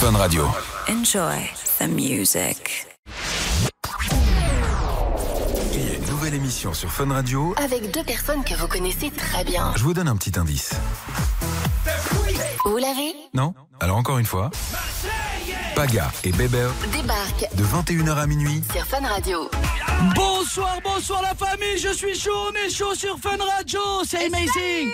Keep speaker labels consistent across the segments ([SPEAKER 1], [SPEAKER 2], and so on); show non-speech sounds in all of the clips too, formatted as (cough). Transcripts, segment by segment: [SPEAKER 1] Fun Radio.
[SPEAKER 2] Enjoy the music.
[SPEAKER 1] Il y a une nouvelle émission sur Fun Radio.
[SPEAKER 3] Avec deux personnes que vous connaissez très bien.
[SPEAKER 1] Je vous donne un petit indice.
[SPEAKER 3] Vous l'avez
[SPEAKER 1] Non Alors encore une fois. Paga et Bébert
[SPEAKER 3] Débarque
[SPEAKER 1] de 21h à minuit.
[SPEAKER 3] sur Fun Radio.
[SPEAKER 4] Bonsoir, bonsoir la famille, je suis chaud, on est chaud sur Fun Radio, c'est amazing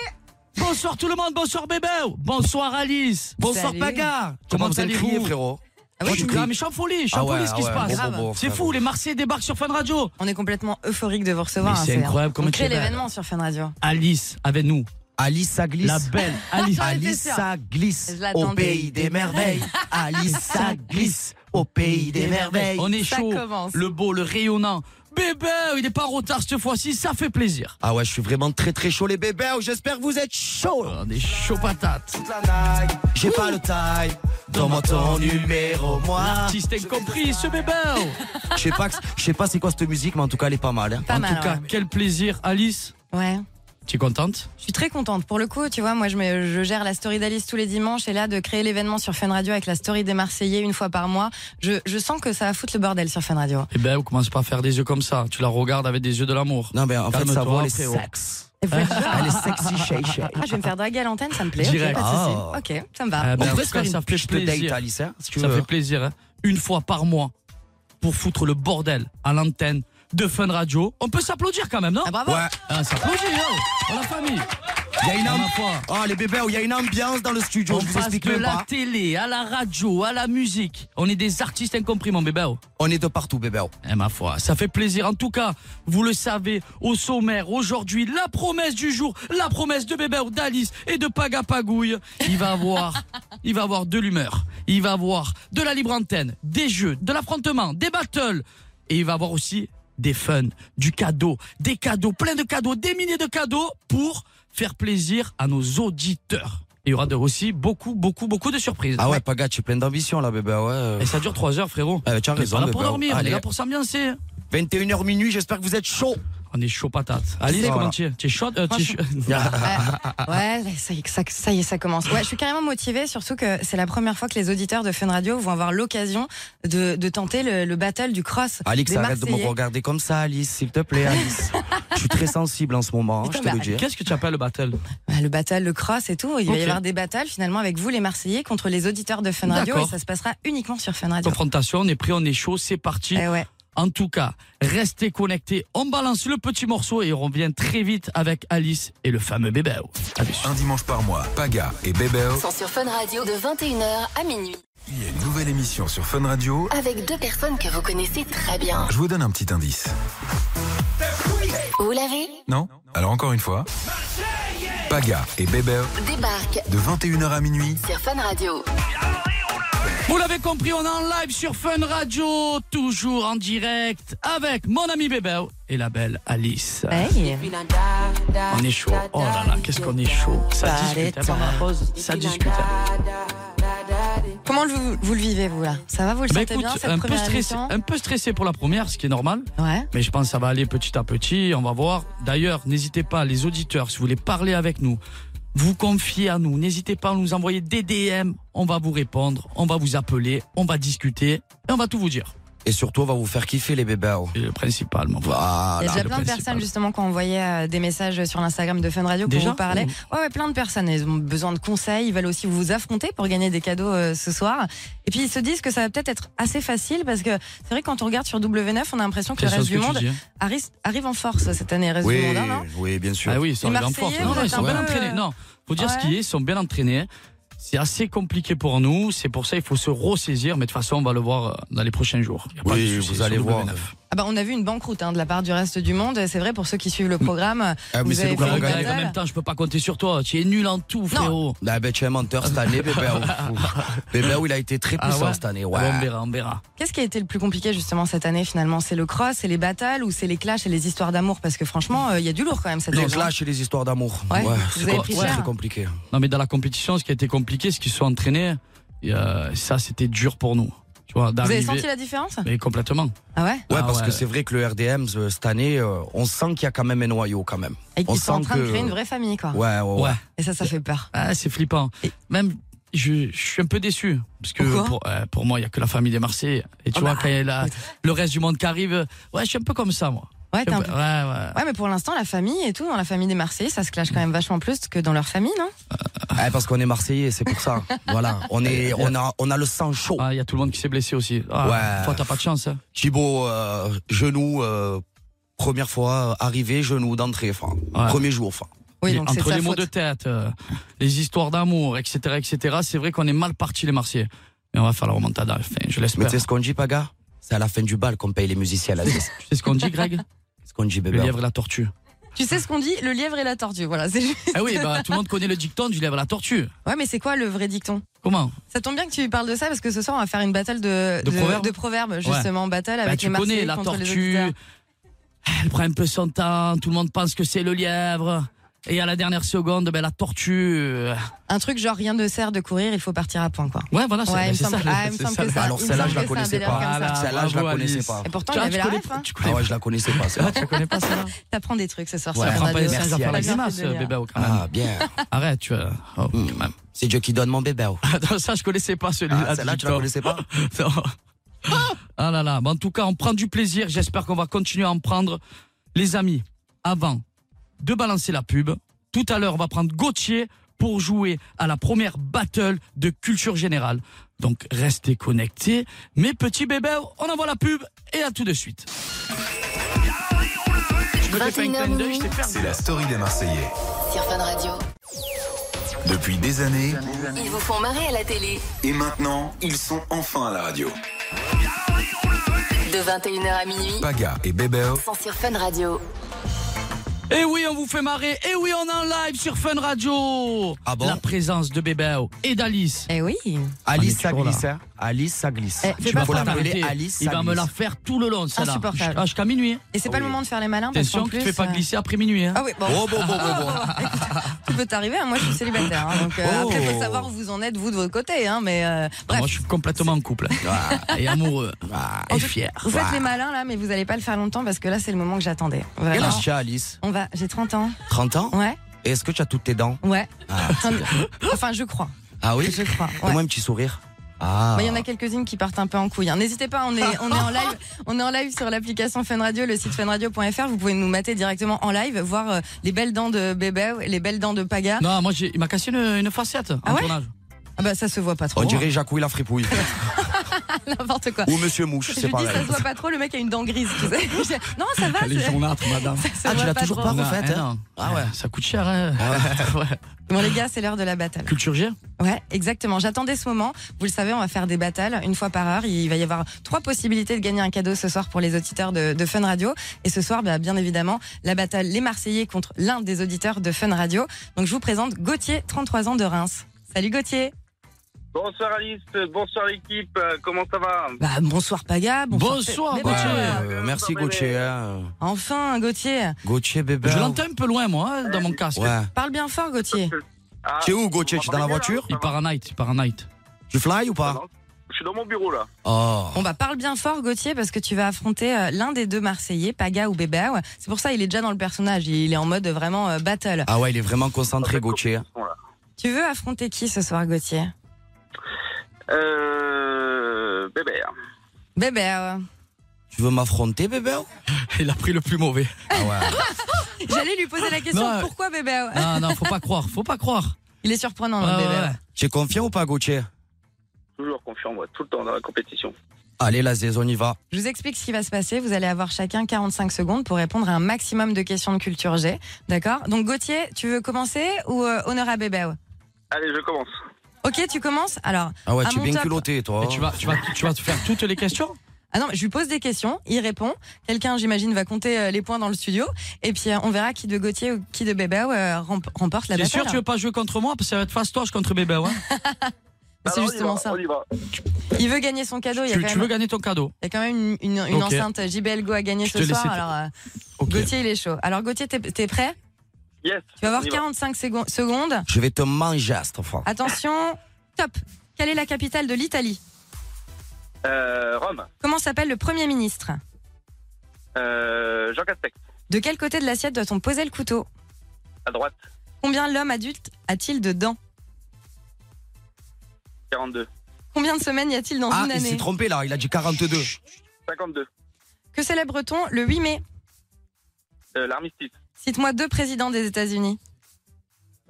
[SPEAKER 4] Bonsoir tout le monde, bonsoir bébé, bonsoir Alice, bonsoir
[SPEAKER 5] Salut.
[SPEAKER 4] Paga
[SPEAKER 6] Comment vous allez
[SPEAKER 4] allez-vous
[SPEAKER 6] crier, frérot Ah
[SPEAKER 5] Ah
[SPEAKER 4] Moi, je suis
[SPEAKER 6] cries
[SPEAKER 4] grave, mais je suis en folie, je suis
[SPEAKER 6] Ah
[SPEAKER 4] en folie
[SPEAKER 6] ouais,
[SPEAKER 4] ce qui
[SPEAKER 6] ah
[SPEAKER 4] se
[SPEAKER 6] ouais,
[SPEAKER 4] passe.
[SPEAKER 5] bon, bon,
[SPEAKER 4] c'est
[SPEAKER 6] frérot.
[SPEAKER 4] fou, les Marseillais débarquent sur Fun Radio.
[SPEAKER 5] On est complètement euphorique de vous recevoir.
[SPEAKER 4] Mais
[SPEAKER 5] hein,
[SPEAKER 4] c'est incroyable comment
[SPEAKER 5] on
[SPEAKER 4] tu
[SPEAKER 5] crée
[SPEAKER 4] es là.
[SPEAKER 5] l'événement sur Fun Radio.
[SPEAKER 4] Alice avec nous,
[SPEAKER 6] Alice, ça glisse.
[SPEAKER 4] la
[SPEAKER 6] (laughs)
[SPEAKER 4] belle Alice.
[SPEAKER 5] Ah, j'étais
[SPEAKER 6] Alice,
[SPEAKER 5] sûre.
[SPEAKER 6] ça glisse
[SPEAKER 5] Je l'attendais.
[SPEAKER 6] au pays des (laughs) merveilles. Alice, ça glisse au pays des merveilles.
[SPEAKER 4] on est
[SPEAKER 5] Ça
[SPEAKER 4] chaud,
[SPEAKER 5] commence.
[SPEAKER 4] le beau, le rayonnant. Bébé, il est pas en retard cette fois-ci, ça fait plaisir.
[SPEAKER 6] Ah ouais, je suis vraiment très très chaud les bébés. Oh, J'espère que vous êtes chauds.
[SPEAKER 4] On est chaud patate.
[SPEAKER 6] J'ai pas le taille. Donne-moi ton numéro, moi.
[SPEAKER 4] Artiste incompris, ce bébé.
[SPEAKER 6] (laughs) Je sais pas, que- je sais pas c'est quoi cette musique, mais en tout cas elle est pas mal. hein.
[SPEAKER 5] Pas
[SPEAKER 4] En
[SPEAKER 5] mal.
[SPEAKER 4] tout cas, quel plaisir. Alice,
[SPEAKER 5] ouais. Ouais.
[SPEAKER 4] tu es contente
[SPEAKER 5] Je suis très contente. Pour le coup, tu vois, moi, je, me- je gère la story d'Alice tous les dimanches et là, de créer l'événement sur Fun Radio avec la story des Marseillais une fois par mois, je, je sens que ça va foutre le bordel sur Fun Radio.
[SPEAKER 4] Eh ben, on commence pas à faire des yeux comme ça. Tu la regardes avec des yeux de l'amour.
[SPEAKER 6] Non mais en fait
[SPEAKER 4] Calme-toi,
[SPEAKER 6] ça voit les
[SPEAKER 4] frérot.
[SPEAKER 6] sexes.
[SPEAKER 5] Et vous êtes genre,
[SPEAKER 6] Elle est sexy, chez
[SPEAKER 5] ah, je vais me faire draguer à l'antenne, ça me plaît. ok,
[SPEAKER 4] Direct.
[SPEAKER 5] pas de souci.
[SPEAKER 6] Ah.
[SPEAKER 5] Ok, ça me va.
[SPEAKER 4] Ah,
[SPEAKER 6] On
[SPEAKER 4] ben, en
[SPEAKER 6] pourrait
[SPEAKER 4] tout
[SPEAKER 6] se
[SPEAKER 4] cas,
[SPEAKER 6] faire
[SPEAKER 4] ça
[SPEAKER 6] une
[SPEAKER 4] fait
[SPEAKER 6] petite date,
[SPEAKER 4] plaisir.
[SPEAKER 6] Alice, hein, si tu
[SPEAKER 4] Ça
[SPEAKER 6] veux.
[SPEAKER 4] fait plaisir. hein. Une fois par mois, pour foutre le bordel à l'antenne de Fun Radio. On peut s'applaudir quand même, non
[SPEAKER 5] Ah, bravo.
[SPEAKER 6] Ouais.
[SPEAKER 4] Ah, s'applaudir, yo Pour la famille
[SPEAKER 6] Oh, Il y a une
[SPEAKER 4] Ma
[SPEAKER 6] ambiance.
[SPEAKER 4] foi.
[SPEAKER 6] Oh les bébés, il y a une ambiance dans le studio.
[SPEAKER 4] On
[SPEAKER 6] je vous
[SPEAKER 4] passe
[SPEAKER 6] explique
[SPEAKER 4] de
[SPEAKER 6] même
[SPEAKER 4] la
[SPEAKER 6] pas.
[SPEAKER 4] télé, à la radio, à la musique. On est des artistes incompris, mon bébé. oh.
[SPEAKER 6] On est de partout, bébé.
[SPEAKER 4] Eh ma foi, ça fait plaisir. En tout cas, vous le savez, au sommaire, aujourd'hui, la promesse du jour, la promesse de Bébé, d'Alice et de Paga Pagouille. Il va avoir, il va avoir de l'humeur, il va avoir de la libre antenne, des jeux, de l'affrontement, des battles. Et il va avoir aussi des fun, du cadeau, des cadeaux, plein de cadeaux, des milliers de cadeaux pour faire plaisir à nos auditeurs. Il y aura de- aussi beaucoup, beaucoup, beaucoup de surprises.
[SPEAKER 6] Ah ouais, Paga, tu es plein d'ambition là, bébé. oh, Ouais.
[SPEAKER 4] Et ça dure trois heures, frérot.
[SPEAKER 6] Ah, tu as
[SPEAKER 4] On est
[SPEAKER 6] raison,
[SPEAKER 4] pas là
[SPEAKER 6] bébé.
[SPEAKER 4] pour dormir, on est
[SPEAKER 6] Allez.
[SPEAKER 4] là pour s'ambiancer.
[SPEAKER 6] 21h minuit, j'espère que vous êtes chaud.
[SPEAKER 4] On est chaud patate. Alice,
[SPEAKER 6] Voilà.
[SPEAKER 4] comment tu es Tu es chaude euh, tu es
[SPEAKER 6] (laughs)
[SPEAKER 4] chaude (laughs)
[SPEAKER 6] Ah,
[SPEAKER 4] Ah,
[SPEAKER 5] Ouais, ouais, ça y, est, ça, ça y est, ça commence. Ouais, je suis carrément motivée, surtout que c'est la première fois que les auditeurs de Fun Radio vont avoir l'occasion de, de tenter le, le battle du cross.
[SPEAKER 6] Ah, Alix,
[SPEAKER 5] des
[SPEAKER 6] arrête de
[SPEAKER 5] Marseillais.
[SPEAKER 6] me regarder comme ça, Alice, s'il te plaît, Alice. je suis très sensible en ce moment, hein,
[SPEAKER 5] Putain,
[SPEAKER 6] je te le
[SPEAKER 5] bah,
[SPEAKER 6] dis.
[SPEAKER 4] Qu'est-ce que tu appelles le battle
[SPEAKER 5] Bah, Le battle, le cross et tout. Il va
[SPEAKER 4] Ok.
[SPEAKER 5] y avoir des battles finalement avec vous, les Marseillais, contre les auditeurs de Fun Radio. Et
[SPEAKER 4] D'accord.
[SPEAKER 5] ça se passera uniquement sur Fun Radio.
[SPEAKER 4] Confrontation, on est prêt, on est chaud, c'est parti.
[SPEAKER 5] Eh ouais.
[SPEAKER 4] En tout cas, restez connectés. On balance le petit morceau et on revient très vite avec Alice et le fameux bébé. À plus.
[SPEAKER 1] Un dimanche par mois, Paga et Bébert.
[SPEAKER 3] Sont sur Fun Radio de 21h à minuit.
[SPEAKER 1] Il y a une nouvelle émission sur Fun Radio.
[SPEAKER 3] Avec deux personnes que vous connaissez très bien.
[SPEAKER 1] Je vous donne un petit indice.
[SPEAKER 3] Vous l'avez
[SPEAKER 1] Non Alors encore une fois. Paga et Bébert
[SPEAKER 3] Débarque
[SPEAKER 1] de 21h à minuit.
[SPEAKER 3] sur Fun Radio.
[SPEAKER 4] Vous l'avez compris, on est en live sur Fun Radio, toujours en direct avec mon ami bébé et la belle Alice.
[SPEAKER 5] Hey.
[SPEAKER 4] On est chaud. Oh là là, qu'est-ce qu'on est chaud. Ça discute. hein, pendant la pause, ça discute. hein.
[SPEAKER 5] Comment vous, vous le vivez, vous, là Ça va, vous le
[SPEAKER 4] Bah
[SPEAKER 5] sentez
[SPEAKER 4] écoute,
[SPEAKER 5] bien, cette
[SPEAKER 4] un peu,
[SPEAKER 5] première
[SPEAKER 4] stressé,
[SPEAKER 5] émission
[SPEAKER 4] un peu stressé pour la première, ce qui est normal.
[SPEAKER 5] Ouais.
[SPEAKER 4] Mais je pense que ça va aller petit à petit, on va voir. D'ailleurs, n'hésitez pas, les auditeurs, si vous voulez parler avec nous, vous confier à nous, n'hésitez pas à nous envoyer des DM, on va vous répondre, on va vous appeler, on va discuter et on va tout vous dire.
[SPEAKER 6] Et surtout, on va vous faire kiffer, les bébés. oh.
[SPEAKER 4] Et le principal, mon frère.
[SPEAKER 6] Voilà.
[SPEAKER 5] Il y a déjà
[SPEAKER 4] le
[SPEAKER 5] plein de
[SPEAKER 4] principal.
[SPEAKER 5] personnes justement qui ont envoyé euh, des messages sur l'Instagram de Fun Radio pour
[SPEAKER 4] Déjà
[SPEAKER 5] vous parler.
[SPEAKER 4] Mmh.
[SPEAKER 5] Ouais, ouais, plein de personnes. Ils ont besoin de conseils. Ils veulent aussi vous affronter pour gagner des cadeaux euh, ce soir. Et puis ils se disent que ça va peut-être être assez facile parce que c'est vrai que quand on regarde sur W9, on a l'impression que
[SPEAKER 4] C'est
[SPEAKER 5] le
[SPEAKER 4] ça
[SPEAKER 5] reste
[SPEAKER 4] ce
[SPEAKER 5] du
[SPEAKER 4] que tu
[SPEAKER 5] monde
[SPEAKER 4] dis, hein.
[SPEAKER 5] arrive, arrive en force cette année. Reste
[SPEAKER 6] Oui,
[SPEAKER 5] du monde, hein, non
[SPEAKER 6] oui, bien sûr.
[SPEAKER 4] Ah oui, ils sont
[SPEAKER 5] Les
[SPEAKER 4] bien forts.
[SPEAKER 5] Marseillais,
[SPEAKER 4] Non,
[SPEAKER 5] vous
[SPEAKER 4] non, ils
[SPEAKER 5] êtes
[SPEAKER 4] sont
[SPEAKER 5] un
[SPEAKER 4] bien
[SPEAKER 5] peu- euh,
[SPEAKER 4] entraînés. Non, faut dire ce
[SPEAKER 5] Ouais.
[SPEAKER 4] qui est, ils sont bien entraînés. C'est assez compliqué pour nous, c'est pour ça il faut se ressaisir, mais de toute façon on va le voir euh, dans les prochains jours. Y a pas
[SPEAKER 6] Oui,
[SPEAKER 4] de souci,
[SPEAKER 6] vous
[SPEAKER 4] sur
[SPEAKER 6] allez voir.
[SPEAKER 4] W9.
[SPEAKER 5] Ah bah, on a vu une banqueroute hein, de la part du reste du monde. C'est vrai pour ceux qui suivent le programme.
[SPEAKER 6] Ah, mais
[SPEAKER 5] vous
[SPEAKER 6] c'est
[SPEAKER 5] avez
[SPEAKER 6] nous qui
[SPEAKER 5] fait
[SPEAKER 6] avons
[SPEAKER 5] une
[SPEAKER 6] gagné.
[SPEAKER 4] en même
[SPEAKER 5] bataille.
[SPEAKER 4] temps, je peux pas compter sur toi, tu es nul en tout, frérot.
[SPEAKER 6] Ah ben, tu es un menteur cette année, bébé. oh.
[SPEAKER 4] (laughs)
[SPEAKER 6] bébé, oh, il a été très
[SPEAKER 4] Ah
[SPEAKER 6] puissant
[SPEAKER 4] ouais
[SPEAKER 6] cette année.
[SPEAKER 4] Ah, On
[SPEAKER 6] Ouais.
[SPEAKER 4] verra, on verra.
[SPEAKER 5] Qu'est-ce qui a été le plus compliqué justement cette année finalement C'est le cross, c'est les battles ou c'est les clashs et les histoires d'amour Parce que franchement, euh, il y a du lourd quand même cette
[SPEAKER 6] Les
[SPEAKER 5] année.
[SPEAKER 6] clashs et les histoires d'amour.
[SPEAKER 5] Ouais, vous
[SPEAKER 6] c'est
[SPEAKER 5] avez
[SPEAKER 6] com-
[SPEAKER 5] pris
[SPEAKER 6] c'est
[SPEAKER 5] cher.
[SPEAKER 6] très compliqué.
[SPEAKER 4] Non, mais dans la compétition, ce qui a été compliqué, c'est qu'ils se sont entraînés. Et, euh, ça, c'était dur pour nous. Tu vois,
[SPEAKER 5] Vous avez
[SPEAKER 4] d'arriver.
[SPEAKER 5] senti la différence
[SPEAKER 4] Mais complètement.
[SPEAKER 5] Ah ouais
[SPEAKER 6] Ouais,
[SPEAKER 4] Ah
[SPEAKER 6] parce
[SPEAKER 4] ouais.
[SPEAKER 6] que c'est vrai que le RDM, ce- cette année, euh, on sent qu'il y a quand même un noyau, quand même.
[SPEAKER 5] Et
[SPEAKER 6] On
[SPEAKER 5] qu'ils Ah, sont en
[SPEAKER 6] sent
[SPEAKER 5] train de
[SPEAKER 6] que-
[SPEAKER 5] créer une vraie famille quoi.
[SPEAKER 6] Ouais, ouais, ouais.
[SPEAKER 4] Ouais.
[SPEAKER 5] Et ça, ça fait peur.
[SPEAKER 4] Ah, c'est flippant. Même, je, je suis un peu déçu. Parce que
[SPEAKER 5] Pourquoi
[SPEAKER 4] pour, euh, pour moi, il n'y a que la famille des Marseillais. Et tu
[SPEAKER 5] Ah
[SPEAKER 4] vois,
[SPEAKER 5] bah,
[SPEAKER 4] quand il y a la-
[SPEAKER 5] écoute.
[SPEAKER 4] le reste du monde qui arrive, euh, ouais, je suis un peu comme ça, moi.
[SPEAKER 5] Ouais, t'es un
[SPEAKER 4] Ouais,
[SPEAKER 5] peu-
[SPEAKER 4] Bah, ouais.
[SPEAKER 5] Ouais, mais pour l'instant, la famille et tout, dans la famille des Marseillais, ça se clash quand même vachement plus que dans leur famille, non
[SPEAKER 6] Ah, parce qu'on est Marseillais, c'est
[SPEAKER 4] (laughs)
[SPEAKER 6] pour ça. voilà, on est, on a, on a le sang chaud.
[SPEAKER 4] Ah, il y a tout le monde qui s'est blessé aussi. Ah,
[SPEAKER 6] Ouais.
[SPEAKER 4] Toi, t'as pas de chance. hein.
[SPEAKER 6] Thibaut, euh, genou, euh, première fois euh, arrivé, genou d'entrée, enfin,
[SPEAKER 4] Ouais.
[SPEAKER 6] premier jour, enfin.
[SPEAKER 5] Oui,
[SPEAKER 4] Et
[SPEAKER 5] donc c'est de
[SPEAKER 4] entre
[SPEAKER 5] sa
[SPEAKER 4] les mots
[SPEAKER 5] faute.
[SPEAKER 4] de tête, euh, les histoires d'amour, etc., etc., c'est vrai qu'on est mal parti les Marseillais. Mais on va faire la remontada. Enfin, je
[SPEAKER 6] Mais
[SPEAKER 4] l'espère.
[SPEAKER 6] tu sais ce qu'on dit, Paga C'est à la fin du bal qu'on paye les musiciens.
[SPEAKER 4] (laughs)
[SPEAKER 6] Là. C'est
[SPEAKER 4] Tu sais ce qu'on dit, Greg
[SPEAKER 6] ce qu'on dit, bébé.
[SPEAKER 4] Le lièvre et la tortue.
[SPEAKER 5] Tu sais ce qu'on dit Le lièvre et la tortue, voilà. c'est juste- (laughs)
[SPEAKER 4] Ah oui, bah, tout le monde connaît le dicton du lièvre et la tortue.
[SPEAKER 5] Ouais, mais c'est quoi le vrai dicton
[SPEAKER 4] Comment
[SPEAKER 5] Ça tombe bien que tu parles de ça parce que ce soir, on va faire une battle de,
[SPEAKER 4] De proverbes
[SPEAKER 5] proverbes, justement. Battle
[SPEAKER 4] Bah,
[SPEAKER 5] avec les
[SPEAKER 4] Tu
[SPEAKER 5] Marseillais
[SPEAKER 4] connais la
[SPEAKER 5] contre les
[SPEAKER 4] tortue.
[SPEAKER 5] auditeurs.
[SPEAKER 4] Elle prend un peu son temps. Tout le monde pense que c'est le lièvre. Et à la dernière seconde, ben, la tortue. euh,
[SPEAKER 5] Un truc genre rien ne sert de courir, il faut partir à point, quoi.
[SPEAKER 4] Ouais, voilà, c'est
[SPEAKER 5] Ouais, il
[SPEAKER 4] ben,
[SPEAKER 5] me
[SPEAKER 4] c'est
[SPEAKER 5] semble-
[SPEAKER 4] ça.
[SPEAKER 5] ah, il me
[SPEAKER 4] c'est
[SPEAKER 5] semble
[SPEAKER 4] ça.
[SPEAKER 5] que ça-
[SPEAKER 6] Alors,
[SPEAKER 5] il me
[SPEAKER 6] celle-là,
[SPEAKER 5] semble
[SPEAKER 6] je
[SPEAKER 5] que
[SPEAKER 6] la
[SPEAKER 5] c'est un
[SPEAKER 6] connaissais
[SPEAKER 5] délire comme ça.
[SPEAKER 6] pas. Celle-là, je la
[SPEAKER 4] bravo,
[SPEAKER 6] connaissais
[SPEAKER 4] Alice.
[SPEAKER 6] pas.
[SPEAKER 5] Et pourtant,
[SPEAKER 4] Tu
[SPEAKER 5] il
[SPEAKER 4] vois,
[SPEAKER 5] avait
[SPEAKER 4] tu
[SPEAKER 5] la
[SPEAKER 4] connais-
[SPEAKER 5] ref, hein.
[SPEAKER 4] tu
[SPEAKER 6] Ah
[SPEAKER 4] connais
[SPEAKER 6] ouais, je la connaissais
[SPEAKER 4] (laughs)
[SPEAKER 6] pas, celle-là.
[SPEAKER 4] tu connais pas ça
[SPEAKER 5] (laughs) T'apprends des trucs ce soir
[SPEAKER 6] Ouais,
[SPEAKER 5] sur
[SPEAKER 4] Prends
[SPEAKER 5] Fun
[SPEAKER 4] pas les
[SPEAKER 5] Radio.
[SPEAKER 4] singes
[SPEAKER 6] merci,
[SPEAKER 4] à faire la
[SPEAKER 5] Alice.
[SPEAKER 4] grimace, bébé. quand même.
[SPEAKER 6] Ah, bien.
[SPEAKER 4] (laughs)
[SPEAKER 6] Hmm.
[SPEAKER 4] Arrête, tu vois. Oh, quand même.
[SPEAKER 6] C'est Dieu qui donne mon bébé. oh.
[SPEAKER 4] (laughs) Attends, ça, je connaissais pas celui-là.
[SPEAKER 6] Ah, celle-là, tu la
[SPEAKER 4] dis-toi.
[SPEAKER 6] connaissais pas
[SPEAKER 4] (laughs) Non. Ah là là. Bon, en tout cas, on prend du plaisir. J'espère qu'on va continuer à en prendre. Les amis, avant de balancer la pub, tout à l'heure, on va prendre Gauthier pour jouer à la première battle de culture générale. Donc, restez connectés. Mes petits bébés, on envoie la pub et à tout de suite. Je me fais pas une
[SPEAKER 3] 21h
[SPEAKER 4] clin d'œil,
[SPEAKER 3] minuit
[SPEAKER 4] je t'ai perdu.
[SPEAKER 1] C'est la story des Marseillais.
[SPEAKER 3] sur Fun Radio.
[SPEAKER 1] Depuis des années,
[SPEAKER 3] Ils vous font marrer à la télé.
[SPEAKER 1] et maintenant, ils sont enfin à la radio.
[SPEAKER 3] De 21h à minuit,
[SPEAKER 1] Paga et Bébéo,
[SPEAKER 3] sans sur Fun Radio.
[SPEAKER 4] Eh oui, on vous fait marrer. Eh oui, on est en live sur Fun Radio.
[SPEAKER 6] Ah bon
[SPEAKER 4] La présence de Bébéo et d'Alice.
[SPEAKER 5] Eh oui.
[SPEAKER 6] Alice,
[SPEAKER 4] On est
[SPEAKER 6] ça
[SPEAKER 4] toujours là.
[SPEAKER 6] glisse. hein. Alice, ça glisse.
[SPEAKER 5] Eh, fais
[SPEAKER 6] Tu
[SPEAKER 5] pas
[SPEAKER 6] vas
[SPEAKER 5] faut
[SPEAKER 4] Faut
[SPEAKER 6] l'appeler
[SPEAKER 4] t'arrêter.
[SPEAKER 6] Alice,
[SPEAKER 4] Il
[SPEAKER 6] ça
[SPEAKER 4] va me
[SPEAKER 6] glisse.
[SPEAKER 4] la faire tout le long, celle-là.
[SPEAKER 5] Insupportable.
[SPEAKER 4] Jusqu'à- Jusqu'à minuit. hein.
[SPEAKER 5] Et c'est pas
[SPEAKER 6] Ah
[SPEAKER 5] le
[SPEAKER 6] oui.
[SPEAKER 5] moment de faire les malins parce
[SPEAKER 4] Attention
[SPEAKER 5] qu'en
[SPEAKER 4] que tu
[SPEAKER 5] plus.
[SPEAKER 4] te fais pas
[SPEAKER 5] euh,
[SPEAKER 4] glisser après minuit. hein.
[SPEAKER 5] Ah oui, bon.
[SPEAKER 6] Oh, bon, bon, bon,
[SPEAKER 4] (laughs)
[SPEAKER 6] bon.
[SPEAKER 5] Écoute, tout (laughs) peut arriver, hein. moi je suis célibataire. hein, donc euh,
[SPEAKER 6] Oh.
[SPEAKER 5] après, faut savoir où vous en êtes, vous de votre côté. Hein, mais euh, bref,
[SPEAKER 4] Ah, Moi, je suis complètement en couple. Ah, et amoureux. Ah,
[SPEAKER 5] En
[SPEAKER 4] et
[SPEAKER 5] tout-
[SPEAKER 4] fier.
[SPEAKER 5] vous faites les malins là, mais vous allez pas le faire longtemps parce que là, c'est le moment que j'attendais.
[SPEAKER 6] Quel
[SPEAKER 5] Vraiment.
[SPEAKER 6] âge tu as, Alice
[SPEAKER 5] On va, j'ai 30 ans.
[SPEAKER 6] 30 ans
[SPEAKER 5] Ouais,
[SPEAKER 6] Et Est-ce que tu as toutes tes dents
[SPEAKER 5] ouais.
[SPEAKER 6] Ah,
[SPEAKER 5] enfin, je crois.
[SPEAKER 6] Ah oui
[SPEAKER 5] Je crois. ouais.
[SPEAKER 6] Fais-moi un petit sourire. Ah.
[SPEAKER 5] Bah, Il y en a quelques-unes qui partent un peu en couille. hein. N'hésitez pas, on est, on, est en
[SPEAKER 6] (laughs)
[SPEAKER 5] live, on est en live sur l'application Fun Radio, le site funradio.fr. Vous pouvez nous mater directement en live, voir euh, les belles dents de bébé, les belles dents de Paga.
[SPEAKER 4] Non, moi, j'ai- il m'a cassé une, une facette en
[SPEAKER 5] Ah ouais
[SPEAKER 4] tournage.
[SPEAKER 5] Ah bah ça se voit pas trop.
[SPEAKER 6] On dirait Jacouille
[SPEAKER 5] (laughs)
[SPEAKER 6] la fripouille.
[SPEAKER 5] N'importe quoi.
[SPEAKER 6] Ou Oh, Monsieur Mouche,
[SPEAKER 5] Je
[SPEAKER 6] c'est
[SPEAKER 5] lui dis, ça
[SPEAKER 6] pareil.
[SPEAKER 5] se voit pas trop, le mec a une dent grise. tu
[SPEAKER 6] (laughs)
[SPEAKER 5] sais. Je dis, non, ça va. c'est-
[SPEAKER 4] jaunâtres,
[SPEAKER 5] (laughs)
[SPEAKER 4] madame.
[SPEAKER 5] ça se
[SPEAKER 6] Ah, tu
[SPEAKER 5] voit
[SPEAKER 6] l'as toujours
[SPEAKER 5] trop.
[SPEAKER 6] pas refaite, hein Ah
[SPEAKER 4] Ah ouais, ça coûte cher. hein. (laughs) Ouais.
[SPEAKER 5] Bon, les gars, c'est l'heure de la battle.
[SPEAKER 4] Culture G
[SPEAKER 5] Ouais, exactement. J'attendais ce moment. Vous le savez, on va faire des battles une fois par heure. Il va y avoir trois possibilités de gagner un cadeau ce soir pour les auditeurs de, de Fun Radio. Et ce soir, bah, bien évidemment, la battle Les Marseillais contre l'un des auditeurs de Fun Radio. Donc, je vous présente Gauthier, 33 ans de Reims. Salut Gauthier.
[SPEAKER 7] Bonsoir Alice, bonsoir l'équipe, euh, comment ça va
[SPEAKER 5] Bah, bonsoir Paga. Bonsoir.
[SPEAKER 4] Bonsoir,
[SPEAKER 5] Mais- mais-
[SPEAKER 6] Ouais,
[SPEAKER 4] Gauthier.
[SPEAKER 6] euh, merci Gauthier. hein.
[SPEAKER 5] Enfin, Gauthier.
[SPEAKER 6] Gauthier bébé.
[SPEAKER 4] Je l'entends un peu loin, moi, hein, dans mon casque.
[SPEAKER 6] Ouais.
[SPEAKER 5] Parle bien fort, Gauthier.
[SPEAKER 7] Ah,
[SPEAKER 6] T'es où, Gauthier
[SPEAKER 7] vous
[SPEAKER 6] Tu es dans la
[SPEAKER 7] m'entendez bien,
[SPEAKER 6] voiture
[SPEAKER 7] là
[SPEAKER 4] Il part en night, il part en night.
[SPEAKER 6] Tu fly ou pas
[SPEAKER 7] Je suis dans mon bureau là.
[SPEAKER 6] Oh.
[SPEAKER 5] Bon bah parle bien fort Gauthier parce que tu vas affronter euh, l'un des deux Marseillais, Paga ou Bébao. C'est pour ça il est déjà dans le personnage, il est en mode vraiment euh, battle.
[SPEAKER 6] Ah ouais, il est vraiment concentré, Gauthier.
[SPEAKER 7] Voilà.
[SPEAKER 5] Tu veux affronter qui ce soir Gauthier
[SPEAKER 7] Euh, bébé, hein.
[SPEAKER 5] Bébao.
[SPEAKER 6] Tu veux m'affronter, bébé
[SPEAKER 4] (laughs) Il a pris le plus mauvais.
[SPEAKER 6] Ah ouais.
[SPEAKER 5] (laughs) J'allais lui poser la question
[SPEAKER 4] Non, euh,
[SPEAKER 5] pourquoi Bébao
[SPEAKER 4] (laughs) Non, non, faut pas croire, faut pas croire.
[SPEAKER 5] Il est surprenant hein,
[SPEAKER 4] Ouais,
[SPEAKER 5] notre
[SPEAKER 4] ouais,
[SPEAKER 5] Bébao.
[SPEAKER 4] ouais.
[SPEAKER 6] T'es confiant ou pas, Gauthier
[SPEAKER 7] toujours confiant moi, tout le temps dans la compétition.
[SPEAKER 6] Allez, la zézone, on y va.
[SPEAKER 5] Je vous explique ce qui va se passer. Vous allez avoir chacun 45 secondes pour répondre à un maximum de questions de culture G. D'accord Donc Gauthier, tu veux commencer ou euh, honneur à Bébao
[SPEAKER 7] Allez, je commence.
[SPEAKER 5] Ok, tu commences Alors,
[SPEAKER 6] Ah ouais,
[SPEAKER 5] À
[SPEAKER 6] tu es
[SPEAKER 5] mon
[SPEAKER 6] bien
[SPEAKER 5] top.
[SPEAKER 6] culotté, toi.
[SPEAKER 4] Et tu vas, tu vas, tu vas te faire toutes les questions
[SPEAKER 5] ah non, je lui pose des questions, il répond. Quelqu'un, j'imagine, va compter euh, les points dans le studio. Et puis, euh, on verra qui de Gauthier ou qui de Bébao euh, remp- remporte (laughs) la
[SPEAKER 4] T'es
[SPEAKER 5] bataille. Bah,
[SPEAKER 4] sûr, tu veux pas jouer contre moi Parce que ça va être fastoche contre
[SPEAKER 5] (laughs)
[SPEAKER 4] bébé, ouais.
[SPEAKER 7] Alors,
[SPEAKER 5] C'est
[SPEAKER 7] on y
[SPEAKER 5] justement
[SPEAKER 7] va,
[SPEAKER 5] ça.
[SPEAKER 7] On y va.
[SPEAKER 5] Il veut gagner son cadeau. Il y a
[SPEAKER 4] Tu,
[SPEAKER 5] quand
[SPEAKER 4] tu
[SPEAKER 5] même,
[SPEAKER 4] veux gagner ton cadeau
[SPEAKER 5] il y a quand même une, une- une
[SPEAKER 4] Ok.
[SPEAKER 5] enceinte JBL Go à gagner
[SPEAKER 4] Je
[SPEAKER 5] ce
[SPEAKER 4] te
[SPEAKER 5] soir.
[SPEAKER 4] laisse-
[SPEAKER 5] Alors, euh,
[SPEAKER 4] Ok.
[SPEAKER 5] Gauthier, il est chaud. Alors, Gauthier, t'es- t'es prêt
[SPEAKER 7] Yes.
[SPEAKER 5] Tu vas
[SPEAKER 7] on
[SPEAKER 5] avoir
[SPEAKER 7] y va.
[SPEAKER 5] 45 secondes- secondes.
[SPEAKER 6] Je vais te manger, cette fois.
[SPEAKER 5] Attention, top. Quelle est la capitale de l'Italie
[SPEAKER 7] Euh, Rome,
[SPEAKER 5] Comment s'appelle le Premier ministre
[SPEAKER 7] euh, Jean Castex,
[SPEAKER 5] De quel côté de l'assiette doit-on poser le couteau
[SPEAKER 7] à droite,
[SPEAKER 5] Combien l'homme adulte a-t-il de dents
[SPEAKER 7] 42.
[SPEAKER 5] Combien de semaines y a-t-il dans
[SPEAKER 6] Ah,
[SPEAKER 5] une
[SPEAKER 6] il s'est
[SPEAKER 5] Oh, année
[SPEAKER 6] trompé là, il a dit 42.
[SPEAKER 7] 52.
[SPEAKER 5] Que célèbre-t-on le 8 mai
[SPEAKER 7] Euh, L'armistice.
[SPEAKER 5] Cite-moi deux présidents des États-Unis.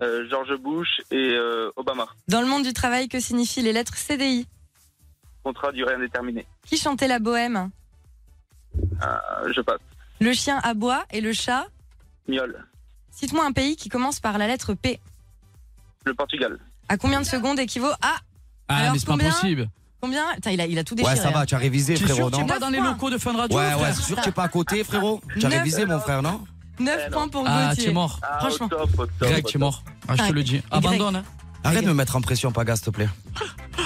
[SPEAKER 7] Euh, George Bush et euh, Obama.
[SPEAKER 5] Dans le monde du travail, que signifient les lettres CDI
[SPEAKER 7] Contrat durée indéterminée.
[SPEAKER 5] Qui chantait la bohème
[SPEAKER 7] Euh, je passe.
[SPEAKER 5] Le chien aboie et le chat
[SPEAKER 7] Miol.
[SPEAKER 5] Cite-moi un pays qui commence par la lettre P.
[SPEAKER 7] Le Portugal.
[SPEAKER 5] À combien de secondes équivaut à
[SPEAKER 4] Ah,
[SPEAKER 5] Alors,
[SPEAKER 4] mais c'est pas
[SPEAKER 5] combien
[SPEAKER 4] possible.
[SPEAKER 5] combien Putain, il, a, il a tout déchiré.
[SPEAKER 6] Ouais, ça
[SPEAKER 5] hein.
[SPEAKER 6] va, tu as révisé,
[SPEAKER 4] Tu es
[SPEAKER 6] frérot,
[SPEAKER 4] sûr que tu
[SPEAKER 6] non
[SPEAKER 4] es pas dans les
[SPEAKER 5] Neuf
[SPEAKER 4] locaux de Fun Radio
[SPEAKER 6] Ouais, ouais,
[SPEAKER 4] frère
[SPEAKER 6] c'est sûr que tu es pas à côté, frérot. Tu
[SPEAKER 5] (laughs)
[SPEAKER 6] as
[SPEAKER 5] Neuf.
[SPEAKER 6] révisé, mon frère, non
[SPEAKER 5] 9
[SPEAKER 7] Eh
[SPEAKER 5] points pour
[SPEAKER 4] Ah, tu
[SPEAKER 5] Gauthier.
[SPEAKER 4] es mort.
[SPEAKER 7] Ah,
[SPEAKER 5] Franchement.
[SPEAKER 7] Au top, au top,
[SPEAKER 4] Greg,
[SPEAKER 7] au
[SPEAKER 4] tu es
[SPEAKER 7] top.
[SPEAKER 4] mort. Ah, je te le dis. Abandonne. hein.
[SPEAKER 6] Arrête de me mettre en pression, Paga, s'il te plaît.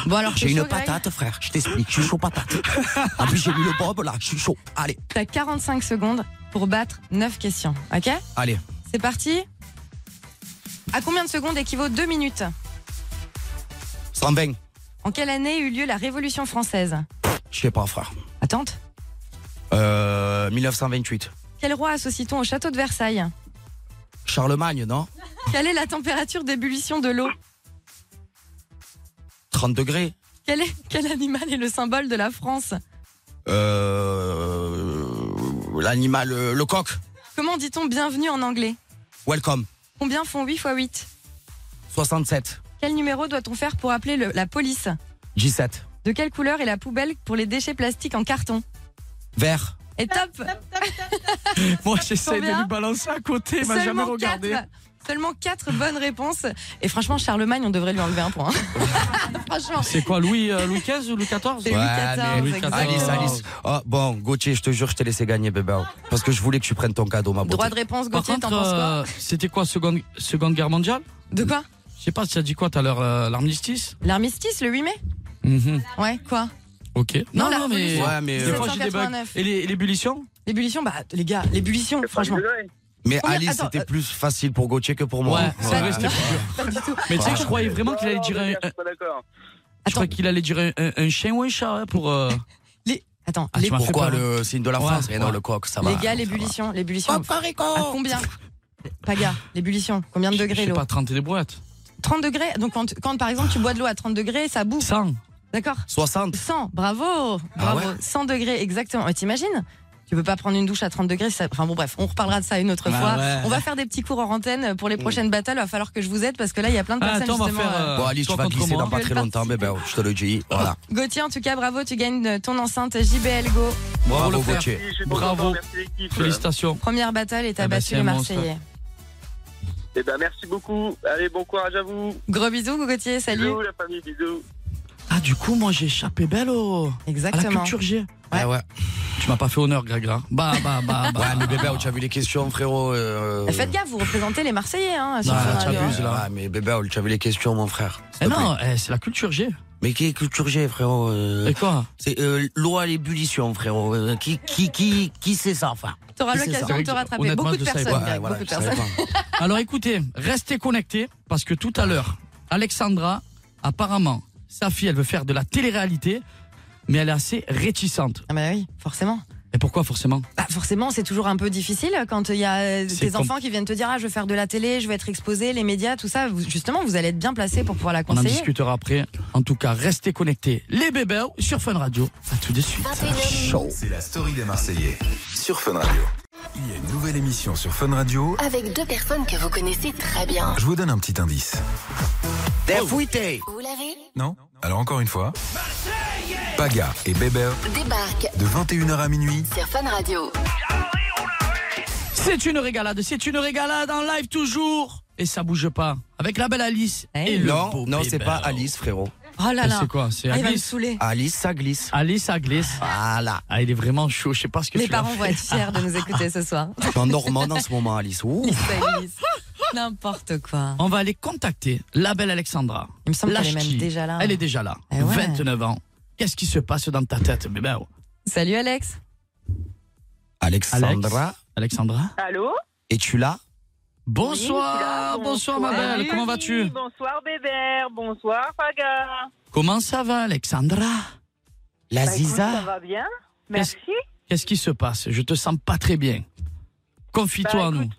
[SPEAKER 5] Bon, alors, t'es
[SPEAKER 6] J'ai une
[SPEAKER 5] chaud, Greg
[SPEAKER 6] patate, frère, je t'explique, je suis chaud patate. En plus, j'ai mis le bob là, je suis chaud. Allez,
[SPEAKER 5] T'as 45 secondes pour battre 9 questions. Ok
[SPEAKER 6] allez.
[SPEAKER 5] C'est parti À combien de secondes équivaut 2 minutes
[SPEAKER 6] 120.
[SPEAKER 5] En quelle année eut lieu la Révolution française
[SPEAKER 6] Je sais pas, frère.
[SPEAKER 5] Attente.
[SPEAKER 6] Euh, 1928.
[SPEAKER 5] Quel roi associe-t-on au château de Versailles
[SPEAKER 6] Charlemagne, non
[SPEAKER 5] Quelle est la température d'ébullition de l'eau
[SPEAKER 6] 30 degrés.
[SPEAKER 5] quel, est- quel animal est le symbole de la France
[SPEAKER 6] Euh, L'animal, euh, le coq.
[SPEAKER 5] Comment dit-on bienvenue en anglais
[SPEAKER 6] Welcome.
[SPEAKER 5] Combien font 8 x 8
[SPEAKER 6] 67.
[SPEAKER 5] Quel numéro doit-on faire pour appeler le- la police
[SPEAKER 6] J7.
[SPEAKER 5] De quelle couleur est la poubelle pour les déchets plastiques en carton
[SPEAKER 6] Vert.
[SPEAKER 5] Et top
[SPEAKER 4] (laughs) Moi, j'essaie de
[SPEAKER 5] Combien
[SPEAKER 4] lui balancer à côté, il m'a jamais
[SPEAKER 5] Seulement
[SPEAKER 4] regardé.
[SPEAKER 5] 4 Seulement quatre bonnes réponses. Et franchement, Charlemagne, on devrait lui enlever un point. franchement.
[SPEAKER 4] C'est quoi, Louis, euh, Louis XV ou Louis XIV
[SPEAKER 5] C'est Louis XIV,
[SPEAKER 4] Louis XIV.
[SPEAKER 5] exactement.
[SPEAKER 6] Alice, Alice. Oh, bon, Gauthier, je te jure, je t'ai laissé gagner, bébé. Parce que je voulais que tu prennes ton cadeau, ma beauté.
[SPEAKER 5] Droit de réponse,
[SPEAKER 4] Par
[SPEAKER 5] Gauthier,
[SPEAKER 4] contre,
[SPEAKER 5] t'en penses quoi
[SPEAKER 4] euh, c'était quoi, seconde, seconde Guerre mondiale
[SPEAKER 5] De quoi
[SPEAKER 4] Je sais pas, tu as dit quoi tout à l'heure, euh, l'armistice
[SPEAKER 5] L'armistice, le 8 mai
[SPEAKER 4] Mhm.
[SPEAKER 5] Ouais, quoi
[SPEAKER 4] Ok.
[SPEAKER 5] Non, la
[SPEAKER 4] mais.
[SPEAKER 5] révolution.
[SPEAKER 6] Ouais, mais, euh,
[SPEAKER 4] Des fois, j'ai des bugs.
[SPEAKER 5] 1789.
[SPEAKER 4] Et les- et l'ébullition
[SPEAKER 5] L'ébullition, bah, les gars, l'ébullition, franchement.
[SPEAKER 6] mais
[SPEAKER 5] Combien-
[SPEAKER 6] Alice,
[SPEAKER 5] attends,
[SPEAKER 6] c'était
[SPEAKER 5] euh,
[SPEAKER 6] plus facile pour Gauthier que pour moi.
[SPEAKER 4] Ouais, c'est vrai, c'était
[SPEAKER 5] Pas du tout.
[SPEAKER 4] Mais tu sais que je croyais vraiment qu'il allait dire
[SPEAKER 7] Ah, Non,
[SPEAKER 4] un,
[SPEAKER 7] les gars, je suis pas d'accord.
[SPEAKER 4] je croyais qu'il allait dire un, un- un chien ou un chat hein, pour. euh,
[SPEAKER 5] Les... Attends,
[SPEAKER 4] Ah, tu
[SPEAKER 5] les-
[SPEAKER 4] m'as fait
[SPEAKER 6] Pourquoi
[SPEAKER 4] peur.
[SPEAKER 6] le signe de la
[SPEAKER 4] Ouais,
[SPEAKER 6] France Et non,
[SPEAKER 4] ouais.
[SPEAKER 6] le coq, ça va.
[SPEAKER 5] les gars, l'ébullition, l'ébullition. À
[SPEAKER 6] Cocorico
[SPEAKER 5] combien Paga, l'ébullition, combien de
[SPEAKER 4] Je
[SPEAKER 5] degrés
[SPEAKER 4] sais
[SPEAKER 5] l'eau
[SPEAKER 4] pas, 30 et des boîtes.
[SPEAKER 5] 30 degrés, donc quand, quand, par exemple tu bois de l'eau à 30 degrés, ça bouffe,
[SPEAKER 4] 100.
[SPEAKER 5] d'accord
[SPEAKER 6] 60.
[SPEAKER 5] 100, bravo,
[SPEAKER 6] Ah
[SPEAKER 5] bravo, 100 degrés exactement. Ouais, T'imagines Tu peux pas prendre une douche à 30 degrés, ça... enfin bon bref, on reparlera de ça une autre
[SPEAKER 4] Ah
[SPEAKER 5] fois.
[SPEAKER 4] ouais. Mm.
[SPEAKER 5] On va faire des petits cours en antenne pour les prochaines battles, va falloir que je vous aide parce que là il y a plein de
[SPEAKER 4] Ah,
[SPEAKER 5] personnes
[SPEAKER 4] attends, on va
[SPEAKER 5] justement,
[SPEAKER 4] faire.
[SPEAKER 5] euh,
[SPEAKER 4] euh,
[SPEAKER 6] Bon, Alice, tu
[SPEAKER 4] toi
[SPEAKER 6] vas
[SPEAKER 4] contre
[SPEAKER 6] glisser
[SPEAKER 4] moi.
[SPEAKER 6] dans pas très longtemps, bébé. Je te le dis. Voilà.
[SPEAKER 5] Gauthier, en tout cas, bravo, tu gagnes ton enceinte JBL Go.
[SPEAKER 4] Bravo,
[SPEAKER 6] Bravo,
[SPEAKER 4] le frère.
[SPEAKER 6] Gauthier.
[SPEAKER 7] Si, je suis
[SPEAKER 4] Bravo.
[SPEAKER 7] content, Merci l'équipe.
[SPEAKER 4] Félicitations.
[SPEAKER 5] Première battle et t'as
[SPEAKER 4] Ah bah,
[SPEAKER 5] battu
[SPEAKER 4] c'est
[SPEAKER 5] les
[SPEAKER 4] un monstre.
[SPEAKER 5] Marseillais.
[SPEAKER 7] Eh ben, merci beaucoup. Allez, bon courage à vous.
[SPEAKER 5] Gros bisous, Gauthier, salut.
[SPEAKER 7] Bisous, la famille, bisous.
[SPEAKER 4] Ah, du coup, moi, j'ai échappé belle oh. au. À la
[SPEAKER 5] Exactement.
[SPEAKER 4] culture G.
[SPEAKER 6] Ouais, ouais.
[SPEAKER 4] Tu m'as pas fait honneur, Greg, là. Bah, bah, bah, bah.
[SPEAKER 6] Ouais, mais bébé, tu as vu les questions, frérot. euh,
[SPEAKER 5] Eh, Faites gaffe, vous représentez les Marseillais hein, sur
[SPEAKER 4] Non,
[SPEAKER 5] Fun
[SPEAKER 4] là,
[SPEAKER 5] Radio, hein.
[SPEAKER 4] Bah, t'abuses, là.
[SPEAKER 6] Ouais, mais bébé, tu as vu les questions, mon frère.
[SPEAKER 4] Eh non, eh, c'est la culture G.
[SPEAKER 6] Mais qui est culture G, frérot euh,
[SPEAKER 4] Et quoi
[SPEAKER 6] C'est euh, l'eau à l'ébullition, frérot. Euh, qui, qui, qui, qui c'est ça, enfin
[SPEAKER 5] T'auras
[SPEAKER 6] C'est
[SPEAKER 5] l'occasion
[SPEAKER 4] ça.
[SPEAKER 5] de te rattraper.
[SPEAKER 4] Honnêtement,
[SPEAKER 5] Beaucoup de
[SPEAKER 4] je savais
[SPEAKER 5] personnes,
[SPEAKER 4] pas.
[SPEAKER 5] Greg, beaucoup de
[SPEAKER 6] je savais
[SPEAKER 5] personnes.
[SPEAKER 6] pas.
[SPEAKER 4] Alors écoutez, restez connectés parce que tout à l'heure, Alexandra, apparemment, sa fille, elle veut faire de la télé-réalité, mais elle est assez réticente.
[SPEAKER 5] Ah bah oui, forcément.
[SPEAKER 4] Et pourquoi forcément
[SPEAKER 5] Bah forcément, c'est toujours un peu difficile quand il y a euh,
[SPEAKER 4] C'est
[SPEAKER 5] tes
[SPEAKER 4] com-
[SPEAKER 5] enfants qui viennent te dire ah je veux faire de la télé, je veux être exposé, les médias, tout ça. Vous- justement, vous allez être bien placé pour pouvoir la
[SPEAKER 4] On en
[SPEAKER 5] conseiller.
[SPEAKER 4] discutera après. En tout cas, restez connectés. Les bébés sur Fun Radio. À tout de suite.
[SPEAKER 3] 21h
[SPEAKER 1] C'est la story des Marseillais sur Fun Radio. Il y a une nouvelle émission sur Fun Radio.
[SPEAKER 3] avec deux personnes que vous connaissez très bien.
[SPEAKER 1] Je vous donne un petit indice.
[SPEAKER 6] T'es fouetté
[SPEAKER 3] Vous l'avez
[SPEAKER 1] Non Alors encore une fois. Paga et Bébert
[SPEAKER 3] Débarque
[SPEAKER 1] de 21h à minuit
[SPEAKER 3] sur Fun Radio.
[SPEAKER 4] C'est une régalade, c'est une régalade en live toujours. Et ça bouge pas. Avec la belle Alice.
[SPEAKER 5] Eh.
[SPEAKER 4] Et le
[SPEAKER 6] Non,
[SPEAKER 4] beau
[SPEAKER 6] non, c'est
[SPEAKER 4] bébé.
[SPEAKER 6] pas Alice, frérot.
[SPEAKER 5] Oh là
[SPEAKER 4] Et
[SPEAKER 5] là,
[SPEAKER 4] C'est quoi C'est
[SPEAKER 5] Ah, il va me
[SPEAKER 4] Alice
[SPEAKER 5] saouler.
[SPEAKER 6] Alice, ça glisse.
[SPEAKER 4] Alice, ça glisse.
[SPEAKER 6] Voilà.
[SPEAKER 4] Ah, il est vraiment chaud. Je sais pas ce que
[SPEAKER 5] Les
[SPEAKER 4] tu as
[SPEAKER 5] parents vont être fiers de nous écouter ce soir.
[SPEAKER 6] Je suis en Normande en ce moment, Alice. Ouh.
[SPEAKER 5] (laughs) Ça, Alice. N'importe quoi.
[SPEAKER 4] On va aller contacter la belle Alexandra.
[SPEAKER 5] Il me semble qu'elle est
[SPEAKER 4] Lachti.
[SPEAKER 5] même déjà là.
[SPEAKER 4] Elle est déjà là.
[SPEAKER 5] Eh ouais.
[SPEAKER 4] 29 ans. Qu'est-ce qui se passe dans ta tête, bébé
[SPEAKER 5] Salut Alex.
[SPEAKER 6] Alexandra,
[SPEAKER 4] Alexandra
[SPEAKER 8] Allô
[SPEAKER 6] es-tu là
[SPEAKER 4] Bonsoir, bonsoir ma belle, comment vas-tu Bah,
[SPEAKER 8] Bonsoir Bébert, bonsoir Paga.
[SPEAKER 4] Comment ça va Alexandra
[SPEAKER 6] La
[SPEAKER 8] Bah, écoute, ça
[SPEAKER 6] Ziza
[SPEAKER 8] va bien Merci.
[SPEAKER 4] Qu'est-ce qui se passe Je te sens pas très bien. Confie-toi
[SPEAKER 8] Bah,
[SPEAKER 4] à nous.
[SPEAKER 8] écoute,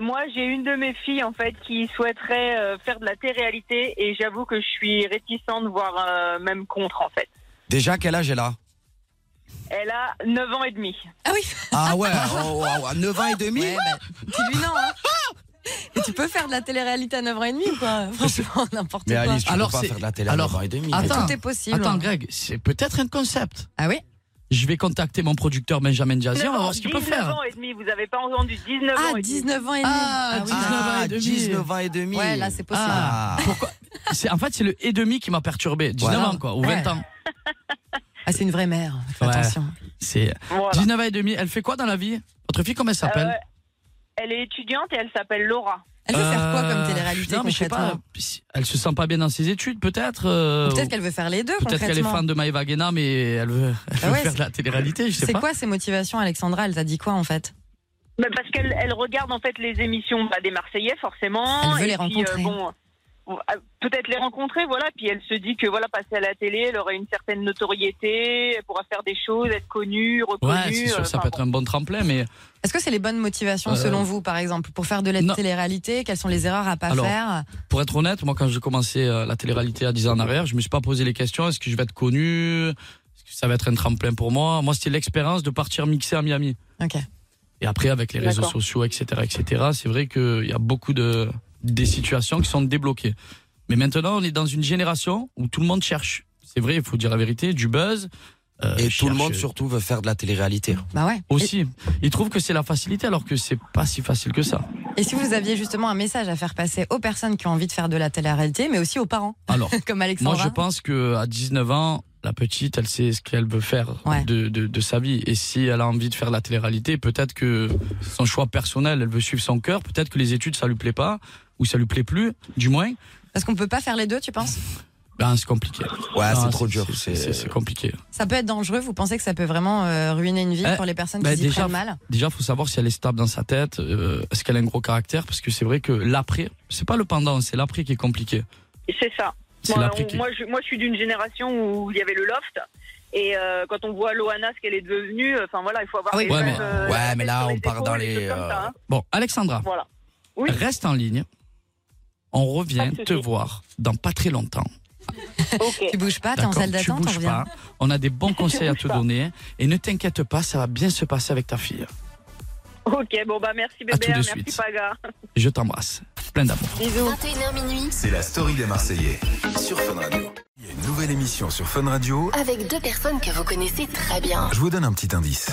[SPEAKER 8] Moi, j'ai une de mes filles, en fait, qui souhaiterait euh, faire de la télé-réalité et j'avoue que je suis réticente, voire euh, même contre, en fait.
[SPEAKER 6] Déjà, quel âge elle a
[SPEAKER 8] Elle a 9 ans et demi.
[SPEAKER 5] Ah oui, (laughs)
[SPEAKER 6] Ah ouais, oh, oh, oh, 9 ans et demi
[SPEAKER 5] ouais, bah, tu lui non, hein. Et tu peux faire de la télé-réalité à 9 ans et demi ou quoi Franchement, n'importe
[SPEAKER 6] Mais
[SPEAKER 5] quoi.
[SPEAKER 6] Alice, tu
[SPEAKER 4] Alors,
[SPEAKER 6] peux pas
[SPEAKER 4] c'est-
[SPEAKER 6] faire de la télé
[SPEAKER 4] alors,
[SPEAKER 6] à 9 ans et demi.
[SPEAKER 4] attends.
[SPEAKER 5] Tout est possible. hein.
[SPEAKER 4] Attends, Greg, c'est peut-être un concept.
[SPEAKER 5] Ah oui
[SPEAKER 4] Je vais contacter mon producteur Benjamin Jazzy, on va
[SPEAKER 8] 9 ans,
[SPEAKER 4] voir ce qu'il peut
[SPEAKER 8] 19
[SPEAKER 4] faire.
[SPEAKER 8] ans et demi, vous n'avez pas entendu 19 ans
[SPEAKER 5] Ah,
[SPEAKER 8] et demi.
[SPEAKER 5] 19 ans et demi.
[SPEAKER 4] Ah,
[SPEAKER 5] oui.
[SPEAKER 4] 19 ans et
[SPEAKER 6] Ah,
[SPEAKER 4] demi.
[SPEAKER 6] 19 ans et demi.
[SPEAKER 5] Ouais, là, c'est possible.
[SPEAKER 6] Ah.
[SPEAKER 4] Pourquoi C'est- En fait, c'est le et demi qui m'a perturbé. 19
[SPEAKER 6] Voilà.
[SPEAKER 4] ans, quoi, ou 20
[SPEAKER 5] Ouais.
[SPEAKER 4] ans.
[SPEAKER 5] Ah, c'est une vraie mère. Fais
[SPEAKER 4] Ouais.
[SPEAKER 5] Attention.
[SPEAKER 4] C'est
[SPEAKER 8] Voilà.
[SPEAKER 4] 19 ans et demi. Elle fait quoi dans la vie Votre fille, comment elle s'appelle
[SPEAKER 8] Euh, elle est étudiante et elle s'appelle Laura.
[SPEAKER 5] Elle veut faire quoi comme
[SPEAKER 4] Euh,
[SPEAKER 5] télé-réalité
[SPEAKER 4] Non, mais je sais
[SPEAKER 5] concrètement
[SPEAKER 4] pas. si- Elle se sent pas bien dans ses études, peut-être. euh,
[SPEAKER 5] Ou Peut-être qu'elle veut faire les deux
[SPEAKER 4] ou peut-être qu'elle est
[SPEAKER 5] concrètement.
[SPEAKER 4] fan de Maëva Guéna, mais elle veut, elle veut
[SPEAKER 5] Ah ouais,
[SPEAKER 4] faire de la télé-réalité, je sais
[SPEAKER 5] C'est
[SPEAKER 4] pas.
[SPEAKER 5] quoi ses motivations, Alexandra Elle t'a dit quoi en fait
[SPEAKER 6] Bah,
[SPEAKER 8] Mais parce qu'elle elle regarde en fait les émissions bah, des Marseillais forcément.
[SPEAKER 5] Elle veut
[SPEAKER 8] et
[SPEAKER 5] les
[SPEAKER 8] puis,
[SPEAKER 5] rencontrer.
[SPEAKER 8] bon, euh, peut-être les rencontrer, voilà. Puis elle se dit que voilà, passer à la télé, elle aura une certaine notoriété, elle pourra faire des choses, être connue, reconnue.
[SPEAKER 4] ouais, c'est sûr,
[SPEAKER 8] euh,
[SPEAKER 4] ça
[SPEAKER 8] enfin,
[SPEAKER 4] peut être un bon tremplin, mais
[SPEAKER 5] Est-ce que c'est les bonnes motivations
[SPEAKER 4] Euh,
[SPEAKER 5] selon vous, par exemple, pour faire de la
[SPEAKER 4] non.
[SPEAKER 5] télé-réalité Quelles sont les erreurs à pas
[SPEAKER 4] Alors,
[SPEAKER 5] faire
[SPEAKER 4] pour être honnête, moi, quand j'ai commencé euh, la télé-réalité à 10 ans en arrière, je me suis pas posé les questions. Est-ce que je vais être connu Est-ce que ça va être un tremplin pour moi Moi, c'était l'expérience de partir mixer à Miami.
[SPEAKER 5] Ok.
[SPEAKER 4] Et après, avec les réseaux
[SPEAKER 8] D'accord.
[SPEAKER 4] sociaux, etc.,
[SPEAKER 5] bah.
[SPEAKER 4] etc., c'est vrai qu'il y a beaucoup de des situations qui sont débloquées. Mais maintenant, on est dans une génération où tout le monde cherche. C'est vrai, il faut dire la vérité, du buzz. euh,
[SPEAKER 6] Et tout
[SPEAKER 4] cherche
[SPEAKER 6] le monde surtout veut faire de la télé-réalité.
[SPEAKER 5] Bah ouais. Et,
[SPEAKER 4] aussi. Ils trouvent que c'est la facilité, alors que c'est pas si facile que ça.
[SPEAKER 5] et si vous aviez justement un message à faire passer aux personnes qui ont envie de faire de la télé-réalité, mais aussi aux parents,
[SPEAKER 4] Alors,
[SPEAKER 5] (laughs) comme
[SPEAKER 4] moi,
[SPEAKER 5] Alexandra
[SPEAKER 4] je pense que à 19 ans, la petite, elle sait ce qu'elle veut faire
[SPEAKER 5] Ouais.
[SPEAKER 4] de, de, de sa vie. Et si elle a envie de faire la télé-réalité, peut-être que son choix personnel, elle veut suivre son cœur. Peut-être que les études, ça lui plaît pas, ou ça lui plaît plus, du moins.
[SPEAKER 5] Parce qu'on peut pas faire les deux, tu penses
[SPEAKER 4] Ben, c'est compliqué.
[SPEAKER 6] Ouais,
[SPEAKER 4] Non,
[SPEAKER 6] c'est trop dur.
[SPEAKER 4] c'est- C'est c'est compliqué.
[SPEAKER 5] Ça peut être dangereux. Vous pensez que ça peut vraiment euh, ruiner une vie
[SPEAKER 4] Eh,
[SPEAKER 5] pour les personnes
[SPEAKER 4] bah,
[SPEAKER 5] qui s'y
[SPEAKER 4] déjà,
[SPEAKER 5] prennent mal
[SPEAKER 4] Déjà, faut savoir si elle est stable dans sa tête. euh, Est-ce qu'elle a un gros caractère Parce que c'est vrai que l'après, c'est pas le pendant, c'est l'après qui est compliqué.
[SPEAKER 8] C'est ça.
[SPEAKER 4] C'est
[SPEAKER 8] Moi,
[SPEAKER 4] l'après
[SPEAKER 8] on-
[SPEAKER 4] qui.
[SPEAKER 8] moi, je, moi, je suis d'une génération où il y avait le loft. Et euh, quand on voit Loana, ce qu'elle est devenue, euh, enfin voilà, il faut avoir.
[SPEAKER 5] Ah oui.
[SPEAKER 8] des
[SPEAKER 4] Ouais, mais-
[SPEAKER 8] jeunes, euh,
[SPEAKER 6] ouais, mais
[SPEAKER 8] têtes
[SPEAKER 6] là,
[SPEAKER 8] sur
[SPEAKER 6] on
[SPEAKER 8] les
[SPEAKER 6] part
[SPEAKER 8] épaules,
[SPEAKER 6] dans
[SPEAKER 8] des
[SPEAKER 6] les,
[SPEAKER 8] choses comme ça, hein.
[SPEAKER 4] euh, Bon, Alexandra,
[SPEAKER 8] Voilà. Oui.
[SPEAKER 4] reste en ligne. On revient
[SPEAKER 8] Pas de souci.
[SPEAKER 4] te voir dans pas très longtemps.
[SPEAKER 8] Ok.
[SPEAKER 5] Tu bouges pas, t'es en
[SPEAKER 4] D'accord,
[SPEAKER 5] salle
[SPEAKER 4] tu
[SPEAKER 5] d'attente, on
[SPEAKER 4] bouges
[SPEAKER 5] revient.
[SPEAKER 4] pas. On a des
[SPEAKER 8] (laughs)
[SPEAKER 4] bons conseils à
[SPEAKER 8] bouges
[SPEAKER 4] te
[SPEAKER 8] pas.
[SPEAKER 4] donner. Et ne t'inquiète pas, ça va bien se passer avec ta fille.
[SPEAKER 8] (laughs) Ok, bon bah merci
[SPEAKER 4] À tout
[SPEAKER 8] bébé,
[SPEAKER 4] de
[SPEAKER 8] merci
[SPEAKER 4] suite.
[SPEAKER 8] Paga.
[SPEAKER 4] Je t'embrasse. Plein d'amour.
[SPEAKER 3] 21h minuit
[SPEAKER 1] C'est la story des Marseillais sur Fun Radio. Il y a une nouvelle émission sur Fun Radio.
[SPEAKER 3] avec deux personnes que vous connaissez très bien.
[SPEAKER 1] Je vous donne un petit indice.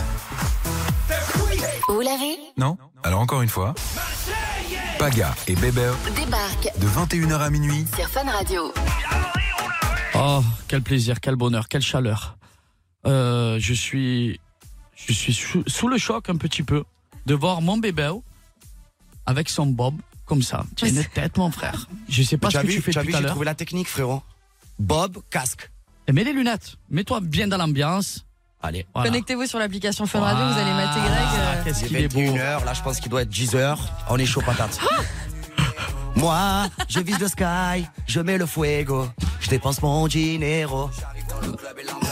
[SPEAKER 3] Vous l'avez
[SPEAKER 1] Non Alors encore une fois. Paga et Bébert
[SPEAKER 3] Débarque
[SPEAKER 1] de 21h à minuit
[SPEAKER 3] sur Fun Radio.
[SPEAKER 4] Oh, quel plaisir, quel bonheur, quelle chaleur. Euh, je suis, je suis sous, sous le choc un petit peu de voir mon bébé avec son bob comme ça. Tu as
[SPEAKER 5] (laughs)
[SPEAKER 4] une tête, mon frère. Je sais pas
[SPEAKER 6] Tu
[SPEAKER 4] ce
[SPEAKER 6] as
[SPEAKER 4] que
[SPEAKER 6] vu,
[SPEAKER 4] tu fais
[SPEAKER 6] tu as vu,
[SPEAKER 4] tout à
[SPEAKER 6] j'ai
[SPEAKER 4] l'heure.
[SPEAKER 6] trouvé la technique, frérot. Bob, casque.
[SPEAKER 4] Et Mets les lunettes. Mets-toi bien dans l'ambiance.
[SPEAKER 6] Allez.
[SPEAKER 4] Voilà.
[SPEAKER 5] Connectez-vous sur l'application Fun Radio, vous allez mater
[SPEAKER 4] Ah,
[SPEAKER 5] Greg. euh,
[SPEAKER 4] Qu'est-ce
[SPEAKER 6] Il
[SPEAKER 4] qu'il est
[SPEAKER 6] est
[SPEAKER 4] beau.
[SPEAKER 6] 21h, là je pense qu'il doit être 10h. On est chaud patate.
[SPEAKER 4] Ah
[SPEAKER 6] Moi, je vise le sky, je mets le fuego, je dépense mon dinero.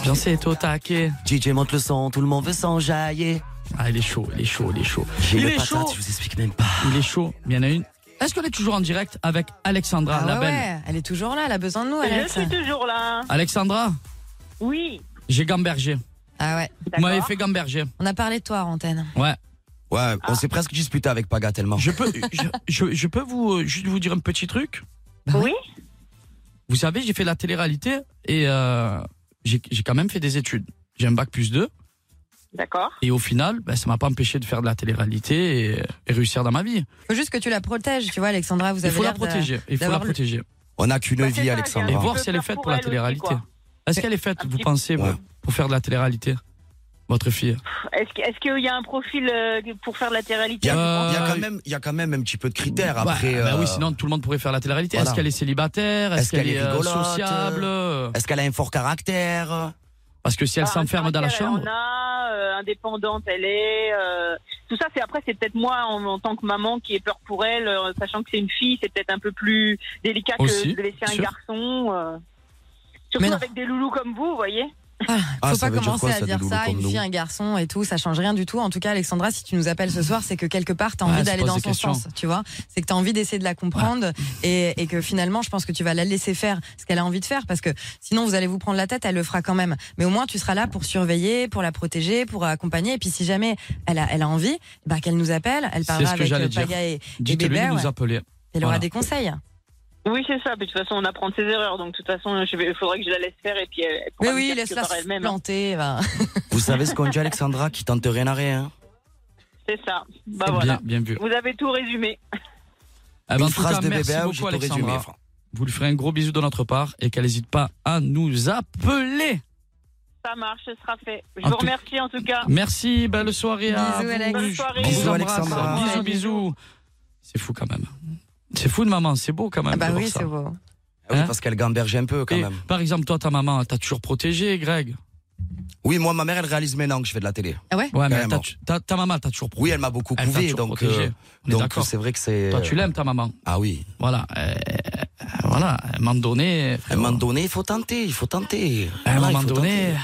[SPEAKER 4] J'en sais, t'es au taquet.
[SPEAKER 6] DJ monte le son, tout le monde veut s'enjailler.
[SPEAKER 4] Ah, il est chaud, il est chaud, il est chaud.
[SPEAKER 6] J'ai
[SPEAKER 4] Il
[SPEAKER 6] le
[SPEAKER 4] est
[SPEAKER 6] patate,
[SPEAKER 4] chaud.
[SPEAKER 6] je vous explique même pas.
[SPEAKER 4] Il est chaud, mais il y en a une. Est-ce qu'on est toujours en direct avec Alexandra,
[SPEAKER 5] Ah
[SPEAKER 4] la
[SPEAKER 5] ouais,
[SPEAKER 4] belle
[SPEAKER 5] ouais, elle est toujours là, elle a besoin de nous,
[SPEAKER 8] Je
[SPEAKER 5] Alex.
[SPEAKER 8] suis toujours là.
[SPEAKER 4] Alexandra,
[SPEAKER 8] Oui.
[SPEAKER 4] j'ai gambergé.
[SPEAKER 5] Ah ouais,
[SPEAKER 4] Vous m'avez
[SPEAKER 8] d'accord.
[SPEAKER 4] fait gamberger.
[SPEAKER 5] on a parlé de toi, Antenne.
[SPEAKER 4] Ouais.
[SPEAKER 6] Ouais, on s'est presque disputé avec Paga tellement.
[SPEAKER 4] Je peux, je, je- je peux vous, euh, juste vous dire un petit truc
[SPEAKER 8] Bah Oui.
[SPEAKER 4] Vous savez, j'ai fait la télé-réalité et euh, j'ai j'ai quand même fait des études. J'ai un bac plus 2
[SPEAKER 8] D'accord.
[SPEAKER 4] et au final, ben, ça m'a pas empêché de faire de la télé-réalité et, et réussir dans ma vie.
[SPEAKER 5] Faut juste que tu la protèges, tu vois, Alexandra, vous
[SPEAKER 4] Il
[SPEAKER 5] avez
[SPEAKER 4] faut la
[SPEAKER 5] l'air de-
[SPEAKER 4] protéger. Il faut la
[SPEAKER 5] d'avoir le-
[SPEAKER 4] protéger.
[SPEAKER 6] On n'a qu'une
[SPEAKER 8] Bah, c'est
[SPEAKER 6] vie,
[SPEAKER 8] ça,
[SPEAKER 6] Alexandre.
[SPEAKER 4] Et
[SPEAKER 8] un
[SPEAKER 4] voir
[SPEAKER 8] peu
[SPEAKER 4] si elle est
[SPEAKER 8] peur
[SPEAKER 4] faite
[SPEAKER 8] pour
[SPEAKER 4] pour la
[SPEAKER 8] elle aussi,
[SPEAKER 4] télé-réalité.
[SPEAKER 8] quoi.
[SPEAKER 4] Est-ce qu'elle est faite,
[SPEAKER 8] Un
[SPEAKER 4] vous
[SPEAKER 8] petit-
[SPEAKER 4] pensez,
[SPEAKER 6] Ouais.
[SPEAKER 4] vous, pour faire de la télé-réalité Votre fille
[SPEAKER 8] Est-ce que- est-ce qu'il y a un profil euh, pour faire de la
[SPEAKER 6] Il y,
[SPEAKER 8] télé-réalité
[SPEAKER 6] a,
[SPEAKER 4] Euh,
[SPEAKER 6] il y a quand même, il y a quand même un petit peu de critères
[SPEAKER 4] Bah,
[SPEAKER 6] après.
[SPEAKER 4] bah
[SPEAKER 6] euh,
[SPEAKER 4] oui, sinon tout le monde pourrait faire la télé-réalité.
[SPEAKER 6] voilà.
[SPEAKER 4] Est-ce qu'elle est célibataire Est-ce qu'elle est, euh,
[SPEAKER 6] rigolote
[SPEAKER 4] sociable
[SPEAKER 6] Est-ce qu'elle a un fort caractère
[SPEAKER 4] Parce que si elle
[SPEAKER 8] Ah,
[SPEAKER 4] s'enferme dans la
[SPEAKER 8] caractère,
[SPEAKER 4] chambre,
[SPEAKER 8] Elle en a, euh, indépendante, elle est. euh, tout ça, c'est après, c'est peut-être moi en, en tant que maman qui ai peur pour elle, euh, sachant que c'est une fille, c'est peut-être un peu plus délicat
[SPEAKER 4] Aussi,
[SPEAKER 8] que de laisser un
[SPEAKER 4] sûr.
[SPEAKER 8] garçon. euh, surtout
[SPEAKER 5] Mais non.
[SPEAKER 8] avec des loulous comme vous, vous voyez.
[SPEAKER 6] Ah,
[SPEAKER 5] Faut
[SPEAKER 6] ça
[SPEAKER 5] pas
[SPEAKER 6] veut dire
[SPEAKER 5] commencer
[SPEAKER 6] quoi,
[SPEAKER 5] à
[SPEAKER 6] ça, des
[SPEAKER 5] dire
[SPEAKER 6] loulous
[SPEAKER 5] ça,
[SPEAKER 6] comme
[SPEAKER 5] une
[SPEAKER 6] nous
[SPEAKER 5] fille, un garçon et tout, ça change rien du tout. En tout cas, Alexandra, si tu nous appelles ce soir, c'est que quelque part, t'as
[SPEAKER 4] Ouais,
[SPEAKER 5] envie
[SPEAKER 4] se
[SPEAKER 5] d'aller
[SPEAKER 4] pose
[SPEAKER 5] dans
[SPEAKER 4] des
[SPEAKER 5] son
[SPEAKER 4] questions.
[SPEAKER 5] sens, tu vois. C'est que t'as envie d'essayer de la comprendre et, et que finalement, je pense que tu vas la laisser faire ce qu'elle a envie de faire parce que sinon, vous allez vous prendre la tête, elle le fera quand même. Mais au moins, tu seras là pour surveiller, pour la protéger, pour accompagner. Et puis, si jamais elle a, elle a envie, bah, qu'elle nous appelle, elle
[SPEAKER 4] C'est
[SPEAKER 5] parlera
[SPEAKER 4] ce que
[SPEAKER 5] avec
[SPEAKER 4] j'allais
[SPEAKER 5] euh,
[SPEAKER 4] dire.
[SPEAKER 5] Paga et, et
[SPEAKER 4] Dites-lui
[SPEAKER 5] Bébé.
[SPEAKER 4] de nous
[SPEAKER 5] ouais.
[SPEAKER 4] appeler.
[SPEAKER 5] Elle aura
[SPEAKER 4] Voilà. Eh
[SPEAKER 5] des conseils.
[SPEAKER 8] Oui, c'est ça. Puis de toute façon, on apprend de ses erreurs. Donc de toute façon, je vais- il faudrait que je la laisse faire et puis elle, elle
[SPEAKER 5] Oui,
[SPEAKER 8] pourra me
[SPEAKER 5] oui,
[SPEAKER 8] dire que
[SPEAKER 5] laisse-la
[SPEAKER 8] par
[SPEAKER 5] se
[SPEAKER 8] elle-même. hein.
[SPEAKER 5] planter. bah.
[SPEAKER 6] Vous savez ce qu'on dit, Alexandra, qui tente rien à rien.
[SPEAKER 8] C'est ça. Bah
[SPEAKER 4] Eh Bien,
[SPEAKER 8] voilà.
[SPEAKER 4] bien vu.
[SPEAKER 8] Vous avez tout résumé.
[SPEAKER 4] Eh ben, en
[SPEAKER 6] Une
[SPEAKER 4] tout
[SPEAKER 6] phrase
[SPEAKER 4] cas,
[SPEAKER 6] de
[SPEAKER 4] merci
[SPEAKER 6] bébé où j'ai
[SPEAKER 4] beaucoup,
[SPEAKER 6] tout résumé.
[SPEAKER 4] Alexandra.
[SPEAKER 6] Franck.
[SPEAKER 4] Vous lui ferez un gros bisou de notre part et qu'elle n'hésite pas à nous appeler.
[SPEAKER 8] Ça marche, ce sera fait. Je
[SPEAKER 4] En
[SPEAKER 8] vous
[SPEAKER 4] tout-
[SPEAKER 8] remercie en tout cas.
[SPEAKER 4] Merci, belle soirée à
[SPEAKER 5] Bisous,
[SPEAKER 4] vous.
[SPEAKER 5] Alex.
[SPEAKER 8] Bonne soirée.
[SPEAKER 4] On vous
[SPEAKER 6] Bisous,
[SPEAKER 4] embrasse.
[SPEAKER 6] Alexandra.
[SPEAKER 4] Bisous,
[SPEAKER 5] Ouais,
[SPEAKER 4] bisous. C'est fou quand même. C'est fou de maman, c'est beau quand même.
[SPEAKER 5] Ah bah
[SPEAKER 4] de voir
[SPEAKER 5] oui,
[SPEAKER 4] ça.
[SPEAKER 5] c'est beau.
[SPEAKER 6] Ah oui,
[SPEAKER 4] Hein
[SPEAKER 6] parce qu'elle gamberge un peu quand
[SPEAKER 4] Et
[SPEAKER 6] même.
[SPEAKER 4] Par exemple, toi, ta maman, t'as toujours protégé, Greg.
[SPEAKER 6] Oui, moi, ma mère, elle réalise maintenant que je fais de la télé.
[SPEAKER 5] Ah ouais?
[SPEAKER 4] Ouais, mais
[SPEAKER 6] Carrément.
[SPEAKER 4] t'as tu- ta, ta maman, t'as toujours
[SPEAKER 6] Oui,
[SPEAKER 4] protégé.
[SPEAKER 6] elle m'a beaucoup
[SPEAKER 4] Elle t'a
[SPEAKER 6] couvé,
[SPEAKER 4] toujours
[SPEAKER 6] donc
[SPEAKER 4] protégé.
[SPEAKER 6] euh,
[SPEAKER 4] On est
[SPEAKER 6] donc
[SPEAKER 4] d'accord.
[SPEAKER 6] c'est vrai que c'est.
[SPEAKER 4] Toi, tu l'aimes, ta maman.
[SPEAKER 6] Ah oui.
[SPEAKER 4] Voilà. euh, euh, voilà. À un moment donné.
[SPEAKER 6] À un moment donné, il faut tenter, il faut tenter.
[SPEAKER 4] À un
[SPEAKER 6] Voilà, il
[SPEAKER 4] moment
[SPEAKER 6] faut
[SPEAKER 4] donné,
[SPEAKER 6] tenter.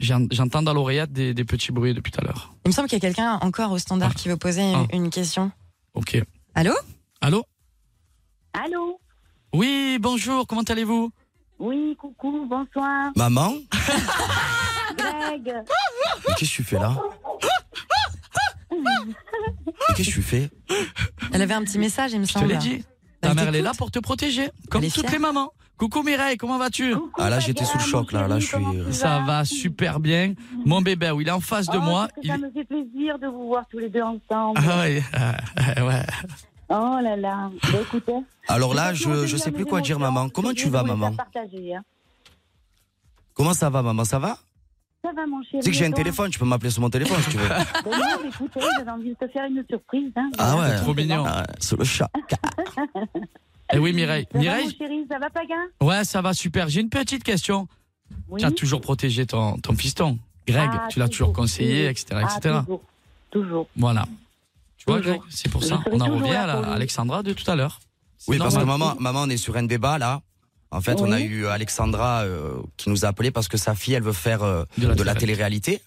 [SPEAKER 4] j'en- j'entends dans l'oreillette des, des petits bruits depuis tout à l'heure.
[SPEAKER 5] Il me semble qu'il y a quelqu'un encore au standard qui veut poser une,
[SPEAKER 4] Ah.
[SPEAKER 5] une question.
[SPEAKER 4] Ok.
[SPEAKER 5] Allô
[SPEAKER 4] Allô
[SPEAKER 9] Allô
[SPEAKER 4] Oui, bonjour, comment allez-vous
[SPEAKER 9] Oui, coucou, bonsoir,
[SPEAKER 6] Maman, Bah.
[SPEAKER 9] Greg.
[SPEAKER 6] mais qu'est-ce que tu fais là Mais qu'est-ce que tu fais
[SPEAKER 9] (laughs)
[SPEAKER 5] Elle avait un petit message, il me
[SPEAKER 4] Je te
[SPEAKER 5] semble.
[SPEAKER 4] l'ai dit.
[SPEAKER 5] Elle
[SPEAKER 4] Ta mère, elle
[SPEAKER 5] t'écoute.
[SPEAKER 4] est là pour te protéger, comme
[SPEAKER 5] Elle est
[SPEAKER 4] toutes
[SPEAKER 5] fière.
[SPEAKER 4] les mamans. Coucou Mireille, comment vas-tu
[SPEAKER 9] Coucou,
[SPEAKER 6] Ah, là,
[SPEAKER 9] Saga,
[SPEAKER 6] j'étais sous le
[SPEAKER 9] mon
[SPEAKER 6] choc, là,
[SPEAKER 9] chéri,
[SPEAKER 6] là, je suis- euh,
[SPEAKER 9] comment tu
[SPEAKER 4] Ça
[SPEAKER 9] vas
[SPEAKER 4] va super bien. Mon bébé, oui, il est en face de
[SPEAKER 9] Oh,
[SPEAKER 4] moi.
[SPEAKER 9] qu'est-ce que
[SPEAKER 4] Il...
[SPEAKER 9] Ça me fait plaisir de vous voir tous les deux ensemble.
[SPEAKER 4] Ah ouais, euh, (laughs) ouais.
[SPEAKER 9] Oh là là. Bah, écoutez,
[SPEAKER 6] Alors là,
[SPEAKER 9] j'ai
[SPEAKER 6] je
[SPEAKER 9] envie
[SPEAKER 6] je
[SPEAKER 9] de
[SPEAKER 6] sais
[SPEAKER 9] mes
[SPEAKER 6] plus quoi dire,
[SPEAKER 9] émotions,
[SPEAKER 6] maman.
[SPEAKER 9] parce
[SPEAKER 6] Comment
[SPEAKER 9] que je
[SPEAKER 6] tu
[SPEAKER 9] voulais
[SPEAKER 6] vas,
[SPEAKER 9] vous les
[SPEAKER 6] maman
[SPEAKER 9] faire partager, hein.
[SPEAKER 6] Comment ça va, maman Ça va
[SPEAKER 9] Ça va, mon chéri.
[SPEAKER 6] Tu sais que j'ai
[SPEAKER 9] et
[SPEAKER 6] un
[SPEAKER 9] toi
[SPEAKER 6] téléphone, tu peux m'appeler sur mon téléphone si tu veux.
[SPEAKER 9] Ben non, mais écoutez, j'avais envie de te faire une surprise. Hein.
[SPEAKER 6] Ah ouais.
[SPEAKER 4] Trop mignon.
[SPEAKER 6] Ah, c'est le chat.
[SPEAKER 4] Et Eh oui, Mireille.
[SPEAKER 9] Ça va, mon
[SPEAKER 4] Mireille
[SPEAKER 9] chéri, ça va, Paga
[SPEAKER 4] Ouais, ça va super. J'ai une petite question.
[SPEAKER 9] Oui.
[SPEAKER 4] Tu as toujours protégé ton, ton fiston, Greg.
[SPEAKER 9] Ah,
[SPEAKER 4] tu l'as toujours
[SPEAKER 9] toujours.
[SPEAKER 4] conseillé,
[SPEAKER 9] Oui.
[SPEAKER 4] etc.
[SPEAKER 9] Ah,
[SPEAKER 4] etc.
[SPEAKER 9] toujours. Toujours.
[SPEAKER 4] Voilà. Tu vois,
[SPEAKER 9] Toujours.
[SPEAKER 4] Greg, c'est pour
[SPEAKER 9] Je
[SPEAKER 4] ça.
[SPEAKER 9] serai
[SPEAKER 4] On en
[SPEAKER 9] toujours
[SPEAKER 4] revient
[SPEAKER 9] là
[SPEAKER 4] à, la-
[SPEAKER 9] pour lui.
[SPEAKER 4] à Alexandra de tout à l'heure. C'est
[SPEAKER 6] Oui, parce que
[SPEAKER 4] normal.
[SPEAKER 6] maman, maman, on est sur un débat là. En fait, on a
[SPEAKER 9] Oui.
[SPEAKER 6] eu Alexandra euh, qui nous a appelé parce que sa fille, elle veut faire euh,
[SPEAKER 4] De la
[SPEAKER 6] de la
[SPEAKER 4] télé.
[SPEAKER 6] télé-réalité.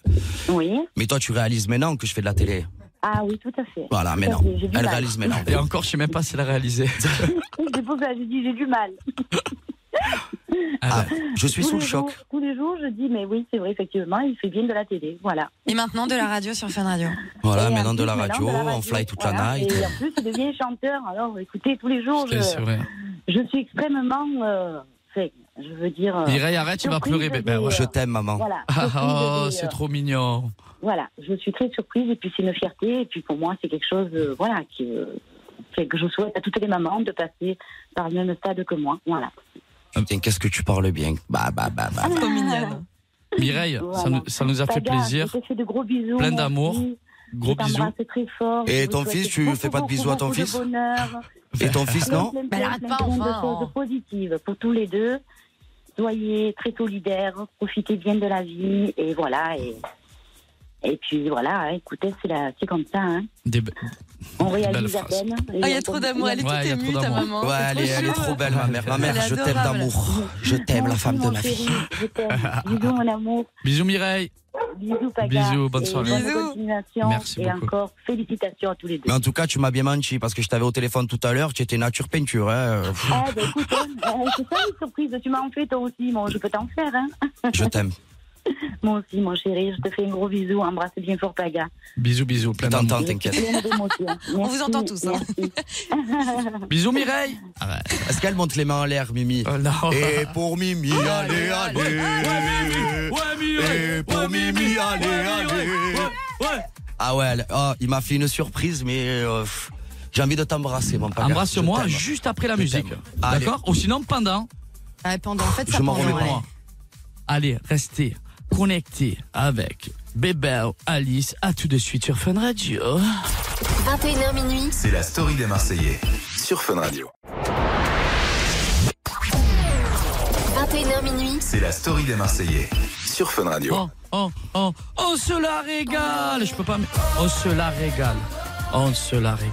[SPEAKER 9] Oui.
[SPEAKER 6] Mais toi, tu réalises maintenant que je fais de la télé.
[SPEAKER 9] Ah oui, tout à fait.
[SPEAKER 6] Voilà, mais
[SPEAKER 9] Tout à
[SPEAKER 6] non.
[SPEAKER 9] fait, j'ai du
[SPEAKER 6] Elle
[SPEAKER 9] mal.
[SPEAKER 6] réalise
[SPEAKER 9] (laughs)
[SPEAKER 6] maintenant.
[SPEAKER 4] Et encore, je sais même pas si elle a réalisé.
[SPEAKER 9] C'est pour ça, j'ai dit, j'ai
[SPEAKER 4] (laughs)
[SPEAKER 9] du mal.
[SPEAKER 6] Ah, je suis
[SPEAKER 9] Tous
[SPEAKER 6] sous
[SPEAKER 9] les
[SPEAKER 6] le choc.
[SPEAKER 9] jours- tous les jours, je dis, mais oui, c'est vrai, effectivement, il fait bien de la télé. Voilà.
[SPEAKER 5] Et maintenant, de la radio sur Fun Radio.
[SPEAKER 6] Voilà,
[SPEAKER 9] Et
[SPEAKER 6] maintenant
[SPEAKER 9] en
[SPEAKER 6] de
[SPEAKER 9] plus,
[SPEAKER 6] la
[SPEAKER 9] maintenant,
[SPEAKER 6] radio,
[SPEAKER 9] de la
[SPEAKER 6] on fly toute
[SPEAKER 9] voilà.
[SPEAKER 6] la night.
[SPEAKER 9] Et en plus, il devient chanteur. Alors, écoutez, tous les jours,
[SPEAKER 4] C'est c'est
[SPEAKER 9] je,
[SPEAKER 4] vrai.
[SPEAKER 9] je suis extrêmement. euh, fait, je veux dire. euh,
[SPEAKER 4] Mireille, arrête, il va
[SPEAKER 9] surprise
[SPEAKER 4] pleurer.
[SPEAKER 9] de-
[SPEAKER 4] Ben ouais.
[SPEAKER 6] Oh, Je t'aime, maman.
[SPEAKER 9] voilà.
[SPEAKER 4] Ah, oh,
[SPEAKER 9] surprise de-
[SPEAKER 4] c'est trop mignon.
[SPEAKER 9] Voilà, je suis très surprise et puis c'est une fierté. Et puis pour moi, c'est quelque chose euh, voilà, qui, euh, fait que je souhaite à toutes les mamans de passer par le même stade que moi. Voilà.
[SPEAKER 6] (laughs) Putain, qu'est-ce que tu parles bien. Bah, bah, bah, bah.
[SPEAKER 4] Ah.
[SPEAKER 5] Trop mignonne.
[SPEAKER 4] Mireille, ça,
[SPEAKER 9] Voilà.
[SPEAKER 4] nous, ça nous a fait
[SPEAKER 9] Saga,
[SPEAKER 4] plaisir.
[SPEAKER 9] Je te fais de gros bisous.
[SPEAKER 4] Plein
[SPEAKER 9] mon
[SPEAKER 4] d'amour.
[SPEAKER 9] fils.
[SPEAKER 4] Gros
[SPEAKER 9] Je t'embrasse
[SPEAKER 4] bisous.
[SPEAKER 9] très fort.
[SPEAKER 6] Et
[SPEAKER 9] Je vous
[SPEAKER 6] ton
[SPEAKER 9] souhaite
[SPEAKER 6] fils, tu
[SPEAKER 9] beaucoup,
[SPEAKER 6] fais pas de
[SPEAKER 9] beaucoup,
[SPEAKER 6] bisous à ton
[SPEAKER 9] beaucoup de
[SPEAKER 6] fils
[SPEAKER 9] bonheur.
[SPEAKER 6] Et ton fils, non
[SPEAKER 9] plein, plein,
[SPEAKER 5] Bah, arrête
[SPEAKER 9] plein,
[SPEAKER 5] pas,
[SPEAKER 9] plein de
[SPEAKER 5] enfin.
[SPEAKER 9] choses positives pour tous les deux. Soyez très solidaires, profitez bien de la vie et voilà. Et, et puis voilà, hein, écoutez, c'est la- c'est comme ça. hein.
[SPEAKER 4] Des be-
[SPEAKER 9] On
[SPEAKER 4] Belle
[SPEAKER 9] réalise à
[SPEAKER 4] phrase.
[SPEAKER 9] peine. et
[SPEAKER 5] Ah, il y
[SPEAKER 9] on
[SPEAKER 5] a trop
[SPEAKER 9] tombe-
[SPEAKER 5] d'amour. Elle est
[SPEAKER 4] Ouais, il
[SPEAKER 5] toute
[SPEAKER 4] y a trop
[SPEAKER 5] émue, ta
[SPEAKER 4] d'amour.
[SPEAKER 5] maman.
[SPEAKER 6] Ouais,
[SPEAKER 5] C'est
[SPEAKER 6] elle est,
[SPEAKER 5] trop
[SPEAKER 6] elle est
[SPEAKER 5] chou.
[SPEAKER 6] trop belle, ma mère. Ma
[SPEAKER 5] Elle
[SPEAKER 6] mère,
[SPEAKER 5] est
[SPEAKER 6] je t'aime
[SPEAKER 5] adorable.
[SPEAKER 6] d'amour. Je t'aime, la
[SPEAKER 9] Merci,
[SPEAKER 6] femme de
[SPEAKER 9] mon
[SPEAKER 6] ma vie.
[SPEAKER 9] chéri, Je t'aime. Bisous, mon amour.
[SPEAKER 4] (laughs) Bisous, Mireille.
[SPEAKER 9] Bisous, Paga.
[SPEAKER 4] Bisous, bonne
[SPEAKER 9] Et
[SPEAKER 4] soirée.
[SPEAKER 9] bonne
[SPEAKER 5] Bisous.
[SPEAKER 9] continuation.
[SPEAKER 4] Merci
[SPEAKER 9] et
[SPEAKER 4] beaucoup.
[SPEAKER 9] encore, félicitations à tous les deux.
[SPEAKER 6] Mais en tout cas, tu m'as bien menti parce que je t'avais au téléphone tout à l'heure. Tu étais nature peinture.
[SPEAKER 9] (laughs)
[SPEAKER 6] Hein. Pff,
[SPEAKER 9] Eh ben, écoute, hein, euh, c'est ça une surprise. Tu m'en fais toi aussi. Bon, je peux t'en faire. Hein.
[SPEAKER 6] Je t'aime.
[SPEAKER 9] (laughs) Moi aussi, mon chéri. Je te fais un gros bisou. Embrasse bien fort, Paga.
[SPEAKER 4] Bisous, bisous. Plein
[SPEAKER 6] Je t'entends,
[SPEAKER 4] d'amour.
[SPEAKER 6] t'inquiète.
[SPEAKER 9] Plein d'émotions.
[SPEAKER 5] (laughs) On vous
[SPEAKER 9] Merci,
[SPEAKER 5] entend tous, hein.
[SPEAKER 9] merci.
[SPEAKER 4] (laughs)
[SPEAKER 9] (laughs)
[SPEAKER 4] Bisous, Mireille.
[SPEAKER 6] Ah Est-ce qu'elle monte les mains en l'air, Mimi
[SPEAKER 4] Oh, non.
[SPEAKER 6] Et pour Mimi, allez, allez.
[SPEAKER 4] Ouais, Mireille.
[SPEAKER 6] Et pour Mimi, allez, allez.
[SPEAKER 4] Ouais.
[SPEAKER 6] Ah ouais, elle- ah, il m'a fait une surprise, mais euh, pff, j'ai envie de t'embrasser, mon père.
[SPEAKER 4] Embrasse-moi
[SPEAKER 6] Je t'aime.
[SPEAKER 4] juste après la
[SPEAKER 6] Je
[SPEAKER 4] musique.
[SPEAKER 6] t'aime. Allez.
[SPEAKER 4] D'accord Ou sinon, pendant.
[SPEAKER 5] Ah, pendant, en fait, ça
[SPEAKER 6] Je m'en
[SPEAKER 5] pendant,
[SPEAKER 6] remets
[SPEAKER 5] ouais.
[SPEAKER 6] pas.
[SPEAKER 4] Allez, restez connectés avec Bébé, Alice. À tout de suite sur Fun Radio.
[SPEAKER 10] 21h minuit.
[SPEAKER 1] C'est la story des Marseillais sur Fun Radio.
[SPEAKER 10] 21h minuit.
[SPEAKER 1] C'est la story des Marseillais sur Fun Radio.
[SPEAKER 4] Oh, oh, oh, on se Oh, la régale. Je peux pas. me- On se la régale. On se la régale.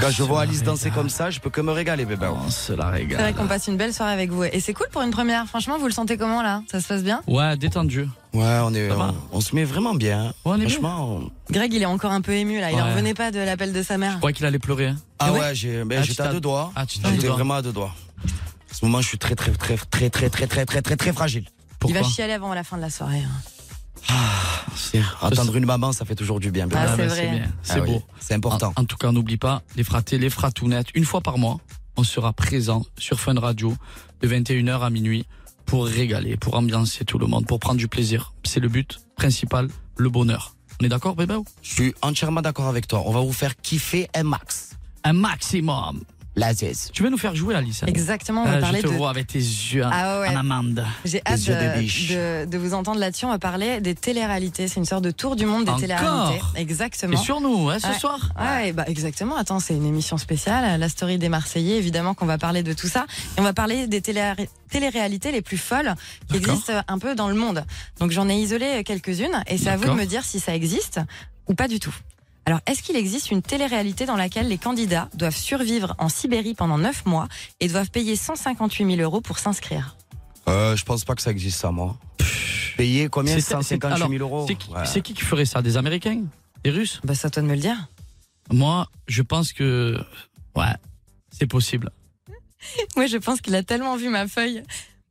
[SPEAKER 6] Quand je vois Alice danser comme ça, je peux que me régaler, bébé.
[SPEAKER 4] On se la
[SPEAKER 5] C'est vrai
[SPEAKER 4] régale.
[SPEAKER 5] qu'on passe une belle soirée avec vous. Et c'est cool pour une première. Franchement, vous le sentez comment là Ça se passe bien
[SPEAKER 4] Ouais, détendu.
[SPEAKER 6] Ouais, on est,
[SPEAKER 4] Ça va
[SPEAKER 6] on, on se met vraiment bien.
[SPEAKER 4] Ouais, on est bien.
[SPEAKER 6] Franchement. on-
[SPEAKER 5] Greg, il est encore un peu ému là. Il en
[SPEAKER 4] Ouais.
[SPEAKER 5] revenait pas de l'appel de sa mère.
[SPEAKER 4] Je croyais qu'il allait pleurer. hein.
[SPEAKER 6] Ah
[SPEAKER 5] ouais
[SPEAKER 6] ouais, j'ai- ben,
[SPEAKER 4] Ah, tu
[SPEAKER 6] j'étais
[SPEAKER 4] t'as-
[SPEAKER 6] à deux doigts.
[SPEAKER 4] Ah, tu t'as deux
[SPEAKER 6] J'étais
[SPEAKER 4] doigts.
[SPEAKER 6] vraiment à deux doigts. En ce moment, je suis très, très, très, très, très, très, très, très, très, très fragile.
[SPEAKER 5] il
[SPEAKER 4] Pourquoi
[SPEAKER 5] va chialer avant la fin de la soirée. hein.
[SPEAKER 6] Attendre une maman, ça fait toujours du bien. bébé.
[SPEAKER 5] Ah,
[SPEAKER 4] Ah,
[SPEAKER 5] c'est
[SPEAKER 4] bah,
[SPEAKER 5] vrai.
[SPEAKER 4] bien, C'est
[SPEAKER 6] Ah oui,
[SPEAKER 4] beau.
[SPEAKER 6] C'est important.
[SPEAKER 4] En, en tout cas, n'oublie pas, les fratés, les fratounettes, une fois par mois, on sera présent sur Fun Radio de 21h à minuit pour régaler, pour ambiancer tout le monde, pour prendre du plaisir. C'est le but principal, le bonheur. On est d'accord, bébé
[SPEAKER 6] Je suis entièrement d'accord avec toi. On va vous faire kiffer un max.
[SPEAKER 4] Un maximum.
[SPEAKER 6] La zèze.
[SPEAKER 4] Tu vas nous faire jouer, Alice. hein
[SPEAKER 5] Exactement, on va
[SPEAKER 4] Ah,
[SPEAKER 5] parler
[SPEAKER 4] je te
[SPEAKER 5] de.
[SPEAKER 4] vois avec tes yeux en-
[SPEAKER 5] Ah ouais.
[SPEAKER 4] en amande.
[SPEAKER 5] J'ai hâte
[SPEAKER 6] yeux des
[SPEAKER 5] de,
[SPEAKER 6] biches.
[SPEAKER 5] de- de vous entendre là-dessus. On va parler des téléréalités. C'est une sorte de tour du monde des
[SPEAKER 4] Encore
[SPEAKER 5] téléréalités.
[SPEAKER 4] Et
[SPEAKER 5] Exactement.
[SPEAKER 4] sur nous, hein, ce
[SPEAKER 5] Ouais.
[SPEAKER 4] soir
[SPEAKER 5] Ouais, bah exactement. Attends, c'est une émission spéciale, euh, la story des Marseillais. Évidemment qu'on va parler de tout ça. Et on va parler des télé- téléréalités les plus folles qui
[SPEAKER 4] D'accord.
[SPEAKER 5] existent euh, un peu dans le monde. Donc j'en ai isolé euh, quelques-unes et c'est à vous de
[SPEAKER 4] D'accord.
[SPEAKER 5] me dire si ça existe ou pas du tout. Alors, est-ce qu'il existe une téléréalité dans laquelle les candidats doivent survivre en Sibérie pendant 9 mois et doivent payer 158 000 euros pour s'inscrire
[SPEAKER 6] Euh, je pense pas que ça existe, ça, moi. Payer combien
[SPEAKER 4] C'est-
[SPEAKER 6] 158
[SPEAKER 4] alors,
[SPEAKER 6] 000 euros.
[SPEAKER 4] C'est qui,
[SPEAKER 6] Ouais.
[SPEAKER 4] c'est qui qui ferait ça Des Américains Des Russes
[SPEAKER 5] Bah, c'est à toi de me le dire.
[SPEAKER 4] Moi, je pense que. Ouais, c'est possible.
[SPEAKER 5] Moi, je pense qu'il a tellement vu ma feuille.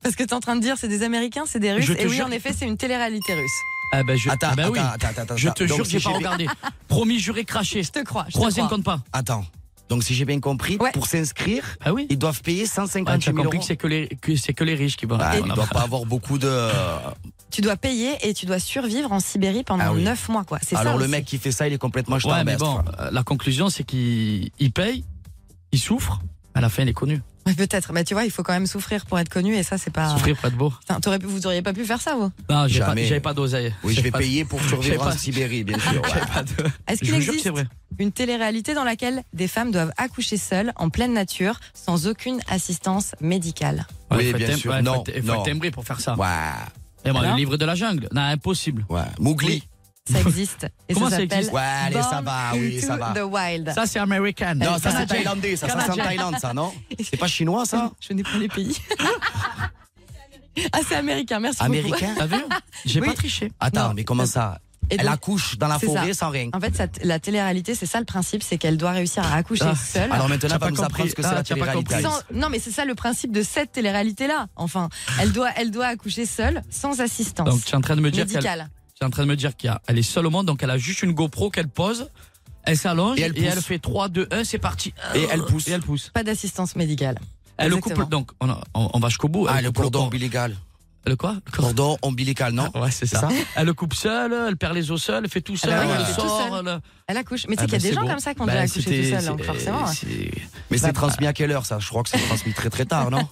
[SPEAKER 5] Parce que t'es en train de dire, c'est des Américains, c'est des Russes.
[SPEAKER 4] Je te
[SPEAKER 5] Et oui,
[SPEAKER 4] jure
[SPEAKER 5] en
[SPEAKER 4] que-
[SPEAKER 5] effet, c'est une télé-réalité russe.
[SPEAKER 4] Ah ben, je.
[SPEAKER 6] Attends,
[SPEAKER 4] ah ben
[SPEAKER 6] attends,
[SPEAKER 4] oui.
[SPEAKER 6] attends, attends, attends.
[SPEAKER 4] Je te
[SPEAKER 6] Donc,
[SPEAKER 4] jure que
[SPEAKER 6] si
[SPEAKER 4] j'ai pas
[SPEAKER 6] bien- (laughs)
[SPEAKER 4] regardé. Promis, j'aurais craché.
[SPEAKER 5] Je te crois. Je te
[SPEAKER 4] Troisième
[SPEAKER 5] crois.
[SPEAKER 4] compte pas.
[SPEAKER 6] Attends. Donc, si j'ai bien compris,
[SPEAKER 5] Ouais.
[SPEAKER 6] pour s'inscrire,
[SPEAKER 4] Ah oui.
[SPEAKER 6] ils doivent payer
[SPEAKER 4] Ah,
[SPEAKER 6] 158
[SPEAKER 4] tu as
[SPEAKER 6] 000 euros.
[SPEAKER 4] compris que c'est que les que c'est que les riches qui vont.
[SPEAKER 6] Bah,
[SPEAKER 4] Ah,
[SPEAKER 6] on
[SPEAKER 4] voilà.
[SPEAKER 6] doit pas avoir beaucoup de.
[SPEAKER 5] Tu dois payer et tu dois survivre en Sibérie pendant
[SPEAKER 6] Ah oui.
[SPEAKER 5] 9 mois, quoi. C'est ça.
[SPEAKER 6] Alors, le
[SPEAKER 5] aussi.
[SPEAKER 6] mec qui fait ça, il est complètement
[SPEAKER 4] Ouais, mais
[SPEAKER 6] jetardesque.
[SPEAKER 4] bon, euh, la conclusion c'est qu'il il paye, il souffre. À la fin, il est connu.
[SPEAKER 5] Ouais, (laughs) Peut-être. Mais tu vois, il faut quand même souffrir pour être connu et ça, c'est pas.
[SPEAKER 4] Souffrir pas de beau.
[SPEAKER 5] Putain, t'aurais pu- vous auriez pas pu faire ça, vous.
[SPEAKER 4] Non, j'ai pas-
[SPEAKER 6] Jamais.
[SPEAKER 4] j'avais pas, d'oseille.
[SPEAKER 6] Oui, je
[SPEAKER 4] J'ai
[SPEAKER 6] vais
[SPEAKER 4] pas-
[SPEAKER 6] payer pour survivre
[SPEAKER 4] pas.
[SPEAKER 6] en Sibérie, bien sûr. ouais.
[SPEAKER 5] Est-ce
[SPEAKER 4] Je
[SPEAKER 5] qu'il
[SPEAKER 4] vous jure que
[SPEAKER 5] existe
[SPEAKER 4] c'est vrai.
[SPEAKER 5] une télé-réalité dans laquelle des femmes doivent accoucher seules, en pleine nature, sans aucune assistance médicale
[SPEAKER 6] Oui,
[SPEAKER 4] faut être
[SPEAKER 6] bien
[SPEAKER 4] tim-
[SPEAKER 6] sûr.
[SPEAKER 4] ouais, faut
[SPEAKER 6] Non,
[SPEAKER 4] être- faut
[SPEAKER 6] non.
[SPEAKER 4] être timbré pour faire ça.
[SPEAKER 6] Ouais,
[SPEAKER 4] Et moi, le
[SPEAKER 5] Alors
[SPEAKER 4] livre de la jungle. Non, impossible.
[SPEAKER 6] ouais. Mowgli.
[SPEAKER 5] Ça existe. Et
[SPEAKER 4] Comment ça
[SPEAKER 5] ça s'appelle
[SPEAKER 4] existe
[SPEAKER 6] Ouais, allez, ça
[SPEAKER 5] Born
[SPEAKER 6] va, oui,
[SPEAKER 5] into
[SPEAKER 6] ça va.
[SPEAKER 5] The Wild.
[SPEAKER 4] Ça, c'est américain.
[SPEAKER 6] Non, ça c'est
[SPEAKER 4] Canadien.
[SPEAKER 6] thaïlandais, ça, ça c'est en
[SPEAKER 4] Canadien.
[SPEAKER 6] Thaïlande,
[SPEAKER 4] (laughs)
[SPEAKER 6] ça, non C'est pas chinois, ça
[SPEAKER 5] (laughs) Je n'ai pas les pays. ah, c'est américain, merci beaucoup.
[SPEAKER 6] Américain
[SPEAKER 4] T'as vu J'ai
[SPEAKER 5] Oui.
[SPEAKER 4] pas triché.
[SPEAKER 6] Attends,
[SPEAKER 5] Non.
[SPEAKER 6] mais comment ça
[SPEAKER 5] Et
[SPEAKER 6] Elle
[SPEAKER 5] donc,
[SPEAKER 6] accouche dans la
[SPEAKER 5] c'est
[SPEAKER 6] forêt sans rien.
[SPEAKER 5] En fait, ça- la télé-réalité, c'est ça le principe, c'est qu'elle doit réussir à accoucher
[SPEAKER 4] Ah,
[SPEAKER 5] seule.
[SPEAKER 4] t'as
[SPEAKER 6] Alors maintenant, elle
[SPEAKER 4] pas
[SPEAKER 6] va nous apprendre
[SPEAKER 4] compris.
[SPEAKER 6] ce que c'est
[SPEAKER 4] Ah,
[SPEAKER 6] la
[SPEAKER 4] t'as pas
[SPEAKER 6] télé-réalité.
[SPEAKER 4] compris.
[SPEAKER 5] Sans- non, mais c'est ça le principe de cette télé-réalité-là. Enfin, elle doit, elle doit accoucher seule, sans assistance
[SPEAKER 4] Donc, tu es en train de me dire qu'elle
[SPEAKER 5] médicale.
[SPEAKER 4] tu es en train de me dire qu'elle est seule au monde, donc elle a juste une GoPro qu'elle pose, elle s'allonge
[SPEAKER 6] Et
[SPEAKER 4] et
[SPEAKER 6] elle
[SPEAKER 4] elle,
[SPEAKER 6] pousse.
[SPEAKER 4] fait 3, 2, 1, c'est parti.
[SPEAKER 6] Et elle pousse.
[SPEAKER 4] Et elle pousse.
[SPEAKER 5] Pas d'assistance médicale.
[SPEAKER 4] Elle le
[SPEAKER 5] Exactement.
[SPEAKER 4] couple, donc on, a- on- on va jusqu'au bout.
[SPEAKER 6] Ah,
[SPEAKER 4] Elle
[SPEAKER 6] le
[SPEAKER 4] coupe
[SPEAKER 6] cordon
[SPEAKER 4] cor-
[SPEAKER 6] ombilical.
[SPEAKER 4] Le quoi Le cordon.
[SPEAKER 6] Cordon ombilical, non
[SPEAKER 4] (laughs) Ouais, c'est ça.
[SPEAKER 6] ça
[SPEAKER 4] Elle le coupe seule, elle perd les os seule, elle fait tout seul,
[SPEAKER 5] bah
[SPEAKER 6] oui,
[SPEAKER 4] elle
[SPEAKER 6] elle fait
[SPEAKER 5] tout
[SPEAKER 4] sort.
[SPEAKER 5] seule.
[SPEAKER 4] elle-
[SPEAKER 5] Elle accouche. Mais tu
[SPEAKER 4] Ah,
[SPEAKER 5] sais qu'il y
[SPEAKER 4] bah,
[SPEAKER 5] a des
[SPEAKER 4] c'est
[SPEAKER 5] gens
[SPEAKER 4] beau.
[SPEAKER 5] comme ça qui ont
[SPEAKER 4] Bah,
[SPEAKER 5] déjà accouché tout
[SPEAKER 4] c'était-
[SPEAKER 5] seul, donc
[SPEAKER 4] c'est-
[SPEAKER 5] forcément. hein. (laughs) Bah,
[SPEAKER 4] c'est-
[SPEAKER 6] Mais c'est transmis à quelle heure, ça Je crois que c'est transmis très très tard,
[SPEAKER 5] (laughs)
[SPEAKER 6] non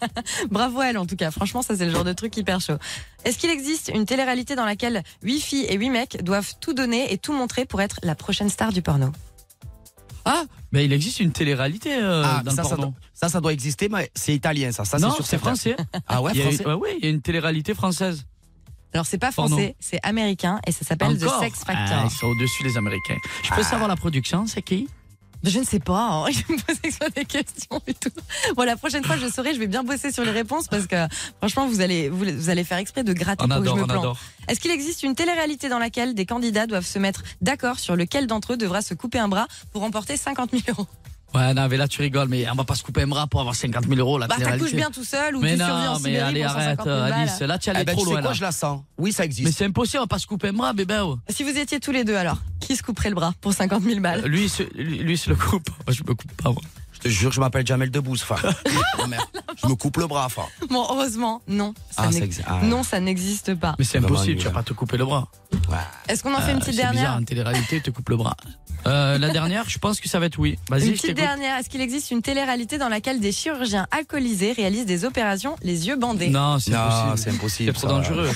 [SPEAKER 5] Bravo à elle en tout cas, franchement ça c'est le genre de truc hyper chaud. Est-ce qu'il existe une télé-réalité dans laquelle 8 filles et 8 mecs doivent tout donner et tout montrer pour être la prochaine star du porno
[SPEAKER 4] Ah, mais il existe une télé-réalité euh,
[SPEAKER 6] Ah,
[SPEAKER 4] dans
[SPEAKER 6] ça,
[SPEAKER 4] le
[SPEAKER 6] ça,
[SPEAKER 4] porno.
[SPEAKER 6] doit- ça, ça doit exister, mais c'est italien, ça. Ça, c'est
[SPEAKER 4] non,
[SPEAKER 6] sûr,
[SPEAKER 4] c'est
[SPEAKER 6] clair.
[SPEAKER 4] français.
[SPEAKER 6] (laughs) Ah ouais,
[SPEAKER 4] Il y a-
[SPEAKER 6] français
[SPEAKER 4] ouais, oui, il y a une télé-réalité française.
[SPEAKER 5] Alors c'est pas
[SPEAKER 4] Porno.
[SPEAKER 5] français, c'est américain et ça s'appelle The
[SPEAKER 4] Encore
[SPEAKER 5] Sex
[SPEAKER 4] Ah,
[SPEAKER 5] Factor.
[SPEAKER 4] ils sont au-dessus, les Américains. Je
[SPEAKER 6] Ah.
[SPEAKER 4] peux savoir la production, c'est qui
[SPEAKER 5] Je ne sais pas, (laughs) hein. je me posais que ce soit des questions et tout. Bon la prochaine fois je saurai, je vais bien bosser sur les réponses parce que franchement vous allez vous, vous allez faire exprès de gratter
[SPEAKER 4] On
[SPEAKER 5] pour
[SPEAKER 4] adore,
[SPEAKER 5] que je
[SPEAKER 4] on
[SPEAKER 5] me plante.
[SPEAKER 4] adore.
[SPEAKER 5] Est-ce qu'il existe une télé-réalité dans laquelle des candidats doivent se mettre d'accord sur lequel d'entre eux devra se couper un bras pour remporter 50 000 euros
[SPEAKER 4] Ouais, non, mais là, tu rigoles, mais on va pas se couper un bras pour avoir 50 000 euros, la
[SPEAKER 5] Bah
[SPEAKER 4] télé-réalité.
[SPEAKER 5] t'accouches bien tout seul ou
[SPEAKER 4] Mais
[SPEAKER 5] tu survis en
[SPEAKER 4] non, mais
[SPEAKER 5] Sibérie
[SPEAKER 4] allez,
[SPEAKER 5] pour 150
[SPEAKER 4] arrête,
[SPEAKER 5] 000 balles.
[SPEAKER 4] Alice. Là, tu
[SPEAKER 6] Ah
[SPEAKER 4] allais
[SPEAKER 6] ben,
[SPEAKER 4] trop
[SPEAKER 6] tu sais
[SPEAKER 4] loin.
[SPEAKER 6] quoi,
[SPEAKER 4] là.
[SPEAKER 6] je la sens. Oui, ça
[SPEAKER 4] Mais
[SPEAKER 6] existe.
[SPEAKER 4] c'est impossible, on va pas se couper un bras, bébé. oh.
[SPEAKER 5] Si vous étiez tous les deux alors, qui se couperait le bras pour 50 000 balles
[SPEAKER 4] Lui, il se- lui, lui, il se le coupe. Moi, je me coupe pas, moi.
[SPEAKER 6] Je te jure, je m'appelle Jamel Debbouze, enfin.
[SPEAKER 4] (laughs)
[SPEAKER 6] Oh, merde. Je me coupe le bras, enfin.
[SPEAKER 5] Bon, heureusement, non. Ça
[SPEAKER 6] Ah,
[SPEAKER 5] n'ex-
[SPEAKER 6] ça existe. Ah.
[SPEAKER 5] Non, ça n'existe pas.
[SPEAKER 4] Mais c'est
[SPEAKER 6] Vraiment
[SPEAKER 4] impossible,
[SPEAKER 6] nul,
[SPEAKER 4] tu vas
[SPEAKER 6] hein.
[SPEAKER 4] pas te couper le bras.
[SPEAKER 6] Ouais.
[SPEAKER 5] Est-ce qu'on en fait une
[SPEAKER 4] Euh,
[SPEAKER 5] petite
[SPEAKER 4] C'est bizarre,
[SPEAKER 5] dernière
[SPEAKER 4] en télé-réalité, il te coupe le bras. Euh, la dernière, je pense que ça va être oui.
[SPEAKER 5] Une
[SPEAKER 4] Vas-y, je
[SPEAKER 5] petite
[SPEAKER 4] t'écoute.
[SPEAKER 5] dernière. Est-ce qu'il existe une télé-réalité dans laquelle des chirurgiens alcoolisés réalisent des opérations les yeux bandés
[SPEAKER 4] Non, c'est
[SPEAKER 6] Non,
[SPEAKER 4] impossible.
[SPEAKER 6] c'est impossible.
[SPEAKER 4] C'est trop
[SPEAKER 6] ça.
[SPEAKER 4] dangereux.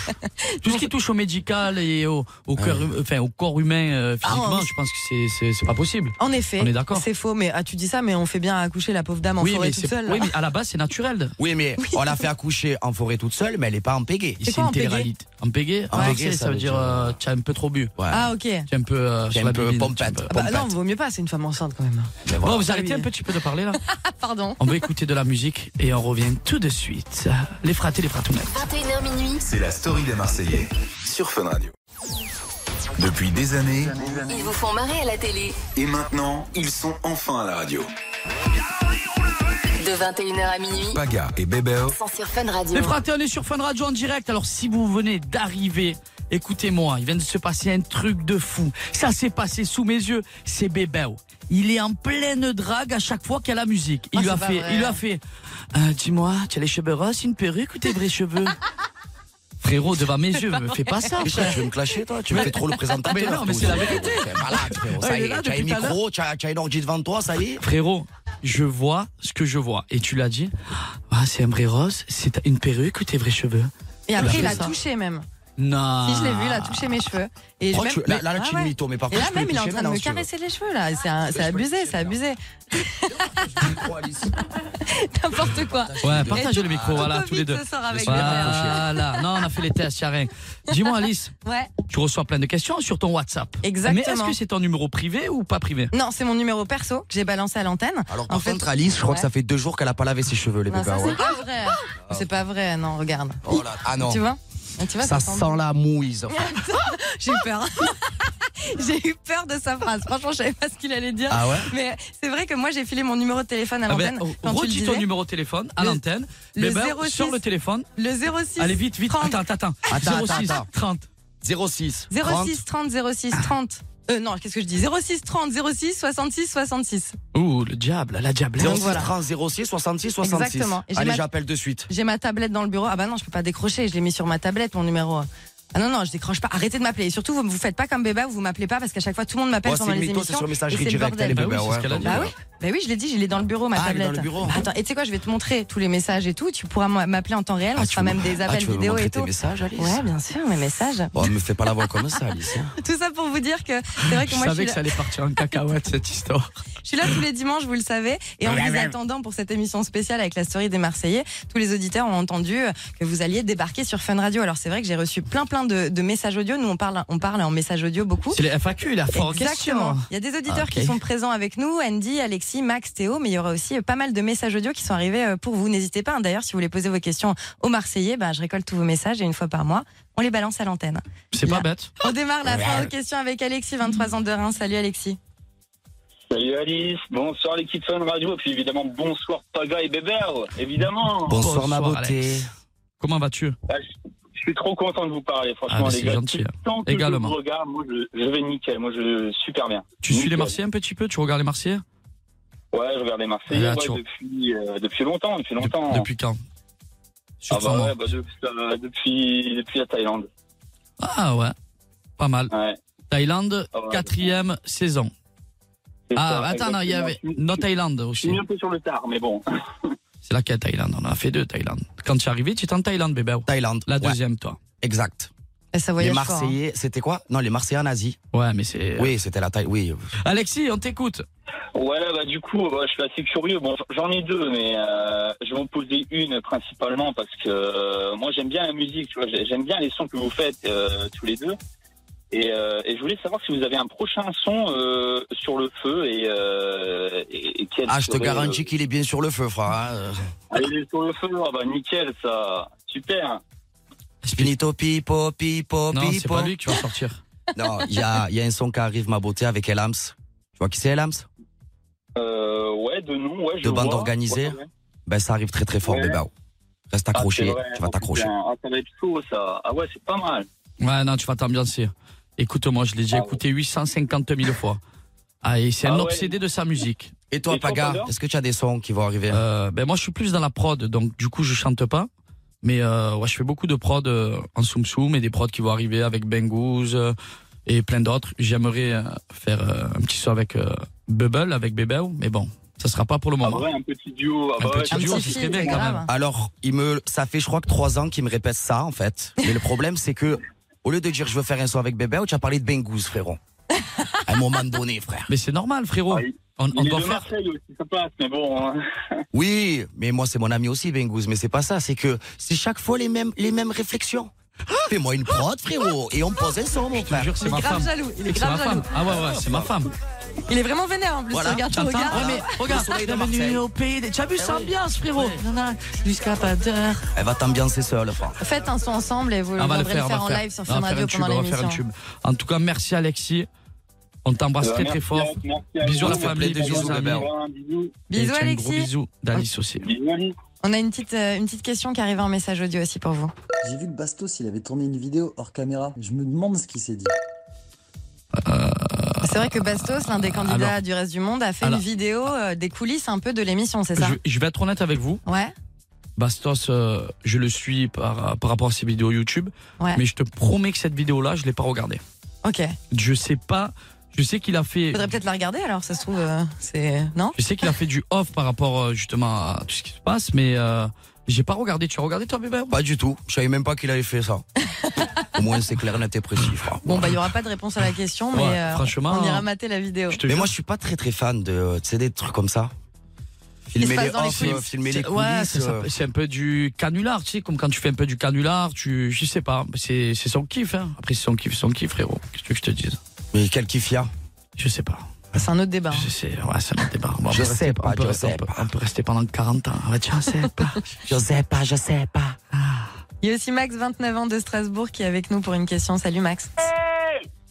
[SPEAKER 4] Tout ce qui touche au médical et au, au, cœur, hum- enfin, au corps humain euh,
[SPEAKER 5] Ah,
[SPEAKER 4] physiquement,
[SPEAKER 5] on-
[SPEAKER 4] je pense que c'est- c'est c'est pas possible.
[SPEAKER 5] En effet,
[SPEAKER 4] On est d'accord.
[SPEAKER 5] c'est faux. Mais ah, tu dis ça, mais on fait bien à accoucher la pauvre dame en
[SPEAKER 4] Oui
[SPEAKER 5] forêt
[SPEAKER 4] mais,
[SPEAKER 5] toute
[SPEAKER 4] c'est-
[SPEAKER 5] seule. Ah,
[SPEAKER 4] oui, mais à la base, c'est naturel.
[SPEAKER 6] Oui, mais on l'a fait accoucher en forêt toute seule, mais elle est pas en pégée.
[SPEAKER 5] C'est
[SPEAKER 4] C'est
[SPEAKER 5] quoi, un
[SPEAKER 4] une télé-réalité. En pégé En
[SPEAKER 6] Ouais.
[SPEAKER 4] pégé, ça veut dire euh, tu as un peu trop bu.
[SPEAKER 6] Ouais.
[SPEAKER 5] Ah, ok.
[SPEAKER 4] Tu as un peu. euh,
[SPEAKER 6] T'es
[SPEAKER 4] sur
[SPEAKER 6] un
[SPEAKER 4] la
[SPEAKER 6] peu
[SPEAKER 4] bibine,
[SPEAKER 6] pompette.
[SPEAKER 4] tu as un peu-
[SPEAKER 5] Ah bah
[SPEAKER 6] Pompette.
[SPEAKER 5] non, vaut mieux pas, c'est une femme enceinte quand même.
[SPEAKER 6] Mais
[SPEAKER 4] Bon,
[SPEAKER 6] voilà.
[SPEAKER 4] vous arrêtez
[SPEAKER 5] oui.
[SPEAKER 4] un petit peu de parler là.
[SPEAKER 5] Ah, (laughs) pardon.
[SPEAKER 4] On va écouter de la musique et on revient tout de suite. Les fratés, les fratounettes.
[SPEAKER 3] 21h minuit,
[SPEAKER 1] C'est la story des Marseillais sur Fun Radio. Depuis des années,
[SPEAKER 3] ils vous font marrer à la télé.
[SPEAKER 1] et maintenant, ils sont enfin à la radio.
[SPEAKER 3] De 21h à minuit,
[SPEAKER 1] Paga et
[SPEAKER 6] Ben, oh.
[SPEAKER 1] Bébéo,
[SPEAKER 3] sans sur Fun Radio.
[SPEAKER 4] Les fratés, on est sur Fun Radio en direct. Alors si vous venez d'arriver, écoutez-moi, il vient de se passer un truc de fou. Ça s'est passé sous mes yeux, c'est Bébéo. Il est en pleine drague à chaque fois qu'il y a la musique. Il
[SPEAKER 5] Ah,
[SPEAKER 4] lui a
[SPEAKER 5] c'est pas
[SPEAKER 4] fait,
[SPEAKER 5] vrai.
[SPEAKER 4] il lui a fait. Euh, Dis-moi, tu as les cheveux roses, une perruque ou tes vrais cheveux (laughs) Frérot, devant mes yeux, me fais pas (laughs) ça.
[SPEAKER 6] Mais ça, tu veux me clasher, toi Tu me fais trop le présentateur.
[SPEAKER 4] Mais non, mais
[SPEAKER 6] toi
[SPEAKER 4] c'est la
[SPEAKER 6] aussi.
[SPEAKER 4] vérité.
[SPEAKER 6] T'es malade, frérot. Ça
[SPEAKER 4] Ouais, il
[SPEAKER 6] y
[SPEAKER 4] est là
[SPEAKER 6] est, tu as
[SPEAKER 4] depuis
[SPEAKER 6] un
[SPEAKER 4] tout à l'heure.
[SPEAKER 6] micro, tu as, une orgie devant toi, ça y est.
[SPEAKER 4] Frérot, je vois ce que je vois. Et tu l'as dit, ah, c'est un vrai rose, c'est une perruque ou tes vrais cheveux
[SPEAKER 5] Et après,
[SPEAKER 4] fait
[SPEAKER 5] il a
[SPEAKER 4] Ah, bah, ça. Ah.
[SPEAKER 5] touché même.
[SPEAKER 4] Non.
[SPEAKER 5] Si je l'ai vu, il a touché mes cheveux. Et
[SPEAKER 6] Pourquoi
[SPEAKER 5] je-
[SPEAKER 6] Oh, tu- là- là, là,
[SPEAKER 5] Ah
[SPEAKER 6] tu le
[SPEAKER 5] ouais.
[SPEAKER 6] mytho, mais par
[SPEAKER 5] Et
[SPEAKER 6] contre,
[SPEAKER 5] là,
[SPEAKER 6] tu peux
[SPEAKER 5] même, il est en
[SPEAKER 6] toucher
[SPEAKER 5] train de
[SPEAKER 6] maintenant,
[SPEAKER 5] me
[SPEAKER 6] si tu veux.
[SPEAKER 5] caresser les cheveux, là. C'est un- c'est abusé, c'est abusé. (laughs) N'importe quoi.
[SPEAKER 4] Ouais, partagez
[SPEAKER 5] Et
[SPEAKER 4] le micro,
[SPEAKER 5] tout
[SPEAKER 4] voilà,
[SPEAKER 5] Covid
[SPEAKER 4] tous les deux.
[SPEAKER 5] ce soir avec
[SPEAKER 4] Voilà, non, on a fait les tests, y a rien. Dis-moi, Alice,
[SPEAKER 5] les- Ouais.
[SPEAKER 4] tu reçois plein de questions sur ton WhatsApp.
[SPEAKER 5] Exactement.
[SPEAKER 4] Mais est-ce que c'est ton numéro privé ou pas privé
[SPEAKER 5] Non, c'est mon numéro perso que j'ai balancé à l'antenne.
[SPEAKER 6] Alors,
[SPEAKER 5] En
[SPEAKER 6] par
[SPEAKER 5] fait-
[SPEAKER 6] contre, Alice, je crois que ça fait deux jours qu'elle a pas lavé ses cheveux, les
[SPEAKER 4] Bah,
[SPEAKER 5] Non,
[SPEAKER 6] bébés.
[SPEAKER 5] ça,
[SPEAKER 6] ouais.
[SPEAKER 5] c'est pas vrai. C'est pas vrai, non, regarde.
[SPEAKER 6] Oh là- Ah non.
[SPEAKER 5] Tu vois Tu vois,
[SPEAKER 6] Ça
[SPEAKER 5] sent
[SPEAKER 6] sent
[SPEAKER 5] (laughs)
[SPEAKER 6] la mouise.
[SPEAKER 5] J'ai eu peur. (laughs) j'ai eu peur de sa phrase. Franchement, je savais pas ce qu'il allait dire.
[SPEAKER 6] Ah ouais oh,
[SPEAKER 5] Mais c'est vrai que moi, j'ai filé mon numéro de téléphone à
[SPEAKER 4] Ah ben,
[SPEAKER 5] l'antenne. quand tu le
[SPEAKER 4] Redis ton
[SPEAKER 5] disais.
[SPEAKER 4] numéro de téléphone à
[SPEAKER 5] Le-
[SPEAKER 4] l'antenne.
[SPEAKER 5] le
[SPEAKER 4] Bébé,
[SPEAKER 5] 06.
[SPEAKER 4] sur le téléphone.
[SPEAKER 5] Le 06.
[SPEAKER 4] Allez, vite, vite.
[SPEAKER 5] 30.
[SPEAKER 4] Attends, attends,
[SPEAKER 6] Attends,
[SPEAKER 4] attends. 06
[SPEAKER 6] attends, attends.
[SPEAKER 4] 30.
[SPEAKER 6] 06.
[SPEAKER 5] 06 30 06 30. Euh, non, qu'est-ce que je dis 06 30 06 66 66.
[SPEAKER 4] Ouh, le diable, la diable.
[SPEAKER 6] 06
[SPEAKER 5] voilà.
[SPEAKER 6] 30 06 66 66.
[SPEAKER 5] Exactement. Et j'ai
[SPEAKER 6] Allez,
[SPEAKER 5] ma-
[SPEAKER 6] j'appelle de suite.
[SPEAKER 5] J'ai ma tablette dans le bureau. Ah bah non, je peux pas décrocher. Je l'ai mis sur ma tablette, mon numéro. Ah non, non, je décroche pas. Arrêtez de m'appeler. Et surtout, vous vous faites pas comme Béba, vous m'appelez pas parce qu'à chaque fois, tout le monde m'appelle
[SPEAKER 6] Ouais,
[SPEAKER 5] pendant
[SPEAKER 6] Oh, c'est
[SPEAKER 5] les
[SPEAKER 6] mytho, c'est
[SPEAKER 5] émissions.
[SPEAKER 6] sur
[SPEAKER 5] et
[SPEAKER 6] messagerie
[SPEAKER 5] c'est le
[SPEAKER 6] directe.
[SPEAKER 5] bordel.
[SPEAKER 6] les
[SPEAKER 4] Bah oui,
[SPEAKER 6] bébés,
[SPEAKER 4] c'est ce qu'elle a dit.
[SPEAKER 5] Bah oui, bah oui, je l'ai dit, je l'ai dans le bureau, ma
[SPEAKER 6] Ah, elle est
[SPEAKER 5] tablette. Bah,
[SPEAKER 6] dans le bureau.
[SPEAKER 5] Attends, et tu sais quoi, je vais te montrer tous les messages et tout. Tu pourras m'appeler en temps réel,
[SPEAKER 6] Ah,
[SPEAKER 5] on
[SPEAKER 6] tu
[SPEAKER 5] se fera
[SPEAKER 6] veux-
[SPEAKER 5] même des
[SPEAKER 6] Ah,
[SPEAKER 5] appels
[SPEAKER 6] tu veux me
[SPEAKER 5] vidéo
[SPEAKER 6] montrer
[SPEAKER 5] et
[SPEAKER 6] tes
[SPEAKER 5] tout.
[SPEAKER 6] messages, Alice
[SPEAKER 5] Ouais, bien sûr, mes messages. (laughs)
[SPEAKER 6] Bon, Oh, me fais pas la voix comme ça, Alice. hein.
[SPEAKER 5] Tout ça pour vous dire que c'est vrai que
[SPEAKER 4] Je
[SPEAKER 5] moi, je suis
[SPEAKER 4] savais que
[SPEAKER 5] là-
[SPEAKER 4] ça allait partir en cacahuète, cette
[SPEAKER 5] (laughs)
[SPEAKER 4] histoire.
[SPEAKER 5] Je suis là tous les dimanches, vous le savez. Et en vous attendant pour cette émission spéciale avec la story des Marseillais, tous les auditeurs ont entendu euh, que vous alliez débarquer sur Fun Radio. Alors c'est vrai que j'ai reçu plein plein de, de messages audio. Nous on parle, on parle en messages audio beaucoup.
[SPEAKER 4] C'est les FAQ, la fort
[SPEAKER 5] Exactement.
[SPEAKER 4] question.
[SPEAKER 5] Il y a des auditeurs
[SPEAKER 4] Ah, Ok.
[SPEAKER 5] qui sont présents avec nous, Andy, Alexis, Max, Théo, mais il y aura aussi euh, pas mal de messages audio qui sont arrivés euh, pour vous. N'hésitez pas. hein. D'ailleurs, si vous voulez poser vos questions aux Marseillais, ben, je récolte tous vos messages et une fois par mois, on les balance à l'antenne.
[SPEAKER 4] C'est pas
[SPEAKER 5] Là.
[SPEAKER 4] bête.
[SPEAKER 5] On démarre la fin aux questions avec Alexis, 23 ans de Reims. Salut Alexis.
[SPEAKER 7] Salut Alice, bonsoir l'équipe Fun Radio, et puis évidemment bonsoir Paga et Bébert, évidemment.
[SPEAKER 6] Bonsoir, ma
[SPEAKER 4] Bonsoir,
[SPEAKER 6] beauté.
[SPEAKER 4] Alex. Comment vas-tu
[SPEAKER 7] Ah, je- je suis trop content de vous parler,
[SPEAKER 4] Ah,
[SPEAKER 7] franchement
[SPEAKER 4] bah,
[SPEAKER 7] les
[SPEAKER 4] c'est
[SPEAKER 7] gars.
[SPEAKER 4] gentil.
[SPEAKER 7] Tant que
[SPEAKER 4] Également.
[SPEAKER 7] je vous regarde, moi je, je vais nickel, moi je super bien.
[SPEAKER 4] Tu suis les
[SPEAKER 7] Nickel.
[SPEAKER 4] Marseillais un petit peu Tu regardes les Marseillais
[SPEAKER 7] Ouais, je regarde les Marseillais
[SPEAKER 4] Ah,
[SPEAKER 7] ouais,
[SPEAKER 4] tu-
[SPEAKER 7] depuis, euh, depuis longtemps, depuis
[SPEAKER 4] Dep-
[SPEAKER 7] longtemps.
[SPEAKER 4] Depuis quand Sur
[SPEAKER 7] ah
[SPEAKER 4] ton
[SPEAKER 7] bah
[SPEAKER 4] nom.
[SPEAKER 7] ouais, bah, depuis, euh, depuis, depuis la Thaïlande.
[SPEAKER 4] Ah ouais, pas mal.
[SPEAKER 7] Ouais.
[SPEAKER 4] Thaïlande,
[SPEAKER 7] Ah ouais.
[SPEAKER 4] quatrième saison.
[SPEAKER 7] c'est
[SPEAKER 4] Ah,
[SPEAKER 7] ça,
[SPEAKER 4] attends, non, il y
[SPEAKER 7] exactement.
[SPEAKER 4] avait
[SPEAKER 7] Je suis-
[SPEAKER 4] No Thaïlande
[SPEAKER 7] Je
[SPEAKER 4] aussi.
[SPEAKER 7] suis mis un peu sur le tard, mais bon.
[SPEAKER 4] C'est là qu'il y a Thaïlande. On en a fait deux, Thaïlande. Quand tu es arrivé, tu étais en Thaïlande, bébé. oh.
[SPEAKER 6] Thaïlande.
[SPEAKER 4] La
[SPEAKER 6] Ouais,
[SPEAKER 4] deuxième, toi.
[SPEAKER 6] exact.
[SPEAKER 5] Eh, Ça
[SPEAKER 6] les
[SPEAKER 5] voyage fort, hein.
[SPEAKER 6] Marseillais, c'était quoi Non, les Marseillais en Asie.
[SPEAKER 4] Ouais, mais c'est.
[SPEAKER 6] Oui, c'était la taille. Oui.
[SPEAKER 4] Alexis, on t'écoute.
[SPEAKER 7] Ouais, bah du coup, bah, je suis assez curieux. Bon, j'en ai deux, mais euh, je vais en poser une principalement parce que euh, moi j'aime bien la musique, tu vois, j'ai- j'aime bien les sons que vous faites euh, tous les deux. Et, euh, et je voulais savoir si vous avez un prochain son euh, sur le feu et, euh, et, et quel
[SPEAKER 6] Ah, je te
[SPEAKER 7] serait,
[SPEAKER 6] garantis
[SPEAKER 7] euh,
[SPEAKER 6] qu'il est bien sur le feu, frère. hein.
[SPEAKER 4] (laughs)
[SPEAKER 6] Euh,
[SPEAKER 7] Ah, il est sur le feu, ah, bah nickel, ça, super.
[SPEAKER 6] Spinito, pipo, pipo,
[SPEAKER 4] Non, c'est
[SPEAKER 6] pipo.
[SPEAKER 4] pas lui qui va sortir.
[SPEAKER 6] (laughs) Non, il y a, il y a un son qui arrive, ma beauté, avec Elams. Tu vois qui c'est Elams
[SPEAKER 7] (laughs) Euh, ouais, de nom, ouais, je
[SPEAKER 6] De bande
[SPEAKER 7] vois.
[SPEAKER 6] organisée.
[SPEAKER 7] Ouais, ouais.
[SPEAKER 6] Ben, ça arrive très très fort,
[SPEAKER 7] Ouais.
[SPEAKER 6] bébé. Reste
[SPEAKER 7] Ah,
[SPEAKER 6] accroché,
[SPEAKER 7] c'est vrai,
[SPEAKER 6] tu vas
[SPEAKER 7] oh,
[SPEAKER 6] t'accrocher.
[SPEAKER 7] putain, Ah, ça va être chaud, ça. Ah ouais, c'est pas mal.
[SPEAKER 4] Ouais, non, tu vas t'ambiancer. Écoute-moi, je l'ai déjà
[SPEAKER 7] Ah ouais.
[SPEAKER 4] écouté 850 000 fois. Ah, et c'est
[SPEAKER 7] Ah
[SPEAKER 4] un
[SPEAKER 7] ouais.
[SPEAKER 4] obsédé de sa musique.
[SPEAKER 6] Et toi,
[SPEAKER 7] Et toi,
[SPEAKER 6] Paga,
[SPEAKER 7] Paga
[SPEAKER 6] est-ce que tu as des sons qui vont arriver
[SPEAKER 4] Euh, ben moi, je suis plus dans la prod, donc du coup, je chante pas. Mais euh, ouais, je fais beaucoup de prod euh, en Soum Soum et des prods qui vont arriver avec Bengouz euh, et plein d'autres. J'aimerais euh, faire euh, un petit son avec euh, Bubble, avec Bébéo, mais bon, ça sera pas pour le
[SPEAKER 7] Ah
[SPEAKER 4] moment.
[SPEAKER 7] ouais, un petit duo. Ah
[SPEAKER 4] Un
[SPEAKER 7] bah ouais,
[SPEAKER 4] petit
[SPEAKER 5] Un
[SPEAKER 4] duo,
[SPEAKER 5] petit
[SPEAKER 4] ce serait
[SPEAKER 5] feat,
[SPEAKER 4] bien
[SPEAKER 5] c'est
[SPEAKER 4] quand
[SPEAKER 5] grave.
[SPEAKER 4] même.
[SPEAKER 6] Alors, il me, ça fait, je crois, que trois ans qu'il me répète ça, en fait. Mais le problème, c'est que, au lieu de dire je veux faire un son avec bébé, tu as parlé de Bengouz, frérot. À un moment donné, frère.
[SPEAKER 4] Mais c'est normal, frérot.
[SPEAKER 7] Ah, il-
[SPEAKER 4] On, on
[SPEAKER 7] Il est
[SPEAKER 4] doit
[SPEAKER 7] de
[SPEAKER 4] faire.
[SPEAKER 7] Marseille aussi, ça passe, mais bon. hein. (laughs)
[SPEAKER 6] Oui, mais moi, c'est mon ami aussi, Bengouz. Mais c'est pas ça, c'est que c'est chaque fois les mêmes, les mêmes réflexions. Ah, Fais-moi une prod, frérot. Et on pose un son, mon
[SPEAKER 4] Je te
[SPEAKER 6] frère.
[SPEAKER 4] jure, c'est
[SPEAKER 5] Il
[SPEAKER 4] ma
[SPEAKER 5] est grave
[SPEAKER 4] femme.
[SPEAKER 5] jaloux. Il est
[SPEAKER 4] C'est ma
[SPEAKER 5] grave jaloux.
[SPEAKER 4] femme. Ah ouais, ouais, c'est ma femme.
[SPEAKER 5] Il est vraiment vénère en plus.
[SPEAKER 6] Voilà,
[SPEAKER 5] Regarde, tu
[SPEAKER 4] T'entends
[SPEAKER 5] regardes.
[SPEAKER 4] Ouais, mais regarde,
[SPEAKER 6] soleil de Marseille.
[SPEAKER 4] bienvenue au pays des... Tu as vu
[SPEAKER 6] Ah
[SPEAKER 4] ça bien, ce frérot Nanana, Jusqu'à pas d'heure.
[SPEAKER 6] Elle va t'ambiancer seule, frère.
[SPEAKER 5] Faites un son ensemble et vous
[SPEAKER 4] Ah, on va
[SPEAKER 5] vous
[SPEAKER 4] le
[SPEAKER 5] pourrez
[SPEAKER 4] faire, on va le
[SPEAKER 5] en
[SPEAKER 4] faire.
[SPEAKER 5] live sur
[SPEAKER 4] On va
[SPEAKER 5] Fun
[SPEAKER 4] faire un
[SPEAKER 5] Radio
[SPEAKER 4] tube,
[SPEAKER 5] pendant
[SPEAKER 4] on va faire un
[SPEAKER 5] l'émission.
[SPEAKER 4] tube. En tout cas, merci Alexis. On t'embrasse
[SPEAKER 7] Euh,
[SPEAKER 4] très très
[SPEAKER 7] merci,
[SPEAKER 4] fort.
[SPEAKER 7] Eric, merci à
[SPEAKER 4] Bisous
[SPEAKER 7] vous.
[SPEAKER 4] à la famille,
[SPEAKER 7] Merci
[SPEAKER 6] bisous aux
[SPEAKER 7] à vous,
[SPEAKER 6] bébés.
[SPEAKER 7] hein, Bisous.
[SPEAKER 4] Et
[SPEAKER 5] Bisous
[SPEAKER 4] tiens, un gros
[SPEAKER 5] Alexis.
[SPEAKER 4] bisous d'Alice aussi.
[SPEAKER 7] Bisous, Ali.
[SPEAKER 5] On a une petite, euh, une petite question qui arrive en message audio aussi pour vous.
[SPEAKER 11] J'ai vu que Bastos, il avait tourné une vidéo hors caméra. Je me demande ce qu'il s'est dit.
[SPEAKER 5] C'est vrai que Bastos, l'un des candidats
[SPEAKER 4] Ah. alors-
[SPEAKER 5] du reste du monde, a fait
[SPEAKER 4] alors-
[SPEAKER 5] une vidéo euh, des coulisses un peu de l'émission, c'est ça
[SPEAKER 4] Je, je vais être honnête avec vous.
[SPEAKER 5] Ouais.
[SPEAKER 4] Bastos, euh, je le suis par, par rapport à ses vidéos YouTube.
[SPEAKER 5] Ouais.
[SPEAKER 4] Mais je te promets que cette vidéo-là, je ne l'ai pas regardée.
[SPEAKER 5] Ok.
[SPEAKER 4] Je sais pas. Je sais qu'il a fait.
[SPEAKER 5] Faudrait peut-être la regarder alors, ça se trouve. euh, c'est non
[SPEAKER 4] Je sais qu'il a fait du off par rapport euh, justement à tout ce qui se passe, mais euh, j'ai pas regardé. Tu as regardé toi, bébé
[SPEAKER 6] Pas du tout. Je savais même pas qu'il avait
[SPEAKER 11] (laughs)
[SPEAKER 6] fait ça. Au moins, c'est clair, net et précis, frère.
[SPEAKER 5] Bon bah il y aura pas de réponse à la question, mais
[SPEAKER 4] Ouais,
[SPEAKER 5] euh,
[SPEAKER 4] franchement,
[SPEAKER 5] on ira mater la vidéo.
[SPEAKER 4] Je te
[SPEAKER 6] Mais
[SPEAKER 4] jure.
[SPEAKER 6] moi, je suis pas très très fan de, euh, tu sais, des trucs comme ça.
[SPEAKER 5] se
[SPEAKER 6] Filmer
[SPEAKER 5] passe
[SPEAKER 6] les
[SPEAKER 5] dans les
[SPEAKER 6] off,
[SPEAKER 5] coulisses.
[SPEAKER 6] euh, filmer les
[SPEAKER 4] C'est- ouais,
[SPEAKER 6] coulisses,
[SPEAKER 4] c'est ça.
[SPEAKER 6] euh,
[SPEAKER 4] C'est un peu du canular, tu sais, comme quand tu fais un peu du canular, tu, je sais pas, c'est c'est son kiff. Hein. Après, c'est son kiff, son kiff, frérot. Qu'est-ce que tu veux que je te dise
[SPEAKER 6] Mais quel kiff y a
[SPEAKER 4] Je sais pas.
[SPEAKER 5] C'est un autre débat. hein.
[SPEAKER 4] Je sais, ouais, c'est un débat. Bon, on
[SPEAKER 6] Je
[SPEAKER 4] peut
[SPEAKER 6] sais
[SPEAKER 4] rester-
[SPEAKER 6] pas,
[SPEAKER 4] on peut,
[SPEAKER 6] je sais
[SPEAKER 4] on peut-
[SPEAKER 6] pas.
[SPEAKER 4] on peut rester pendant 40 ans. Ouais, je sais pas.
[SPEAKER 6] (laughs) Je sais pas, je sais pas.
[SPEAKER 5] Il y a aussi Max, 29 ans de Strasbourg, qui est avec nous pour une question. Salut Max.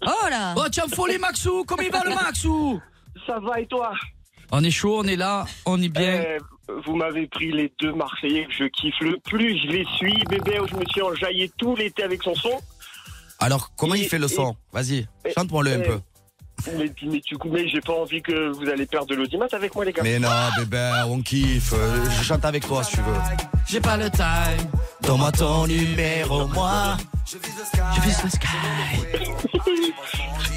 [SPEAKER 5] Oh là
[SPEAKER 4] oh, tiens, folie, Maxou Comment il va, le Maxou
[SPEAKER 12] Ça va et toi
[SPEAKER 4] On est chaud, on est là, on est bien.
[SPEAKER 12] Eh, Vous m'avez pris les deux Marseillais que je kiffe le plus. Je les suis. Bébé, je me suis enjaillé tout l'été avec son son.
[SPEAKER 6] Alors, comment
[SPEAKER 12] Et-
[SPEAKER 6] il fait le
[SPEAKER 12] et-
[SPEAKER 6] son Vas-y,
[SPEAKER 12] et-
[SPEAKER 6] chante-moi-le un
[SPEAKER 12] et-
[SPEAKER 6] peu.
[SPEAKER 12] Mais, mais du coup, mais j'ai pas envie que vous allez perdre de l'audimat avec moi, les gars.
[SPEAKER 6] Mais non, bébé, on kiffe. Euh, Je chante avec toi si tu veux.
[SPEAKER 4] J'ai pas le time,
[SPEAKER 6] Donne-moi ton numéro, moi.
[SPEAKER 4] je vis le sky.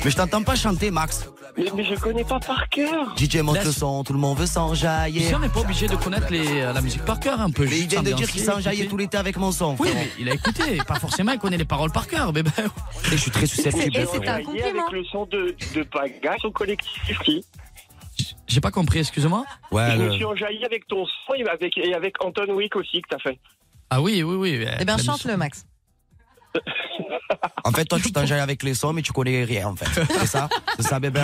[SPEAKER 6] Mais je t'entends pas chanter, Max.
[SPEAKER 12] Mais, mais je connais pas par cœur.
[SPEAKER 6] DJ monte
[SPEAKER 4] Laisse-
[SPEAKER 6] le son, tout le monde veut
[SPEAKER 4] Ici,
[SPEAKER 6] s'enjailler.
[SPEAKER 4] on n'est pas obligé de connaître les, euh, la musique par cœur, un peu.
[SPEAKER 6] Mais il vient de dire qu'il s'enjaillait tout l'été avec mon son.
[SPEAKER 4] Oui,
[SPEAKER 6] frérot.
[SPEAKER 4] mais il a
[SPEAKER 6] (laughs)
[SPEAKER 4] écouté. Pas forcément, il connaît les paroles par cœur, ben bébé.
[SPEAKER 6] Et je suis très susceptible.
[SPEAKER 5] Et c'est un
[SPEAKER 12] Enjaillé
[SPEAKER 5] compliment.
[SPEAKER 12] Avec le son de, de Pagasse au collectif. Si.
[SPEAKER 4] J'ai pas compris, excuse-moi.
[SPEAKER 6] Ouais,
[SPEAKER 12] je me
[SPEAKER 6] le-
[SPEAKER 12] suis enjaillé avec ton son et avec, et avec Anton Wick aussi que t'as fait.
[SPEAKER 4] Ah oui, oui, oui.
[SPEAKER 5] Eh bien chante-le Max.
[SPEAKER 6] En fait, toi, tu t'enjailles avec les sons, mais tu connais rien, en fait. C'est ça C'est
[SPEAKER 4] (laughs)
[SPEAKER 6] ça, bébé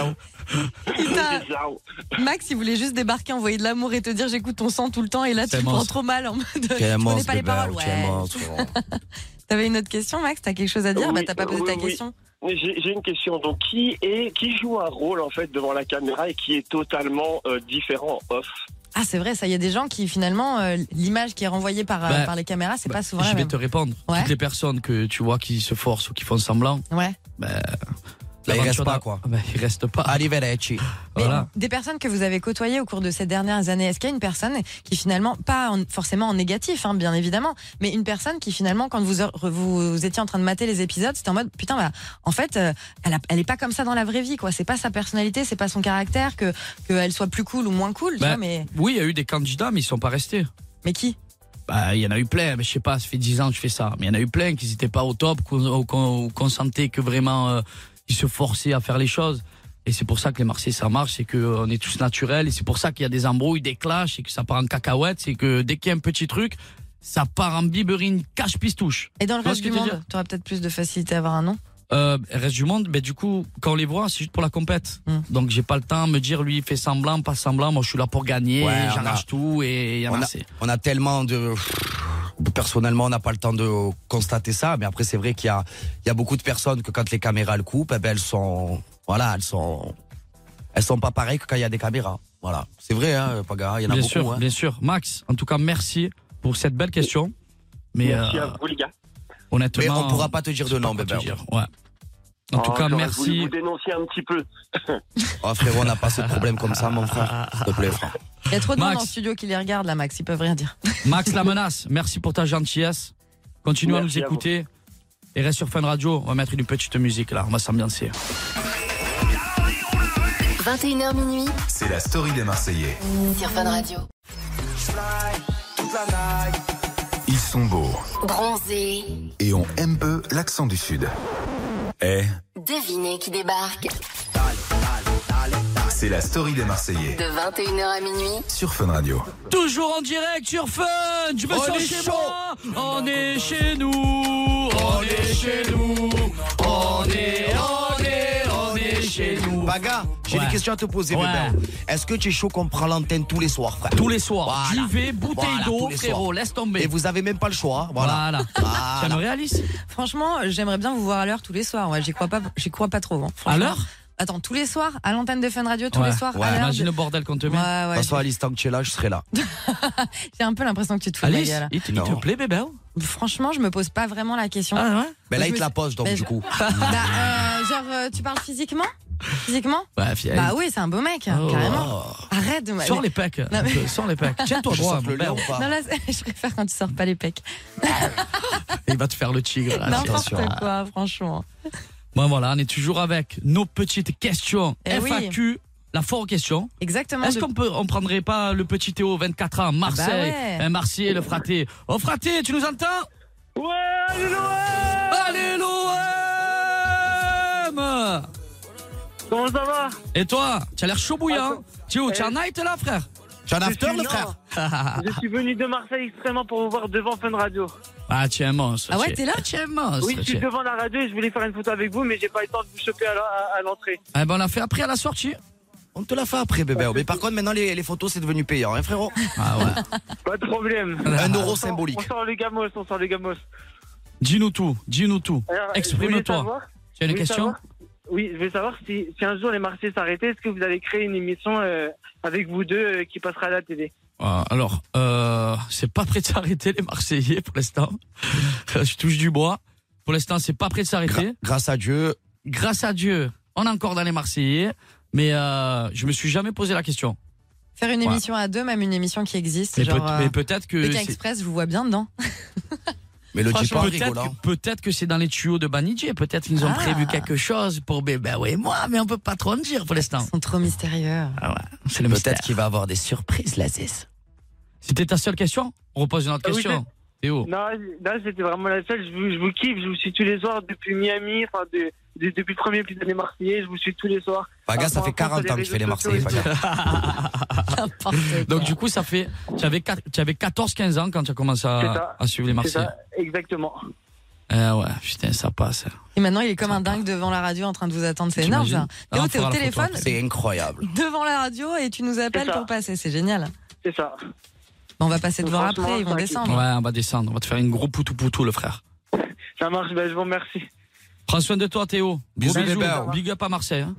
[SPEAKER 5] Il t'a-
[SPEAKER 12] Des arbres.
[SPEAKER 5] Max, il voulait juste débarquer, envoyer de l'amour et te dire j'écoute ton sang tout le temps et là tu
[SPEAKER 4] C'est
[SPEAKER 5] le prends
[SPEAKER 4] immense.
[SPEAKER 5] trop mal en mode tu
[SPEAKER 6] Tu es un
[SPEAKER 5] connais
[SPEAKER 6] monstre,
[SPEAKER 5] pas les
[SPEAKER 6] bébé,
[SPEAKER 5] paroles.
[SPEAKER 6] tu es un
[SPEAKER 5] Ouais.
[SPEAKER 6] monstre, frérot.
[SPEAKER 5] (laughs) T'avais une autre question Max, t'as quelque chose à dire
[SPEAKER 12] Oui,
[SPEAKER 5] Bah t'as pas posé
[SPEAKER 12] oui,
[SPEAKER 5] ta
[SPEAKER 12] oui.
[SPEAKER 5] question.
[SPEAKER 12] Mais J'ai j'ai une question. Donc, qui est qui joue un rôle en fait devant la caméra et qui est totalement euh, différent en off
[SPEAKER 5] Ah c'est vrai, ça y a des gens qui finalement euh, l'image qui est renvoyée par, euh,
[SPEAKER 4] Bah,
[SPEAKER 5] par les caméras, c'est pas souvent la
[SPEAKER 4] Je vais
[SPEAKER 5] même.
[SPEAKER 4] te répondre.
[SPEAKER 5] Ouais.
[SPEAKER 4] Toutes les personnes que tu vois qui se forcent ou qui font semblant, ben,
[SPEAKER 5] Ouais.
[SPEAKER 6] Là, il
[SPEAKER 4] l'aventure
[SPEAKER 6] reste pas,
[SPEAKER 4] d'un- (laughs)
[SPEAKER 6] quoi.
[SPEAKER 4] Bah, il reste pas.
[SPEAKER 6] Arrivederci.
[SPEAKER 5] Mais
[SPEAKER 4] Voilà.
[SPEAKER 5] des personnes que vous avez côtoyées au cours de ces dernières années, est-ce qu'il y a une personne qui finalement, pas en- forcément en négatif, hein, bien évidemment, mais une personne qui finalement, quand vous, vous étiez en train de mater les épisodes, c'était en mode putain, bah, en fait, euh, elle, a- elle est pas comme ça dans la vraie vie, quoi. C'est pas sa personnalité, c'est pas son caractère, que qu'elle soit plus cool ou moins cool, tu
[SPEAKER 4] Bah.
[SPEAKER 5] vois, mais,
[SPEAKER 4] Oui, il y a eu des candidats, mais ils sont pas restés.
[SPEAKER 5] mais qui
[SPEAKER 4] Bah, il y en a eu plein, mais je sais pas, ça fait 10 ans que je fais ça. Mais il y en a eu plein qui n'étaient pas au top, qu'on- ou qu'on ou qu'on sentait que vraiment euh, ils se forçaient à faire les choses. Et c'est pour ça que les Marseillais ça marche, c'est qu'on est tous naturels, et c'est pour ça qu'il y a des embrouilles, des clashs, et que ça part en cacahuète, c'est que dès qu'il y a un petit truc, ça part en biberine, cache-pistouche.
[SPEAKER 5] Et dans le
[SPEAKER 4] Tu vois
[SPEAKER 5] reste
[SPEAKER 4] ce
[SPEAKER 5] du
[SPEAKER 4] que je veux
[SPEAKER 5] monde,
[SPEAKER 4] dire
[SPEAKER 5] tu auras peut-être plus de facilité à avoir un nom.
[SPEAKER 4] Euh, reste du monde, mais du coup, quand on les voit, c'est juste pour la compète.
[SPEAKER 5] Mm.
[SPEAKER 4] Donc j'ai pas le temps de me dire, lui, il fait semblant, pas semblant, moi je suis là pour gagner,
[SPEAKER 6] Ouais, on a-
[SPEAKER 4] j'arrache tout, et il y en
[SPEAKER 6] On
[SPEAKER 4] a
[SPEAKER 6] a-
[SPEAKER 4] assez.
[SPEAKER 6] on a tellement de. Personnellement, on n'a pas le temps de constater ça, mais après, c'est vrai qu'il y a, il y a beaucoup de personnes que quand les caméras le coupent, eh ben, elles sont. Voilà, elles sont. Elles sont pas pareilles que quand il y a des caméras. Voilà. C'est vrai, hein, Paga, il y en a
[SPEAKER 4] Bien
[SPEAKER 6] beaucoup.
[SPEAKER 4] sûr,
[SPEAKER 6] hein.
[SPEAKER 4] bien sûr. Max, en tout cas, merci pour cette belle question. Mais
[SPEAKER 12] Merci
[SPEAKER 4] euh,
[SPEAKER 12] à vous les gars.
[SPEAKER 4] honnêtement,
[SPEAKER 6] Mais on pourra pas te dire de nom,
[SPEAKER 4] pas
[SPEAKER 6] bébé.
[SPEAKER 4] te dire, ouais. En tout
[SPEAKER 12] Oh,
[SPEAKER 4] cas,
[SPEAKER 12] j'aurais voulu
[SPEAKER 4] merci.
[SPEAKER 12] Vous dénoncer un petit peu.
[SPEAKER 6] (laughs) Oh, frérot, on n'a pas ce problème comme ça, mon frère. S'il te plaît, frère.
[SPEAKER 5] Il y a trop de
[SPEAKER 4] Max.
[SPEAKER 5] monde en studio qui les regarde, là, Max, ils peuvent rien dire.
[SPEAKER 4] Max la menace, merci pour ta gentillesse. Continue à
[SPEAKER 12] Merci
[SPEAKER 4] nous
[SPEAKER 12] à vous.
[SPEAKER 4] écouter. Et reste sur Fun Radio, on va mettre une petite musique là, on va s'ambiancer.
[SPEAKER 3] 21h minuit
[SPEAKER 1] C'est la story des Marseillais.
[SPEAKER 3] sur Fun Radio.
[SPEAKER 1] Ils sont beaux
[SPEAKER 3] Bronzé,
[SPEAKER 1] et on aime peu l'accent du Sud. Eh,
[SPEAKER 3] devinez qui débarque
[SPEAKER 1] c'est la story des Marseillais
[SPEAKER 3] de 21h à minuit
[SPEAKER 1] sur Fun Radio.
[SPEAKER 4] Toujours en direct sur Fun, je me
[SPEAKER 6] On
[SPEAKER 4] sens
[SPEAKER 6] est
[SPEAKER 4] chez
[SPEAKER 6] chaud.
[SPEAKER 4] moi. On est chez nous, on est
[SPEAKER 13] chez nous. On est, on est, on est chez nous.
[SPEAKER 6] Baga, j'ai des questions à te poser,
[SPEAKER 13] Ouais.
[SPEAKER 6] bébé. Est-ce que tu es chaud qu'on prend l'antenne tous les soirs, frère Tous
[SPEAKER 4] les soirs. Buvez, bouteille d'eau, frérot,
[SPEAKER 6] laisse tomber. Et vous avez même pas le choix. hein, Voilà. Voilà.
[SPEAKER 4] Alice
[SPEAKER 5] Franchement, euh, j'aimerais bien vous voir à l'heure tous les soirs. Ouais, j'y crois pas, j'y crois pas trop. hein, franchement.
[SPEAKER 6] À l'heure
[SPEAKER 5] Attends, tous les soirs à l'antenne de Fun Radio, tous
[SPEAKER 6] Ouais.
[SPEAKER 5] les soirs
[SPEAKER 6] Ouais.
[SPEAKER 5] à l'heure.
[SPEAKER 6] Imagine
[SPEAKER 5] de-
[SPEAKER 6] le bordel qu'on
[SPEAKER 5] te met. Ouais, ouais,
[SPEAKER 6] De toute façon, Alice, tant que tu es là, je serai là.
[SPEAKER 5] J'ai un peu l'impression que tu te fous de la
[SPEAKER 6] Alice,
[SPEAKER 5] gueule.
[SPEAKER 6] il te- il te Non. plaît, bébé
[SPEAKER 5] Franchement, je me pose pas vraiment la question.
[SPEAKER 4] Eh ben, Ah ouais
[SPEAKER 6] Ben là,
[SPEAKER 5] Je
[SPEAKER 6] il
[SPEAKER 5] me
[SPEAKER 6] te la
[SPEAKER 5] suis-
[SPEAKER 6] pose, donc,
[SPEAKER 5] Ben,
[SPEAKER 6] du
[SPEAKER 5] je-
[SPEAKER 6] coup.
[SPEAKER 5] Bah, euh, genre, euh, tu parles physiquement Physiquement
[SPEAKER 4] Ouais, fi-
[SPEAKER 5] Bah oui, c'est un beau mec,
[SPEAKER 4] Oh.
[SPEAKER 5] carrément. Arrête de
[SPEAKER 4] Sors les pecs.
[SPEAKER 5] Non, mais-
[SPEAKER 4] Sors les pecs.
[SPEAKER 6] (laughs)
[SPEAKER 4] Tiens-toi droit, mon père.
[SPEAKER 5] Non, là, c'est- (laughs) je préfère quand tu sors pas les pecs.
[SPEAKER 4] Il va te faire le tigre.
[SPEAKER 6] Ah,
[SPEAKER 4] là,
[SPEAKER 5] N'importe
[SPEAKER 4] attention.
[SPEAKER 5] quoi, franchement.
[SPEAKER 4] Bon, Ben voilà, on est toujours avec nos petites questions
[SPEAKER 5] Eh oui.
[SPEAKER 4] FAQ. La forte question.
[SPEAKER 5] Exactement.
[SPEAKER 4] Est-ce
[SPEAKER 5] de-
[SPEAKER 4] qu'on peut, on prendrait pas le petit Théo, 24 ans, Marseille,
[SPEAKER 5] ouais.
[SPEAKER 4] un Marseillais, le fraté. Oh, fraté, tu nous entends? Ouais, allez l'OM! Allez l'OM! Comment ça va? Ah, eh. Et toi? Tu as l'air chaud bouillant. hein? Tu es où? Tu es en night, là, frère? Tu es en
[SPEAKER 14] Ah, eh. Je
[SPEAKER 4] after,
[SPEAKER 14] suis-
[SPEAKER 4] le
[SPEAKER 14] non.
[SPEAKER 4] frère? (laughs)
[SPEAKER 14] Je suis venu de Marseille extrêmement pour vous voir devant Fun Radio.
[SPEAKER 4] Ah, tu es un monstre. tu es- Tu es un monstre.
[SPEAKER 14] Oui, je
[SPEAKER 4] tu
[SPEAKER 14] suis
[SPEAKER 4] es.
[SPEAKER 14] devant la radio et je voulais faire une photo avec vous, mais j'ai pas eu le temps de vous choper à la- à à l'entrée.
[SPEAKER 4] Eh ben, on l'a fait après à la sortie.
[SPEAKER 6] On te l'a fait après,
[SPEAKER 14] Ah,
[SPEAKER 6] bébé. Mais par contre, maintenant, les, les photos, c'est devenu payant, hein, frérot
[SPEAKER 4] Ah ouais.
[SPEAKER 14] Pas de problème.
[SPEAKER 6] Un
[SPEAKER 14] On
[SPEAKER 6] euro
[SPEAKER 14] sort-
[SPEAKER 6] symbolique.
[SPEAKER 14] On sort les gamos, on sort les gamos.
[SPEAKER 4] Dis-nous tout, dis-nous tout.
[SPEAKER 14] Alors, je voulais
[SPEAKER 4] Exprime-toi.
[SPEAKER 14] savoir-
[SPEAKER 4] Tu as
[SPEAKER 14] je
[SPEAKER 4] une
[SPEAKER 14] voulais
[SPEAKER 4] question?
[SPEAKER 14] savoir- Oui, je voulais savoir si, si un jour les Marseillais s'arrêtaient, est-ce que vous allez créer une émission euh, avec vous deux euh, qui passera à la télé
[SPEAKER 4] Ah, alors, euh, c'est pas prêt de s'arrêter les Marseillais pour l'instant. Euh, Je touche du bois. Pour l'instant, c'est pas prêt de s'arrêter.
[SPEAKER 6] grâce à Dieu.
[SPEAKER 4] Grâce à Dieu, on est encore dans les Marseillais, mais euh, je me suis jamais posé la question.
[SPEAKER 5] Faire une
[SPEAKER 4] Ouais.
[SPEAKER 5] émission à deux, même une émission qui existe.
[SPEAKER 4] Mais
[SPEAKER 5] genre,
[SPEAKER 4] peut-
[SPEAKER 5] euh,
[SPEAKER 4] mais peut-être que
[SPEAKER 5] Pékin
[SPEAKER 4] c'est-
[SPEAKER 5] Express, je vous vois bien dedans.
[SPEAKER 6] Mais le dis pas en
[SPEAKER 4] Peut-être
[SPEAKER 6] rigolant.
[SPEAKER 4] que, peut-être que c'est dans les tuyaux de Banijé. Peut-être qu'ils ont
[SPEAKER 5] Ah.
[SPEAKER 4] prévu quelque chose pour bébé et moi, mais on peut pas trop en dire pour l'instant.
[SPEAKER 5] Ils sont trop mystérieux.
[SPEAKER 4] Ah ouais, c'est le mystère.
[SPEAKER 6] Peut-être qu'il va avoir des surprises, la zeste.
[SPEAKER 4] C'était ta seule question On repose une autre
[SPEAKER 14] Ah oui,
[SPEAKER 4] question. Théo.
[SPEAKER 14] Non, là c'était vraiment la seule. Je vous, je vous kiffe, je vous suis tous les soirs depuis Miami, enfin de- de- depuis le premier épisode des Marseillais, je vous suis tous les soirs.
[SPEAKER 6] Baga, Bah, ça
[SPEAKER 14] Après,
[SPEAKER 6] fait
[SPEAKER 14] après,
[SPEAKER 6] 40
[SPEAKER 14] sur
[SPEAKER 6] ans que je fais les
[SPEAKER 14] réseaux
[SPEAKER 6] Marseillais,
[SPEAKER 14] sociaux et
[SPEAKER 6] Baga.
[SPEAKER 5] Oh,
[SPEAKER 4] Donc du coup, ça fait. Tu avais, quat- tu avais 14-15 ans quand tu as commencé
[SPEAKER 14] tout. C'est
[SPEAKER 4] à,
[SPEAKER 14] ça.
[SPEAKER 4] Ah, à suivre les
[SPEAKER 14] C'est
[SPEAKER 4] Marseillais.
[SPEAKER 14] ça, Exactement.
[SPEAKER 4] Eh ouais, putain, ça passe.
[SPEAKER 5] Et maintenant, il est comme un dingue devant la radio en train de vous attendre. C'est énorme, ça.
[SPEAKER 4] Ah,
[SPEAKER 5] Théo, t'es au téléphone
[SPEAKER 6] C'est incroyable.
[SPEAKER 5] (laughs) devant la radio et tu nous appelles
[SPEAKER 14] C'est ça.
[SPEAKER 5] pour passer. C'est génial.
[SPEAKER 14] C'est ça.
[SPEAKER 5] On va passer devant
[SPEAKER 14] Franchement,
[SPEAKER 5] après, ils vont
[SPEAKER 14] ça,
[SPEAKER 5] descendre.
[SPEAKER 4] Ouais, on va descendre. On va te faire une gros poutou-poutou, le frère.
[SPEAKER 14] Ça marche, ben, je vous remercie.
[SPEAKER 4] Prends soin de toi, Théo.
[SPEAKER 14] Bisous,
[SPEAKER 4] Gros
[SPEAKER 14] bébé.
[SPEAKER 4] Big up à Marseille. hein.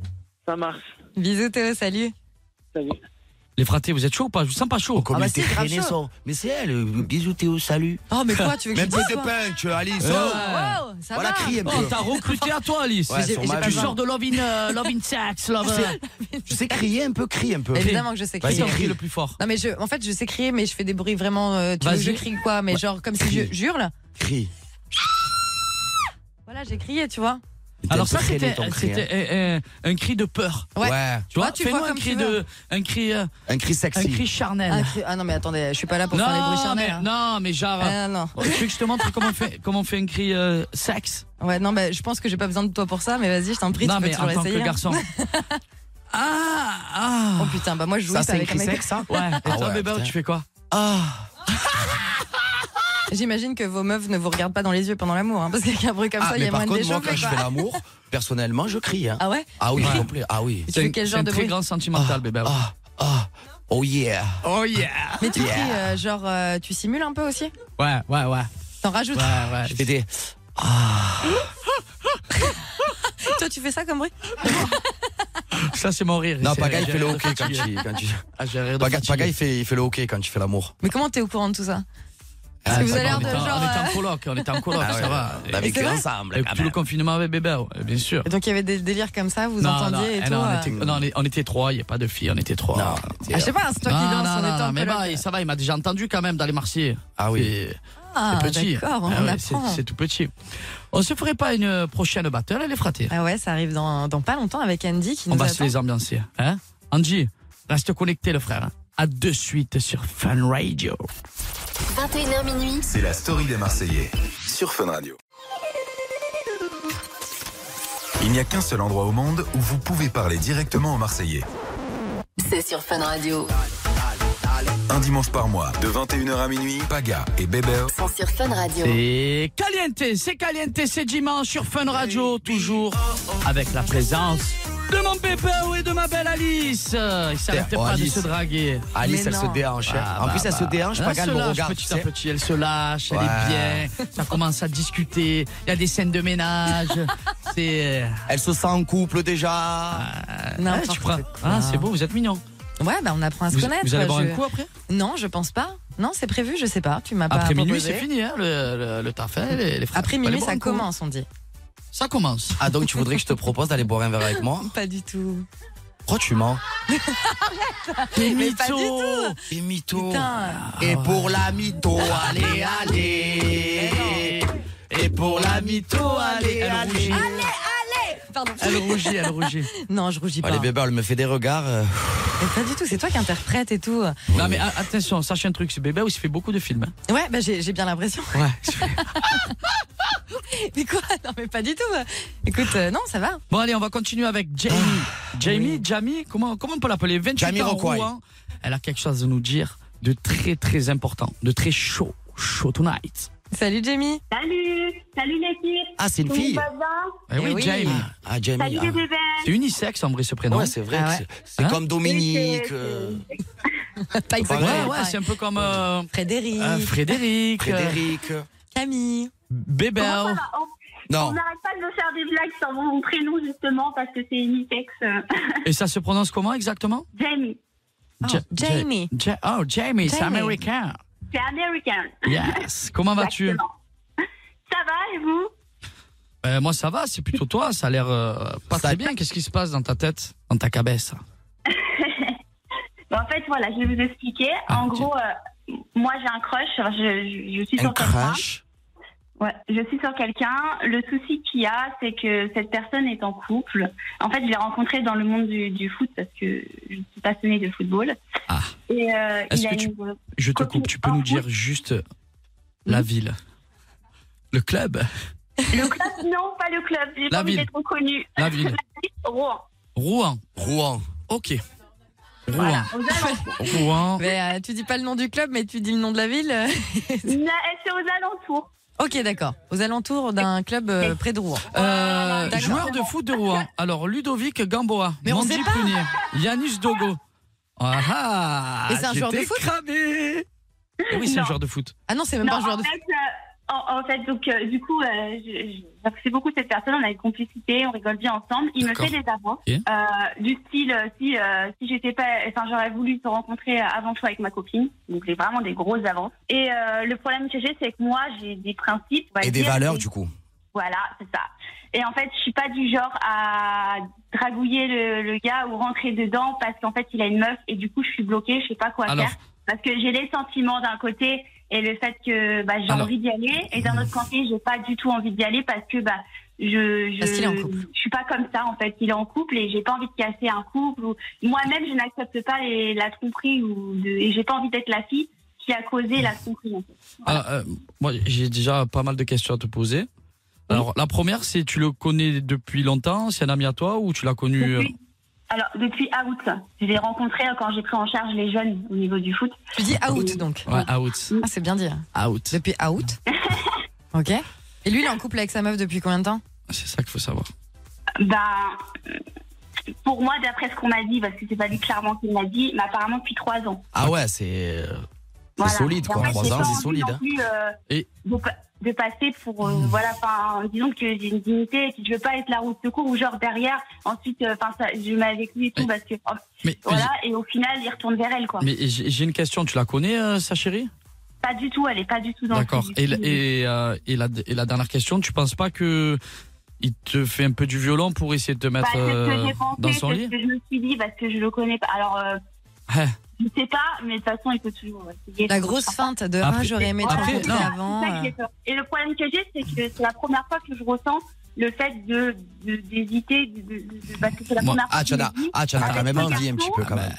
[SPEAKER 14] Ça marche.
[SPEAKER 5] Bisous Théo, salut.
[SPEAKER 14] Salut.
[SPEAKER 4] Les fratés, vous êtes chaud ou pas Je vous sens pas chaud.
[SPEAKER 6] Oh,
[SPEAKER 4] Ah, bah,
[SPEAKER 6] Comme il était traîné, son- Mais c'est elle, euh, bisous Théo, salut.
[SPEAKER 5] Oh, mais quoi, tu veux que
[SPEAKER 6] Mais
[SPEAKER 5] je dise,
[SPEAKER 6] peu de
[SPEAKER 5] quoi
[SPEAKER 6] punch, Alice.
[SPEAKER 4] Ouais.
[SPEAKER 6] oh.
[SPEAKER 5] Wow, ça
[SPEAKER 6] Voilà,
[SPEAKER 5] va.
[SPEAKER 6] crie un peu.
[SPEAKER 4] Oh, t'as recruté à toi, Alice.
[SPEAKER 6] Ouais, J'ai- sur j'ai ma pas
[SPEAKER 4] tu
[SPEAKER 6] vie. besoin.
[SPEAKER 4] sors de Love in, euh, Love in
[SPEAKER 5] (laughs)
[SPEAKER 4] Sex, Love. euh.
[SPEAKER 6] Tu sais crier un peu, crie un peu.
[SPEAKER 5] Évidemment que je sais
[SPEAKER 4] Vas-y,
[SPEAKER 5] crier.
[SPEAKER 4] crie le plus fort.
[SPEAKER 5] Non mais je, en fait, je sais crier, mais je fais des bruits vraiment. euh, tu
[SPEAKER 4] Vas-y.
[SPEAKER 5] veux que je crie quoi Mais genre comme si je j'hurle.
[SPEAKER 6] Crie.
[SPEAKER 5] Voilà, j'ai crié, tu vois.
[SPEAKER 4] Alors
[SPEAKER 5] T'es un
[SPEAKER 4] ça,
[SPEAKER 5] peu traîné,
[SPEAKER 4] c'était
[SPEAKER 5] ton cri,
[SPEAKER 4] c'était, euh, euh, un cri de peur.
[SPEAKER 5] Ouais.
[SPEAKER 4] Tu vois,
[SPEAKER 5] Ah, tu
[SPEAKER 4] fais-nous
[SPEAKER 5] vois
[SPEAKER 4] un
[SPEAKER 5] comme
[SPEAKER 4] cri
[SPEAKER 5] tu veux.
[SPEAKER 4] de, un cri, euh,
[SPEAKER 6] Un cri sexy.
[SPEAKER 4] un cri charnel.
[SPEAKER 5] Ah, cri- ah non mais attendez, je suis pas là pour faire les bruits charnels.
[SPEAKER 4] mais, non, mais genre.
[SPEAKER 5] Ah, non.
[SPEAKER 4] Tu veux que je te montre comment on fait, comment on fait un cri euh, sexe
[SPEAKER 5] Ouais, non, bah, je pense que j'ai pas besoin de toi pour ça, mais vas-y, je t'en prie,
[SPEAKER 4] Non,
[SPEAKER 5] tu peux
[SPEAKER 4] mais
[SPEAKER 5] toujours
[SPEAKER 4] en tant que
[SPEAKER 5] essayer. hein. (laughs)
[SPEAKER 4] garçon. ah,
[SPEAKER 5] Oh putain, bah moi je joue
[SPEAKER 4] Ça, c'est
[SPEAKER 5] avec
[SPEAKER 4] un cri
[SPEAKER 5] un mec.
[SPEAKER 4] sexe, ça
[SPEAKER 5] (laughs)
[SPEAKER 6] Ah
[SPEAKER 4] Ah Ouais. Et toi, bébé, tu fais quoi
[SPEAKER 5] Ah (laughs) J'imagine que vos meufs ne vous regardent pas dans les yeux pendant l'amour, hein, parce qu'avec un bruit comme
[SPEAKER 6] Ah,
[SPEAKER 5] ça, il y
[SPEAKER 6] mais
[SPEAKER 5] a
[SPEAKER 6] par
[SPEAKER 5] moyen de
[SPEAKER 6] contre, moi,
[SPEAKER 5] déchauffer.
[SPEAKER 6] quand je
[SPEAKER 5] quoi.
[SPEAKER 6] fais l'amour, personnellement, je crie. hein.
[SPEAKER 5] Ah ouais
[SPEAKER 6] Ah oui,
[SPEAKER 5] Ouais.
[SPEAKER 6] complet. Ah oui.
[SPEAKER 5] Et tu fais quel genre de
[SPEAKER 4] très
[SPEAKER 5] bruit
[SPEAKER 4] grand sentimental, bébé. Ah,
[SPEAKER 6] Oh yeah.
[SPEAKER 4] Oh yeah.
[SPEAKER 5] Mais tu
[SPEAKER 4] Yeah.
[SPEAKER 5] cries, euh, genre, euh, tu simules un peu aussi
[SPEAKER 4] Ouais, ouais, ouais.
[SPEAKER 5] T'en rajoutes
[SPEAKER 4] Ouais, ouais. Je
[SPEAKER 6] fais des.
[SPEAKER 5] (laughs) Toi, tu fais ça comme bruit
[SPEAKER 4] Ça, c'est mon rire.
[SPEAKER 6] Non,
[SPEAKER 4] C'est-
[SPEAKER 6] Paga, il
[SPEAKER 4] j'ai
[SPEAKER 6] fait le
[SPEAKER 4] rire de
[SPEAKER 6] hockey quand tu.
[SPEAKER 4] fatigué.
[SPEAKER 6] Quand tu...
[SPEAKER 4] Ah, j'ai rire de
[SPEAKER 6] Paga,
[SPEAKER 4] fatigué.
[SPEAKER 6] Paga, il, fait, il fait le hockey quand tu fais l'amour.
[SPEAKER 5] Mais comment t'es au courant de tout ça Parce que vous avez l'air de
[SPEAKER 4] On était en-
[SPEAKER 5] genre.
[SPEAKER 4] On était en
[SPEAKER 5] euh,
[SPEAKER 4] coloc, on était en coloc,
[SPEAKER 6] Ah ouais,
[SPEAKER 4] ça va.
[SPEAKER 6] on a vécu
[SPEAKER 4] Et-
[SPEAKER 6] ensemble,
[SPEAKER 4] Et
[SPEAKER 6] quand
[SPEAKER 4] tout le
[SPEAKER 6] même.
[SPEAKER 4] confinement avec bébé, ouais, bien sûr.
[SPEAKER 5] Donc il euh, y avait des délires comme ça, vous
[SPEAKER 4] Non, non,
[SPEAKER 5] entendiez et
[SPEAKER 4] eh
[SPEAKER 5] tout
[SPEAKER 4] non,
[SPEAKER 5] euh.
[SPEAKER 4] on était, non, on est- on était trois, il n'y a pas de filles, on était trois. On était,
[SPEAKER 5] Ah, je sais pas, c'est toi qui
[SPEAKER 4] Non,
[SPEAKER 5] danses,
[SPEAKER 4] non,
[SPEAKER 5] on
[SPEAKER 4] non,
[SPEAKER 5] était en
[SPEAKER 4] non, mais
[SPEAKER 5] coloc.
[SPEAKER 4] bah, il- ça va, il m'a déjà entendu quand même dans les Marseillais.
[SPEAKER 6] Ah
[SPEAKER 4] oui.
[SPEAKER 5] Ah,
[SPEAKER 4] c'est petit.
[SPEAKER 5] d'accord, on
[SPEAKER 4] Ah ouais, c'est,
[SPEAKER 5] apprend.
[SPEAKER 4] c'est tout petit. On se ferait pas une prochaine battle, elle est fratée.
[SPEAKER 5] Ah ouais, ça arrive dans, dans pas longtemps avec Andy qui
[SPEAKER 4] On
[SPEAKER 5] nous
[SPEAKER 4] va se
[SPEAKER 5] attend.
[SPEAKER 4] les ambiancer. Hein Angie, reste connecté, le frère. hein. À de suite sur Fun Radio.
[SPEAKER 3] 21h minuit.
[SPEAKER 1] C'est la story des Marseillais sur Fun Radio. Il n'y a qu'un seul endroit au monde où vous pouvez parler directement aux Marseillais.
[SPEAKER 3] C'est sur Fun Radio.
[SPEAKER 6] Allez,
[SPEAKER 1] Un dimanche par mois, de 21h à minuit, Paga et Bébert.
[SPEAKER 3] sont sur Fun Radio.
[SPEAKER 4] C'est caliente, c'est caliente, c'est dimanche sur Fun Radio, toujours avec la présence de mon Bébéo et de ma belle Alice. Il s'arrêtait
[SPEAKER 6] Oh,
[SPEAKER 4] pas
[SPEAKER 6] Alice.
[SPEAKER 4] de se draguer.
[SPEAKER 6] Alice, Mais elle se non. déhanche, hein.
[SPEAKER 4] Ah,
[SPEAKER 6] En plus, elle se déhanche, Paga,
[SPEAKER 4] bah, se
[SPEAKER 6] elle me
[SPEAKER 4] lâche
[SPEAKER 6] regarde,
[SPEAKER 4] petit
[SPEAKER 6] tu
[SPEAKER 4] à
[SPEAKER 6] sais.
[SPEAKER 4] petit, elle se lâche, elle
[SPEAKER 6] Ouais.
[SPEAKER 4] est bien. Ça commence à discuter, il y a des scènes de
[SPEAKER 6] (laughs)
[SPEAKER 4] ménage. Eh, c'est.
[SPEAKER 6] Elle se sent en couple déjà.
[SPEAKER 4] Ah, tu prends- Ah, c'est beau, vous êtes mignon.
[SPEAKER 5] Ouais, bah on apprend à se
[SPEAKER 4] Vous-
[SPEAKER 5] connaître.
[SPEAKER 4] vous allez
[SPEAKER 5] quoi.
[SPEAKER 4] boire un
[SPEAKER 5] Je-
[SPEAKER 4] coup après
[SPEAKER 5] Non, je pense pas. Non, c'est prévu, je sais pas. Tu
[SPEAKER 6] Ah bah,
[SPEAKER 5] m'as pas
[SPEAKER 4] Après minuit,
[SPEAKER 5] proposé.
[SPEAKER 4] c'est fini, hein, le, le, le taf, hein, les, les frères.
[SPEAKER 5] Après
[SPEAKER 4] Faut aller
[SPEAKER 5] minuit,
[SPEAKER 4] boire
[SPEAKER 5] ça
[SPEAKER 4] un coup. hein.
[SPEAKER 5] commence, on dit.
[SPEAKER 4] Ça commence.
[SPEAKER 6] Ah, donc tu voudrais que je te propose d'aller boire un verre avec moi
[SPEAKER 5] Pas du tout.
[SPEAKER 6] Pourquoi tu mens
[SPEAKER 5] Mais pas du tout.
[SPEAKER 6] Des mythos.
[SPEAKER 5] Putain.
[SPEAKER 6] Et pour la mytho, allez, allez. Et pour la mytho, allez,
[SPEAKER 5] Elle
[SPEAKER 6] allez.
[SPEAKER 5] rougit. Allez, allez Pardon.
[SPEAKER 4] Elle rougit, elle rougit.
[SPEAKER 5] (laughs) Non, je rougis pas.
[SPEAKER 6] Allez, bébé, elle me fait des regards. euh.
[SPEAKER 5] Mais Pas du tout, c'est toi qui interprète et tout.
[SPEAKER 4] Non, mais ah. a- attention, sachez un truc, ce bébé, il se fait beaucoup de films. hein.
[SPEAKER 5] Ouais, bah j'ai j'ai bien l'impression.
[SPEAKER 4] Ouais.
[SPEAKER 5] (laughs) mais quoi Non, mais pas du tout. (laughs) Écoute, euh, non, ça va. Ah,
[SPEAKER 4] Bon, allez, on va continuer avec Jamie. Jamie, Jamie, comment, comment on peut l'appeler 28
[SPEAKER 6] Jamie
[SPEAKER 4] ans,
[SPEAKER 6] Rockway.
[SPEAKER 4] Rouen. Elle a quelque chose à nous dire de très, très important, de très chaud, chaud tonight.
[SPEAKER 5] Salut Jamie.
[SPEAKER 9] Salut, salut l'équipe.
[SPEAKER 6] Ah, c'est une
[SPEAKER 9] Comment
[SPEAKER 6] fille.
[SPEAKER 9] ça va
[SPEAKER 4] Eh oui, Jamie.
[SPEAKER 6] Ah, Jamie.
[SPEAKER 9] Salut
[SPEAKER 6] ah.
[SPEAKER 9] les bébés.
[SPEAKER 4] C'est unisexe en vrai ce prénom.
[SPEAKER 6] Ouais, c'est
[SPEAKER 5] Ah
[SPEAKER 6] vrai. que c'est- C'est
[SPEAKER 4] Hein
[SPEAKER 6] comme Dominique. euh,
[SPEAKER 5] (laughs) Pas
[SPEAKER 4] Ouais,
[SPEAKER 5] exactement.
[SPEAKER 4] ouais, c'est un peu comme euh,
[SPEAKER 5] Frédéric.
[SPEAKER 4] euh, Frédéric. euh,
[SPEAKER 6] Frédéric.
[SPEAKER 5] Camille.
[SPEAKER 4] Bébé.
[SPEAKER 9] Comment ça va On-
[SPEAKER 6] Non.
[SPEAKER 9] On n'arrête pas de me faire des blagues sur mon prénom justement parce que c'est (laughs) unisex. euh,
[SPEAKER 4] Et ça se prononce comment exactement
[SPEAKER 9] Jamie,
[SPEAKER 4] Ja- Ja-
[SPEAKER 5] Jamie.
[SPEAKER 4] Ja- oh, Jamie, c'est
[SPEAKER 9] Jamie.
[SPEAKER 4] américain.
[SPEAKER 9] c'est américain.
[SPEAKER 4] Yes. Comment vas-tu
[SPEAKER 9] Exactement. Ça va et vous (laughs)
[SPEAKER 4] Euh, Moi, ça va, c'est plutôt toi. Ça a l'air euh, pas très bien. Qu'est-ce qui se passe dans ta tête, dans ta cabesse
[SPEAKER 9] Ben, En fait, voilà, je vais vous expliquer.
[SPEAKER 4] Ah,
[SPEAKER 9] en gros, euh, moi j'ai un crush. Je, je, je suis sur quelqu'un. Ouais, je suis sur quelqu'un. Le souci qu'il y a, c'est que cette personne est en couple. En fait, je l'ai rencontré dans le monde du, du foot parce que je suis passionnée de football. Et euh,
[SPEAKER 4] Ah. Est-ce
[SPEAKER 9] il a
[SPEAKER 4] que tu-
[SPEAKER 9] une-
[SPEAKER 4] Je te coupe, tu peux nous dire juste
[SPEAKER 9] Hum.
[SPEAKER 4] la ville, le club,
[SPEAKER 9] Le club, non, pas le club. J'ai
[SPEAKER 4] La
[SPEAKER 9] pas envie
[SPEAKER 4] ville.
[SPEAKER 9] d'être reconnue.
[SPEAKER 4] La ville.
[SPEAKER 9] Rouen.
[SPEAKER 4] Rouen. Rouen. Ok. Rouen.
[SPEAKER 9] Aux alentours.
[SPEAKER 4] (laughs) Rouen.
[SPEAKER 5] Mais euh, tu dis pas le nom du club, mais tu dis le nom de la ville.
[SPEAKER 9] (laughs) Non, euh, C'est aux alentours.
[SPEAKER 5] ok, d'accord. Aux alentours d'un club euh, près de Rouen.
[SPEAKER 4] Euh,
[SPEAKER 5] D'accord.
[SPEAKER 4] joueur de foot de Rouen. Alors Ludovic Gamboa,
[SPEAKER 5] Mais on
[SPEAKER 4] Mandy
[SPEAKER 5] sait pas.
[SPEAKER 4] Prunier, Yanis Dogo. Ah ah
[SPEAKER 5] Mais c'est un joueur de
[SPEAKER 4] j'étais
[SPEAKER 5] foot
[SPEAKER 4] cramé. Eh Oui, c'est un
[SPEAKER 9] Non.
[SPEAKER 4] joueur de foot.
[SPEAKER 5] Ah non, c'est
[SPEAKER 9] Non, en fait, euh, en, en fait, donc, euh, du coup, euh, je- je- j'apprécie beaucoup cette personne. On a une complicité, on rigole bien ensemble. Il me
[SPEAKER 4] D'accord.
[SPEAKER 9] fait des avances.
[SPEAKER 4] Ok.
[SPEAKER 9] euh, du style, euh, si, euh, si j'étais pas, enfin, j'aurais voulu te rencontrer euh, avant toi avec ma copine. Donc, j'ai vraiment des grosses avances. Et euh, le problème que j'ai, c'est que moi, j'ai des principes. on va
[SPEAKER 6] Et des
[SPEAKER 9] dire,
[SPEAKER 6] valeurs,
[SPEAKER 9] et-
[SPEAKER 6] du coup.
[SPEAKER 9] Voilà, c'est ça. Et en fait, je suis pas du genre à dragouiller le, le gars ou rentrer dedans parce qu'en fait, il a une meuf et du coup, je suis bloquée, je sais pas quoi
[SPEAKER 4] Alors.
[SPEAKER 9] faire. Parce que j'ai les sentiments d'un côté et le fait que bah, j'ai
[SPEAKER 4] Alors.
[SPEAKER 9] envie d'y aller et d'un autre côté, j'ai pas du tout envie d'y aller parce que bah, je je,
[SPEAKER 5] Parce qu'il est en couple.
[SPEAKER 9] je suis pas comme ça en fait. Il est en couple et j'ai pas envie de casser un couple. ou Moi-même, je n'accepte pas les, la tromperie ou de, et j'ai pas envie d'être la fille qui a causé la tromperie. en fait.
[SPEAKER 4] Alors, euh, moi, j'ai déjà pas mal de questions à te poser. Alors, la première, c'est tu le connais depuis longtemps, c'est un ami à toi ou tu l'as connu euh,
[SPEAKER 9] Alors, depuis août, je l'ai rencontré quand j'ai pris en charge les jeunes au niveau du foot.
[SPEAKER 5] Tu dis out donc.
[SPEAKER 4] euh, ouais, out.
[SPEAKER 5] Ah, c'est bien dit. hein.
[SPEAKER 4] Out. Ah,
[SPEAKER 5] Depuis out. ok. Et lui, il est en couple avec sa meuf depuis combien de temps
[SPEAKER 4] C'est ça qu'il faut savoir.
[SPEAKER 9] Bah, pour moi, d'après ce qu'on m'a dit, parce que c'est pas lui clairement qu'il m'a dit, mais apparemment depuis trois ans.
[SPEAKER 6] Ah ouais, c'est. euh, C'est
[SPEAKER 9] Voilà.
[SPEAKER 6] solide,
[SPEAKER 9] Et en
[SPEAKER 6] quoi.
[SPEAKER 9] fait, j'ai
[SPEAKER 6] Trois
[SPEAKER 9] pas
[SPEAKER 6] ans,
[SPEAKER 9] envie
[SPEAKER 6] c'est solide.
[SPEAKER 9] non
[SPEAKER 6] hein.
[SPEAKER 9] plus, euh,
[SPEAKER 4] Et-
[SPEAKER 9] de, pa- de passer pour, euh, voilà, enfin, disons que j'ai une dignité et que je veux pas être la route de secours ou genre derrière, ensuite, euh, enfin, ça, je mets avec lui et tout, parce que, oh,
[SPEAKER 4] Mais,
[SPEAKER 9] voilà, et au final, il retourne vers elle, quoi.
[SPEAKER 4] mais j'ai j'ai une question, tu la connais, euh, sa chérie
[SPEAKER 9] Pas du tout, elle est pas du tout dans le
[SPEAKER 4] D'accord.
[SPEAKER 9] foot du
[SPEAKER 4] Et,
[SPEAKER 9] tout.
[SPEAKER 4] la- et, euh, et la, et la dernière question, tu penses pas que il te fait un peu du violent pour essayer de te
[SPEAKER 9] Bah,
[SPEAKER 4] mettre
[SPEAKER 9] c'est ce que
[SPEAKER 4] euh,
[SPEAKER 9] j'ai pensé,
[SPEAKER 4] dans son
[SPEAKER 9] c'est
[SPEAKER 4] lit
[SPEAKER 9] ce que je me suis dit, parce que je le connais pas. Alors, euh,
[SPEAKER 6] Ah.
[SPEAKER 4] Ouais.
[SPEAKER 9] Je sais pas, mais de toute façon, il faut toujours euh, essayer.
[SPEAKER 5] La grosse feinte de
[SPEAKER 4] Après-
[SPEAKER 5] ah, j'aurais aimé te
[SPEAKER 4] Après,
[SPEAKER 5] rencontrer
[SPEAKER 4] non.
[SPEAKER 5] avant. euh.
[SPEAKER 9] C'est ça que j'ai peur. Et le problème que j'ai, c'est que c'est la première fois que je ressens le fait de de- d'hésiter, de, de- de- parce que c'est la
[SPEAKER 6] Moi-
[SPEAKER 9] première
[SPEAKER 6] ah,
[SPEAKER 9] fois.
[SPEAKER 6] tu en as,
[SPEAKER 9] que je me dis,
[SPEAKER 6] ah, tu en as quand
[SPEAKER 9] avec
[SPEAKER 6] même
[SPEAKER 9] ce
[SPEAKER 6] envie un petit
[SPEAKER 9] garçon- euh,
[SPEAKER 6] peu, quand même.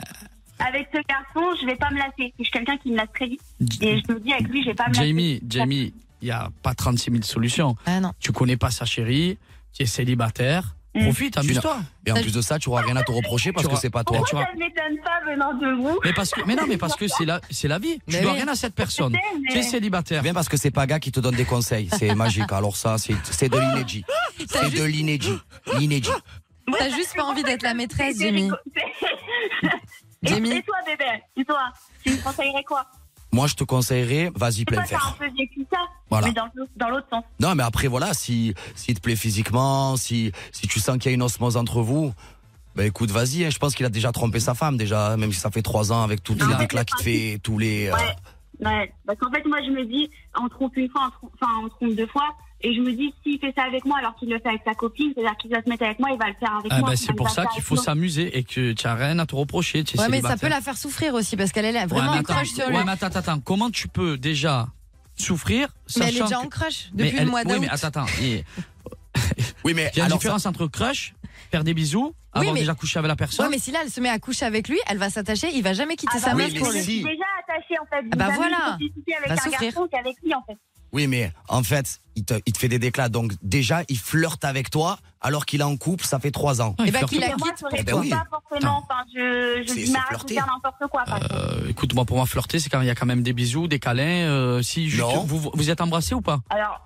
[SPEAKER 9] Avec ce garçon, je vais pas me lasser. Je suis quelqu'un qui me lasse très vite. Et je me dis, avec lui, je vais pas me
[SPEAKER 4] Jamie,
[SPEAKER 9] lasser.
[SPEAKER 4] Jamie, il n'y a pas 36 000 solutions.
[SPEAKER 5] Ah non.
[SPEAKER 4] Tu connais pas sa chérie, tu es célibataire,
[SPEAKER 9] Mm.
[SPEAKER 4] Profite, amuse-toi.
[SPEAKER 6] Et en plus de ça, tu n'auras rien à te reprocher parce que c'est pas toi.
[SPEAKER 9] Pourquoi Oh, ça ne m'étonne pas venant de vous
[SPEAKER 4] Mais parce que, mais non, mais parce que
[SPEAKER 9] (laughs)
[SPEAKER 4] c'est la, c'est la vie. Tu
[SPEAKER 9] Mais
[SPEAKER 4] dois
[SPEAKER 9] oui.
[SPEAKER 4] rien à cette personne.
[SPEAKER 9] Je sais, mais-
[SPEAKER 4] Tu es célibataire.
[SPEAKER 6] Bien parce que c'est Paga qui te donne des conseils. (laughs) C'est magique. Alors ça, c'est c'est de l'inédit.
[SPEAKER 5] T'as
[SPEAKER 6] C'est de
[SPEAKER 5] juste-
[SPEAKER 6] l'inédit. L'inédit.
[SPEAKER 5] T'as juste pas envie d'être la maîtresse, Jimmy.
[SPEAKER 9] Et,
[SPEAKER 5] Jimmy.
[SPEAKER 9] et toi, bébé Et toi Tu me conseillerais quoi
[SPEAKER 6] Moi, je te conseillerais, vas-y,
[SPEAKER 9] Toi,
[SPEAKER 6] plein
[SPEAKER 9] t'as un
[SPEAKER 6] faire.
[SPEAKER 9] peu vécu ça,
[SPEAKER 6] Voilà.
[SPEAKER 9] mais dans le- dans l'autre sens.
[SPEAKER 6] Non, mais après, voilà, si, si il te plaît physiquement, si, si tu sens qu'il y a une osmose entre vous, bah écoute, vas-y, hein. je pense qu'il a déjà trompé sa femme, déjà, hein, même si ça fait trois ans avec toutes les éclats qu'il te fait, tous les. euh,
[SPEAKER 9] Ouais. Ouais, parce qu'en fait, moi, je me dis, on trompe une fois, on trompe, enfin, on trompe deux fois, et je me dis, s'il fait ça avec moi alors qu'il le fait avec sa copine, c'est-à-dire qu'il va se mettre avec moi, il va le faire avec
[SPEAKER 4] Ah
[SPEAKER 9] moi.
[SPEAKER 4] ben, c'est
[SPEAKER 9] il
[SPEAKER 4] pour
[SPEAKER 9] va
[SPEAKER 4] ça
[SPEAKER 9] le faire
[SPEAKER 4] qu'il
[SPEAKER 9] avec
[SPEAKER 4] faut
[SPEAKER 9] l'autre.
[SPEAKER 4] s'amuser et que tu as rien à te reprocher. Tu es
[SPEAKER 5] Ouais, mais ça
[SPEAKER 4] célibataire.
[SPEAKER 5] peut la faire souffrir aussi parce qu'elle elle a
[SPEAKER 4] Bah, Ouais,
[SPEAKER 5] vraiment
[SPEAKER 4] mais
[SPEAKER 5] un
[SPEAKER 4] attends.
[SPEAKER 5] crush sur lui.
[SPEAKER 4] Ouais, mais attends, attends, attends. Comment tu peux déjà souffrir
[SPEAKER 5] Mais elle est
[SPEAKER 4] sachant
[SPEAKER 5] déjà
[SPEAKER 4] que-
[SPEAKER 5] en crush
[SPEAKER 4] Mais
[SPEAKER 5] depuis le
[SPEAKER 4] elle-
[SPEAKER 5] mois d'août.
[SPEAKER 4] Oui, mais attends, attends. Et-
[SPEAKER 6] oui, mais
[SPEAKER 4] il y a une
[SPEAKER 6] alors
[SPEAKER 4] différence entre crush, faire des bisous,
[SPEAKER 5] Oui,
[SPEAKER 4] avoir
[SPEAKER 5] mais-
[SPEAKER 4] déjà couché avec la personne.
[SPEAKER 5] Ouais, mais si là elle se met à coucher avec lui, elle va s'attacher, il va jamais quitter
[SPEAKER 9] Ah
[SPEAKER 5] sa
[SPEAKER 9] bah
[SPEAKER 5] meuf
[SPEAKER 9] oui,
[SPEAKER 5] pour
[SPEAKER 9] mais
[SPEAKER 5] lui.
[SPEAKER 9] je suis déjà attachée, en fait.
[SPEAKER 5] Ah bah
[SPEAKER 9] J'ai jamais
[SPEAKER 5] voilà. Bah,
[SPEAKER 9] eu de complicité avec
[SPEAKER 5] Va
[SPEAKER 9] un
[SPEAKER 5] souffrir.
[SPEAKER 9] garçon qu'avec lui, en fait.
[SPEAKER 6] Oui, mais en fait, il te, il te fait des déclats. Donc, déjà, il flirte avec toi alors qu'il est en couple, ça fait trois
[SPEAKER 4] Ah,
[SPEAKER 6] ans.
[SPEAKER 5] Eh ben, qu'il la
[SPEAKER 9] Et bah, moi,
[SPEAKER 5] quitte
[SPEAKER 9] je
[SPEAKER 5] pour
[SPEAKER 9] réponds
[SPEAKER 6] toi.
[SPEAKER 9] pas forcément, enfin, je,
[SPEAKER 6] C'est-
[SPEAKER 9] je dis
[SPEAKER 6] c'est
[SPEAKER 9] m'arrête ou
[SPEAKER 6] flirter.
[SPEAKER 9] faire n'importe quoi. enfin.
[SPEAKER 4] Euh, écoute, moi, pour moi, flirter, c'est quand il y a quand même des bisous, des câlins. euh, si juste-
[SPEAKER 6] Non.
[SPEAKER 4] vous, vous êtes embrassé ou pas
[SPEAKER 9] Alors,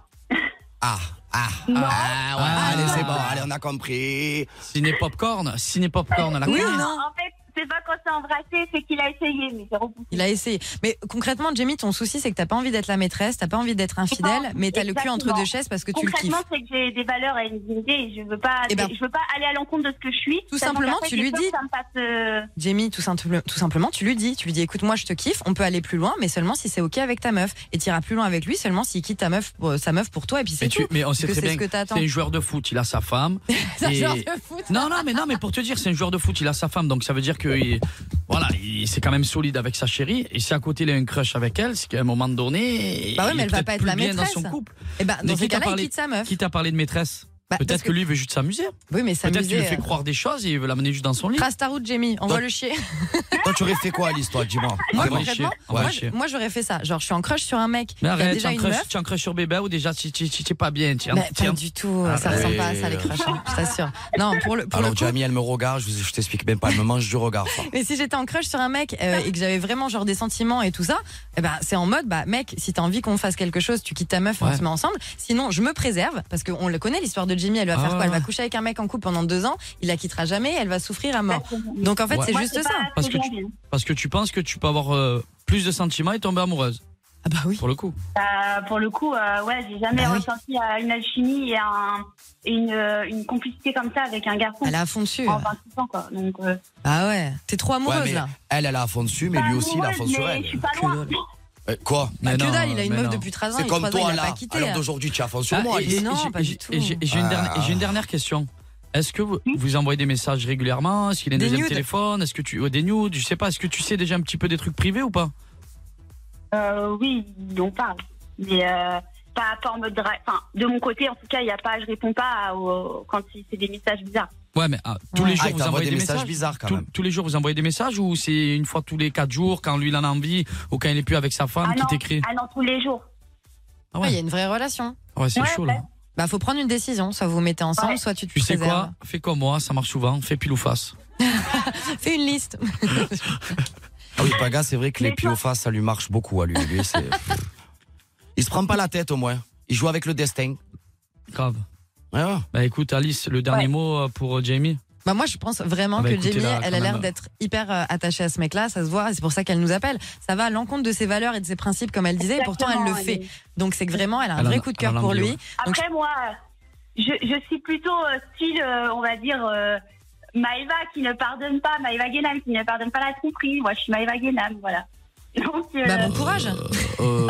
[SPEAKER 6] Ah, ah, ah, ouais, allez, c'est bon, allez, on a compris.
[SPEAKER 4] Ciné popcorn, ciné popcorn, la
[SPEAKER 5] Oui,
[SPEAKER 4] con.
[SPEAKER 5] non.
[SPEAKER 9] en fait, c'est pas quand c'est embrassé, c'est qu'il a essayé, mais c'est repoussé.
[SPEAKER 5] Il a essayé. Mais concrètement, Jamie, ton souci, c'est que t'as pas envie d'être la maîtresse, t'as pas envie d'être infidèle, mais t'as le cul entre
[SPEAKER 9] Exactement.
[SPEAKER 5] deux chaises parce que tu le kiffes.
[SPEAKER 9] Concrètement, c'est que j'ai des valeurs et une dignité et je veux pas,
[SPEAKER 5] Eh ben,
[SPEAKER 9] je veux pas aller à l'encontre de ce que je suis.
[SPEAKER 5] tout
[SPEAKER 9] sachant
[SPEAKER 5] simplement,
[SPEAKER 9] qu'après,
[SPEAKER 5] tu
[SPEAKER 9] j'ai
[SPEAKER 5] lui
[SPEAKER 9] peur
[SPEAKER 5] dis.
[SPEAKER 9] que ça me fasse, euh,
[SPEAKER 5] Jamie, tout, simple- tout simplement, tu lui dis. Tu lui dis, écoute, moi, je te kiffe, on peut aller plus loin, mais seulement si c'est OK avec ta meuf. Et t'iras plus loin avec lui seulement s'il quitte ta meuf, pour- sa meuf pour toi, et puis c'est
[SPEAKER 4] Mais,
[SPEAKER 5] tout.
[SPEAKER 4] tu- mais on
[SPEAKER 5] Parce
[SPEAKER 4] sait
[SPEAKER 5] que
[SPEAKER 4] très
[SPEAKER 5] c'est
[SPEAKER 4] bien
[SPEAKER 5] ce que t'attends.
[SPEAKER 4] c'est un joueur de foot, il a sa femme.
[SPEAKER 5] (laughs) C'est un
[SPEAKER 4] et-
[SPEAKER 5] joueur de foot.
[SPEAKER 4] Non, non, mais non, mais pour te dire, c'est un joueur de foot, il a sa femme, donc ça veut dire que il- voilà, il c'est quand même solide avec sa chérie. Et si à côté il a un crush avec elle, c'est qu'à un moment donné,
[SPEAKER 5] Bah ouais,
[SPEAKER 4] il
[SPEAKER 5] mais
[SPEAKER 4] est
[SPEAKER 5] elle va
[SPEAKER 4] peut-être
[SPEAKER 5] pas être
[SPEAKER 4] plus
[SPEAKER 5] la
[SPEAKER 4] bien
[SPEAKER 5] maîtresse.
[SPEAKER 4] dans son couple.
[SPEAKER 5] Eh ben,
[SPEAKER 4] Mais
[SPEAKER 5] dans ces
[SPEAKER 4] quitte à
[SPEAKER 5] cas-là, il
[SPEAKER 4] parler-
[SPEAKER 5] quitte sa meuf.
[SPEAKER 4] Quitte à parler de maîtresse,
[SPEAKER 5] Bah, parce
[SPEAKER 4] peut-être que...
[SPEAKER 5] que-
[SPEAKER 4] lui il veut juste s'amuser.
[SPEAKER 5] Oui, mais
[SPEAKER 4] Peut-être qu'il lui
[SPEAKER 5] s'amuser,
[SPEAKER 4] fait
[SPEAKER 5] euh,
[SPEAKER 4] croire des choses et il veut l'amener juste dans son lit.
[SPEAKER 5] Trace ta route, Jamie. On
[SPEAKER 4] Donc-
[SPEAKER 5] voit le
[SPEAKER 4] (laughs)
[SPEAKER 5] chier.
[SPEAKER 6] Toi, tu aurais fait quoi à l'histoire, dis-moi
[SPEAKER 5] Moi,
[SPEAKER 6] Vraiment.
[SPEAKER 5] concrètement,
[SPEAKER 4] on va
[SPEAKER 5] moi,
[SPEAKER 4] chier.
[SPEAKER 5] je- moi, j'aurais fait ça. Genre, je suis en crush sur un mec. il
[SPEAKER 4] Mais
[SPEAKER 5] y a
[SPEAKER 4] arrête, tu
[SPEAKER 5] déjà
[SPEAKER 4] en
[SPEAKER 5] une
[SPEAKER 4] crush,
[SPEAKER 5] meuf.
[SPEAKER 4] tu en crush sur bébé ou déjà tu tu- tu- t'es pas bien. tu-
[SPEAKER 5] Bah,
[SPEAKER 4] tu-
[SPEAKER 5] pas du tout.
[SPEAKER 4] Ah,
[SPEAKER 5] ça
[SPEAKER 4] bah,
[SPEAKER 5] ressemble
[SPEAKER 6] oui.
[SPEAKER 5] pas à ça, les crushs. hein, je t'assure. Non, pour le, pour le
[SPEAKER 6] Alors,
[SPEAKER 5] coup,
[SPEAKER 6] Jamie, elle me regarde, je, vous- je t'explique même pas, elle me mange du regard. ça.
[SPEAKER 5] Mais si j'étais en crush sur un mec euh, et que j'avais vraiment genre des sentiments et tout ça, eh ben c'est en mode bah mec, si t'as envie qu'on fasse quelque chose, tu quittes ta meuf et
[SPEAKER 4] Ouais.
[SPEAKER 5] on se met ensemble. Sinon, je me préserve parce qu'on le connaît l'histoire de Jimmy. Elle va
[SPEAKER 4] Ah
[SPEAKER 5] faire
[SPEAKER 4] ouais,
[SPEAKER 5] quoi Elle va
[SPEAKER 4] ouais.
[SPEAKER 5] coucher avec un mec en couple pendant deux ans. Il la quittera jamais. Elle va souffrir à mort. Donc en fait,
[SPEAKER 4] Ouais.
[SPEAKER 5] c'est
[SPEAKER 4] Moi,
[SPEAKER 5] juste
[SPEAKER 9] c'est
[SPEAKER 5] ça.
[SPEAKER 9] pas-
[SPEAKER 4] Parce que, tu,
[SPEAKER 9] c'est bien.
[SPEAKER 4] parce que tu penses que tu peux avoir euh, plus de sentiments et tomber amoureuse.
[SPEAKER 5] Ah bah oui.
[SPEAKER 4] Pour le coup.
[SPEAKER 9] euh, pour le coup, euh, ouais, j'ai jamais
[SPEAKER 5] Bah oui.
[SPEAKER 9] ressenti euh, une alchimie et un- et une, euh, une complicité comme ça avec un garçon.
[SPEAKER 5] Elle a à fond dessus.
[SPEAKER 9] En 26 ans, quoi. Donc, euh,
[SPEAKER 5] Ah ouais. T'es trop
[SPEAKER 6] Ouais,
[SPEAKER 5] amoureuse
[SPEAKER 6] mais
[SPEAKER 5] là.
[SPEAKER 6] elle, elle a à fond dessus, mais lui aussi, il a à fond
[SPEAKER 9] amoureuse,
[SPEAKER 6] sur
[SPEAKER 9] mais
[SPEAKER 6] elle.
[SPEAKER 9] Je suis pas loin.
[SPEAKER 6] Euh, quoi
[SPEAKER 5] Bah, que dalle, il a une meuf depuis 13 ans.
[SPEAKER 6] C'est
[SPEAKER 5] il-
[SPEAKER 6] comme
[SPEAKER 5] trois ans,
[SPEAKER 6] toi,
[SPEAKER 5] il a
[SPEAKER 6] là.
[SPEAKER 5] pas quitté. hein.
[SPEAKER 6] Alors d'aujourd'hui, tu as à fond sur
[SPEAKER 4] Ah,
[SPEAKER 6] moi.
[SPEAKER 4] et-
[SPEAKER 6] ici.
[SPEAKER 4] et-
[SPEAKER 5] non,
[SPEAKER 4] et-
[SPEAKER 5] pas
[SPEAKER 4] et-
[SPEAKER 5] du tout.
[SPEAKER 4] et j'ai- et j'ai une,
[SPEAKER 6] Ah.
[SPEAKER 4] dernière- et j'ai une dernière question. Est-ce que vous, vous envoyez des messages régulièrement Est-ce qu'il a un
[SPEAKER 5] Des
[SPEAKER 4] deuxième
[SPEAKER 5] nudes.
[SPEAKER 4] téléphone Est-ce que tu ouais, des nudes Je sais pas. Est-ce que tu sais déjà un petit peu des trucs privés ou pas
[SPEAKER 9] Euh, oui, on parle. Mais euh, pas, pas en mode dra- Enfin, de mon côté, en tout cas, il y a pas, je réponds pas à- au- quand il- c'est des messages bizarres.
[SPEAKER 4] Ouais, mais ah, tous
[SPEAKER 5] Ouais.
[SPEAKER 4] les jours
[SPEAKER 6] Ah, il
[SPEAKER 4] vous
[SPEAKER 6] t'envoie
[SPEAKER 4] envoyez
[SPEAKER 6] des
[SPEAKER 4] des
[SPEAKER 6] messages
[SPEAKER 4] messages
[SPEAKER 6] bizarres, quand
[SPEAKER 4] Tous-
[SPEAKER 6] même.
[SPEAKER 4] Tous les jours vous envoyez des messages ou c'est une fois tous les 4 jours quand lui il en a envie ou quand il est plus avec sa femme
[SPEAKER 9] ah,
[SPEAKER 4] qui
[SPEAKER 9] non,
[SPEAKER 4] t'écrit
[SPEAKER 9] ah non, tous les jours.
[SPEAKER 4] Ah
[SPEAKER 5] Ouais, Il y a
[SPEAKER 4] ouais, Ah
[SPEAKER 5] une vraie relation.
[SPEAKER 4] ouais c'est
[SPEAKER 9] Ouais,
[SPEAKER 4] chaud là.
[SPEAKER 5] Bah faut prendre une décision. Soit vous vous mettez ensemble,
[SPEAKER 9] Ouais.
[SPEAKER 5] soit tu te
[SPEAKER 4] Tu sais
[SPEAKER 5] préserves.
[SPEAKER 4] quoi Fais comme moi, ça marche souvent. Fais pile ou face.
[SPEAKER 5] (laughs) Fais une liste.
[SPEAKER 6] Ah oui, Paga, c'est vrai que les
[SPEAKER 9] Mais toi-
[SPEAKER 6] piofaces, ça lui marche beaucoup à lui.
[SPEAKER 5] (laughs)
[SPEAKER 6] Lui, c'est- il se prend pas la tête, au moins. Il joue avec le destin.
[SPEAKER 4] Grave.
[SPEAKER 6] Ouais, ouais.
[SPEAKER 4] Bah écoute Alice, le dernier
[SPEAKER 9] Ouais.
[SPEAKER 4] mot euh, pour euh, Jamie.
[SPEAKER 5] Bah moi je pense vraiment
[SPEAKER 4] Ah bah
[SPEAKER 5] que
[SPEAKER 4] écoutez,
[SPEAKER 5] Jamie,
[SPEAKER 4] là, quand
[SPEAKER 5] elle a
[SPEAKER 4] même,
[SPEAKER 5] l'air
[SPEAKER 4] euh,
[SPEAKER 5] d'être hyper euh, attachée à ce mec-là, ça se voit, et c'est pour ça qu'elle nous appelle. Ça va à l'encontre de ses valeurs et de ses principes comme elle disait, et pourtant elle le
[SPEAKER 9] Exactement,
[SPEAKER 5] fait.
[SPEAKER 9] elle est-
[SPEAKER 5] Donc c'est que vraiment elle a un
[SPEAKER 4] Elle en
[SPEAKER 5] vrai
[SPEAKER 4] a-
[SPEAKER 5] coup de
[SPEAKER 4] elle
[SPEAKER 5] cœur
[SPEAKER 4] en a
[SPEAKER 5] pour
[SPEAKER 4] envie,
[SPEAKER 5] lui.
[SPEAKER 4] ouais.
[SPEAKER 5] Donc,
[SPEAKER 9] Après, moi, je, je suis plutôt euh, style, euh, on va dire, euh, Maëva qui ne pardonne pas, Maëva Guénam qui ne pardonne pas la tromperie. Moi, je suis Maëva Guénam, voilà. (laughs) Donc, euh,
[SPEAKER 5] bah bon
[SPEAKER 9] moi,
[SPEAKER 5] courage.
[SPEAKER 4] Euh,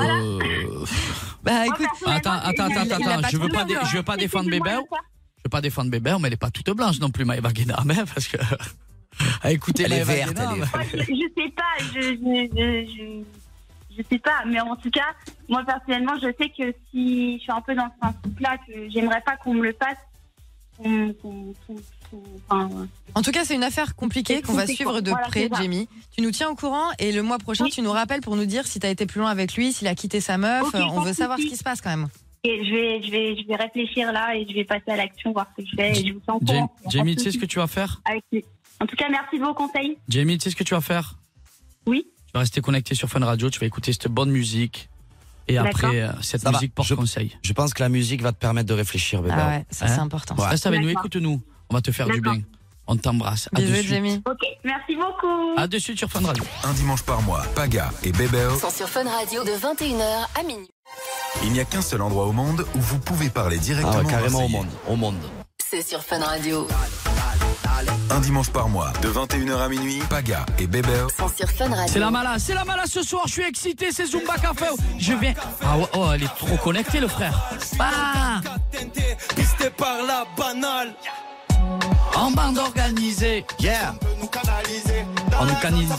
[SPEAKER 5] Bah écoute,
[SPEAKER 9] personnellement,
[SPEAKER 4] Attends,
[SPEAKER 9] il-
[SPEAKER 4] attends,
[SPEAKER 9] il-
[SPEAKER 4] attends,
[SPEAKER 5] il a
[SPEAKER 4] attends,
[SPEAKER 5] pas
[SPEAKER 4] je veux
[SPEAKER 5] trouvé
[SPEAKER 4] pas,
[SPEAKER 5] un
[SPEAKER 4] dé-
[SPEAKER 5] gars.
[SPEAKER 4] je veux pas défendre
[SPEAKER 9] Excusez-moi,
[SPEAKER 4] Bébé.
[SPEAKER 9] Lisa.
[SPEAKER 4] Je veux pas défendre Bébé, mais elle est pas toute blanche non plus, Maëva Guéna, mais parce que. (laughs) Ah, écoutez,
[SPEAKER 6] Elle est
[SPEAKER 4] Maëva
[SPEAKER 6] verte,
[SPEAKER 4] Guéna,
[SPEAKER 6] elle est-
[SPEAKER 4] mais-
[SPEAKER 9] Moi, je, je sais pas, je, je, je, je, je sais pas, mais en tout cas, moi personnellement, je sais que si je suis un peu dans ce principe-là, que j'aimerais pas qu'on me le fasse, qu'on, qu'on, qu'on- qu'on- Ah, enfin,
[SPEAKER 5] en tout cas c'est une affaire compliquée
[SPEAKER 9] C'est
[SPEAKER 5] qu'on va
[SPEAKER 9] compliqué,
[SPEAKER 5] suivre de
[SPEAKER 9] voilà,
[SPEAKER 5] près,
[SPEAKER 9] c'est ça.
[SPEAKER 5] Jamie. Tu nous tiens au courant et le mois prochain
[SPEAKER 9] Oui.
[SPEAKER 5] tu nous rappelles pour nous dire si t'as été plus loin avec lui, s'il a quitté sa meuf.
[SPEAKER 9] Ok,
[SPEAKER 5] Euh, on
[SPEAKER 9] pas
[SPEAKER 5] veut
[SPEAKER 9] de
[SPEAKER 5] savoir ce
[SPEAKER 9] souci.
[SPEAKER 5] qui se passe quand même.
[SPEAKER 9] Et je vais, je vais, je vais réfléchir là et je vais passer à l'action, voir ce que je fais. Et je vous tiens au
[SPEAKER 4] Jamie,
[SPEAKER 9] courant.
[SPEAKER 4] Jamie, tu sais ce que tu vas faire
[SPEAKER 9] Avec lui. En tout cas, merci de
[SPEAKER 10] (laughs)
[SPEAKER 9] vos conseils.
[SPEAKER 4] Jamie, tu sais ce que tu vas faire
[SPEAKER 9] Oui.
[SPEAKER 4] Tu vas rester connecté sur Fun Radio, tu vas écouter cette bonne musique. Et
[SPEAKER 6] D'accord.
[SPEAKER 4] après, euh, cette
[SPEAKER 6] Ça va.
[SPEAKER 4] musique porte conseil. Hein
[SPEAKER 6] Je pense que la musique va te permettre de réfléchir, bébé.
[SPEAKER 5] Ah ouais, ça, c'est important.
[SPEAKER 4] Reste avec nous,
[SPEAKER 5] D'accord.
[SPEAKER 4] écoute-nous. On va te faire du
[SPEAKER 5] D'accord.
[SPEAKER 4] bien. On t'embrasse. À de
[SPEAKER 5] Bisous,
[SPEAKER 4] suite.
[SPEAKER 5] Jamie.
[SPEAKER 9] Ok, merci beaucoup.
[SPEAKER 4] À de suite sur Fun Radio.
[SPEAKER 1] Un dimanche par mois, Paga et
[SPEAKER 6] Ben, oh.
[SPEAKER 1] Bébéo,
[SPEAKER 3] Sont sur Fun Radio de 21h à minuit.
[SPEAKER 1] il n'y a qu'un seul endroit au monde où vous pouvez parler directement
[SPEAKER 6] Ah ouais, carrément au
[SPEAKER 1] marseillais.
[SPEAKER 6] monde, au monde.
[SPEAKER 3] C'est sur Fun Radio.
[SPEAKER 1] Un dimanche par mois, de 21h à minuit, Paga et Bébéo.
[SPEAKER 3] Sont sur Fun Radio.
[SPEAKER 4] C'est la mala, c'est la mala ce soir, je suis excité, c'est Zumba Café. Je viens. Ah ouais, oh, elle est trop connectée, le frère. Ah
[SPEAKER 13] Pisté par la banale.
[SPEAKER 4] En bande organisée.
[SPEAKER 6] Yeah.
[SPEAKER 13] Nous canaliser.
[SPEAKER 4] On nous canise.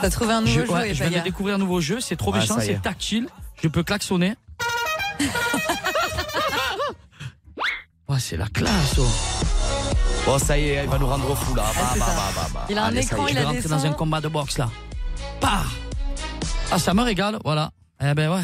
[SPEAKER 5] T'as trouvé un
[SPEAKER 4] Je,
[SPEAKER 5] nouveau jouet,
[SPEAKER 4] ouais, je viens de
[SPEAKER 5] Paga.
[SPEAKER 4] découvrir un nouveau jeu, c'est trop
[SPEAKER 6] Ouais,
[SPEAKER 4] méchant,
[SPEAKER 6] ça y est.
[SPEAKER 4] c'est tactile. Je peux klaxonner. Oh, c'est la classe. oh.
[SPEAKER 6] Bon, ça y est, il va nous rendre fous là. Bah, bah, bah, bah, bah.
[SPEAKER 5] Il a un
[SPEAKER 6] Allez, ça
[SPEAKER 5] écran,
[SPEAKER 6] y est.
[SPEAKER 5] il
[SPEAKER 4] Je
[SPEAKER 5] a
[SPEAKER 4] vais
[SPEAKER 5] des
[SPEAKER 4] rentrer dans
[SPEAKER 5] sons.
[SPEAKER 4] un combat de boxe là. Bah ah, ça me régale, voilà. Eh ben ouais.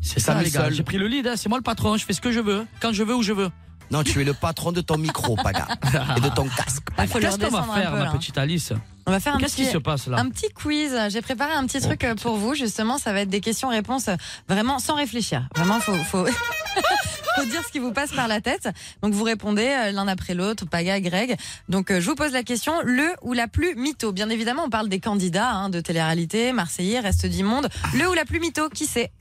[SPEAKER 4] C'est
[SPEAKER 6] Ça
[SPEAKER 4] ça,
[SPEAKER 6] me
[SPEAKER 4] les gars.
[SPEAKER 6] seul.
[SPEAKER 4] J'ai pris le lead, hein, c'est moi le patron, je fais ce que je veux, quand je veux, où je veux.
[SPEAKER 6] Non, tu es le patron de ton micro,
[SPEAKER 4] (laughs)
[SPEAKER 6] Paga. Et de ton casque.
[SPEAKER 5] Ah, faut le
[SPEAKER 4] Qu'est-ce qu'on va
[SPEAKER 5] redescendre un
[SPEAKER 4] faire,
[SPEAKER 5] peu,
[SPEAKER 4] ma
[SPEAKER 5] là.
[SPEAKER 4] petite Alice
[SPEAKER 5] On va faire un
[SPEAKER 4] Qu'est-ce
[SPEAKER 5] petit,
[SPEAKER 4] qui se passe là
[SPEAKER 5] un petit quiz. J'ai préparé un petit truc euh, pour vous. Justement, ça va être des questions-réponses euh, vraiment sans réfléchir. Vraiment, faut, faut, (laughs) faut dire ce qui vous passe par la tête. Donc, vous répondez euh, l'un après l'autre, Paga, Greg. Donc, euh, je vous pose la question, le ou la plus mytho. Bien évidemment, on parle des candidats hein, de télé-réalité, Marseillais, Reste d'immonde. Le ou la plus mytho, qui c'est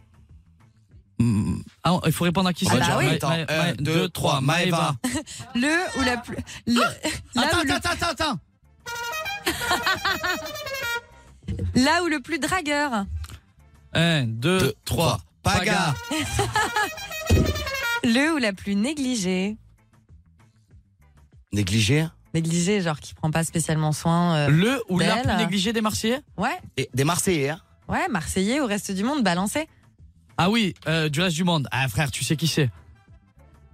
[SPEAKER 4] Hmm. Ah, il faut répondre à qui
[SPEAKER 6] On
[SPEAKER 4] c'est
[SPEAKER 6] va dire en
[SPEAKER 4] Ma-
[SPEAKER 6] même temps.
[SPEAKER 4] Ma- Ma-
[SPEAKER 6] bah Un, deux,
[SPEAKER 4] deux, trois,
[SPEAKER 6] trois, Maëva.
[SPEAKER 4] Maëva.
[SPEAKER 5] Le ou la plus... le- (laughs) là, où
[SPEAKER 4] Ah Attends,
[SPEAKER 5] le,
[SPEAKER 4] attends, attends, attends.
[SPEAKER 5] (laughs) là où le plus dragueur.
[SPEAKER 4] Un, deux,
[SPEAKER 6] Deux,
[SPEAKER 4] trois,
[SPEAKER 6] trois, Paga.
[SPEAKER 4] Paga.
[SPEAKER 5] Le ou la plus négligée.
[SPEAKER 6] Négligé. hein
[SPEAKER 5] Négligée, genre qui prend pas spécialement soin. euh,
[SPEAKER 4] Le ou la
[SPEAKER 5] Belle.
[SPEAKER 4] plus négligée des Marseillais
[SPEAKER 5] Ouais,
[SPEAKER 6] Et des Marseillais. hein.
[SPEAKER 5] ouais, Marseillais au reste du monde, balancé.
[SPEAKER 4] Ah oui, euh, du reste du monde. Ah frère, tu sais qui c'est